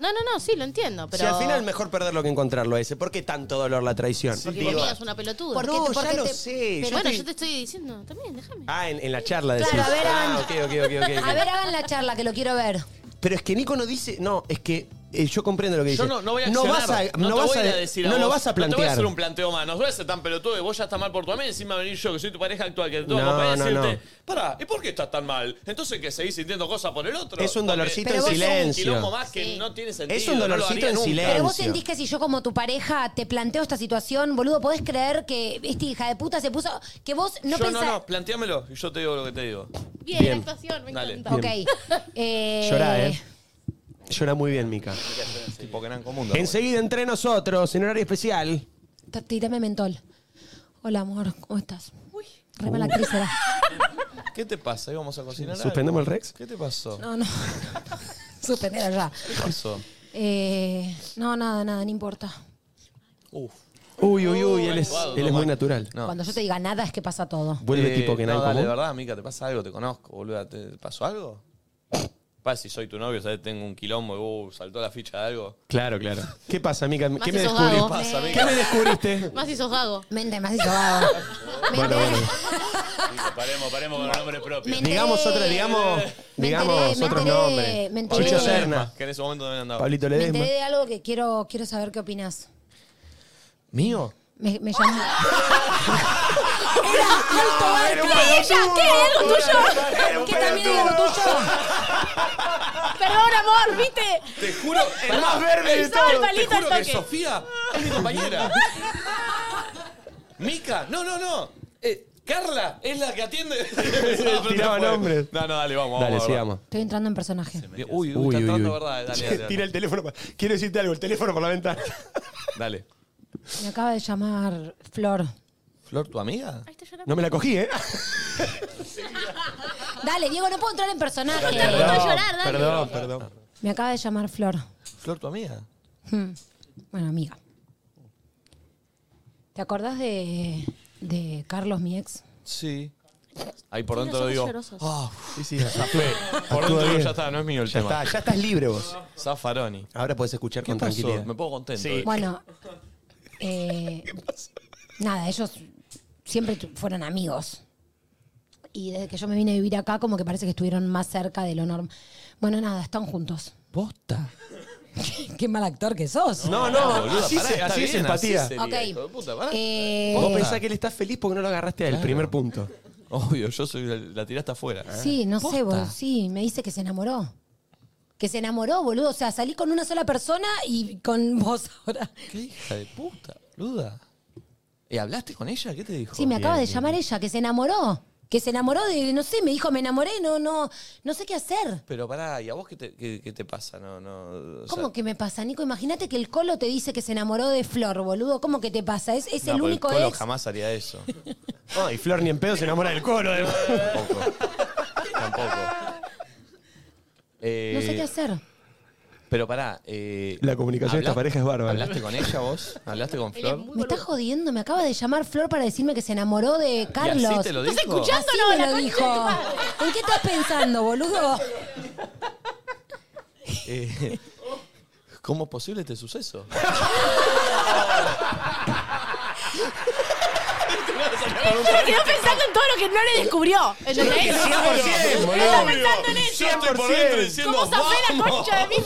Speaker 5: No, no, no, sí, lo entiendo, pero...
Speaker 2: Si al final mejor perderlo que encontrarlo ese, ¿por qué tanto dolor la traición?
Speaker 5: Porque
Speaker 2: Digo-
Speaker 5: mi amiga es una pelotuda.
Speaker 3: ¿Por qué
Speaker 2: No,
Speaker 3: te- por
Speaker 2: ya
Speaker 3: qué
Speaker 2: lo
Speaker 3: te-
Speaker 2: sé.
Speaker 3: pero-
Speaker 5: Bueno,
Speaker 2: estoy-
Speaker 5: yo te estoy diciendo también, déjame.
Speaker 2: Ah, en, en la charla de
Speaker 3: Claro, a ver,
Speaker 2: ah,
Speaker 3: Andy.
Speaker 2: ok, ok, ok, ok, ok.
Speaker 3: A ver, hagan la charla que lo quiero ver.
Speaker 2: Pero es que Nico no dice. No, es que eh, yo comprendo lo que dice.
Speaker 1: Yo no, no voy a
Speaker 2: vas a,
Speaker 1: accionar, no, te
Speaker 2: vas
Speaker 1: voy a,
Speaker 2: a-
Speaker 1: decir a
Speaker 2: no
Speaker 1: vos,
Speaker 2: lo vas a
Speaker 1: No te voy a
Speaker 2: plantear.
Speaker 1: hacer un planteo más. No voy a ser tan pelotudo y vos ya estás mal por tu amiga. Encima venir yo, que soy tu pareja actual, que te tengo que
Speaker 2: No,
Speaker 1: acompañar y
Speaker 2: no,
Speaker 1: decirte, pará, ¿y por qué estás tan mal? Entonces que seguís sintiendo cosas por el otro.
Speaker 2: Es un
Speaker 1: Porque
Speaker 2: dolorcito
Speaker 1: es
Speaker 2: en
Speaker 1: un
Speaker 2: silencio.
Speaker 1: quilombo más que
Speaker 5: Sí.
Speaker 1: no tiene sentido.
Speaker 2: Es un
Speaker 1: no lo
Speaker 2: dolorcito
Speaker 1: haría
Speaker 2: en
Speaker 1: nunca.
Speaker 2: silencio.
Speaker 3: Pero vos sentís que si yo como tu pareja te planteo esta situación, boludo, podés creer que esta hija de puta se puso. Que vos no
Speaker 1: yo
Speaker 3: pensás.
Speaker 1: no, no, planteamelo y yo te digo lo que te digo.
Speaker 5: Bien,
Speaker 2: Bien.
Speaker 5: la actuación, me
Speaker 1: Dale.
Speaker 5: encanta.
Speaker 3: Ok. Eh,
Speaker 2: Llorá, eh. Llora muy bien, Mica.
Speaker 1: Tipo que eran común.
Speaker 2: Enseguida entre nosotros, en horario especial.
Speaker 3: t- Tirame mentol. Hola, amor, ¿cómo estás? Uy. Re
Speaker 2: Uh.
Speaker 3: mala actriz era.
Speaker 1: ¿Qué te pasa? ¿Íbamos a cocinar algo?
Speaker 2: ¿Suspendemos el Rex?
Speaker 1: ¿Qué te pasó?
Speaker 3: No, no. Suspender allá.
Speaker 1: ¿Qué pasó?
Speaker 3: Eh, no, nada, nada, no importa.
Speaker 1: Uf.
Speaker 2: Uy, uy, uy, él es,
Speaker 1: Guau,
Speaker 2: él es muy
Speaker 1: toma.
Speaker 2: natural.
Speaker 1: No.
Speaker 3: Cuando yo te diga nada es que pasa todo.
Speaker 2: Vuelve
Speaker 1: Eh,
Speaker 2: tipo que
Speaker 1: no,
Speaker 2: nadie
Speaker 1: dale, de
Speaker 2: común.
Speaker 1: verdad, Mica, ¿te pasa algo? Te conozco, boluda. ¿Te pasó algo? Pa, si soy tu novio, ¿sabes? Tengo un quilombo y uh, saltó la ficha de algo.
Speaker 2: Claro, claro. ¿Qué pasa, Mica?
Speaker 5: Más
Speaker 2: ¿Qué
Speaker 5: si
Speaker 2: me
Speaker 5: sos
Speaker 2: descubriste?
Speaker 5: vago.
Speaker 2: ¿Qué me descubriste?
Speaker 5: Más si sos gago.
Speaker 3: Mente, más si sos gago.
Speaker 2: Bueno, bueno.
Speaker 21: Paremos, paremos con los nombres propios.
Speaker 2: Digamos otra, digamos, digamos
Speaker 3: me
Speaker 2: otros
Speaker 3: enteré,
Speaker 2: nombres.
Speaker 3: me enteré.
Speaker 2: Chicho
Speaker 3: Pablito
Speaker 2: Serna.
Speaker 1: Que en ese momento también andaba.
Speaker 2: Pablito
Speaker 3: Me enteré
Speaker 2: Ledesma.
Speaker 3: de algo que quiero, quiero saber qué opinas.
Speaker 2: ¿Mío?
Speaker 3: Me, me llamó.
Speaker 5: Era alto
Speaker 3: ¡Ella! ¿Qué? ¿Algo tuyo? ¿Qué también hay algo tuyo?
Speaker 5: Perdón, amor, ¿viste?
Speaker 4: Te juro,
Speaker 5: el más verde de Estaba el todos. palito
Speaker 4: Te juro
Speaker 5: al
Speaker 4: que
Speaker 5: toque.
Speaker 4: Sofía es mi compañera. Mica, no, no, no. Eh, Carla es la que atiende.
Speaker 2: Tiraba nombres.
Speaker 1: No, no, dale, vamos.
Speaker 2: Dale,
Speaker 1: vamos,
Speaker 2: sigamos.
Speaker 3: Estoy entrando en personaje.
Speaker 1: vamos. Uy, uy,
Speaker 2: Uy, uy,
Speaker 1: está entrando,
Speaker 2: uy.
Speaker 1: ¿verdad? Dale,
Speaker 2: Che,
Speaker 1: dale. dale.
Speaker 2: Tira el teléfono. pa- Quiero decirte algo, el teléfono por la ventana.
Speaker 1: Dale.
Speaker 3: Me acaba de llamar Flor.
Speaker 1: ¿Flor, tu amiga?
Speaker 2: No me la cogí, ¿eh?
Speaker 3: Dale, Diego, no puedo entrar en personaje.
Speaker 5: llorar, dale.
Speaker 2: perdón, perdón.
Speaker 3: Me acaba de llamar Flor.
Speaker 1: ¿Flor, tu amiga?
Speaker 3: Hmm. Bueno, amiga. ¿Te acordás de, de Carlos, mi ex?
Speaker 1: Sí. Ahí por
Speaker 5: Tiene
Speaker 1: dentro lo
Speaker 5: los
Speaker 1: digo.
Speaker 5: ojos llorosos.
Speaker 1: Ah,
Speaker 2: Sí, sí, zafé.
Speaker 1: por
Speaker 2: Todo
Speaker 1: dentro digo,
Speaker 2: bien.
Speaker 1: ya está, no es mío el
Speaker 2: Ya
Speaker 1: tema.
Speaker 2: está, ya estás libre vos.
Speaker 1: Zaffaroni.
Speaker 2: Ahora podés escuchar
Speaker 1: ¿Qué
Speaker 2: con
Speaker 1: pasó?
Speaker 2: tranquilidad.
Speaker 1: Me pongo contento.
Speaker 2: Sí.
Speaker 3: Bueno, eh, nada, ellos siempre tu- fueron amigos. Y desde que yo me vine a vivir acá, como que parece que estuvieron más cerca de lo normal. Bueno, nada, están juntos.
Speaker 2: Posta.
Speaker 3: Qué mal actor que sos.
Speaker 2: No, no,
Speaker 1: Boluda,
Speaker 2: así,
Speaker 1: pará,
Speaker 2: se-
Speaker 1: está
Speaker 2: así es
Speaker 1: bien, así
Speaker 2: empatía.
Speaker 1: sería,
Speaker 3: Ok.
Speaker 1: hijo de puta, pará.
Speaker 3: Eh,
Speaker 2: Vos pensás que él está feliz porque no lo agarraste al primer punto.
Speaker 1: Obvio, yo soy la, la tiraste afuera.
Speaker 3: Sí, no sé, boludo. Sí, me dice que se enamoró. Que se enamoró, boludo. O sea, salí con una sola persona y con vos ahora.
Speaker 1: ¿Qué hija de puta, boluda? ¿Y hablaste con ella? ¿Qué te dijo?
Speaker 3: Sí, me acaba de
Speaker 1: Bien,
Speaker 3: llamar ella, que se enamoró. Que se enamoró de, no sé, me dijo, me enamoré, no, no, no sé qué hacer.
Speaker 1: Pero pará, ¿y a vos qué te, qué, qué te pasa? No, no, o sea,
Speaker 3: ¿Cómo que me pasa, Nico? Imagínate que el colo te dice que se enamoró de Flor, boludo. ¿Cómo que te pasa? Es, es
Speaker 1: no,
Speaker 3: el
Speaker 1: pero
Speaker 3: único
Speaker 1: Colo
Speaker 3: ex.
Speaker 1: jamás haría eso.
Speaker 2: No, y Flor ni en pedo se enamora del colo. además.
Speaker 1: Tampoco. Tampoco. Eh,
Speaker 3: No sé qué hacer.
Speaker 1: Pero pará. eh,
Speaker 2: La comunicación de esta pareja es bárbara.
Speaker 1: ¿Hablaste con ella vos? ¿Hablaste con Flor?
Speaker 3: Me está jodiendo, me acaba de llamar Flor para decirme que se enamoró de Carlos.
Speaker 1: así te lo ¿Estás dijo?
Speaker 3: Así
Speaker 5: escuchándolo,
Speaker 3: me
Speaker 5: la
Speaker 3: lo
Speaker 5: concha
Speaker 3: dijo.
Speaker 5: de tu madre?
Speaker 3: ¿En qué estás pensando, boludo?
Speaker 1: Eh, ¿Cómo es posible este suceso?
Speaker 5: Pero quedó pensando en todo lo que no le descubrió. ¿Entendés? Está pensando en eso. ¿Cómo zafé la concha de mi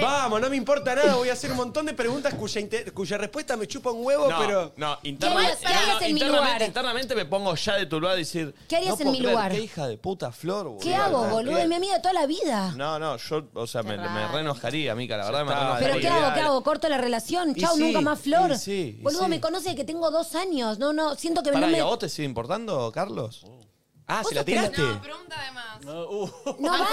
Speaker 2: Vamos, no me importa nada, voy a hacer un montón de preguntas cuya, inte- cuya respuesta me chupa un huevo, pero.
Speaker 1: no,
Speaker 3: ¿Qué harías- qué harías en mi
Speaker 1: internamente,
Speaker 3: lugar?
Speaker 1: internamente me pongo ya de tu lado a decir.
Speaker 3: ¿Qué harías
Speaker 1: no
Speaker 3: en
Speaker 1: puedo
Speaker 3: mi
Speaker 1: creer,
Speaker 3: lugar?
Speaker 1: Qué hija de puta flor, boludo.
Speaker 3: ¿Qué hago, boludo? Es mi amiga de toda la vida.
Speaker 1: No, no, yo, o sea, me, me
Speaker 5: raro.
Speaker 1: re enojaría, mica, la verdad me re
Speaker 2: está,
Speaker 1: enojaría.
Speaker 3: ¿Pero qué hago? ¿Qué
Speaker 2: Dale.
Speaker 3: hago? ¿Corto la relación?
Speaker 1: Y
Speaker 3: Chao,
Speaker 1: sí,
Speaker 3: nunca más Flor.
Speaker 1: y sí, y
Speaker 3: boludo,
Speaker 1: sí.
Speaker 3: me conoce que tengo dos años. No, no, siento que
Speaker 1: Pará,
Speaker 3: no
Speaker 1: ¿y
Speaker 3: me.
Speaker 1: a vos te sigue importando, Carlos?
Speaker 2: Ah,
Speaker 3: ¿Vos
Speaker 2: ¿se la
Speaker 3: sos
Speaker 2: tiraste?
Speaker 7: No, pregunta de más.
Speaker 3: No
Speaker 5: Banco,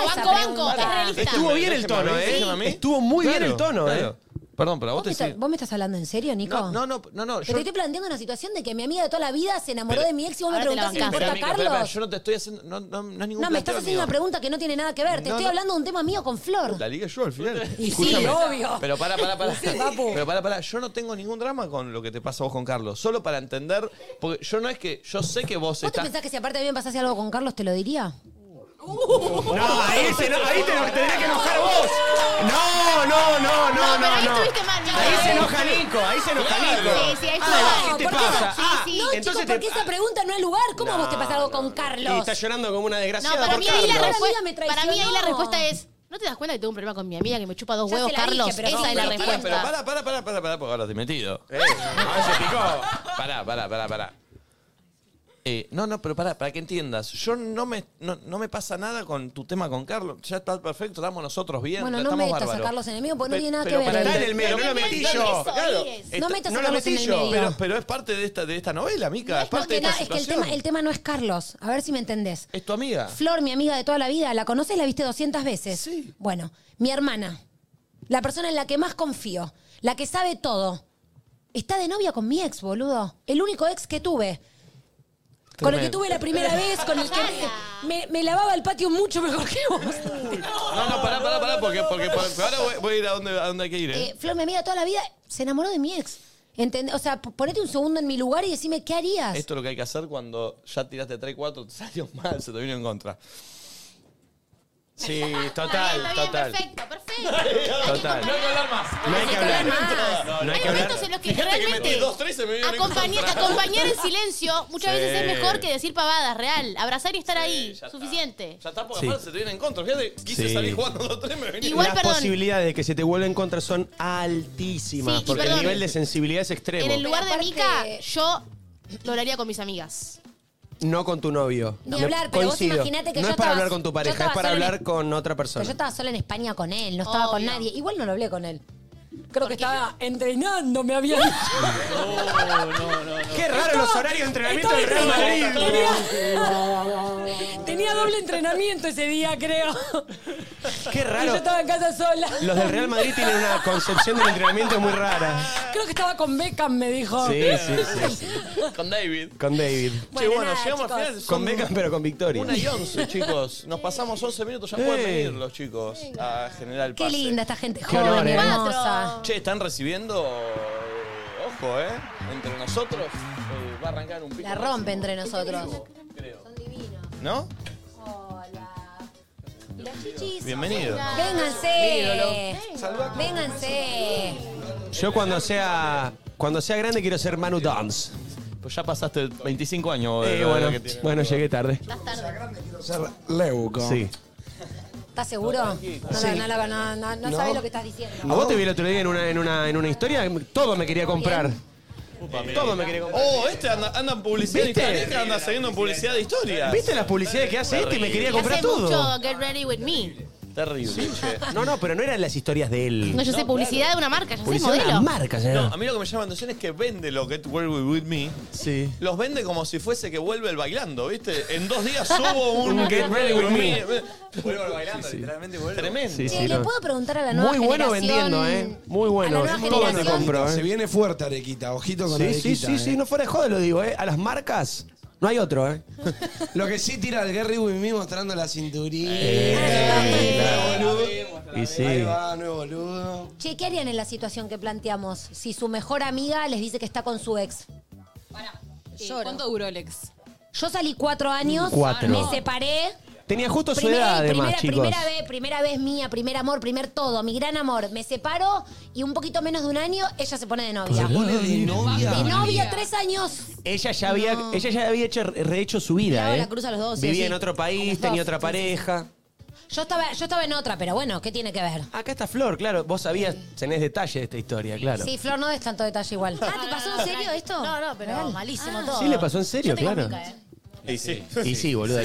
Speaker 3: va esa
Speaker 5: banco,
Speaker 3: pregunta.
Speaker 5: banco. Es realista.
Speaker 2: Estuvo bien el
Speaker 1: Déjeme a
Speaker 2: tono,
Speaker 1: mí,
Speaker 2: ¿eh?
Speaker 1: déjeme a mí.
Speaker 2: Estuvo muy bien
Speaker 1: Claro,
Speaker 2: el tono,
Speaker 1: claro.
Speaker 2: ¿eh?
Speaker 1: Perdón, pero a vos
Speaker 3: ¿Vos me,
Speaker 1: te
Speaker 3: estás-
Speaker 1: sigue.
Speaker 3: vos me estás hablando en serio, Nico?
Speaker 1: No, no, no, no, no,
Speaker 3: Pero te
Speaker 1: yo-
Speaker 3: estoy planteando una situación de que mi amiga de toda la vida se enamoró de mi ex y vos me
Speaker 5: Ahora te la
Speaker 3: preguntás si me
Speaker 5: bancás.
Speaker 3: importa
Speaker 1: Espera,
Speaker 3: a
Speaker 1: Mica, espera, espera,
Speaker 3: Carlos.
Speaker 1: yo no te estoy haciendo. No, no, no es ningún
Speaker 3: No, me estás
Speaker 1: planteo
Speaker 3: haciendo
Speaker 1: mío.
Speaker 3: una pregunta que no tiene nada que ver. Te
Speaker 1: No,
Speaker 3: estoy
Speaker 1: no.
Speaker 3: hablando de un tema mío con Flor.
Speaker 1: La ligué yo al final.
Speaker 3: Y sí,
Speaker 1: Escúchame.
Speaker 3: obvio.
Speaker 1: Pero para, para, para.
Speaker 3: Sí, papu.
Speaker 1: pero para, para. Yo no tengo ningún drama con lo que te pasa a vos con Carlos. Solo para entender. Porque yo no es que. Yo sé que vos,
Speaker 3: ¿Vos te
Speaker 1: estás.
Speaker 3: pensás que si aparte a mí me pasase algo con Carlos te lo diría?
Speaker 2: No, ahí, se, no, ahí te lo tendría que enojar vos. No, no, no, no,
Speaker 5: No, pero
Speaker 2: no.
Speaker 5: ahí
Speaker 2: no.
Speaker 5: estuviste mal, Nico.
Speaker 2: Ahí se enoja Nico, ahí se enoja Nico.
Speaker 5: Sí, sí, ahí estuvo
Speaker 2: Ah,
Speaker 5: mal.
Speaker 2: ¿Qué te
Speaker 3: ¿por qué?
Speaker 2: pasa?
Speaker 5: Sí,
Speaker 2: Ah,
Speaker 5: sí.
Speaker 3: No,
Speaker 2: entonces
Speaker 3: chicos,
Speaker 2: te-
Speaker 3: porque esa pregunta no es lugar. ¿Cómo a vos te pasa algo con
Speaker 2: Y
Speaker 3: Carlos?
Speaker 2: está llorando como una
Speaker 5: No,
Speaker 2: desgraciada.
Speaker 5: para
Speaker 2: por
Speaker 5: mí, ahí la
Speaker 2: Carlos.
Speaker 3: Carlos.
Speaker 5: respuesta-
Speaker 3: Amiga me
Speaker 5: para mí ahí la
Speaker 3: traicionó.
Speaker 5: respuesta es... ¿No te das cuenta que tengo un problema con mi amiga que me chupa dos
Speaker 3: Ya
Speaker 5: huevos,
Speaker 3: se la dije,
Speaker 5: Carlos?
Speaker 3: pero
Speaker 5: Esa
Speaker 3: no,
Speaker 5: es la
Speaker 3: pero
Speaker 1: Para, pero
Speaker 5: respuesta.
Speaker 1: para, para, para, para, para, porque ahora te he metido. Ah,
Speaker 2: Eh, ahora se picó.
Speaker 1: Pará, pará, pará, pará. Eh, no, no, pero pará, para que entiendas. Yo no me, no, no me pasa nada con tu tema con Carlos. Ya está perfecto, estamos nosotros bien.
Speaker 3: Bueno, no
Speaker 1: estamos
Speaker 3: metas a
Speaker 1: bárbaros.
Speaker 3: Carlos en el mío porque no
Speaker 1: Pe-
Speaker 3: tiene nada
Speaker 1: pero
Speaker 3: que ver
Speaker 1: pará,
Speaker 3: él.
Speaker 1: dale el medio,
Speaker 5: Pero
Speaker 1: no lo
Speaker 5: me
Speaker 1: metí
Speaker 5: entiendes
Speaker 1: yo.
Speaker 5: eso,
Speaker 1: Claro,
Speaker 5: Iris.
Speaker 1: está-
Speaker 3: No metas a
Speaker 1: lo
Speaker 3: Carlos en
Speaker 1: metí
Speaker 3: el
Speaker 1: yo.
Speaker 3: medio.
Speaker 1: Pero, pero es parte de esta, de esta novela, Mica.
Speaker 3: No,
Speaker 1: es parte
Speaker 3: porque
Speaker 1: de esta
Speaker 3: na- es que el
Speaker 1: situación.
Speaker 3: tema, el tema no es Carlos. A ver si me entendés.
Speaker 1: Es tu amiga.
Speaker 3: Flor, mi amiga de toda la vida, la conoces, la viste 200 veces.
Speaker 1: Sí.
Speaker 3: Bueno, mi hermana, la persona en la que más confío, la que sabe todo, está de novia con mi ex, boludo. El único ex que tuve. Con el que
Speaker 1: Tremendo.
Speaker 3: tuve la primera vez, con el que me, me lavaba el patio mucho mejor que vos.
Speaker 1: No, no, pará, pará, pará, porque, porque, porque ahora voy, voy a ir a donde, a donde hay que ir. ¿eh?
Speaker 3: Eh, Flor, mi amiga de toda la vida, se enamoró de mi ex. ¿Entendés? O sea, p- ponete un segundo en mi lugar y decime qué harías.
Speaker 1: Esto es lo que hay que hacer cuando ya tiraste 3, 4, te salió mal, se te vino en contra.
Speaker 2: Sí, total,
Speaker 5: Está bien, está
Speaker 2: total.
Speaker 5: bien, Perfecto, perfecto.
Speaker 2: Total.
Speaker 5: No hay que hablar más.
Speaker 2: No hay que hablar. No, no hay
Speaker 5: hay
Speaker 2: que hablar.
Speaker 5: momentos en los que
Speaker 2: Fíjate que
Speaker 5: realmente
Speaker 2: metí dos, tres, se me vienen
Speaker 5: acompañar,
Speaker 2: contra.
Speaker 5: acompañar en silencio muchas
Speaker 2: Sí.
Speaker 5: veces es mejor que decir pavadas, real. Abrazar y estar ahí,
Speaker 1: ya está.
Speaker 5: suficiente.
Speaker 1: Ya está, porque
Speaker 2: Sí.
Speaker 1: aparte se te viene en contra. Fíjate, quise
Speaker 2: Sí.
Speaker 1: salir jugando dos tres, me venía.
Speaker 5: Igual,
Speaker 2: Las
Speaker 5: perdón.
Speaker 2: posibilidades de que se te vuelva en contra son altísimas,
Speaker 5: Sí, y
Speaker 2: porque el
Speaker 5: perdón.
Speaker 2: nivel de sensibilidad es extremo.
Speaker 5: En el lugar de
Speaker 3: Pero aparte-
Speaker 5: Mica, yo lo haría con mis amigas.
Speaker 2: No con tu novio.
Speaker 3: Ni
Speaker 2: Me-
Speaker 3: hablar, pero vos
Speaker 2: coincido.
Speaker 3: imaginate que yo
Speaker 2: No es para
Speaker 3: estaba-
Speaker 2: hablar con tu
Speaker 3: yo
Speaker 2: pareja, es
Speaker 3: estaba
Speaker 2: para
Speaker 3: sola en-
Speaker 2: hablar con otra
Speaker 3: Pero yo
Speaker 2: persona.
Speaker 3: estaba sola en España con él, no estaba con
Speaker 5: Obvio.
Speaker 3: nadie. Igual no lo hablé con él. Creo que estaba entrenando, me había
Speaker 2: Qué raro los horarios de entrenamiento del Real Madrid.
Speaker 3: Tenía, tenía doble entrenamiento ese día, creo.
Speaker 2: Qué
Speaker 3: Y yo
Speaker 2: raro.
Speaker 3: estaba en casa sola.
Speaker 2: Los del Real Madrid tienen una concepción del entrenamiento muy rara.
Speaker 3: Creo que estaba con Beckham, me dijo.
Speaker 2: Sí, sí, sí, sí.
Speaker 1: Con David.
Speaker 2: Con David.
Speaker 1: Che, bueno,
Speaker 3: nada,
Speaker 1: llegamos al
Speaker 3: chicos.
Speaker 1: final.
Speaker 2: Con
Speaker 1: Son
Speaker 2: Beckham, pero con Victoria.
Speaker 1: Una y once, chicos. Nos pasamos 11 minutos. Ya
Speaker 2: Eh.
Speaker 1: pueden venir los chicos a General Paz.
Speaker 3: Qué linda esta gente
Speaker 2: Qué
Speaker 3: joven,
Speaker 2: honor, ¿eh?
Speaker 3: hermosa.
Speaker 1: Che, están recibiendo. eh, Ojo, ¿eh? Entre nosotros eh, va a arrancar un pico.
Speaker 3: La rompe entre nosotros.
Speaker 1: ¿No?
Speaker 5: Las chichis.
Speaker 1: Bienvenido.
Speaker 3: Vénganse. Vénganse.
Speaker 2: Yo cuando sea cuando sea grande quiero ser Manu Dance.
Speaker 1: Pues ya pasaste 25 años. de
Speaker 2: Eh,
Speaker 1: la
Speaker 2: bueno,
Speaker 1: edad que tiene.
Speaker 2: bueno, llegué tarde.
Speaker 4: ser Leuco.
Speaker 2: Sí.
Speaker 3: ¿Estás seguro? No,
Speaker 4: Sí.
Speaker 3: no, no, no, no, no sabes lo que estás diciendo.
Speaker 2: A vos te vi el otro día en una, en una, en una historia, todo me quería comprar. Todo me quería comprar.
Speaker 1: Oh, este anda, anda en publicidad
Speaker 2: ¿Viste?
Speaker 1: de historia. Este anda siguiendo en publicidad de historia.
Speaker 2: ¿Viste las publicidades que hace este y me quería comprar
Speaker 5: Hace
Speaker 2: todo?
Speaker 5: mucho Get Ready With Me.
Speaker 1: Terrible. che.
Speaker 2: No, no, pero no eran las historias de
Speaker 5: No,
Speaker 2: él.
Speaker 5: yo sé publicidad de una marca, yo sé
Speaker 2: Publicidad de
Speaker 5: modelo.
Speaker 2: las marcas, eh.
Speaker 1: No,
Speaker 2: señora.
Speaker 1: a mí lo que me llama la atención es que vende lo Get Well With Me.
Speaker 2: Sí.
Speaker 1: Los vende como si fuese que vuelve el bailando, ¿viste? En dos días subo un
Speaker 2: Un Get Ready With Me.
Speaker 1: Vuelvo al bailando, literalmente vuelvo. Tremendo.
Speaker 2: Sí,
Speaker 3: Che,
Speaker 2: sí,
Speaker 3: Eh, ¿Le
Speaker 2: no.
Speaker 3: puedo preguntar a la nueva
Speaker 2: Muy bueno
Speaker 3: generación?
Speaker 2: vendiendo, ¿eh? Muy bueno.
Speaker 3: A la nueva
Speaker 2: Todo te
Speaker 3: generación.
Speaker 2: compro,
Speaker 4: Se
Speaker 2: ¿eh?
Speaker 4: viene fuerte Arequita, ojito con
Speaker 2: Sí,
Speaker 4: Arequita.
Speaker 2: sí, sí, sí,
Speaker 4: eh.
Speaker 2: no fuera de joda lo digo, ¿eh? A las marcas no hay otro, ¿eh?
Speaker 4: Lo que sí tira el Gary Wimmy mostrando la cinturita.
Speaker 2: Eh,
Speaker 4: Nuevo boludo.
Speaker 2: Y
Speaker 4: Ahí
Speaker 2: Eh, sí.
Speaker 4: va, nuevo boludo.
Speaker 3: Che, ¿qué harían en la situación que planteamos? Si su mejor amiga les dice que está con su ex. Lloro.
Speaker 22: ¿Cuánto duró Lex?
Speaker 3: Yo salí cuatro años,
Speaker 2: Cuatro.
Speaker 3: me separé.
Speaker 2: Tenía justo su
Speaker 3: Primera-
Speaker 2: edad,
Speaker 3: primera,
Speaker 2: además, chicos.
Speaker 3: primera vez, primera vez mía, primer amor, primer todo, mi gran amor. Me separo y un poquito menos de un año ella se pone de novia.
Speaker 4: de novia.
Speaker 3: De novia, tres años.
Speaker 2: Ella ya había, ella ya había hecho, rehecho su vida,
Speaker 22: Claro,
Speaker 2: ¿eh?
Speaker 22: la cruz a los dos, sí,
Speaker 2: Vivía
Speaker 22: sí.
Speaker 2: en otro
Speaker 22: A
Speaker 2: país,
Speaker 22: los
Speaker 2: tenía
Speaker 22: dos,
Speaker 2: otra
Speaker 22: sí, sí,
Speaker 2: pareja.
Speaker 3: Yo estaba, yo estaba en otra, pero bueno, ¿qué tiene que ver?
Speaker 2: Acá está Flor, claro. Vos sabías, tenés detalle de esta historia, claro.
Speaker 3: Sí, Flor, no des tanto detalle igual. Ah, ¿te pasó en serio esto?
Speaker 5: No, no, pero malísimo todo.
Speaker 2: Sí, le pasó en serio, claro.
Speaker 1: Y sí.
Speaker 2: Y eh. sí, boludo.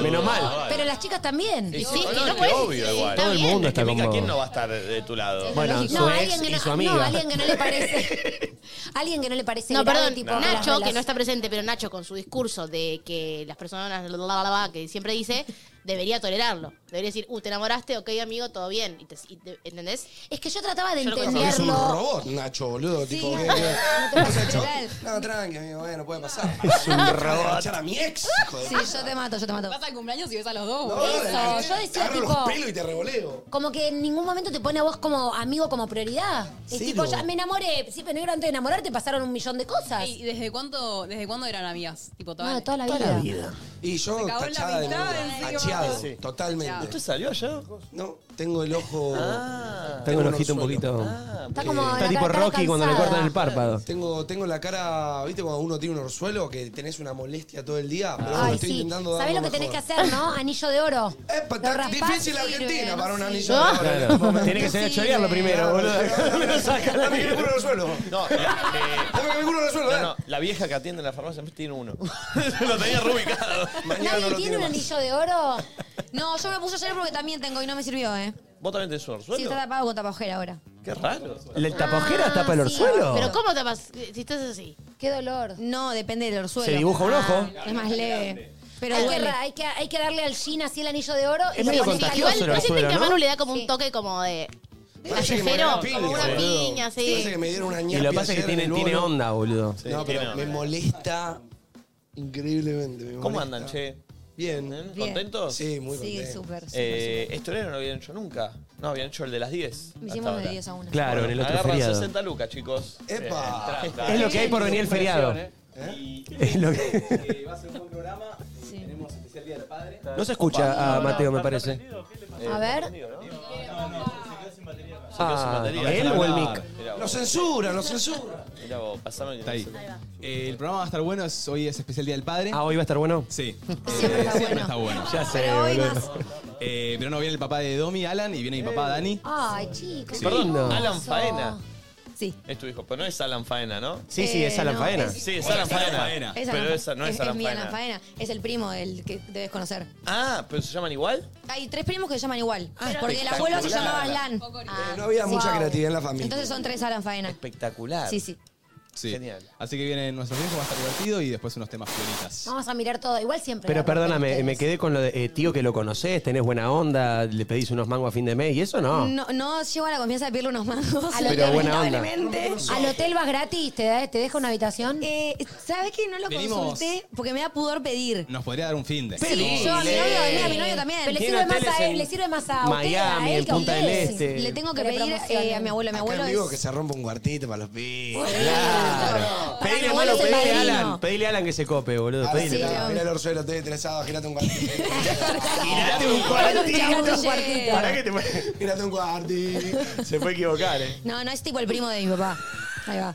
Speaker 2: Menos
Speaker 1: Ah,
Speaker 2: mal.
Speaker 3: Pero las chicas también.
Speaker 5: Y sí,
Speaker 1: No,
Speaker 5: y
Speaker 1: no,
Speaker 5: no
Speaker 1: que
Speaker 5: puedes-
Speaker 1: obvio igual.
Speaker 5: está
Speaker 2: Todo el
Speaker 5: bien.
Speaker 2: mundo
Speaker 1: Es que,
Speaker 2: está con
Speaker 1: Mica,
Speaker 2: vos.
Speaker 1: ¿quién no va a estar de tu lado?
Speaker 2: Bueno,
Speaker 3: No,
Speaker 2: su ex
Speaker 3: que
Speaker 2: y
Speaker 3: no,
Speaker 2: su
Speaker 3: No,
Speaker 2: amiga.
Speaker 3: alguien que no le parece. alguien que no le parece.
Speaker 5: No,
Speaker 3: grave,
Speaker 5: perdón,
Speaker 3: tipo, las
Speaker 5: Nacho, que
Speaker 3: relaciones.
Speaker 5: no está presente, pero Nacho con su discurso de que las personas bla, bla, bla, bla, que siempre dice, debería tolerarlo. Debería decir, uh, te enamoraste, ok amigo, todo bien. Y te- y te- ¿Entendés?
Speaker 3: Es que yo trataba de
Speaker 5: Yo no conozco.
Speaker 4: Es un
Speaker 3: entenderlo.
Speaker 4: robot, Nacho, boludo.
Speaker 3: Sí,
Speaker 4: tipo,
Speaker 3: no,
Speaker 4: ¿qué,
Speaker 3: no
Speaker 4: qué?
Speaker 3: te
Speaker 4: ¿Qué has
Speaker 3: pases,
Speaker 4: hecho?
Speaker 3: Gael.
Speaker 4: No, tranqui, amigo, bueno, puede pasar. Es un robot. echar a mi ex? hijo de
Speaker 3: Sí,
Speaker 4: puta.
Speaker 3: yo te mato, yo te mato.
Speaker 22: Vas al cumpleaños y ves a los dos,
Speaker 4: No,
Speaker 22: boludo.
Speaker 4: dale,
Speaker 3: yo
Speaker 4: te
Speaker 3: decía,
Speaker 4: agarro
Speaker 3: tipo-
Speaker 4: los pelos y te revoleo.
Speaker 3: Como que en ningún momento te pone a vos como amigo, como prioridad. Es
Speaker 4: Cero.
Speaker 3: tipo, ya me enamoré. Siempre negro antes de enamorarte pasaron un millón de cosas.
Speaker 22: Ey, ¿Y desde cuándo, desde cuándo eran amigas? Tipo, toda
Speaker 3: No, de toda la vida.
Speaker 4: Y yo
Speaker 22: Se cagó en la
Speaker 4: tachada de
Speaker 22: mitad,
Speaker 4: negro,
Speaker 22: encima.
Speaker 4: hacheado,
Speaker 22: Sí.
Speaker 4: totalmente.
Speaker 1: ¿Usted salió allá?
Speaker 4: No, tengo el ojo.
Speaker 2: Ah. Tengo un
Speaker 4: uno
Speaker 2: ojito un
Speaker 4: solo.
Speaker 2: poquito.
Speaker 3: Está como.
Speaker 2: Está
Speaker 3: la
Speaker 2: tipo
Speaker 3: cara- cara
Speaker 2: Rocky cuando le
Speaker 3: cansada.
Speaker 2: cortan el párpado.
Speaker 4: Tengo, tengo la cara, ¿viste cuando uno tiene un orzuelo que tenés una molestia todo el día? Pero bueno,
Speaker 3: Ah. Ay,
Speaker 4: estoy
Speaker 3: sí.
Speaker 4: intentando
Speaker 3: ¿Sabés lo que tenés que hacer, no? Anillo de oro.
Speaker 4: Epa,
Speaker 3: Lo
Speaker 4: está
Speaker 3: raspás y
Speaker 4: difícil
Speaker 3: sirve,
Speaker 4: Argentina
Speaker 3: no
Speaker 4: para un
Speaker 3: sirve.
Speaker 4: anillo. de oro en este momento.
Speaker 2: Tiene que ser a chorearlo primero, boludo. Me lo saca la
Speaker 4: Dame que me curo el orzuelo.
Speaker 1: No, la, eh,
Speaker 4: Dame que me curo el orzuelo,
Speaker 1: no,
Speaker 4: dale.
Speaker 1: no, la vieja que atiende en la farmacia siempre tiene uno. lo tenía reubicado.
Speaker 4: Mañana no
Speaker 3: ¿Nadie
Speaker 4: lo
Speaker 3: tiene
Speaker 4: tiene
Speaker 3: un
Speaker 4: más.
Speaker 3: anillo de oro?
Speaker 22: No, yo me puse ayer porque también tengo y no me sirvió, ¿eh?
Speaker 1: ¿Vos también tenés un orzuelo?
Speaker 22: tapado con tapajera ahora.
Speaker 1: Qué raro.
Speaker 2: ¿El tapojera tapa el
Speaker 3: sí,
Speaker 2: orzuelo?
Speaker 5: Pero ¿cómo te vas si estás así?
Speaker 3: Qué dolor.
Speaker 22: No, depende del orzuelo.
Speaker 2: Se dibuja un ojo.
Speaker 22: Es más leve. Pero
Speaker 3: hay, que,
Speaker 22: duele.
Speaker 3: ra- hay, que, hay que darle al jean así el anillo de oro. y
Speaker 2: Es
Speaker 3: lo
Speaker 2: medio
Speaker 3: pones al-
Speaker 2: contagioso
Speaker 5: Igual,
Speaker 2: el
Speaker 5: ¿no sienten
Speaker 2: orzuelo,
Speaker 5: que a
Speaker 2: ¿no?
Speaker 5: Manu le da como
Speaker 3: Sí.
Speaker 5: un toque como de
Speaker 4: Parece que me dieron
Speaker 5: callejero? Como
Speaker 4: piña,
Speaker 5: una
Speaker 4: boludo.
Speaker 5: piña,
Speaker 4: Parece
Speaker 5: sí.
Speaker 4: que me dieron una
Speaker 2: Y
Speaker 4: ñapi
Speaker 2: lo que pasa es que
Speaker 4: ayer en
Speaker 2: tiene,
Speaker 4: el
Speaker 2: tiene
Speaker 4: bono.
Speaker 2: onda, boludo.
Speaker 4: No,
Speaker 1: tiene
Speaker 4: pero
Speaker 1: onda.
Speaker 4: me molesta increíblemente. me
Speaker 1: ¿Cómo
Speaker 4: molesta.
Speaker 1: andan, che?
Speaker 4: Bien.
Speaker 1: ¿Eh? ¿Contentos?
Speaker 4: Sí, muy
Speaker 13: Sí,
Speaker 4: contento.
Speaker 13: súper.
Speaker 1: Eh, esto no lo habían hecho nunca. No, habían hecho el de las 10. hasta
Speaker 13: Hicimos de
Speaker 1: ahora.
Speaker 13: 10 a 1.
Speaker 2: Claro, en el otro
Speaker 1: Agarran
Speaker 2: feriado.
Speaker 1: 60 lucas, chicos.
Speaker 4: ¡Epa!
Speaker 1: Eh, trata.
Speaker 2: Es lo que hay por venir el feriado.
Speaker 1: Impresión, ¿eh?
Speaker 2: Es lo que-
Speaker 23: va a ser un buen programa. eh, Tenemos especial Día del Padre.
Speaker 2: No se escucha a Mateo, me parece.
Speaker 22: A ver.
Speaker 2: Ah, ¿Él o el mic?
Speaker 4: Nos censura, nos censura.
Speaker 22: Ah.
Speaker 23: Mira vos, pasame que Está ahí. Eh, el programa va a estar bueno, es- hoy es especial Día del Padre.
Speaker 2: Ah, hoy va a estar bueno.
Speaker 23: Sí. Siempre está bueno. está bueno.
Speaker 2: Ya sé, Pero hoy boludo. más.
Speaker 23: Eh, pero no, viene el papá de Domi, Alan, y viene mi papá Dani.
Speaker 22: Ay, chicos.
Speaker 23: Sí. Perdón, no.
Speaker 17: Alan Faena.
Speaker 22: Sí.
Speaker 17: Es tu hijo, pero no es Alan Faena, ¿no?
Speaker 2: Sí, sí, es Eh, Alan no, Faena. es-
Speaker 17: Sí, es Alan
Speaker 22: es
Speaker 1: Ah,
Speaker 17: Faena.
Speaker 22: Es Alan
Speaker 17: pero
Speaker 22: Fa-
Speaker 17: esa no es, Alan
Speaker 22: mi
Speaker 17: Faena.
Speaker 22: Alan Faena. Es el primo del que debes conocer.
Speaker 17: Ah, pero se llaman igual.
Speaker 22: Hay tres primos que se llaman igual.
Speaker 17: Ah,
Speaker 22: porque el abuelo se
Speaker 17: espectacular.
Speaker 22: llamaba Alan.
Speaker 4: Eh, no había mucha creatividad en la
Speaker 23: familia.
Speaker 22: Entonces son tres Alan Faena.
Speaker 17: Espectacular.
Speaker 22: Sí, sí.
Speaker 23: Sí. Así que viene nuestro tiempo, va a estar divertido y después unos temas pionitas.
Speaker 3: Vamos a mirar todo. Igual siempre.
Speaker 2: Pero
Speaker 3: la rompen
Speaker 2: perdóname,
Speaker 3: ustedes.
Speaker 2: me quedé con lo de eh, tío que lo conoces, tenés buena onda, le pedís unos mangos a fin de mes y eso no.
Speaker 3: Mm,
Speaker 22: No, no llego a la confianza de pedirle unos mangos.
Speaker 2: Al Pero hotel, buena onda.
Speaker 22: lamentablemente.
Speaker 3: ¿Al hotel vas gratis? ¿Te, da- te deja una habitación?
Speaker 22: ¿Sabes que no lo
Speaker 23: Venimos.
Speaker 22: consulté? Porque me da pudor pedir.
Speaker 23: Nos podría dar un fin de.
Speaker 22: Sí, yo a mi novio, a mí, a mi novio también.
Speaker 3: Pero le
Speaker 23: Tiene
Speaker 3: sirve, más
Speaker 23: hoteles
Speaker 3: a él,
Speaker 23: en
Speaker 3: le sirve más a
Speaker 23: Miami,
Speaker 3: usted, a él
Speaker 23: en
Speaker 3: que a
Speaker 23: Punta del
Speaker 3: ustedes.
Speaker 23: Este.
Speaker 22: Le tengo que
Speaker 3: Le
Speaker 22: pedir
Speaker 3: promocionan.
Speaker 22: eh, a mi abuelo. Mi
Speaker 4: Acá
Speaker 22: abuelo
Speaker 4: en vivo
Speaker 22: es...
Speaker 4: que se rompa un cuartito para los pibes.
Speaker 2: Pedile,
Speaker 4: mi
Speaker 2: hermano,
Speaker 4: abuelo es el
Speaker 2: pedile a
Speaker 4: padrino.
Speaker 2: Alan, pedile a Alan que se cope, boludo.
Speaker 4: Ahora
Speaker 2: Pedile.
Speaker 4: mirá, mirá el orzuelo, te estresado, girate un cuartito.
Speaker 2: Girate un
Speaker 22: cuartito. Che.
Speaker 4: Pará que te- Girate un cuartito.
Speaker 2: Se fue a equivocar, eh.
Speaker 22: No, no es tipo el primo de mi papá. Ahí va.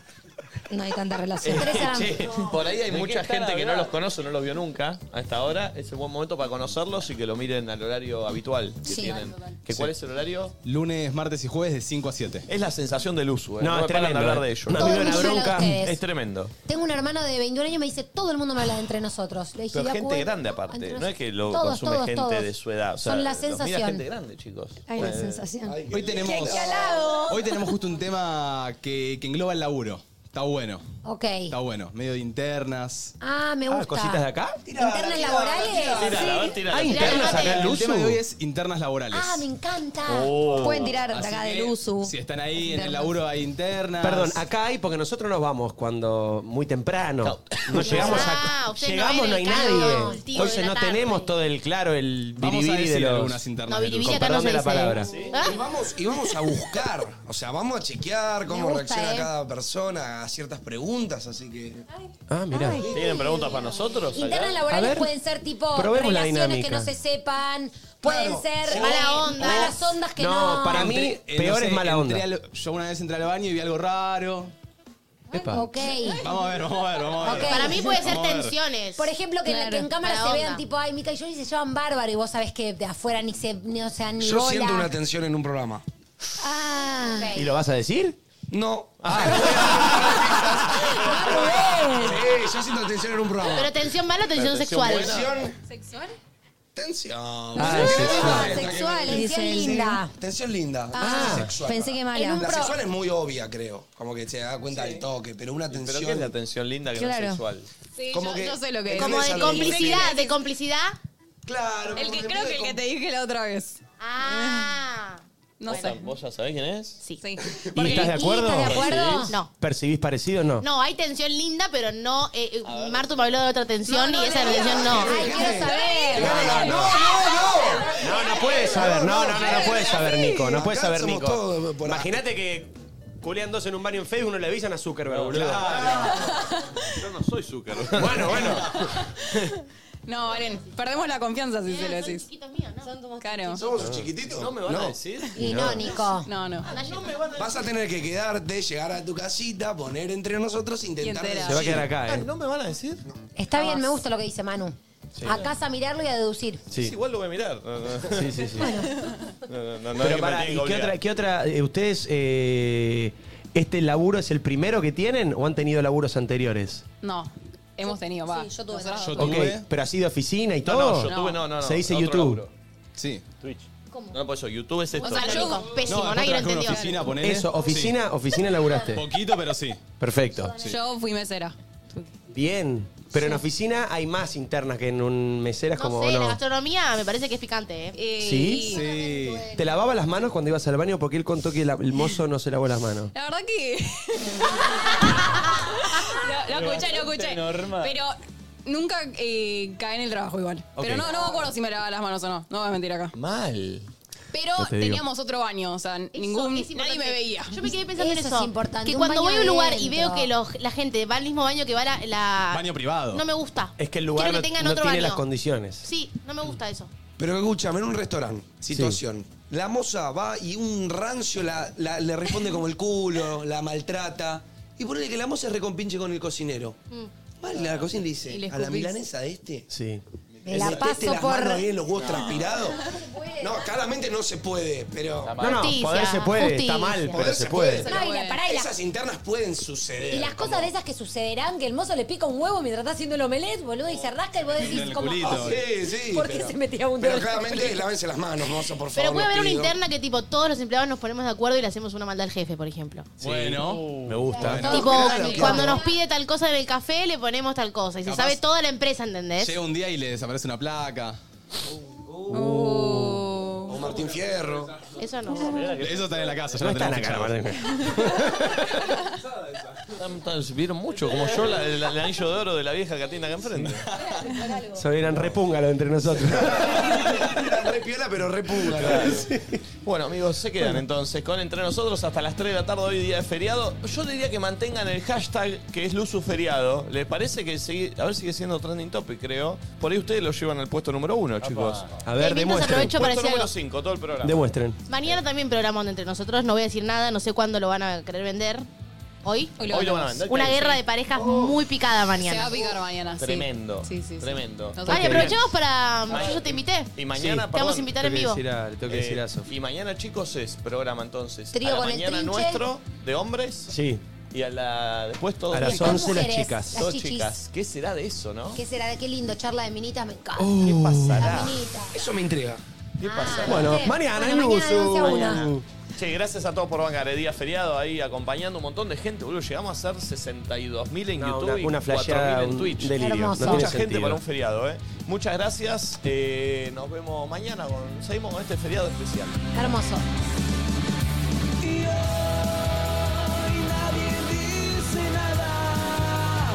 Speaker 22: No hay tanta relación.
Speaker 17: Che, por ahí hay
Speaker 22: ¿De qué
Speaker 17: mucha
Speaker 22: están
Speaker 17: gente que no
Speaker 22: hablando?
Speaker 17: los conoce, no los vio nunca hasta ahora. Es el buen momento para conocerlos y que lo miren al horario habitual que
Speaker 22: Sí.
Speaker 17: tienen. ¿Que ¿Cuál es el horario?
Speaker 23: Lunes, martes y jueves de 5 a 7.
Speaker 17: Es la sensación del uso.
Speaker 23: eh. No,
Speaker 17: me
Speaker 23: es
Speaker 17: paran de
Speaker 23: tremendo,
Speaker 17: hablar
Speaker 23: eh.
Speaker 17: de ellos.
Speaker 23: Una Todo
Speaker 3: el bronca. mundo habla de ustedes.
Speaker 17: Es tremendo.
Speaker 3: Tengo un hermano de 21 años y me dice, todo el mundo me habla de entre nosotros. Le dije,
Speaker 17: Pero
Speaker 3: "Ya,
Speaker 17: gente
Speaker 3: pues".
Speaker 17: grande aparte.
Speaker 3: Entre
Speaker 17: No es que lo
Speaker 3: todos,
Speaker 17: consume
Speaker 3: todos,
Speaker 17: gente
Speaker 3: todos.
Speaker 17: de su edad. O sea,
Speaker 3: Son la
Speaker 17: los mira
Speaker 3: sensación.
Speaker 17: gente grande, chicos.
Speaker 22: Hay la
Speaker 17: Eh,
Speaker 22: sensación.
Speaker 23: Hoy tenemos. Hoy tenemos justo un tema que, que engloba el laburo. Está bueno.
Speaker 3: Ok.
Speaker 23: Está bueno. Medio de internas.
Speaker 3: Ah, me gusta.
Speaker 23: ¿cositas de acá?
Speaker 3: ¿Internas laborales? Sí.
Speaker 23: Ah,
Speaker 3: internas acá en
Speaker 23: El tema
Speaker 3: Luzu.
Speaker 23: de hoy es internas laborales.
Speaker 3: Ah, me encanta.
Speaker 23: Oh.
Speaker 22: Pueden tirar de acá
Speaker 23: Así
Speaker 22: del
Speaker 23: que,
Speaker 22: uso.
Speaker 23: Si están ahí en el laburo hay internas.
Speaker 2: Perdón, acá hay porque nosotros nos vamos cuando muy temprano. No llegamos a
Speaker 5: Ah, ustedes
Speaker 2: llegamos no hay
Speaker 5: ven el caos,
Speaker 2: nadie.
Speaker 5: el tío de
Speaker 2: Entonces
Speaker 5: la
Speaker 2: no
Speaker 5: tarde.
Speaker 2: tenemos todo el claro el
Speaker 23: Vamos a
Speaker 2: biribiri de
Speaker 23: decir
Speaker 2: los
Speaker 23: algunas internas
Speaker 5: No,
Speaker 2: de
Speaker 5: biribiri
Speaker 2: Luzu.
Speaker 5: acá no
Speaker 2: Perdón
Speaker 5: se
Speaker 2: de la
Speaker 5: dice. Ah.
Speaker 2: palabra.
Speaker 4: Y vamos, y vamos a buscar, o sea, vamos a chequear cómo
Speaker 5: Me gusta,
Speaker 4: reacciona
Speaker 5: eh.
Speaker 4: cada persona a ciertas preguntas, así que...
Speaker 2: Ah,
Speaker 17: mirá. ¿Tienen preguntas para nosotros? acá?
Speaker 3: Internas
Speaker 17: A
Speaker 3: laborales
Speaker 17: ver.
Speaker 3: pueden ser tipo
Speaker 17: probemos la
Speaker 3: relaciones que
Speaker 17: dinámica.
Speaker 3: no se sepan, pueden ser
Speaker 5: Mala onda.
Speaker 3: malas ondas que no.
Speaker 23: Entré- eh, no sé, entré al- yo una vez entré al baño y vi algo raro.
Speaker 3: Ok.
Speaker 23: Vamos a ver, vamos a ver, vamos a ver.
Speaker 3: Ok.
Speaker 5: Para mí puede ser
Speaker 23: Vamos a ver.
Speaker 5: tensiones.
Speaker 3: Por ejemplo, que, en-
Speaker 5: Claro.
Speaker 3: que en cámara
Speaker 5: Mala
Speaker 3: se
Speaker 5: onda.
Speaker 3: vean tipo, ay, Mica y Johnny se llevan bárbaro y vos sabés que de afuera ni se, ni, o sea, ni
Speaker 4: Yo
Speaker 3: bola.
Speaker 4: siento una tensión en un programa.
Speaker 3: Ah.
Speaker 2: ¿Y lo vas a decir?
Speaker 4: No. Sí, yo siento tensión en un programa.
Speaker 5: Pero tensión mala o tensión sexual.
Speaker 22: ¿Sexual?
Speaker 4: Tensión.
Speaker 22: Ah, sexual. Sexual,
Speaker 4: Tensión
Speaker 22: tensión linda.
Speaker 4: Tensión linda.
Speaker 22: Ah,
Speaker 4: tensión sexual.
Speaker 22: pensé que mala. En un
Speaker 4: La
Speaker 22: pro-
Speaker 4: sexual es muy obvia, creo. Como que se da cuenta del toque, pero una tensión.
Speaker 17: ¿Pero qué es la tensión linda que no es
Speaker 4: Claro.
Speaker 17: sexual?
Speaker 7: Sí,
Speaker 4: Como
Speaker 7: yo,
Speaker 4: que-
Speaker 7: yo sé lo que es.
Speaker 5: Como de complicidad, de complicidad.
Speaker 4: Claro.
Speaker 7: El que creo que el que te dije la otra vez.
Speaker 5: Ah.
Speaker 7: No
Speaker 17: ¿Vos,
Speaker 7: sé.
Speaker 17: ¿Vos ya sabés quién es?
Speaker 5: Sí.
Speaker 2: ¿Y estás de acuerdo?
Speaker 5: acuerdo?
Speaker 2: ¿Percibís?
Speaker 5: No.
Speaker 2: ¿Percibís parecido o no?
Speaker 5: No, hay tensión linda, pero no. eh, eh, Martu me habló de otra tensión y esa tensión no. Ay, quiero saber.
Speaker 2: No, no, no. No, no puedes saber, no, no, no, no puedes saber, Nico, no puedes
Speaker 4: Acá
Speaker 2: saber,
Speaker 4: somos
Speaker 2: Nico. Imagínate que culean dos en un barrio en Facebook, no le avisan a Zuckerberg, boludo.
Speaker 17: Yo no soy Zuckerberg.
Speaker 2: Bueno, bueno.
Speaker 7: No, Valen, perdemos la confianza si se lo decís.
Speaker 5: Son
Speaker 7: chiquitos míos, ¿no? Claro.
Speaker 4: ¿Somos un chiquitito?
Speaker 17: ¿No me van a decir?
Speaker 4: Y no, Nico.
Speaker 7: No, no.
Speaker 4: Vas a tener que quedarte, llegar a tu casita, poner entre nosotros, intentar.
Speaker 3: enterar.
Speaker 4: decir-
Speaker 3: Se va a quedar
Speaker 23: Ah,
Speaker 3: acá, ¿eh?
Speaker 17: ¿No me van a decir?
Speaker 3: Está bien, me gusta lo que dice Manu.
Speaker 17: Sí.
Speaker 3: A casa a mirarlo y a deducir.
Speaker 17: Sí, igual lo voy a mirar. No, no.
Speaker 2: Sí, sí, sí.
Speaker 3: Bueno.
Speaker 17: No, no, no, no es que
Speaker 2: Pero
Speaker 17: me
Speaker 2: pará,
Speaker 17: tienen
Speaker 2: ¿y
Speaker 17: que
Speaker 2: qué
Speaker 17: obligar.
Speaker 2: otra, qué otra? eh, ¿Ustedes eh, este laburo es el primero que tienen o han tenido laburos anteriores?
Speaker 7: No, hemos tenido, va. Sí, yo tuve.
Speaker 2: Ok, pero así de oficina y
Speaker 17: No,
Speaker 2: todo.
Speaker 17: no, yo tuve, no, no, no.
Speaker 2: Se dice
Speaker 17: otro
Speaker 2: YouTube.
Speaker 17: laburo.
Speaker 23: Sí.
Speaker 17: Twitch. No,
Speaker 1: pues
Speaker 17: por eso, YouTube es esto.
Speaker 5: O sea, yo pésimo,
Speaker 23: No, después
Speaker 5: nadie lo
Speaker 23: trabajé en una
Speaker 5: entendió.
Speaker 23: oficina,
Speaker 17: ¿Eh?
Speaker 23: ponele.
Speaker 2: Eso, oficina, oficina laburaste.
Speaker 23: Poquito, pero sí.
Speaker 2: Perfecto.
Speaker 7: Yo fui mesera.
Speaker 2: Bien. Pero en oficina hay más internas que en un meseras como
Speaker 5: No sé,
Speaker 2: o
Speaker 5: la
Speaker 2: no.
Speaker 5: gastronomía me parece que es picante, ¿eh?
Speaker 2: ¿Sí? Sí. ¿Te lavaba las manos cuando ibas al baño? Porque él contó que la- el mozo no se lavó las manos.
Speaker 7: La verdad que. lo, lo escuché, lo escuché.
Speaker 2: Normal.
Speaker 7: Pero nunca eh, caí en el trabajo igual.
Speaker 2: Ok.
Speaker 7: Pero no, no me acuerdo si me lavaba las manos o no. No voy a mentir acá.
Speaker 17: Mal.
Speaker 24: Pero
Speaker 8: Ya te digo.
Speaker 24: teníamos otro baño, o sea, ningún, nadie me veía.
Speaker 5: Yo me quedé pensando en
Speaker 24: Eso
Speaker 5: eso.
Speaker 24: es importante,
Speaker 5: Que
Speaker 24: un baño
Speaker 5: cuando voy a un lugar y
Speaker 24: adentro.
Speaker 5: veo que los- la gente va al mismo baño que va la. la-
Speaker 2: Baño privado.
Speaker 5: No me gusta.
Speaker 2: Es que el lugar
Speaker 5: Quiero
Speaker 2: no,
Speaker 5: que tengan
Speaker 2: no
Speaker 5: otro
Speaker 2: tiene
Speaker 5: baño.
Speaker 2: las condiciones.
Speaker 5: Sí, no me gusta eso.
Speaker 4: Pero escúchame, en un restaurante, situación. La moza va y un rancio la- la- le responde como el culo, la maltrata. Y ponele que la moza se recompinche con el cocinero. Mal, la cocina Mm. le
Speaker 22: Y le
Speaker 4: dice, a la
Speaker 22: escupís.
Speaker 4: milanesa de este.
Speaker 2: Sí.
Speaker 22: Me la
Speaker 4: ¿Metiste
Speaker 22: paso
Speaker 4: las
Speaker 22: por-
Speaker 4: manos ahí en los huevos
Speaker 22: No.
Speaker 4: transpirados? No, claramente no se puede, pero...
Speaker 2: mal. No, no, poder se puede, está mal, pero
Speaker 4: Poder
Speaker 2: se puede.
Speaker 3: No, y la- pará, y la-
Speaker 4: Esas internas pueden suceder.
Speaker 3: Y las cosas de esas que sucederán, que el mozo le pica un huevo mientras está haciendo el omelette, boludo, y se rasca y vos decís como...
Speaker 4: Ah, Sí, sí.
Speaker 3: ¿Por qué
Speaker 4: pero-
Speaker 3: se metía un dedo
Speaker 4: Pero
Speaker 3: en el
Speaker 4: claramente
Speaker 3: culito?
Speaker 4: lávense las manos, moza, por favor.
Speaker 5: Pero puede
Speaker 4: les
Speaker 5: haber una
Speaker 4: pido.
Speaker 5: interna que, tipo, todos los empleados nos ponemos de acuerdo y le hacemos una maldad al jefe, por ejemplo.
Speaker 2: Bueno.
Speaker 1: Uh.
Speaker 2: Me gusta.
Speaker 5: Tipo, cuando nos pide tal cosa en el café, le ponemos tal cosa. Y se
Speaker 23: Capaz-
Speaker 5: sabe toda la empresa, ¿entendés?
Speaker 23: Llega un día y le desaparece una placa.
Speaker 3: Uh,
Speaker 4: Uh. O Martín Fierro.
Speaker 5: Eso no.
Speaker 23: Eso está en la casa. ya
Speaker 2: No
Speaker 23: lo
Speaker 2: están
Speaker 23: tenemos
Speaker 2: acá,
Speaker 23: fichado.
Speaker 1: Tan- tan- Vieron mucho, como yo, la- la- el anillo de oro de la vieja que tiene acá enfrente.
Speaker 2: Se eran repúngalos entre nosotros.
Speaker 4: Repiola, pero repunga.
Speaker 1: Bueno, amigos, se quedan entonces con entre nosotros hasta las 3 de la tarde, hoy día de feriado. Yo diría que mantengan el hashtag que es Lusuferiado. ¿Les parece que sigue, a ver sigue siendo trending topic, creo? Por ahí ustedes lo llevan al puesto número uno, chicos.
Speaker 2: A ver,
Speaker 5: Mientras demuestren. aprovecho
Speaker 1: Puesto
Speaker 5: para decir
Speaker 1: número
Speaker 5: algo.
Speaker 1: 5, todo el programa.
Speaker 2: Demuestren.
Speaker 5: Mañana también programamos entre nosotros, no voy a decir nada, no sé cuándo lo van a querer vender. ¿Hoy?
Speaker 24: Hoy lo Hoy lo van a vender,
Speaker 5: Una
Speaker 24: sí.
Speaker 5: guerra de parejas muy picada mañana.
Speaker 24: Se va a picar mañana, sí.
Speaker 1: Tremendo.
Speaker 24: Sí, sí, sí.
Speaker 1: Tremendo.
Speaker 24: Total.
Speaker 5: Ay, aprovechemos para...
Speaker 1: Ma-
Speaker 5: Yo ya te invité.
Speaker 1: Y mañana,
Speaker 5: Te vamos
Speaker 1: perdón,
Speaker 5: a invitar en vivo.
Speaker 1: le tengo
Speaker 2: Eh,
Speaker 1: que decir a Sofi. Y mañana, chicos, es programa entonces.
Speaker 5: Trío
Speaker 1: a la
Speaker 5: con el
Speaker 1: mañana
Speaker 5: trinche.
Speaker 1: nuestro, de hombres.
Speaker 2: Sí.
Speaker 1: Y a la. Después todo.
Speaker 2: A las
Speaker 1: chicas.
Speaker 2: 11 las
Speaker 3: mujeres, chicas. las
Speaker 1: Dos
Speaker 3: chichis.
Speaker 1: chicas. ¿Qué será de eso, no?
Speaker 3: ¿Qué será? Qué lindo, charla de minitas, me encanta.
Speaker 4: Uh,
Speaker 1: ¿Qué
Speaker 2: Uh.
Speaker 1: pasará?
Speaker 3: Las minitas.
Speaker 4: Eso me intriga.
Speaker 1: ¿Qué pasará?
Speaker 2: Ah, Bueno,
Speaker 3: Sí.
Speaker 2: mañana
Speaker 3: Bueno,
Speaker 2: en
Speaker 3: mañana de once a una.
Speaker 2: Luzu.
Speaker 1: Che, gracias a todos por bancar el día feriado ahí acompañando un montón de gente, boludo. Llegamos a ser 62.000 en
Speaker 2: No,
Speaker 1: YouTube
Speaker 2: una- una
Speaker 1: y 4.000
Speaker 2: flasheada,
Speaker 1: en
Speaker 2: un
Speaker 1: Twitch.
Speaker 2: delirio. Hermoso. No tiene
Speaker 1: Mucha gente
Speaker 2: sentido.
Speaker 1: para un feriado, ¿eh? Muchas gracias. eh, nos vemos mañana. Con, seguimos con este feriado especial.
Speaker 3: Hermoso.